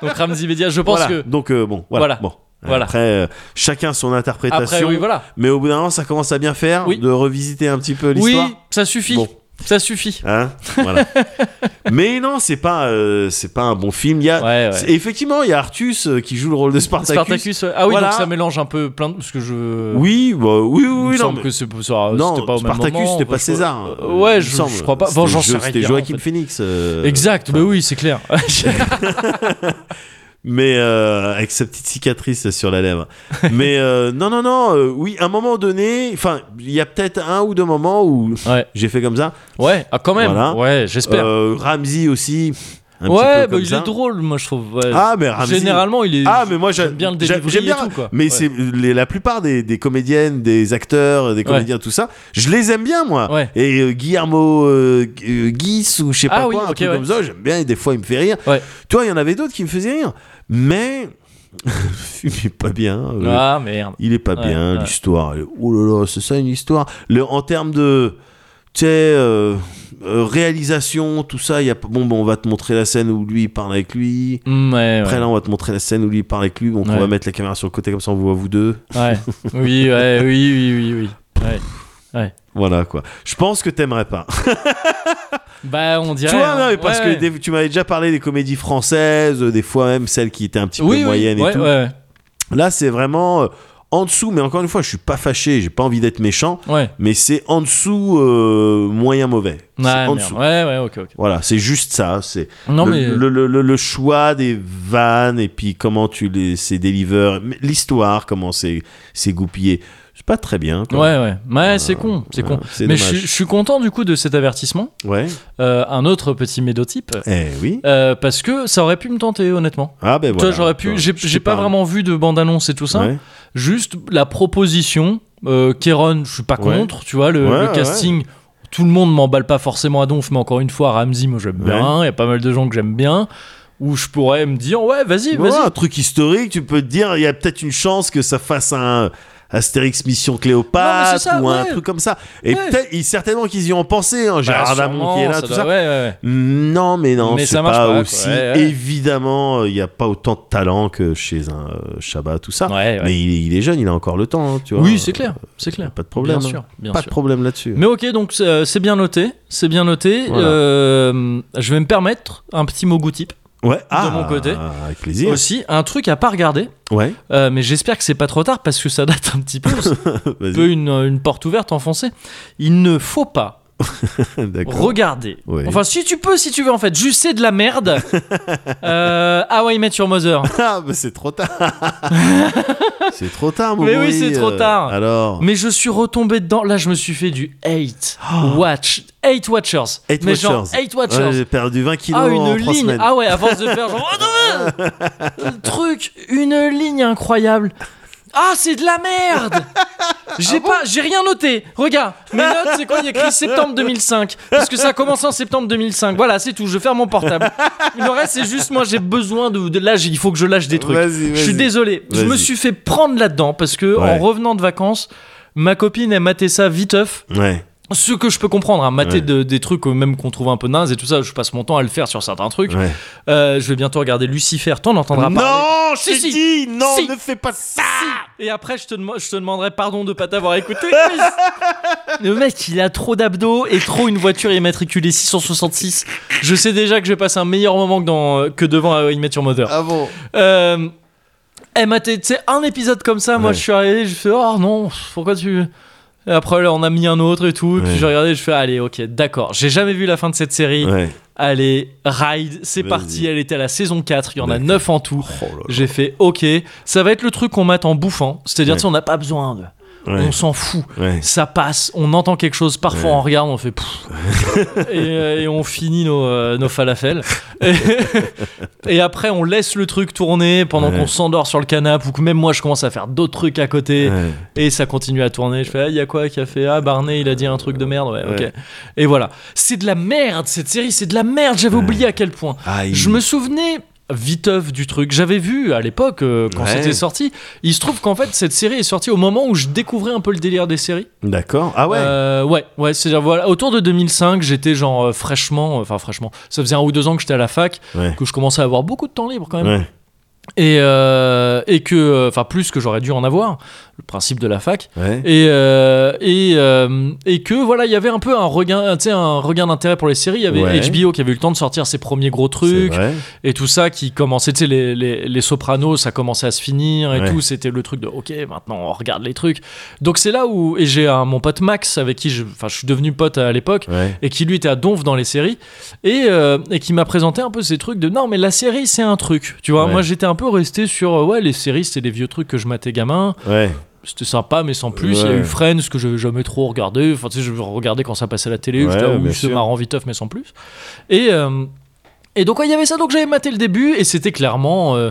Speaker 1: Donc Ramzi Bedia, je pense
Speaker 2: Voilà.
Speaker 1: que
Speaker 2: Donc, euh, bon, voilà.
Speaker 1: Voilà.
Speaker 2: Bon.
Speaker 1: Voilà.
Speaker 2: Après, euh, chacun son interprétation.
Speaker 1: après, oui, voilà,
Speaker 2: Mais au bout d'un moment, ça commence à bien faire
Speaker 1: Oui.
Speaker 2: de revisiter un petit peu
Speaker 1: oui,
Speaker 2: l'histoire.
Speaker 1: ça suffit,
Speaker 2: Bon.
Speaker 1: ça suffit.
Speaker 2: Hein voilà. Mais non, c'est pas, euh, c'est pas un bon film. Il y a,
Speaker 1: Ouais, ouais.
Speaker 2: c'est- Effectivement, il y a Artus euh, qui joue le rôle de Spartacus.
Speaker 1: Spartacus, ouais. ah oui,
Speaker 2: Voilà.
Speaker 1: donc ça mélange un peu plein de. Parce que je.
Speaker 2: Oui, bah, oui, oui,
Speaker 1: Il me
Speaker 2: oui, non.
Speaker 1: semble
Speaker 2: mais-
Speaker 1: que c'est- ça-
Speaker 2: non,
Speaker 1: c'était pas au même
Speaker 2: Spartacus,
Speaker 1: moment, quoi, je
Speaker 2: c'était pas
Speaker 1: crois.
Speaker 2: César.
Speaker 1: Euh,
Speaker 2: euh, il
Speaker 1: ouais,
Speaker 2: me
Speaker 1: je,
Speaker 2: semble.
Speaker 1: je crois pas.
Speaker 2: C'était
Speaker 1: Bon, j'en
Speaker 2: Jo-
Speaker 1: sais rien.
Speaker 2: C'était
Speaker 1: en
Speaker 2: Joaquin
Speaker 1: fait.
Speaker 2: Phoenix. euh,
Speaker 1: Exact, bah oui, c'est clair.
Speaker 2: Mais euh, avec sa petite cicatrice sur la lèvre. mais euh, non, non, non. euh, oui, à un moment donné, enfin, il y a peut-être un ou deux moments où
Speaker 1: Ouais.
Speaker 2: j'ai fait comme ça.
Speaker 1: ouais, ah, quand même,
Speaker 2: Voilà.
Speaker 1: ouais, j'espère.
Speaker 2: Euh, Ramsey aussi. Un petit
Speaker 1: ouais,
Speaker 2: peu
Speaker 1: bah,
Speaker 2: comme
Speaker 1: il
Speaker 2: ça.
Speaker 1: est drôle, moi je trouve. ouais.
Speaker 2: Ah, mais Ramsey.
Speaker 1: Généralement, il est.
Speaker 2: Ah, mais moi j'a-
Speaker 1: j'aime bien le
Speaker 2: j'a-
Speaker 1: delivery
Speaker 2: j'aime
Speaker 1: et
Speaker 2: bien-
Speaker 1: tout, quoi.
Speaker 2: Mais
Speaker 1: Ouais.
Speaker 2: c'est les- la plupart des, des comédiennes, des acteurs, des comédiens, tout ça, je les aime bien moi.
Speaker 1: Ouais.
Speaker 2: Et euh, Guillermo euh, Gu- euh, Guis ou je sais
Speaker 1: Ah
Speaker 2: pas
Speaker 1: oui,
Speaker 2: quoi, un
Speaker 1: ok,
Speaker 2: truc
Speaker 1: ouais.
Speaker 2: comme ça, j'aime bien et des fois il me fait rire.
Speaker 1: Ouais.
Speaker 2: Tu vois, il y en avait d'autres qui me faisaient rire, mais le film est pas bien. euh,
Speaker 1: Ah, merde.
Speaker 2: Il est pas
Speaker 1: Ouais,
Speaker 2: bien
Speaker 1: ouais.
Speaker 2: l'histoire. elle est- Oh là là, c'est ça une histoire. Le, en termes de tu sais, euh, euh, réalisation, tout ça. Il y a, bon, bon, on va te montrer la scène où lui il parle avec lui.
Speaker 1: Mm, ouais,
Speaker 2: Après
Speaker 1: ouais.
Speaker 2: là, on va te montrer la scène où lui il parle avec lui. Donc on
Speaker 1: Ouais.
Speaker 2: va mettre la caméra sur le côté comme ça, on vous voit vous deux.
Speaker 1: Ouais. Oui, ouais, oui, oui, oui, oui. Ouais.
Speaker 2: Voilà quoi. Je pense que t'aimerais pas.
Speaker 1: Bah, on dirait.
Speaker 2: tu vois,
Speaker 1: hein.
Speaker 2: non, mais parce
Speaker 1: Ouais,
Speaker 2: que des- tu m'avais déjà parlé des comédies françaises, euh, des fois même celles qui étaient un petit
Speaker 1: oui,
Speaker 2: peu
Speaker 1: oui,
Speaker 2: moyennes
Speaker 1: ouais,
Speaker 2: et tout.
Speaker 1: Ouais,
Speaker 2: Là, c'est vraiment euh, en dessous. Mais encore une fois, je suis pas fâché, j'ai pas envie d'être méchant.
Speaker 1: ouais.
Speaker 2: Mais c'est en dessous euh, moyen mauvais. C'est
Speaker 1: Ouais,
Speaker 2: en
Speaker 1: merde.
Speaker 2: dessous.
Speaker 1: ouais, ouais, ok, ok.
Speaker 2: Voilà, c'est juste ça. C'est
Speaker 1: Non,
Speaker 2: le,
Speaker 1: mais. euh,
Speaker 2: le, le- le- le choix des vannes et puis comment tu les c'est deliver, mais l'histoire, comment c'est c'est goupillé. C'est pas très bien.
Speaker 1: Ouais,
Speaker 2: quoi.
Speaker 1: ouais. Ouais, c'est con, c'est con.
Speaker 2: Ouais, c'est
Speaker 1: Mais je,
Speaker 2: dommage.
Speaker 1: suis- je suis content du coup de cet avertissement.
Speaker 2: Ouais.
Speaker 1: Euh, un autre petit médotype.
Speaker 2: Eh oui.
Speaker 1: Euh, parce que ça aurait pu me tenter, honnêtement.
Speaker 2: Ah ben
Speaker 1: Toi,
Speaker 2: voilà.
Speaker 1: j'aurais pu.
Speaker 2: Toi,
Speaker 1: J'ai
Speaker 2: je
Speaker 1: j'ai
Speaker 2: te
Speaker 1: pas
Speaker 2: parle.
Speaker 1: vraiment vu de bande-annonce et tout ça.
Speaker 2: Ouais.
Speaker 1: Juste la proposition. Euh, Kéron, je suis pas
Speaker 2: Ouais.
Speaker 1: contre, tu vois, le,
Speaker 2: Ouais,
Speaker 1: le
Speaker 2: ouais.
Speaker 1: casting. Tout le monde m'emballe pas forcément à donf, mais encore une fois, Ramsey, moi j'aime bien. Il y a pas mal de gens que j'aime bien. Où je pourrais me dire, ouais, vas-y,
Speaker 2: Voilà,
Speaker 1: vas-y.
Speaker 2: un truc historique, tu peux te dire, il y a peut-être une chance que ça fasse un Astérix Mission
Speaker 1: Non, mais
Speaker 2: Cléopâtre
Speaker 1: c'est ça,
Speaker 2: ou un
Speaker 1: ouais.
Speaker 2: truc comme ça. Et
Speaker 1: Ouais.
Speaker 2: peut-être, il- certainement qu'ils y ont pensé, hein, Gérard
Speaker 1: Bah,
Speaker 2: Damon qui est là,
Speaker 1: sûrement,
Speaker 2: tout
Speaker 1: doit-
Speaker 2: ça.
Speaker 1: ouais, ouais,
Speaker 2: Non, mais non,
Speaker 1: Mais
Speaker 2: c'est
Speaker 1: ça
Speaker 2: pas,
Speaker 1: marche pas, quoi.
Speaker 2: aussi.
Speaker 1: Ouais, ouais.
Speaker 2: Évidemment, il n'y a pas autant de talent que chez un euh, Shabbat, tout ça.
Speaker 1: ouais. Ouais, ouais.
Speaker 2: Mais il est, il est jeune, il a encore le temps, hein, tu vois.
Speaker 1: oui, c'est clair, c'est
Speaker 2: Y a
Speaker 1: clair.
Speaker 2: Pas de problème.
Speaker 1: Bien
Speaker 2: hein.
Speaker 1: sûr, bien
Speaker 2: pas
Speaker 1: sûr.
Speaker 2: de problème là-dessus.
Speaker 1: Mais ok, donc euh, c'est bien noté, c'est bien noté.
Speaker 2: Voilà.
Speaker 1: Euh, je vais me permettre un petit mot goût type
Speaker 2: Ouais, ah,
Speaker 1: mon côté.
Speaker 2: Avec plaisir.
Speaker 1: aussi, un truc à pas regarder.
Speaker 2: Ouais,
Speaker 1: Euh, mais j'espère que c'est pas trop tard parce que ça date un petit peu, c'est un
Speaker 2: vas-y.
Speaker 1: peu une, une porte ouverte enfoncée. Il ne faut pas
Speaker 2: D'accord.
Speaker 1: regarder.
Speaker 2: Oui.
Speaker 1: Enfin, si tu peux, si tu veux, en fait, juste c'est de la merde. euh, ah ouais, mettre sur Mother.
Speaker 2: Ah, mais c'est trop tard. c'est trop tard, mon
Speaker 1: Mais oui,
Speaker 2: bruit,
Speaker 1: c'est trop
Speaker 2: euh,
Speaker 1: tard.
Speaker 2: Alors.
Speaker 1: Mais je suis retombé dedans. Là, je me suis fait du hate watch, hate watchers.
Speaker 2: Eight
Speaker 1: mais genre
Speaker 2: Ah. Watchers.
Speaker 1: hate watchers.
Speaker 2: Ouais, j'ai perdu 20 kilos
Speaker 1: Ah,
Speaker 2: en
Speaker 1: une
Speaker 2: 3
Speaker 1: ligne.
Speaker 2: semaines.
Speaker 1: Ah ouais, à force de faire genre. Oh, non, euh, Truc, une ligne incroyable. Ah, c'est de la merde.
Speaker 2: Ah
Speaker 1: J'ai pas, j'ai rien noté. Regarde, mes notes, c'est quoi Il y a écrit septembre 2005 parce que ça a commencé en septembre 2005. Voilà, c'est tout. Je ferme mon portable. Le reste, c'est juste moi, j'ai besoin de, de lâche. Il faut que je lâche des trucs.
Speaker 2: Vas-y,
Speaker 1: Je suis
Speaker 2: vas-y.
Speaker 1: désolé. Je
Speaker 2: Vas-y.
Speaker 1: me suis fait prendre là-dedans parce que
Speaker 2: Ouais.
Speaker 1: en revenant de vacances, ma copine elle maté ça viteuf.
Speaker 2: Ouais.
Speaker 1: Ce que je peux comprendre, hein, mater
Speaker 2: Ouais.
Speaker 1: de- des trucs euh, même qu'on trouve un peu nazes et tout ça, je passe mon temps à le faire sur certains trucs.
Speaker 2: ouais.
Speaker 1: Euh, je vais bientôt regarder Lucifer, t'en entendras parler.
Speaker 2: Non, je
Speaker 1: Si,
Speaker 2: t'ai
Speaker 1: si.
Speaker 2: dit, non,
Speaker 1: Si.
Speaker 2: ne fais pas ça.
Speaker 1: Et après, je te, dema- je te demanderai pardon de pas t'avoir écouté. Mais- le mec, il a trop d'abdos et trop une voiture immatriculée 666. Je sais déjà que je vais passer un meilleur moment que, dans, euh, que devant euh, I Met Your Mother.
Speaker 2: Ah bon
Speaker 1: Euh, eh, ma tête, tu sais, un épisode comme ça, moi
Speaker 2: Ouais.
Speaker 1: je suis arrivé, je fais oh non, pourquoi tu. Et après, là, on a mis un autre et tout, et puis
Speaker 2: Ouais.
Speaker 1: j'ai regardé, je fais allez, ok, d'accord, j'ai jamais vu la fin de cette série,
Speaker 2: Ouais.
Speaker 1: allez, ride, c'est
Speaker 2: Vas-y.
Speaker 1: parti, elle était à la saison 4, il y en a
Speaker 2: D'accord. Oh
Speaker 1: 9 en tout. J'ai fait ok, ça va être le truc qu'on mate en bouffant, c'est-à-dire
Speaker 2: Ouais.
Speaker 1: tu sais, on n'a pas besoin de.
Speaker 2: Ouais.
Speaker 1: On s'en fout,
Speaker 2: Ouais.
Speaker 1: ça passe, on entend quelque chose, parfois on regarde, on fait pfff. et, euh, et on finit nos, euh, nos falafels. Et, et après, on laisse le truc tourner pendant
Speaker 2: Ouais.
Speaker 1: qu'on s'endort sur le canapé ou que même moi je commence à faire d'autres trucs à côté
Speaker 2: Ouais.
Speaker 1: et ça continue à tourner. Je fais, ah, il y a quoi qui a fait Ah, Barney, il a dit un truc de merde, ouais,
Speaker 2: Ouais.
Speaker 1: ok. Et voilà. C'est de la merde cette série, c'est de la merde, j'avais oublié à quel point.
Speaker 2: Aïe.
Speaker 1: Je me souvenais viteuf du truc. J'avais vu à l'époque euh, quand
Speaker 2: Ouais.
Speaker 1: c'était sorti. Il se trouve qu'en fait cette série est sortie au moment où je découvrais un peu le délire des séries.
Speaker 2: D'accord. Ah ouais.
Speaker 1: Euh, ouais, ouais, c'est voilà. Autour de 2005, j'étais genre euh, fraîchement, enfin fraîchement, ça faisait un ou deux ans que j'étais à la fac,
Speaker 2: Ouais.
Speaker 1: que je commençais à avoir beaucoup de temps libre quand même,
Speaker 2: Ouais.
Speaker 1: et euh, et que, euh, enfin plus que j'aurais dû en avoir, le principe de la fac,
Speaker 2: Ouais.
Speaker 1: et euh, et euh, et que voilà, il y avait un peu un regain, tu sais, un regain d'intérêt pour les séries. Il y avait
Speaker 2: Ouais.
Speaker 1: HBO qui avait eu le temps de sortir ses premiers gros
Speaker 2: C'est
Speaker 1: trucs
Speaker 2: vrai.
Speaker 1: et tout ça qui commençait, tu sais, les, les, les Sopranos, ça commençait à se finir et
Speaker 2: Ouais.
Speaker 1: tout. C'était le truc de ok, maintenant on regarde les trucs. Donc c'est là où, et j'ai un- mon pote Max avec qui je, enfin, je suis devenu pote à l'époque.
Speaker 2: Ouais.
Speaker 1: Et qui lui était à Donf dans les séries et, euh, et qui m'a présenté un peu ces trucs de non mais la série c'est un truc tu vois
Speaker 2: Ouais.
Speaker 1: moi j'étais un peu resté sur euh, ouais les séries c'était des vieux trucs que je matais gamin
Speaker 2: Ouais.
Speaker 1: c'était sympa mais sans plus il y a
Speaker 2: Ouais.
Speaker 1: eu Friends que j'avais jamais trop regardé enfin tu sais je regardais quand ça passait à la télé oh,
Speaker 2: Ouais,
Speaker 1: j'étais là,
Speaker 2: bien
Speaker 1: oui, c'est
Speaker 2: sûr.
Speaker 1: marrant viteuf mais sans plus et euh, et donc ouais, il y avait ça donc j'avais maté le début et c'était clairement euh,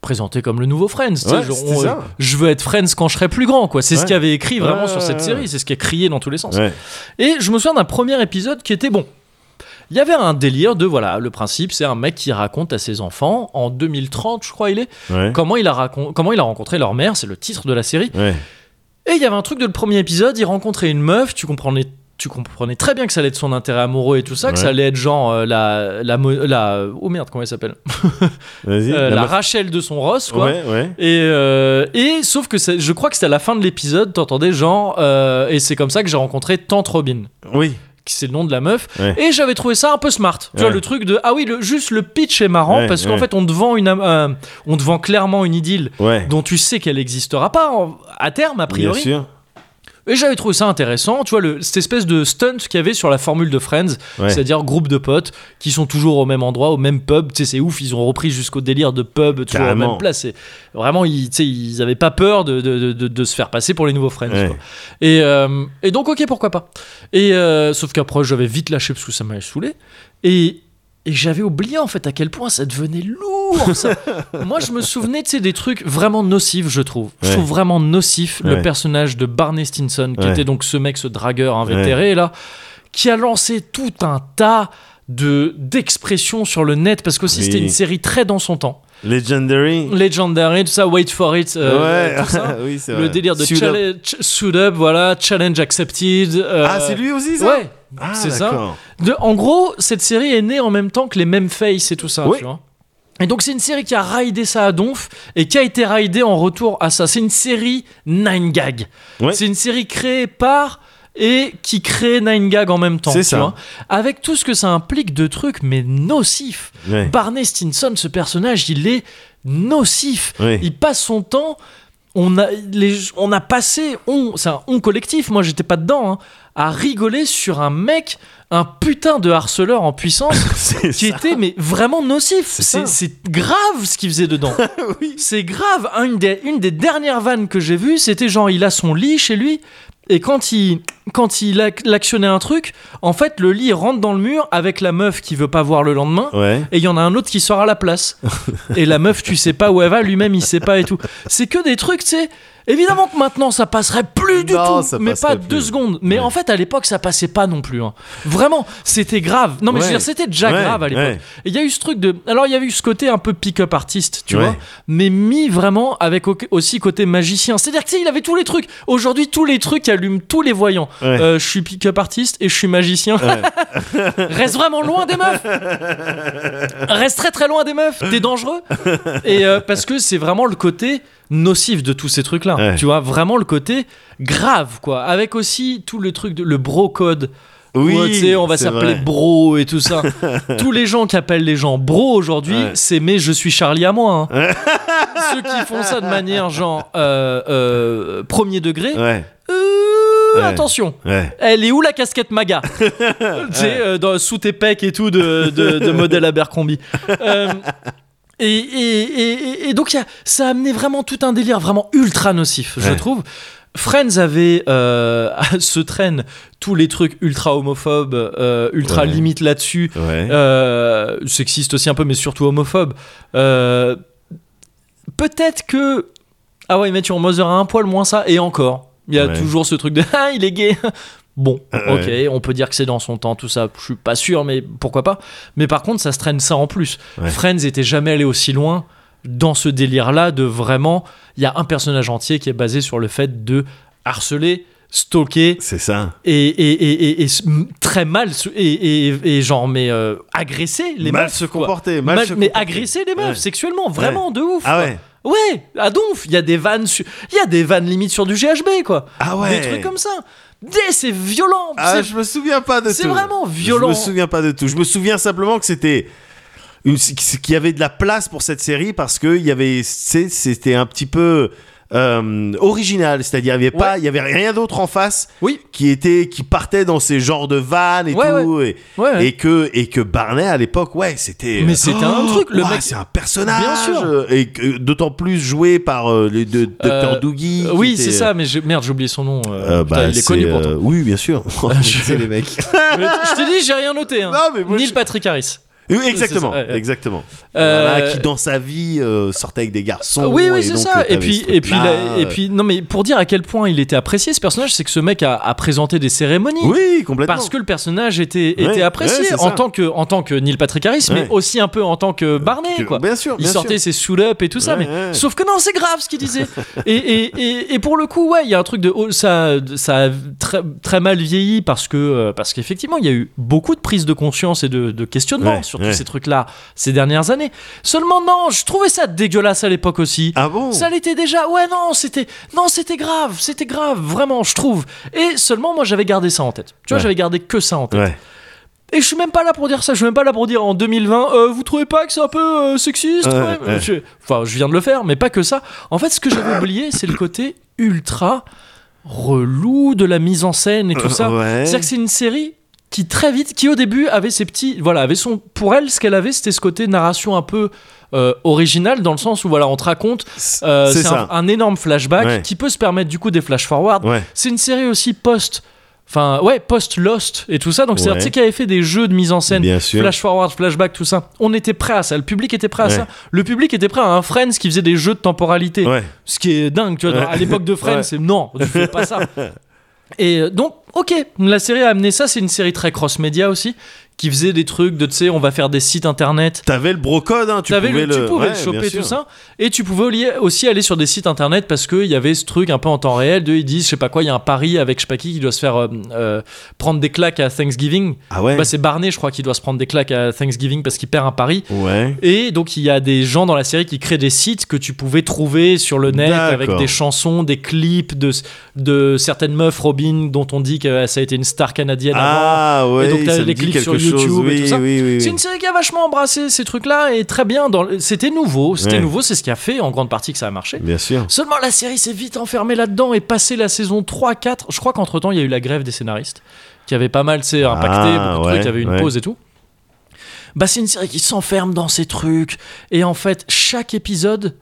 Speaker 1: présenté comme le nouveau Friends tu sais,
Speaker 2: Ouais,
Speaker 1: genre,
Speaker 2: c'était
Speaker 1: on,
Speaker 2: ça.
Speaker 1: euh, je veux être Friends quand je serai plus grand quoi c'est ce
Speaker 2: Ouais.
Speaker 1: qu'il y avait écrit vraiment
Speaker 2: Ouais,
Speaker 1: sur
Speaker 2: ouais,
Speaker 1: cette
Speaker 2: ouais.
Speaker 1: série c'est ce qui a crié dans tous les sens
Speaker 2: Ouais.
Speaker 1: et je me souviens d'un premier épisode qui était bon. Il y avait un délire de voilà, le principe c'est un mec qui raconte à ses enfants en 2030, je crois il est,
Speaker 2: Ouais.
Speaker 1: comment il a racon- comment il a rencontré leur mère, c'est le titre de la série.
Speaker 2: Ouais.
Speaker 1: Et il y avait un truc de le premier épisode, il rencontrait une meuf, tu comprenais tu comprenais très bien que ça allait être son intérêt amoureux et tout ça, que
Speaker 2: Ouais.
Speaker 1: ça allait être genre euh, la, la, mo- la. Oh merde, comment elle s'appelle
Speaker 2: Vas-y.
Speaker 1: Euh,
Speaker 2: la
Speaker 1: La,
Speaker 2: meuf-
Speaker 1: Rachel de son Ross, quoi.
Speaker 2: Ouais, ouais.
Speaker 1: Et, euh, et sauf que ça- je crois que c'était à la fin de l'épisode, t'entendais genre, euh, et c'est comme ça que j'ai rencontré Tante Robin,
Speaker 2: Oui.
Speaker 1: qui c'est le nom de la meuf,
Speaker 2: Ouais.
Speaker 1: et j'avais trouvé ça un peu smart. Tu vois,
Speaker 2: Ouais.
Speaker 1: le truc de, ah oui, le, juste le pitch est marrant,
Speaker 2: Ouais,
Speaker 1: parce qu'en
Speaker 2: ouais.
Speaker 1: fait, on te, vend une, am- euh, on te vend clairement une idylle
Speaker 2: Ouais.
Speaker 1: dont tu sais qu'elle n'existera pas en- à terme, a
Speaker 2: Bien
Speaker 1: priori.
Speaker 2: sûr.
Speaker 1: Et j'avais trouvé ça intéressant, tu vois, le, cette espèce de stunt qu'il y avait sur la formule de Friends,
Speaker 2: Ouais.
Speaker 1: c'est-à-dire groupe de potes qui sont toujours au même endroit, au même pub. Tu sais, c'est ouf, ils ont repris jusqu'au délire de pub, toujours à la
Speaker 2: Carrément.
Speaker 1: même place. Et vraiment, ils, tu sais, ils avaient pas peur de, de, de- de- de se faire passer pour les nouveaux Friends.
Speaker 2: Ouais.
Speaker 1: quoi. Et, euh, et donc, ok, pourquoi pas. Et euh, sauf qu'après, j'avais vite lâché parce que ça m'avait saoulé. Et. Et j'avais oublié en fait à quel point ça devenait lourd. Ça. Moi, je me souvenais tu sais, des trucs vraiment nocifs, je trouve. Je
Speaker 2: Ouais.
Speaker 1: trouve vraiment nocif le
Speaker 2: Ouais.
Speaker 1: personnage de Barney Stinson, qui
Speaker 2: Ouais.
Speaker 1: était donc ce mec, ce dragueur invétéré là, qui a lancé tout un tas de d'expressions sur le net parce que
Speaker 2: Oui.
Speaker 1: c'était une série très dans son temps.
Speaker 2: Legendary.
Speaker 1: Legendary, tout ça, Wait for it, euh,
Speaker 2: ouais.
Speaker 1: tout ça.
Speaker 2: oui, c'est vrai.
Speaker 1: le délire de
Speaker 2: Suit up.
Speaker 1: challenge, suit up, voilà, challenge accepted. euh,
Speaker 2: Ah, c'est lui aussi ça.
Speaker 1: Ouais,
Speaker 2: Ah,
Speaker 1: c'est ça.
Speaker 2: d'accord.
Speaker 1: De- en gros, cette série est née en même temps que les mêmes faces et tout ça,
Speaker 2: Oui.
Speaker 1: tu vois. Et donc c'est une série qui a raidé ça à donf et qui a été raidée en retour à ça. C'est une série Nine Gag.
Speaker 2: Ouais.
Speaker 1: C'est une série créée par et qui crée Nine Gag en même temps.
Speaker 2: C'est
Speaker 1: tu
Speaker 2: ça.
Speaker 1: vois. Avec tout ce que ça implique de trucs, mais nocifs.
Speaker 2: Ouais.
Speaker 1: Barney Stinson, ce personnage, il est nocif.
Speaker 2: Oui.
Speaker 1: Il passe son temps. On a, les, on a passé, on, c'est un on collectif, moi j'étais pas dedans, hein, à rigoler sur un mec, un putain de harceleur en puissance
Speaker 2: C'est
Speaker 1: qui
Speaker 2: ça.
Speaker 1: était mais vraiment nocif. C'est
Speaker 2: ça.
Speaker 1: c'est grave ce qu'il faisait dedans. C'est grave. Une des, une des dernières vannes que j'ai vues, c'était genre il a son lit chez lui et quand il quand il ac- il actionnait un truc, en fait le lit rentre dans le mur avec la meuf qui veut pas voir le lendemain.
Speaker 2: Ouais.
Speaker 1: Et il y en a un autre qui sort à la place. Et la meuf, tu sais pas où elle va, lui-même, il sait pas et tout. C'est que des trucs, tu sais. Évidemment que maintenant, ça passerait plus du
Speaker 2: Non,
Speaker 1: tout.
Speaker 2: ça
Speaker 1: Mais pas
Speaker 2: passerait plus.
Speaker 1: deux secondes. Mais
Speaker 2: Ouais.
Speaker 1: en fait, à l'époque, ça passait pas non plus. hein. Vraiment, c'était grave. Non, mais je veux
Speaker 2: Ouais.
Speaker 1: dire, c'était déjà
Speaker 2: Ouais,
Speaker 1: grave à l'époque.
Speaker 2: ouais.
Speaker 1: Et il y a eu ce truc de. Alors, il y avait eu ce côté un peu pick-up artiste, tu
Speaker 2: Ouais.
Speaker 1: vois. Mais mis vraiment avec au- aussi côté magicien. C'est-à-dire que, tu sais, il avait tous les trucs. Aujourd'hui, tous les trucs allument tous les voyants.
Speaker 2: Ouais.
Speaker 1: Euh, je suis pick-up artiste et je suis magicien. Reste vraiment loin des meufs. Reste très très loin des meufs. T'es dangereux. Et euh, parce que c'est vraiment le côté nocif de tous ces trucs-là.
Speaker 2: Ouais.
Speaker 1: Tu vois, vraiment le côté grave, quoi. Avec aussi tout le truc, de, le bro code.
Speaker 2: Oui,
Speaker 1: Ouais, tu sais, on va
Speaker 2: c'est
Speaker 1: s'appeler
Speaker 2: vrai.
Speaker 1: bro et tout ça. Tous les gens qui appellent les gens bro aujourd'hui,
Speaker 2: Ouais.
Speaker 1: c'est mais je suis Charlie à moi. hein. Ceux qui font ça de manière genre euh, euh, premier degré,
Speaker 2: Ouais.
Speaker 1: euh,
Speaker 2: Ouais.
Speaker 1: attention.
Speaker 2: Ouais.
Speaker 1: Eh, Elle est où la casquette Maga Tu sais, euh, dans- sous tes pecs et tout de, de, de modèle Abercrombie. Euh, et, et, et- et donc, il y a- ça a amené vraiment tout un délire vraiment ultra nocif, je
Speaker 2: Ouais.
Speaker 1: trouve. Friends avait euh, se traîne tous les trucs ultra homophobes, euh, ultra
Speaker 2: Ouais.
Speaker 1: limite là-dessus,
Speaker 2: Ouais.
Speaker 1: euh, sexiste aussi un peu, mais surtout homophobe. Euh, Peut-être que ah ouais, Mathieu Mother a un poil moins ça et encore. Il y a
Speaker 2: Ouais.
Speaker 1: toujours ce truc de ah il est gay. Bon,
Speaker 2: Ah
Speaker 1: ok,
Speaker 2: ouais.
Speaker 1: on peut dire que c'est dans son temps, tout ça, je suis pas sûr, mais pourquoi pas. Mais par contre, ça se traîne ça en plus.
Speaker 2: Ouais.
Speaker 1: Friends était jamais allé aussi loin dans ce délire-là de vraiment, il y a un personnage entier qui est basé sur le fait de harceler, stalker,
Speaker 2: C'est ça.
Speaker 1: et, et, et, et- et s- m- très mal se- et, et, et genre mais euh, agresser les
Speaker 2: mal
Speaker 1: meufs
Speaker 2: se
Speaker 1: quoi.
Speaker 2: comporter. Mal,
Speaker 1: Mal-
Speaker 2: se
Speaker 1: mais
Speaker 2: comporter.
Speaker 1: agresser les meufs
Speaker 2: Ouais.
Speaker 1: sexuellement vraiment de ouf
Speaker 2: Ah
Speaker 1: quoi.
Speaker 2: ouais.
Speaker 1: ouais à donf il y a des vannes su- il y a des vannes limite sur du GHB quoi
Speaker 2: Ah ouais.
Speaker 1: des trucs comme ça Des- c'est violent
Speaker 2: Ah,
Speaker 1: c'est-
Speaker 2: je me souviens pas de tout.
Speaker 1: c'est vraiment violent.
Speaker 2: Je me souviens pas de tout. Je me souviens simplement que c'était une- qu'il y avait de la place pour cette série parce que il y avait c'est- c'était un petit peu euh, original, c'est-à-dire il y avait pas, il y avait rien d'autre en face
Speaker 1: oui
Speaker 2: qui était qui partait dans ces genres de vannes et
Speaker 1: Ouais,
Speaker 2: tout Et,
Speaker 1: ouais
Speaker 2: et que et que Barney à l'époque ouais c'était
Speaker 1: Mais c'était un truc, le
Speaker 2: ouah,
Speaker 1: mec-
Speaker 2: c'est un personnage
Speaker 1: Bien sûr.
Speaker 2: et que- d'autant plus joué par euh, les deux
Speaker 1: Euh,
Speaker 2: Dr Doogie
Speaker 1: Euh,
Speaker 2: qui
Speaker 1: oui
Speaker 2: était-
Speaker 1: c'est ça mais j'ai- merde j'ai oublié son nom euh,
Speaker 2: Euh,
Speaker 1: putain,
Speaker 2: bah,
Speaker 1: il est
Speaker 2: c'est,
Speaker 1: connu pourtant
Speaker 2: euh, oui bien sûr je sais les mecs
Speaker 1: Mais je t'ai dit j'ai rien noté hein.
Speaker 2: Non, mais moi,
Speaker 1: Neil
Speaker 2: je-
Speaker 1: Patrick Harris
Speaker 2: Oui, Exactement,
Speaker 1: C'est ça, ouais, ouais.
Speaker 2: exactement.
Speaker 1: Euh,
Speaker 2: Voilà, qui dans sa vie euh, sortait avec des garçons.
Speaker 1: oui, oui,
Speaker 2: et
Speaker 1: c'est
Speaker 2: donc,
Speaker 1: ça.
Speaker 2: euh,
Speaker 1: Et
Speaker 2: t'avais
Speaker 1: puis,
Speaker 2: ce
Speaker 1: et puis,
Speaker 2: truc-là, euh.
Speaker 1: la- et puis, non, mais pour dire à quel point il était apprécié ce personnage, c'est que ce mec a, a présenté des cérémonies.
Speaker 2: euh, Oui, complètement.
Speaker 1: Parce que le personnage était, était
Speaker 2: Ouais, ouais,
Speaker 1: apprécié
Speaker 2: c'est
Speaker 1: en
Speaker 2: ça.
Speaker 1: tant que en tant que Neil Patrick Harris, mais
Speaker 2: Ouais. Euh,
Speaker 1: aussi un peu en tant que Barney,
Speaker 2: Que-
Speaker 1: quoi.
Speaker 2: Bien sûr,
Speaker 1: Il
Speaker 2: bien
Speaker 1: sortait ses
Speaker 2: sûr.
Speaker 1: soul up et tout ça,
Speaker 2: Ouais,
Speaker 1: mais
Speaker 2: ouais.
Speaker 1: sauf que non, c'est grave ce qu'il disait. et, et, et, et pour le coup, ouais, il y a un truc de oh, ça, ça a très, très mal vieilli parce que euh, parce qu'effectivement, il y a eu beaucoup de prises de conscience et de, de questionnements
Speaker 2: Ouais,
Speaker 1: sur
Speaker 2: ouais.
Speaker 1: tous ces trucs-là ces dernières années. Seulement non, je trouvais ça dégueulasse à l'époque aussi.
Speaker 2: Ah bon
Speaker 1: Ça l'était déjà. Ouais, non, c'était non, c'était grave, c'était grave, vraiment, je trouve. Et seulement moi, j'avais gardé ça en tête. Tu vois,
Speaker 2: Ouais.
Speaker 1: j'avais gardé que ça en tête.
Speaker 2: Ouais.
Speaker 1: Et je suis même pas là pour dire ça. Je suis même pas là pour dire en 2020, euh, vous trouvez pas que c'est un peu euh, sexiste
Speaker 2: Ouais,
Speaker 1: ouais
Speaker 2: ouais.
Speaker 1: Je- Enfin, je viens de le faire, mais pas que ça. En fait, ce que j'avais oublié, c'est le côté ultra relou de la mise en scène et tout ça.
Speaker 2: Ouais.
Speaker 1: C'est-à-dire que c'est une série qui très vite, qui au début avait ses petits, voilà, avait son, pour elle, ce qu'elle avait, c'était ce côté narration un peu euh, original dans le sens où voilà, on te raconte, euh,
Speaker 2: C'est
Speaker 1: c'est un,
Speaker 2: ça.
Speaker 1: un énorme flashback
Speaker 2: Ouais.
Speaker 1: qui peut se permettre du coup des flash forward.
Speaker 2: Ouais.
Speaker 1: C'est une série aussi post, enfin ouais, post Lost et tout ça. Donc c'est-à-dire
Speaker 2: Ouais.
Speaker 1: tu sais, qui avait fait des jeux de mise en scène,
Speaker 2: Bien sûr.
Speaker 1: flash forward, flashback, tout ça. On était prêt à ça. Le public était prêt à
Speaker 2: Ouais.
Speaker 1: ça. Le public était prêt à un Friends qui faisait des jeux de temporalité.
Speaker 2: Ouais.
Speaker 1: Ce qui est dingue, tu vois, dans-
Speaker 2: Ouais.
Speaker 1: à l'époque de Friends,
Speaker 2: Ouais.
Speaker 1: c'est non, tu fais pas ça. Et euh, donc, ok, la série a amené ça, c'est une série très cross-média aussi, qui faisait des trucs de, tu sais, on va faire des sites internet.
Speaker 2: T'avais le brocode, hein, tu
Speaker 1: T'avais
Speaker 2: pouvais
Speaker 1: le-
Speaker 2: le,
Speaker 1: tu pouvais
Speaker 2: Ouais,
Speaker 1: le
Speaker 2: bien
Speaker 1: choper,
Speaker 2: sûr.
Speaker 1: tout ça. Et tu pouvais li- aussi aller sur des sites internet parce qu'il y avait ce truc un peu en temps réel de, ils disent, je sais pas quoi, il y a un pari avec je sais pas qui qui doit se faire euh, euh, prendre des claques à Thanksgiving.
Speaker 2: Ah ouais.
Speaker 1: Bah, c'est Barney, je crois, qui doit se prendre des claques à Thanksgiving parce qu'il perd un pari.
Speaker 2: ouais.
Speaker 1: Et donc il y a des gens dans la série qui créent des sites que tu pouvais trouver sur le net
Speaker 2: D'accord.
Speaker 1: avec des chansons, des clips de, de certaines meufs Robin dont on dit que euh, ça a été une star canadienne avant.
Speaker 2: Ah
Speaker 1: Et
Speaker 2: ouais,
Speaker 1: donc, t'as
Speaker 2: ça me
Speaker 1: les
Speaker 2: dit
Speaker 1: clips
Speaker 2: quelque
Speaker 1: sur
Speaker 2: chose.
Speaker 1: YouTube et
Speaker 2: oui,
Speaker 1: tout ça.
Speaker 2: Oui, oui, oui.
Speaker 1: C'est une série qui a vachement embrassé ces trucs-là et très bien. Dans le- C'était nouveau, c'était
Speaker 2: Ouais.
Speaker 1: nouveau, c'est ce qui a fait en grande partie que ça a marché.
Speaker 2: Bien sûr.
Speaker 1: Seulement la série s'est vite enfermée là-dedans et passé la saison 3, 4. Je crois qu'entre temps il y a eu la grève des scénaristes qui avait pas mal c'est impacté,
Speaker 2: Ah,
Speaker 1: beaucoup de
Speaker 2: ouais,
Speaker 1: trucs, il y avait une
Speaker 2: ouais.
Speaker 1: pause et tout. Bah c'est une série qui s'enferme dans ces trucs et en fait chaque épisode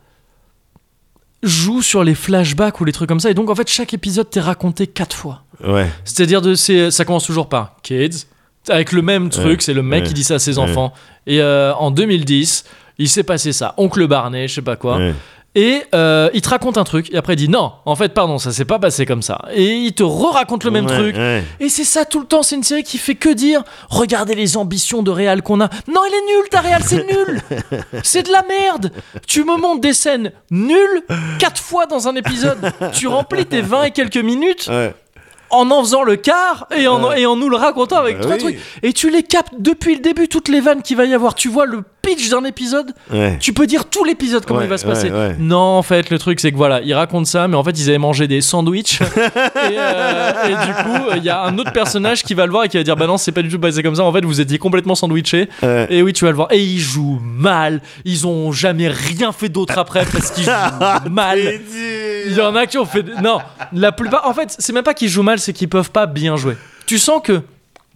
Speaker 1: joue sur les flashbacks ou les trucs comme ça et donc en fait chaque épisode t'est raconté quatre fois.
Speaker 2: Ouais.
Speaker 1: C'est-à-dire de c'est ça commence toujours par kids avec le même truc, c'est le mec
Speaker 2: ouais,
Speaker 1: qui dit ça à ses
Speaker 2: ouais.
Speaker 1: enfants et euh, en 2010 il s'est passé ça, oncle Barney, je sais pas quoi.
Speaker 2: ouais.
Speaker 1: Et euh, il te raconte un truc, et après il dit non, en fait, pardon, ça s'est pas passé comme ça. Et il te re-raconte le même
Speaker 2: Ouais,
Speaker 1: truc.
Speaker 2: ouais.
Speaker 1: Et c'est ça tout le temps, c'est une série qui fait que dire regardez les ambitions de Real qu'on a. Non, elle est nulle, ta Real, c'est nul C'est de la merde Tu me montes des scènes nulles quatre fois dans un épisode. Tu remplis tes 20 et quelques minutes
Speaker 2: Ouais.
Speaker 1: en en faisant le quart et en, et en nous le racontant avec
Speaker 2: Bah
Speaker 1: trois
Speaker 2: oui.
Speaker 1: trucs. Et tu les captes depuis le début, toutes les vannes qu'il va y avoir. Tu vois le pitch d'un épisode
Speaker 2: Ouais.
Speaker 1: tu peux dire tout l'épisode comment
Speaker 2: Ouais,
Speaker 1: il va se
Speaker 2: ouais,
Speaker 1: passer.
Speaker 2: ouais.
Speaker 1: Non, en fait, le truc, c'est que voilà, ils racontent ça, mais en fait, ils avaient mangé des sandwichs. et, euh, et du coup, il y a un autre personnage qui va le voir et qui va dire Bah non, c'est pas du tout passé comme ça. En fait, vous étiez complètement sandwiché.
Speaker 2: Ouais.
Speaker 1: Et oui, tu vas le voir. Et ils jouent mal. Ils ont jamais rien fait d'autre après parce qu'ils jouent mal. Il y en a qui ont fait. Non, la plupart. En fait, c'est même pas qu'ils jouent mal, c'est qu'ils peuvent pas bien jouer. Tu sens que. y a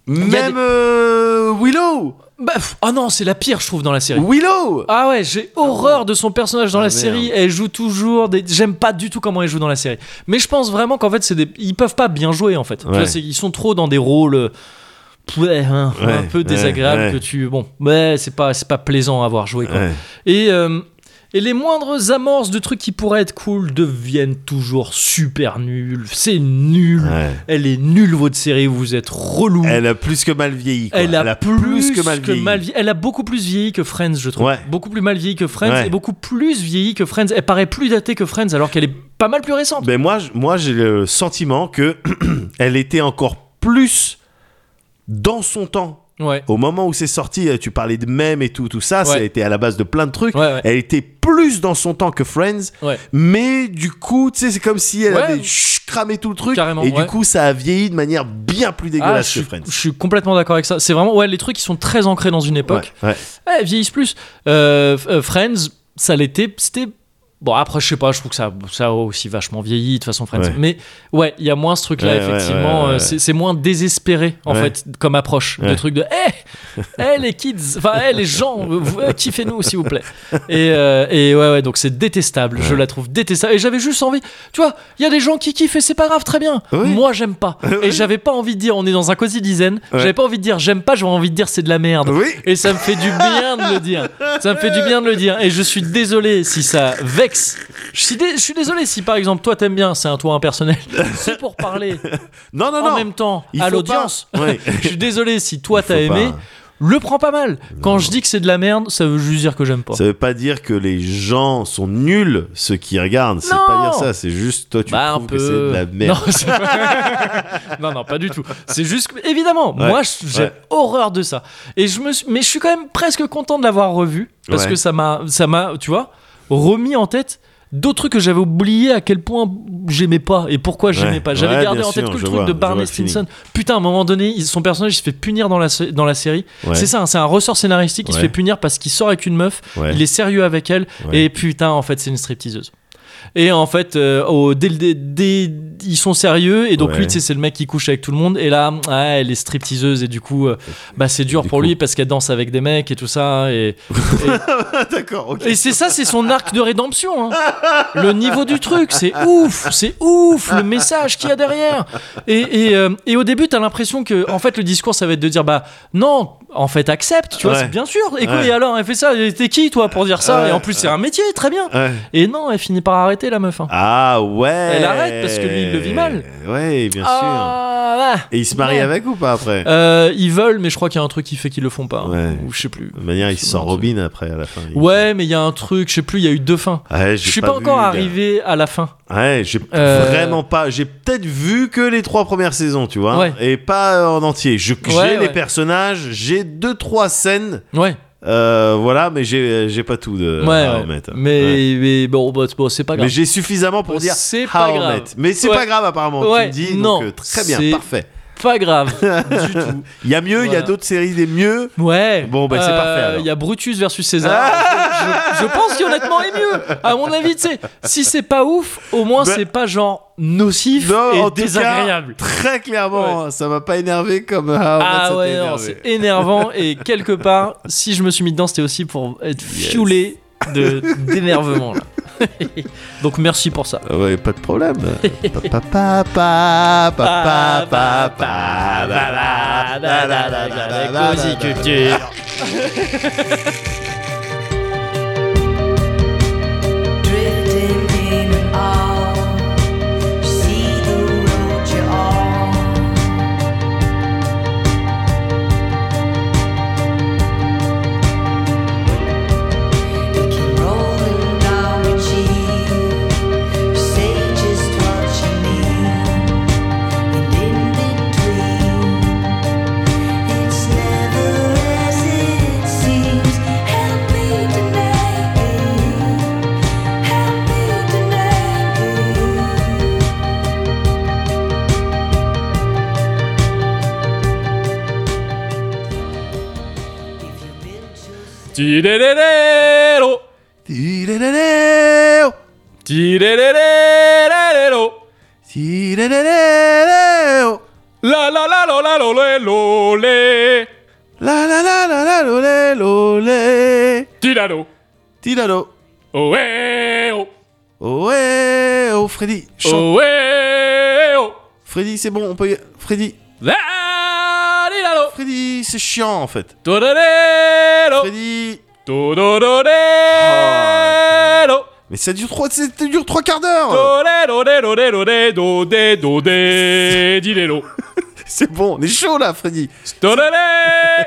Speaker 2: Même
Speaker 1: des-
Speaker 2: euh, Willow.
Speaker 1: Bah, pff, oh non, c'est la pire, je trouve, dans la série.
Speaker 2: Willow.
Speaker 1: Ah ouais, j'ai horreur de son personnage
Speaker 2: Ah,
Speaker 1: dans la série. Elle joue toujours. Des... J'aime pas du tout comment elle joue dans la série. Mais je pense vraiment qu'en fait, c'est des... ils peuvent pas bien jouer en fait. Tu vois,
Speaker 2: Ouais.
Speaker 1: c'est- ils sont trop dans des rôles. euh, ouais, hein,
Speaker 2: Ouais,
Speaker 1: un peu
Speaker 2: ouais,
Speaker 1: désagréables
Speaker 2: ouais.
Speaker 1: que tu bon ouais c'est pas c'est pas plaisant à voir jouer quoi.
Speaker 2: Ouais.
Speaker 1: et euh, et les moindres amorces de trucs qui pourraient être cool deviennent toujours super nuls c'est nul
Speaker 2: Ouais.
Speaker 1: elle est nulle votre série vous êtes relou
Speaker 2: Elle a plus que mal vieilli. quoi.
Speaker 1: elle a, plus,
Speaker 2: que mal vieilli.
Speaker 1: vie- Elle a beaucoup plus vieilli que Friends, je trouve.
Speaker 2: Ouais.
Speaker 1: Beaucoup plus mal vieilli que Friends
Speaker 2: Ouais.
Speaker 1: et beaucoup plus vieilli que Friends. Elle paraît plus datée que Friends alors qu'elle est pas mal plus récente.
Speaker 2: Ben moi, je- moi j'ai le sentiment que elle était encore plus dans son temps.
Speaker 1: Ouais.
Speaker 2: Au moment où c'est sorti, euh, tu parlais de mèmes et tout, tout ça, ça a
Speaker 1: Ouais.
Speaker 2: été à la base de plein de trucs.
Speaker 1: Ouais, ouais.
Speaker 2: Elle était plus dans son temps que Friends,
Speaker 1: Ouais.
Speaker 2: mais du coup, tu sais, c'est comme si elle
Speaker 1: Ouais.
Speaker 2: avait chut, cramé tout le truc,
Speaker 1: Carrément,
Speaker 2: et
Speaker 1: ouais.
Speaker 2: du coup, ça a vieilli de manière bien plus
Speaker 1: Ah, je,
Speaker 2: dégueulasse
Speaker 1: suis,
Speaker 2: que Friends.
Speaker 1: je suis complètement d'accord avec ça. C'est vraiment ouais les trucs qui sont très ancrés dans une époque.
Speaker 2: Ouais, ouais.
Speaker 1: Ouais, elles vieillissent plus. Euh, f- euh, Friends, ça l'était. C'était Bon, après, je sais pas, je trouve que ça, ça a aussi vachement vieilli, de toute façon, Friends.
Speaker 2: Ouais.
Speaker 1: Mais ouais, il y a moins ce truc-là,
Speaker 2: Ouais, ouais,
Speaker 1: effectivement.
Speaker 2: ouais, ouais,
Speaker 1: euh,
Speaker 2: ouais.
Speaker 1: C'est c'est moins désespéré, en
Speaker 2: Ouais.
Speaker 1: fait, comme approche. Le
Speaker 2: Ouais.
Speaker 1: truc de, hé, hé, les kids, enfin, hé, les gens, vous- euh, kiffez-nous, s'il vous plaît. Et, euh, et ouais, ouais, donc c'est détestable. Je la trouve détestable. Et j'avais juste envie, tu vois, il y a des gens qui kiffent et c'est pas grave, très bien.
Speaker 2: Oui.
Speaker 1: Moi, j'aime pas. Et j'avais pas envie de dire, on est dans un cosy dizaine.
Speaker 2: Ouais.
Speaker 1: J'avais pas envie de dire, j'aime pas, j'avais envie de dire, c'est de la merde.
Speaker 2: Oui.
Speaker 1: Et ça me fait du bien de le dire. Ça me fait du bien de le dire. Et je suis désolé si ça vexe. Je suis, dé- je suis désolé si par exemple toi t'aimes bien, c'est un toi impersonnel. C'est pour parler
Speaker 2: Non, non,
Speaker 1: en
Speaker 2: non.
Speaker 1: même temps
Speaker 2: Il
Speaker 1: à
Speaker 2: faut
Speaker 1: l'audience.
Speaker 2: pas. Ouais.
Speaker 1: je suis désolé si toi
Speaker 2: faut
Speaker 1: t'as aimé.
Speaker 2: pas.
Speaker 1: Le prends pas mal. Quand je dis que c'est de la merde, ça veut juste dire que j'aime pas.
Speaker 2: Ça veut pas dire que les gens sont nuls, ceux qui regardent. C'est
Speaker 1: Non.
Speaker 2: pas dire ça. C'est juste toi, tu
Speaker 1: Bah,
Speaker 2: trouves que c'est de la merde.
Speaker 1: Non, c'est pas- non, non, pas du tout. C'est juste que- évidemment,
Speaker 2: Ouais,
Speaker 1: moi je- j'ai
Speaker 2: ouais.
Speaker 1: horreur de ça. Et je me suis- mais je suis quand même presque content de l'avoir revu parce
Speaker 2: Ouais.
Speaker 1: que ça m'a ça m'a tu vois remis en tête d'autres trucs que j'avais oublié à quel point j'aimais pas et pourquoi j'aimais
Speaker 2: Ouais,
Speaker 1: pas. J'avais
Speaker 2: ouais,
Speaker 1: gardé
Speaker 2: bien
Speaker 1: en tête
Speaker 2: sûr,
Speaker 1: que le
Speaker 2: je
Speaker 1: truc
Speaker 2: vois,
Speaker 1: de
Speaker 2: je vois
Speaker 1: Barney
Speaker 2: le feeling.
Speaker 1: Stinson. Putain, à un moment donné, il- son personnage il se fait punir dans la sé- dans la série.
Speaker 2: Ouais.
Speaker 1: C'est ça, hein, c'est un ressort scénaristique, il se
Speaker 2: Ouais.
Speaker 1: fait punir parce qu'il sort avec une meuf,
Speaker 2: Ouais.
Speaker 1: il est sérieux avec elle
Speaker 2: Ouais.
Speaker 1: et putain en fait, c'est une stripteaseuse. Et en fait, euh, au- dès, le- dès- dès- ils sont sérieux, et donc
Speaker 2: Ouais.
Speaker 1: lui, tu sais, c'est le mec qui couche avec tout le monde, et là, ah, elle est stripteaseuse, et du coup, euh, bah, c'est dur
Speaker 2: Du
Speaker 1: pour
Speaker 2: coup.
Speaker 1: lui parce qu'elle danse avec des mecs et tout ça. Et,
Speaker 2: Ah, D'accord, ok.
Speaker 1: et c'est ça, c'est son arc de rédemption. hein. Le niveau du truc, c'est ouf, c'est ouf, le message qu'il y a derrière. Et, et, euh, et au début, t'as l'impression que, en fait, le discours, ça va être de dire, bah non, en fait, accepte, tu vois,
Speaker 2: Ouais.
Speaker 1: c'est bien sûr. Et, quoi,
Speaker 2: Ouais.
Speaker 1: et alors, elle fait ça, et t'es qui, toi, pour dire ça
Speaker 2: Ouais.
Speaker 1: Et en plus, c'est un métier, très bien.
Speaker 2: Ouais.
Speaker 1: Et non, elle finit par arrêter, la meuf. hein.
Speaker 2: Ah ouais.
Speaker 1: Elle arrête parce que lui, il le vit mal.
Speaker 2: Ouais, bien sûr.
Speaker 1: Ah, ouais.
Speaker 2: Et il se marie
Speaker 1: Ouais.
Speaker 2: avec ou pas après
Speaker 1: Euh, ils veulent, mais je crois qu'il y a un truc qui fait qu'ils le font pas.
Speaker 2: Ouais.
Speaker 1: Ou je sais plus.
Speaker 2: De manière, il
Speaker 1: c'est
Speaker 2: sort
Speaker 1: bon,
Speaker 2: Robin après à la fin. Il- Ah,
Speaker 1: Ouais, mais il y a un truc, je sais plus, il y a eu deux fins.
Speaker 2: Ouais, j'ai
Speaker 1: Je suis pas,
Speaker 2: vu,
Speaker 1: encore
Speaker 2: gars.
Speaker 1: arrivé à la fin.
Speaker 2: Ouais, j'ai
Speaker 1: Euh.
Speaker 2: vraiment pas. J'ai peut-être vu que les trois premières saisons, tu vois,
Speaker 1: Ouais.
Speaker 2: et pas euh, en entier. Je- J'ai
Speaker 1: Ouais,
Speaker 2: les
Speaker 1: ouais.
Speaker 2: personnages, j'ai deux trois scènes,
Speaker 1: Ouais,
Speaker 2: euh, voilà, mais j'ai j'ai pas tout de
Speaker 1: ouais,
Speaker 2: à
Speaker 1: ouais.
Speaker 2: remettre.
Speaker 1: Mais,
Speaker 2: Ouais.
Speaker 1: mais bon, bah, c'est- bon, c'est pas grave.
Speaker 2: Mais j'ai suffisamment pour dire
Speaker 1: C'est
Speaker 2: how
Speaker 1: pas
Speaker 2: I
Speaker 1: grave.
Speaker 2: met. Mais c'est
Speaker 1: Ouais.
Speaker 2: pas grave apparemment.
Speaker 1: Ouais,
Speaker 2: Tu me dis
Speaker 1: non,
Speaker 2: donc euh, très bien,
Speaker 1: c'est-
Speaker 2: parfait.
Speaker 1: Pas grave du tout.
Speaker 2: Il y a mieux, il y
Speaker 1: Voilà.
Speaker 2: a d'autres séries des mieux.
Speaker 1: Ouais. Euh,
Speaker 2: Bon, bah, c'est parfait, alors.
Speaker 1: Il y a Brutus versus César. je, je pense qu'honnêtement, est mieux. À mon avis, tu sais, si c'est pas ouf, au moins
Speaker 2: Bah-
Speaker 1: c'est pas genre nocif
Speaker 2: Non, en
Speaker 1: et
Speaker 2: tout cas,
Speaker 1: désagréable.
Speaker 2: Très clairement, ça m'a pas énervé comme How I Met, ça
Speaker 1: Ah
Speaker 2: t'a
Speaker 1: ouais, non,
Speaker 2: énervé.
Speaker 1: c'est énervant. Et quelque part, si je me suis mis dedans, c'était aussi pour être fuelé de d'énervement. là. Donc merci pour ça.
Speaker 2: Ah Ouais, pas de problème. Pa- pa- pa- pa- pa- pa- pa- pa- la- la- la- la- la- la- la- la-
Speaker 1: Cosy
Speaker 2: la- la-
Speaker 1: culture.
Speaker 7: Drifting demon all see the road you on It came rolling down your cheek Say just what you mean And in between it's never as it seems Help me tonight Help me tonight If you've been too
Speaker 6: Tidélélélo,
Speaker 2: Tiléléléo,
Speaker 6: tidélélélélo,
Speaker 2: tiléléléléo,
Speaker 6: la la la la la lolé lolé,
Speaker 2: la la la la la lolé lolé.
Speaker 6: tidalo,
Speaker 2: Tidalo.
Speaker 6: ohé oh,
Speaker 2: Ouais, oh Freddy. chante.
Speaker 6: ohé oh,
Speaker 2: Freddy, c'est bon, on peut y... Freddy,
Speaker 6: la didalo,
Speaker 2: Freddy, c'est chiant en fait.
Speaker 6: todolélo,
Speaker 2: Freddy.
Speaker 6: tododolélo.
Speaker 2: Mais ça dure trois, ça dure trois quarts d'heure.
Speaker 6: Dodé, dodé, dodé, dodé, dodé, dodé, dilélo.
Speaker 2: C'est bon, on est chaud là, Freddy.
Speaker 6: Stololé,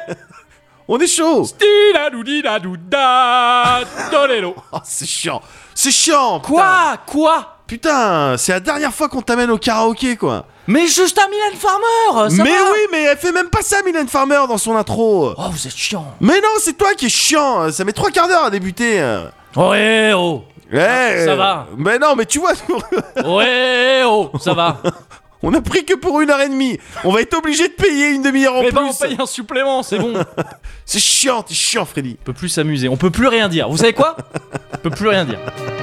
Speaker 2: On est chaud.
Speaker 6: diladou, diladou, da, dolélo.
Speaker 2: Oh, c'est chiant. C'est chiant.
Speaker 1: Quoi Quoi
Speaker 2: Putain, c'est la dernière fois qu'on t'amène au karaoké, quoi.
Speaker 1: Mais juste un Milan Farmer euh, ça
Speaker 2: mais
Speaker 1: va
Speaker 2: oui, mais elle fait même pas ça, Mylène Farmer, dans son intro.
Speaker 1: Oh, vous êtes chiant
Speaker 2: Mais non, c'est toi qui es chiant. hein. Ça met trois quarts d'heure à débuter. hein.
Speaker 1: Ouais, oh
Speaker 2: Ouais.
Speaker 1: ça
Speaker 2: euh,
Speaker 1: va.
Speaker 2: Mais non, mais tu vois,
Speaker 1: Ouais, oh Ça va
Speaker 2: on a pris que pour une heure et demie. On va être obligé de payer une demi-heure en
Speaker 1: Mais
Speaker 2: plus.
Speaker 1: bah, on paye un supplément, c'est bon On
Speaker 2: C'est chiant, t'es chiant, Freddy.
Speaker 1: peut plus s'amuser, on peut plus rien dire. Vous savez quoi On peut plus rien dire.
Speaker 7: Tonight,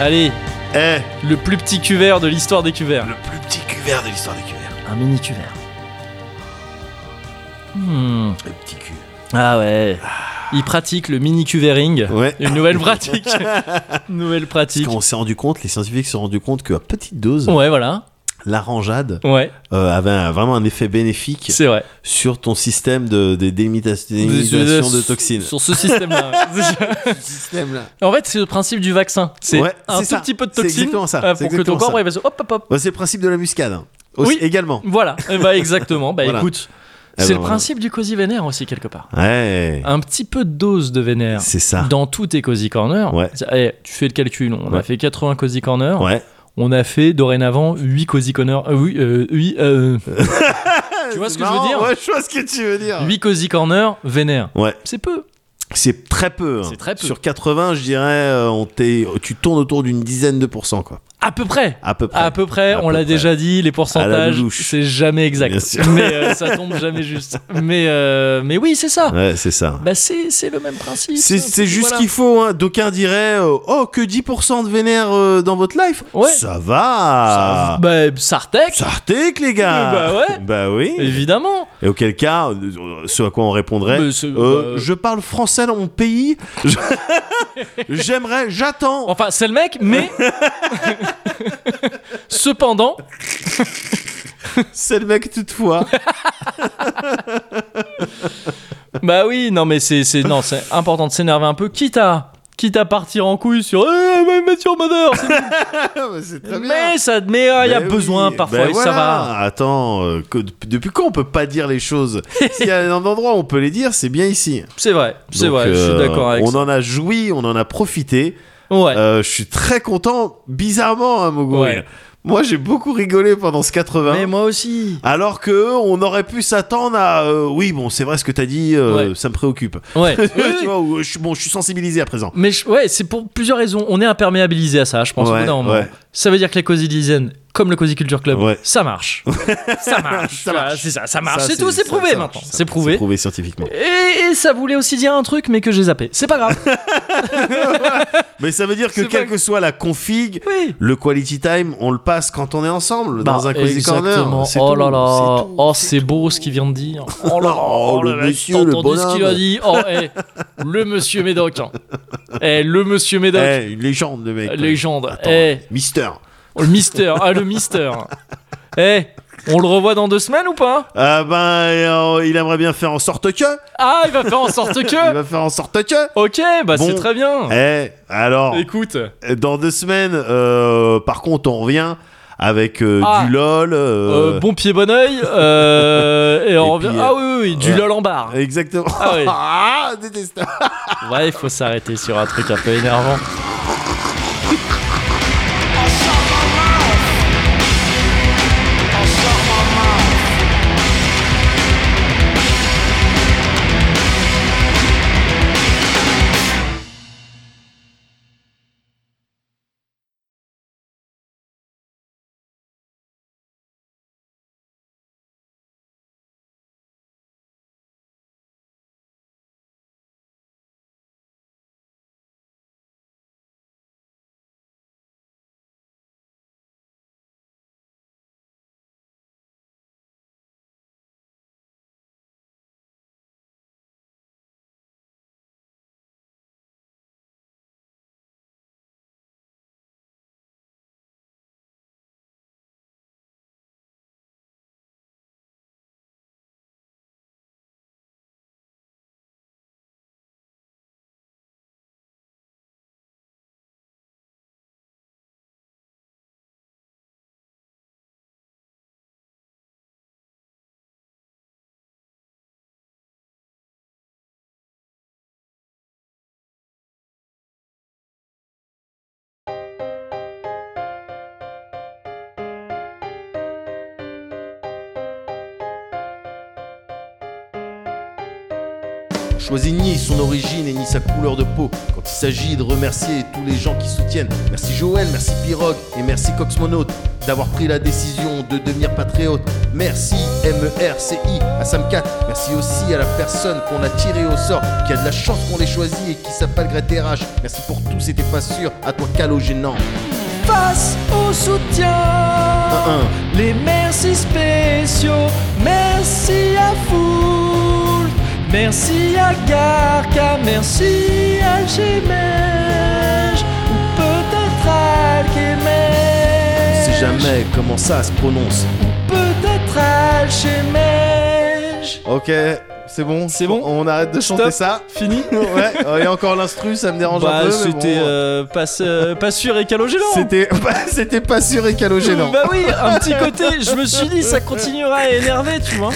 Speaker 1: Allez,
Speaker 2: Eh,
Speaker 1: le plus petit cuvert de l'histoire des cuverts.
Speaker 2: le plus petit cuvert de l'histoire des cuverts.
Speaker 1: Un mini cuvert. Hmm.
Speaker 2: Le petit cul.
Speaker 1: Ah ouais. Il pratique le mini cuvering.
Speaker 2: Ouais.
Speaker 1: Une nouvelle pratique. Une nouvelle pratique.
Speaker 2: Parce qu'on s'est rendu compte, les scientifiques se sont rendus compte qu'à petite dose,
Speaker 1: Ouais, voilà.
Speaker 2: l'arrangeade
Speaker 1: Ouais,
Speaker 2: euh, avait un- vraiment un effet bénéfique
Speaker 1: c'est vrai.
Speaker 2: sur ton système de, de, d'émita- d'élimination de toxines.
Speaker 1: Sur ce système-là. en fait, c'est le principe du vaccin. C'est
Speaker 2: Ouais,
Speaker 1: un
Speaker 2: c'est
Speaker 1: tout
Speaker 2: ça.
Speaker 1: petit peu de
Speaker 2: C'est
Speaker 1: toxine
Speaker 2: exactement ça.
Speaker 1: euh,
Speaker 2: C'est
Speaker 1: pour que ton
Speaker 2: exactement
Speaker 1: corps
Speaker 2: ça.
Speaker 1: ouais, parce que hop hop hop.
Speaker 2: Bah, c'est le principe de la muscade. hein. Aussi,
Speaker 1: Oui.
Speaker 2: Également.
Speaker 1: Voilà. Eh bah exactement. Bah
Speaker 2: Voilà.
Speaker 1: écoute,
Speaker 2: Eh
Speaker 1: c'est
Speaker 2: ben,
Speaker 1: le
Speaker 2: voilà.
Speaker 1: principe du cosy vénère aussi quelque part.
Speaker 2: Ouais.
Speaker 1: Un petit peu de dose de vénère
Speaker 2: C'est ça.
Speaker 1: Ah, dans tous tes cosy corners.
Speaker 2: Ouais.
Speaker 1: C'est- eh, tu fais le calcul. On a
Speaker 2: Ouais.
Speaker 1: fait 80 cosy corners.
Speaker 2: Ouais.
Speaker 1: on a fait dorénavant 8 Cozy Corner. euh, oui, euh, oui, euh, tu vois ce que je veux dire
Speaker 2: Ouais, je vois ce que tu veux dire.
Speaker 1: 8 Cozy Corner vénère.
Speaker 2: Ouais.
Speaker 1: C'est peu.
Speaker 2: C'est très peu. hein.
Speaker 1: C'est très peu.
Speaker 2: Sur 80, je dirais, euh, on t'est- tu tournes autour d'une dizaine de pourcents, quoi.
Speaker 1: À peu près.
Speaker 2: À peu près.
Speaker 1: À peu près,
Speaker 2: À
Speaker 1: on
Speaker 2: peu
Speaker 1: l'a
Speaker 2: près.
Speaker 1: déjà dit, les
Speaker 2: À la
Speaker 1: pourcentages,
Speaker 2: louche.
Speaker 1: c'est jamais exact.
Speaker 2: Bien sûr.
Speaker 1: Mais euh, ça tombe jamais juste. Mais, euh, mais oui, c'est ça.
Speaker 2: Ouais, c'est ça.
Speaker 1: Bah, c'est c'est le même principe.
Speaker 2: C'est, c'est juste
Speaker 1: Voilà.
Speaker 2: qu'il faut. Hein. D'aucuns diraient euh, Oh, que 10% de vénère euh, dans votre life
Speaker 1: Ouais.
Speaker 2: Ça va
Speaker 1: Bah, Sartek,
Speaker 2: Ah. Ça Sartek, les gars
Speaker 1: Bah ouais.
Speaker 2: Bah oui
Speaker 1: évididemment.
Speaker 2: Et auquel cas, euh, ce à quoi on répondrait
Speaker 1: Mais c'est-
Speaker 2: euh,
Speaker 1: bah,
Speaker 2: Je parle français dans mon pays. Je- J'aimerais, j'attends
Speaker 1: Enfin, c'est le mec, mais. Cependant,
Speaker 2: C'est le mec, toutefois.
Speaker 1: Bah oui, non mais c'est c'est non, c'est important de s'énerver un peu quitte à quitte à partir en couille sur eh, mais Mathieu Modeur. c'est-
Speaker 2: Ah, c'est
Speaker 1: Mais ça mais euh, il y a
Speaker 2: Bah
Speaker 1: besoin
Speaker 2: oui,
Speaker 1: parfois
Speaker 2: bah
Speaker 1: et
Speaker 2: voilà.
Speaker 1: ça va.
Speaker 2: Attends, euh, que- depuis quand on peut pas dire les choses S'il y a un endroit où on peut les dire, c'est bien ici.
Speaker 1: C'est vrai, c'est
Speaker 2: Donc,
Speaker 1: vrai, je suis
Speaker 2: euh,
Speaker 1: d'accord avec
Speaker 2: On
Speaker 1: ça.
Speaker 2: en a joui, on en a profité.
Speaker 1: Ouais.
Speaker 2: Euh, je suis très content, bizarrement, hein, Moguri.
Speaker 1: Ouais.
Speaker 2: Moi, j'ai beaucoup rigolé pendant ce 80.
Speaker 1: mais moi aussi.
Speaker 2: Alors que on aurait pu s'attendre à euh, oui bon c'est vrai ce que t'as dit euh,
Speaker 1: Ouais.
Speaker 2: ça me préoccupe
Speaker 1: Ouais. Oui,
Speaker 2: Tu
Speaker 1: oui.
Speaker 2: vois, ou, euh, je suis- bon je suis sensibilisé à présent
Speaker 1: Mais je- ouais, c'est pour plusieurs raisons. On est imperméabilisé à ça, je pense. au
Speaker 2: Ouais,
Speaker 1: bout d'un moment.
Speaker 2: ouais.
Speaker 1: Ça veut dire que les cosy dizaines, comme le cosy culture club,
Speaker 2: Ouais.
Speaker 1: ça marche. ça marche.
Speaker 2: Ça marche.
Speaker 1: Voilà, C'est ça, ça marche.
Speaker 2: Ça,
Speaker 1: Bah, C'est tout, c'est
Speaker 2: ça,
Speaker 1: prouvé
Speaker 2: ça marche,
Speaker 1: maintenant.
Speaker 2: ça.
Speaker 1: C'est prouvé.
Speaker 2: prouvé scientifiquement
Speaker 1: Et, et ça voulait aussi dire un truc, mais que j'ai zappé. C'est pas grave.
Speaker 2: mais ça veut dire que
Speaker 1: C'est
Speaker 2: quelle
Speaker 1: pas-
Speaker 2: que soit la config
Speaker 1: oui.
Speaker 2: le quality time on le passe quand on est ensemble dans
Speaker 1: Bah,
Speaker 2: un cozy
Speaker 1: exactement.
Speaker 2: corner C'est
Speaker 1: Oh
Speaker 2: tout,
Speaker 1: là
Speaker 2: c'est
Speaker 1: là.
Speaker 2: tout,
Speaker 1: Oh,
Speaker 2: c'est
Speaker 1: c'est beau ce qu'il vient de dire. Oh là là.
Speaker 2: Oh, le
Speaker 1: là là,
Speaker 2: monsieur,
Speaker 1: t'as
Speaker 2: le
Speaker 1: entendu ce qu'il a
Speaker 2: bonhomme.
Speaker 1: dit. Oh, eh, le monsieur Médoc. hein. Eh, le monsieur Médoc.
Speaker 2: Eh, une légende le mec
Speaker 1: Légende.
Speaker 2: Attends,
Speaker 1: Eh,
Speaker 2: Mister
Speaker 1: le mister. Ah, le mister. Eh, on le revoit dans deux semaines ou pas
Speaker 2: Ah ben euh, il aimerait bien faire en sorte que
Speaker 1: Ah, il va faire en sorte
Speaker 2: il
Speaker 1: que.
Speaker 2: va faire en sorte que
Speaker 1: Ok, bah
Speaker 2: Bon.
Speaker 1: c'est très bien.
Speaker 2: eh alors euh,
Speaker 1: Écoute.
Speaker 2: Dans deux semaines, euh, par contre, on revient avec euh,
Speaker 1: Ah.
Speaker 2: du LOL.
Speaker 1: euh,
Speaker 2: euh,
Speaker 1: bon pied, bon oeil. et on
Speaker 2: puis,
Speaker 1: revient.
Speaker 2: euh,
Speaker 1: Ah oui, oui, oui, du
Speaker 2: ouais.
Speaker 1: lol en barre.
Speaker 2: Exactement.
Speaker 1: Ah oui.
Speaker 2: Ah, détestable.
Speaker 1: Ouais, il faut s'arrêter sur un truc un peu énervant.
Speaker 2: choisit ni son origine et ni sa couleur de peau. Quand il s'agit de remercier tous les gens qui soutiennent, merci Joël, merci Pirogue et merci Coxmonaute d'avoir pris la décision de devenir patriote. Merci E MERCI à Samcat. Merci aussi à la personne qu'on a tirée au sort, qui a de la chance qu'on l'ait choisie et qui s'appelle Greta RH. Merci pour tout, c'était pas sûr. À toi, Calogénant.
Speaker 1: Face au soutien, les merci spéciaux, merci à Foul, merci à Garca, merci à Gmej, ou peut-être à Alchemège.
Speaker 2: On sait jamais comment ça se prononce.
Speaker 1: Peut-être Alchemège.
Speaker 2: Ok, c'est bon
Speaker 1: C'est bon
Speaker 2: On arrête de chanter
Speaker 1: Stop.
Speaker 2: ça
Speaker 1: Fini
Speaker 2: Ouais, euh, et encore l'instru, ça me dérange un
Speaker 1: Bah,
Speaker 2: peu. mais
Speaker 1: c'était
Speaker 2: bon,
Speaker 1: euh, pas, euh, pas sûr et calogénant.
Speaker 2: C'était bah, c'était pas sûr et calogénant.
Speaker 1: Bah oui, un petit côté, je me suis dit, ça continuera à énerver, tu vois.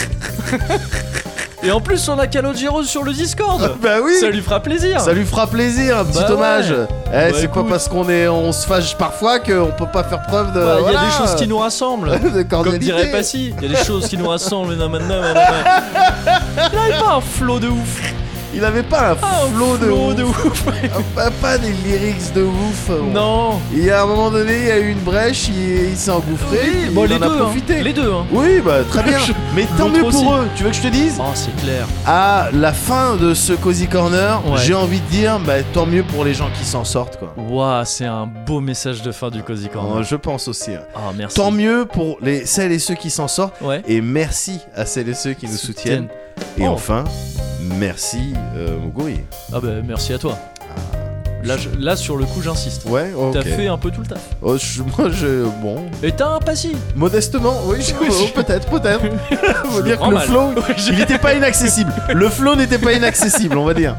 Speaker 1: Et en plus, on a Calogero sur le Discord.
Speaker 2: Bah oui
Speaker 1: Ça lui fera plaisir.
Speaker 2: Ça lui fera plaisir, un petit
Speaker 1: Bah ouais.
Speaker 2: hommage. Eh,
Speaker 1: Bah
Speaker 2: c'est pas
Speaker 1: écoute.
Speaker 2: parce qu'on est, on se fâche parfois qu'on peut pas faire preuve de.
Speaker 1: Bah, Il
Speaker 2: voilà,
Speaker 1: y a des choses qui nous rassemblent.
Speaker 2: de
Speaker 1: Comme
Speaker 2: cordialité.
Speaker 1: dirait Passy, il y a des choses qui nous rassemblent. Non, non, non, non, non. Il avait pas un flow de ouf.
Speaker 2: Il avait pas un
Speaker 1: Ah, un
Speaker 2: flow de,
Speaker 1: flow
Speaker 2: ouf.
Speaker 1: de ouf.
Speaker 2: Pas, pas des lyrics de ouf.
Speaker 1: Non.
Speaker 2: Il y a un moment donné, il y a eu une brèche, il, il s'est engouffré.
Speaker 1: Oui,
Speaker 2: il
Speaker 1: bon,
Speaker 2: en
Speaker 1: les
Speaker 2: a
Speaker 1: deux, hein.
Speaker 2: profité.
Speaker 1: les deux. Hein.
Speaker 2: Oui, bah très bien.
Speaker 1: Je-
Speaker 2: Mais tant
Speaker 1: L'autre
Speaker 2: mieux pour
Speaker 1: aussi.
Speaker 2: eux. Tu veux que je te dise
Speaker 1: Oh, c'est clair.
Speaker 2: À la fin de ce Cozy Corner,
Speaker 1: Ouais.
Speaker 2: j'ai envie de dire, bah tant mieux pour les gens qui s'en sortent, quoi.
Speaker 1: Waouh, c'est un beau message de fin du Cozy
Speaker 2: Euh,
Speaker 1: Corner.
Speaker 2: je pense aussi. hein.
Speaker 1: Ah, merci.
Speaker 2: Tant mieux pour les, celles et ceux qui s'en sortent.
Speaker 1: Ouais.
Speaker 2: Et merci à celles et ceux qui nous soutiennent. Et
Speaker 1: Oh.
Speaker 2: enfin, merci euh, Muguri.
Speaker 1: Ah bah merci à toi. Là, je- là sur le coup, j'insiste.
Speaker 2: Ouais, Ah. ok.
Speaker 1: T'as fait un peu tout le taf.
Speaker 2: Oh, je- moi, je. Bon.
Speaker 1: Et t'as un passif.
Speaker 2: Modestement, oui, je-
Speaker 1: Oui, je-
Speaker 2: oh, peut-être, peut-être. Faut
Speaker 1: le
Speaker 2: dire
Speaker 1: prends
Speaker 2: que le
Speaker 1: mal.
Speaker 2: flow,
Speaker 1: Ouais, je-
Speaker 2: il n'était pas inaccessible. Le flow n'était pas inaccessible, on va dire.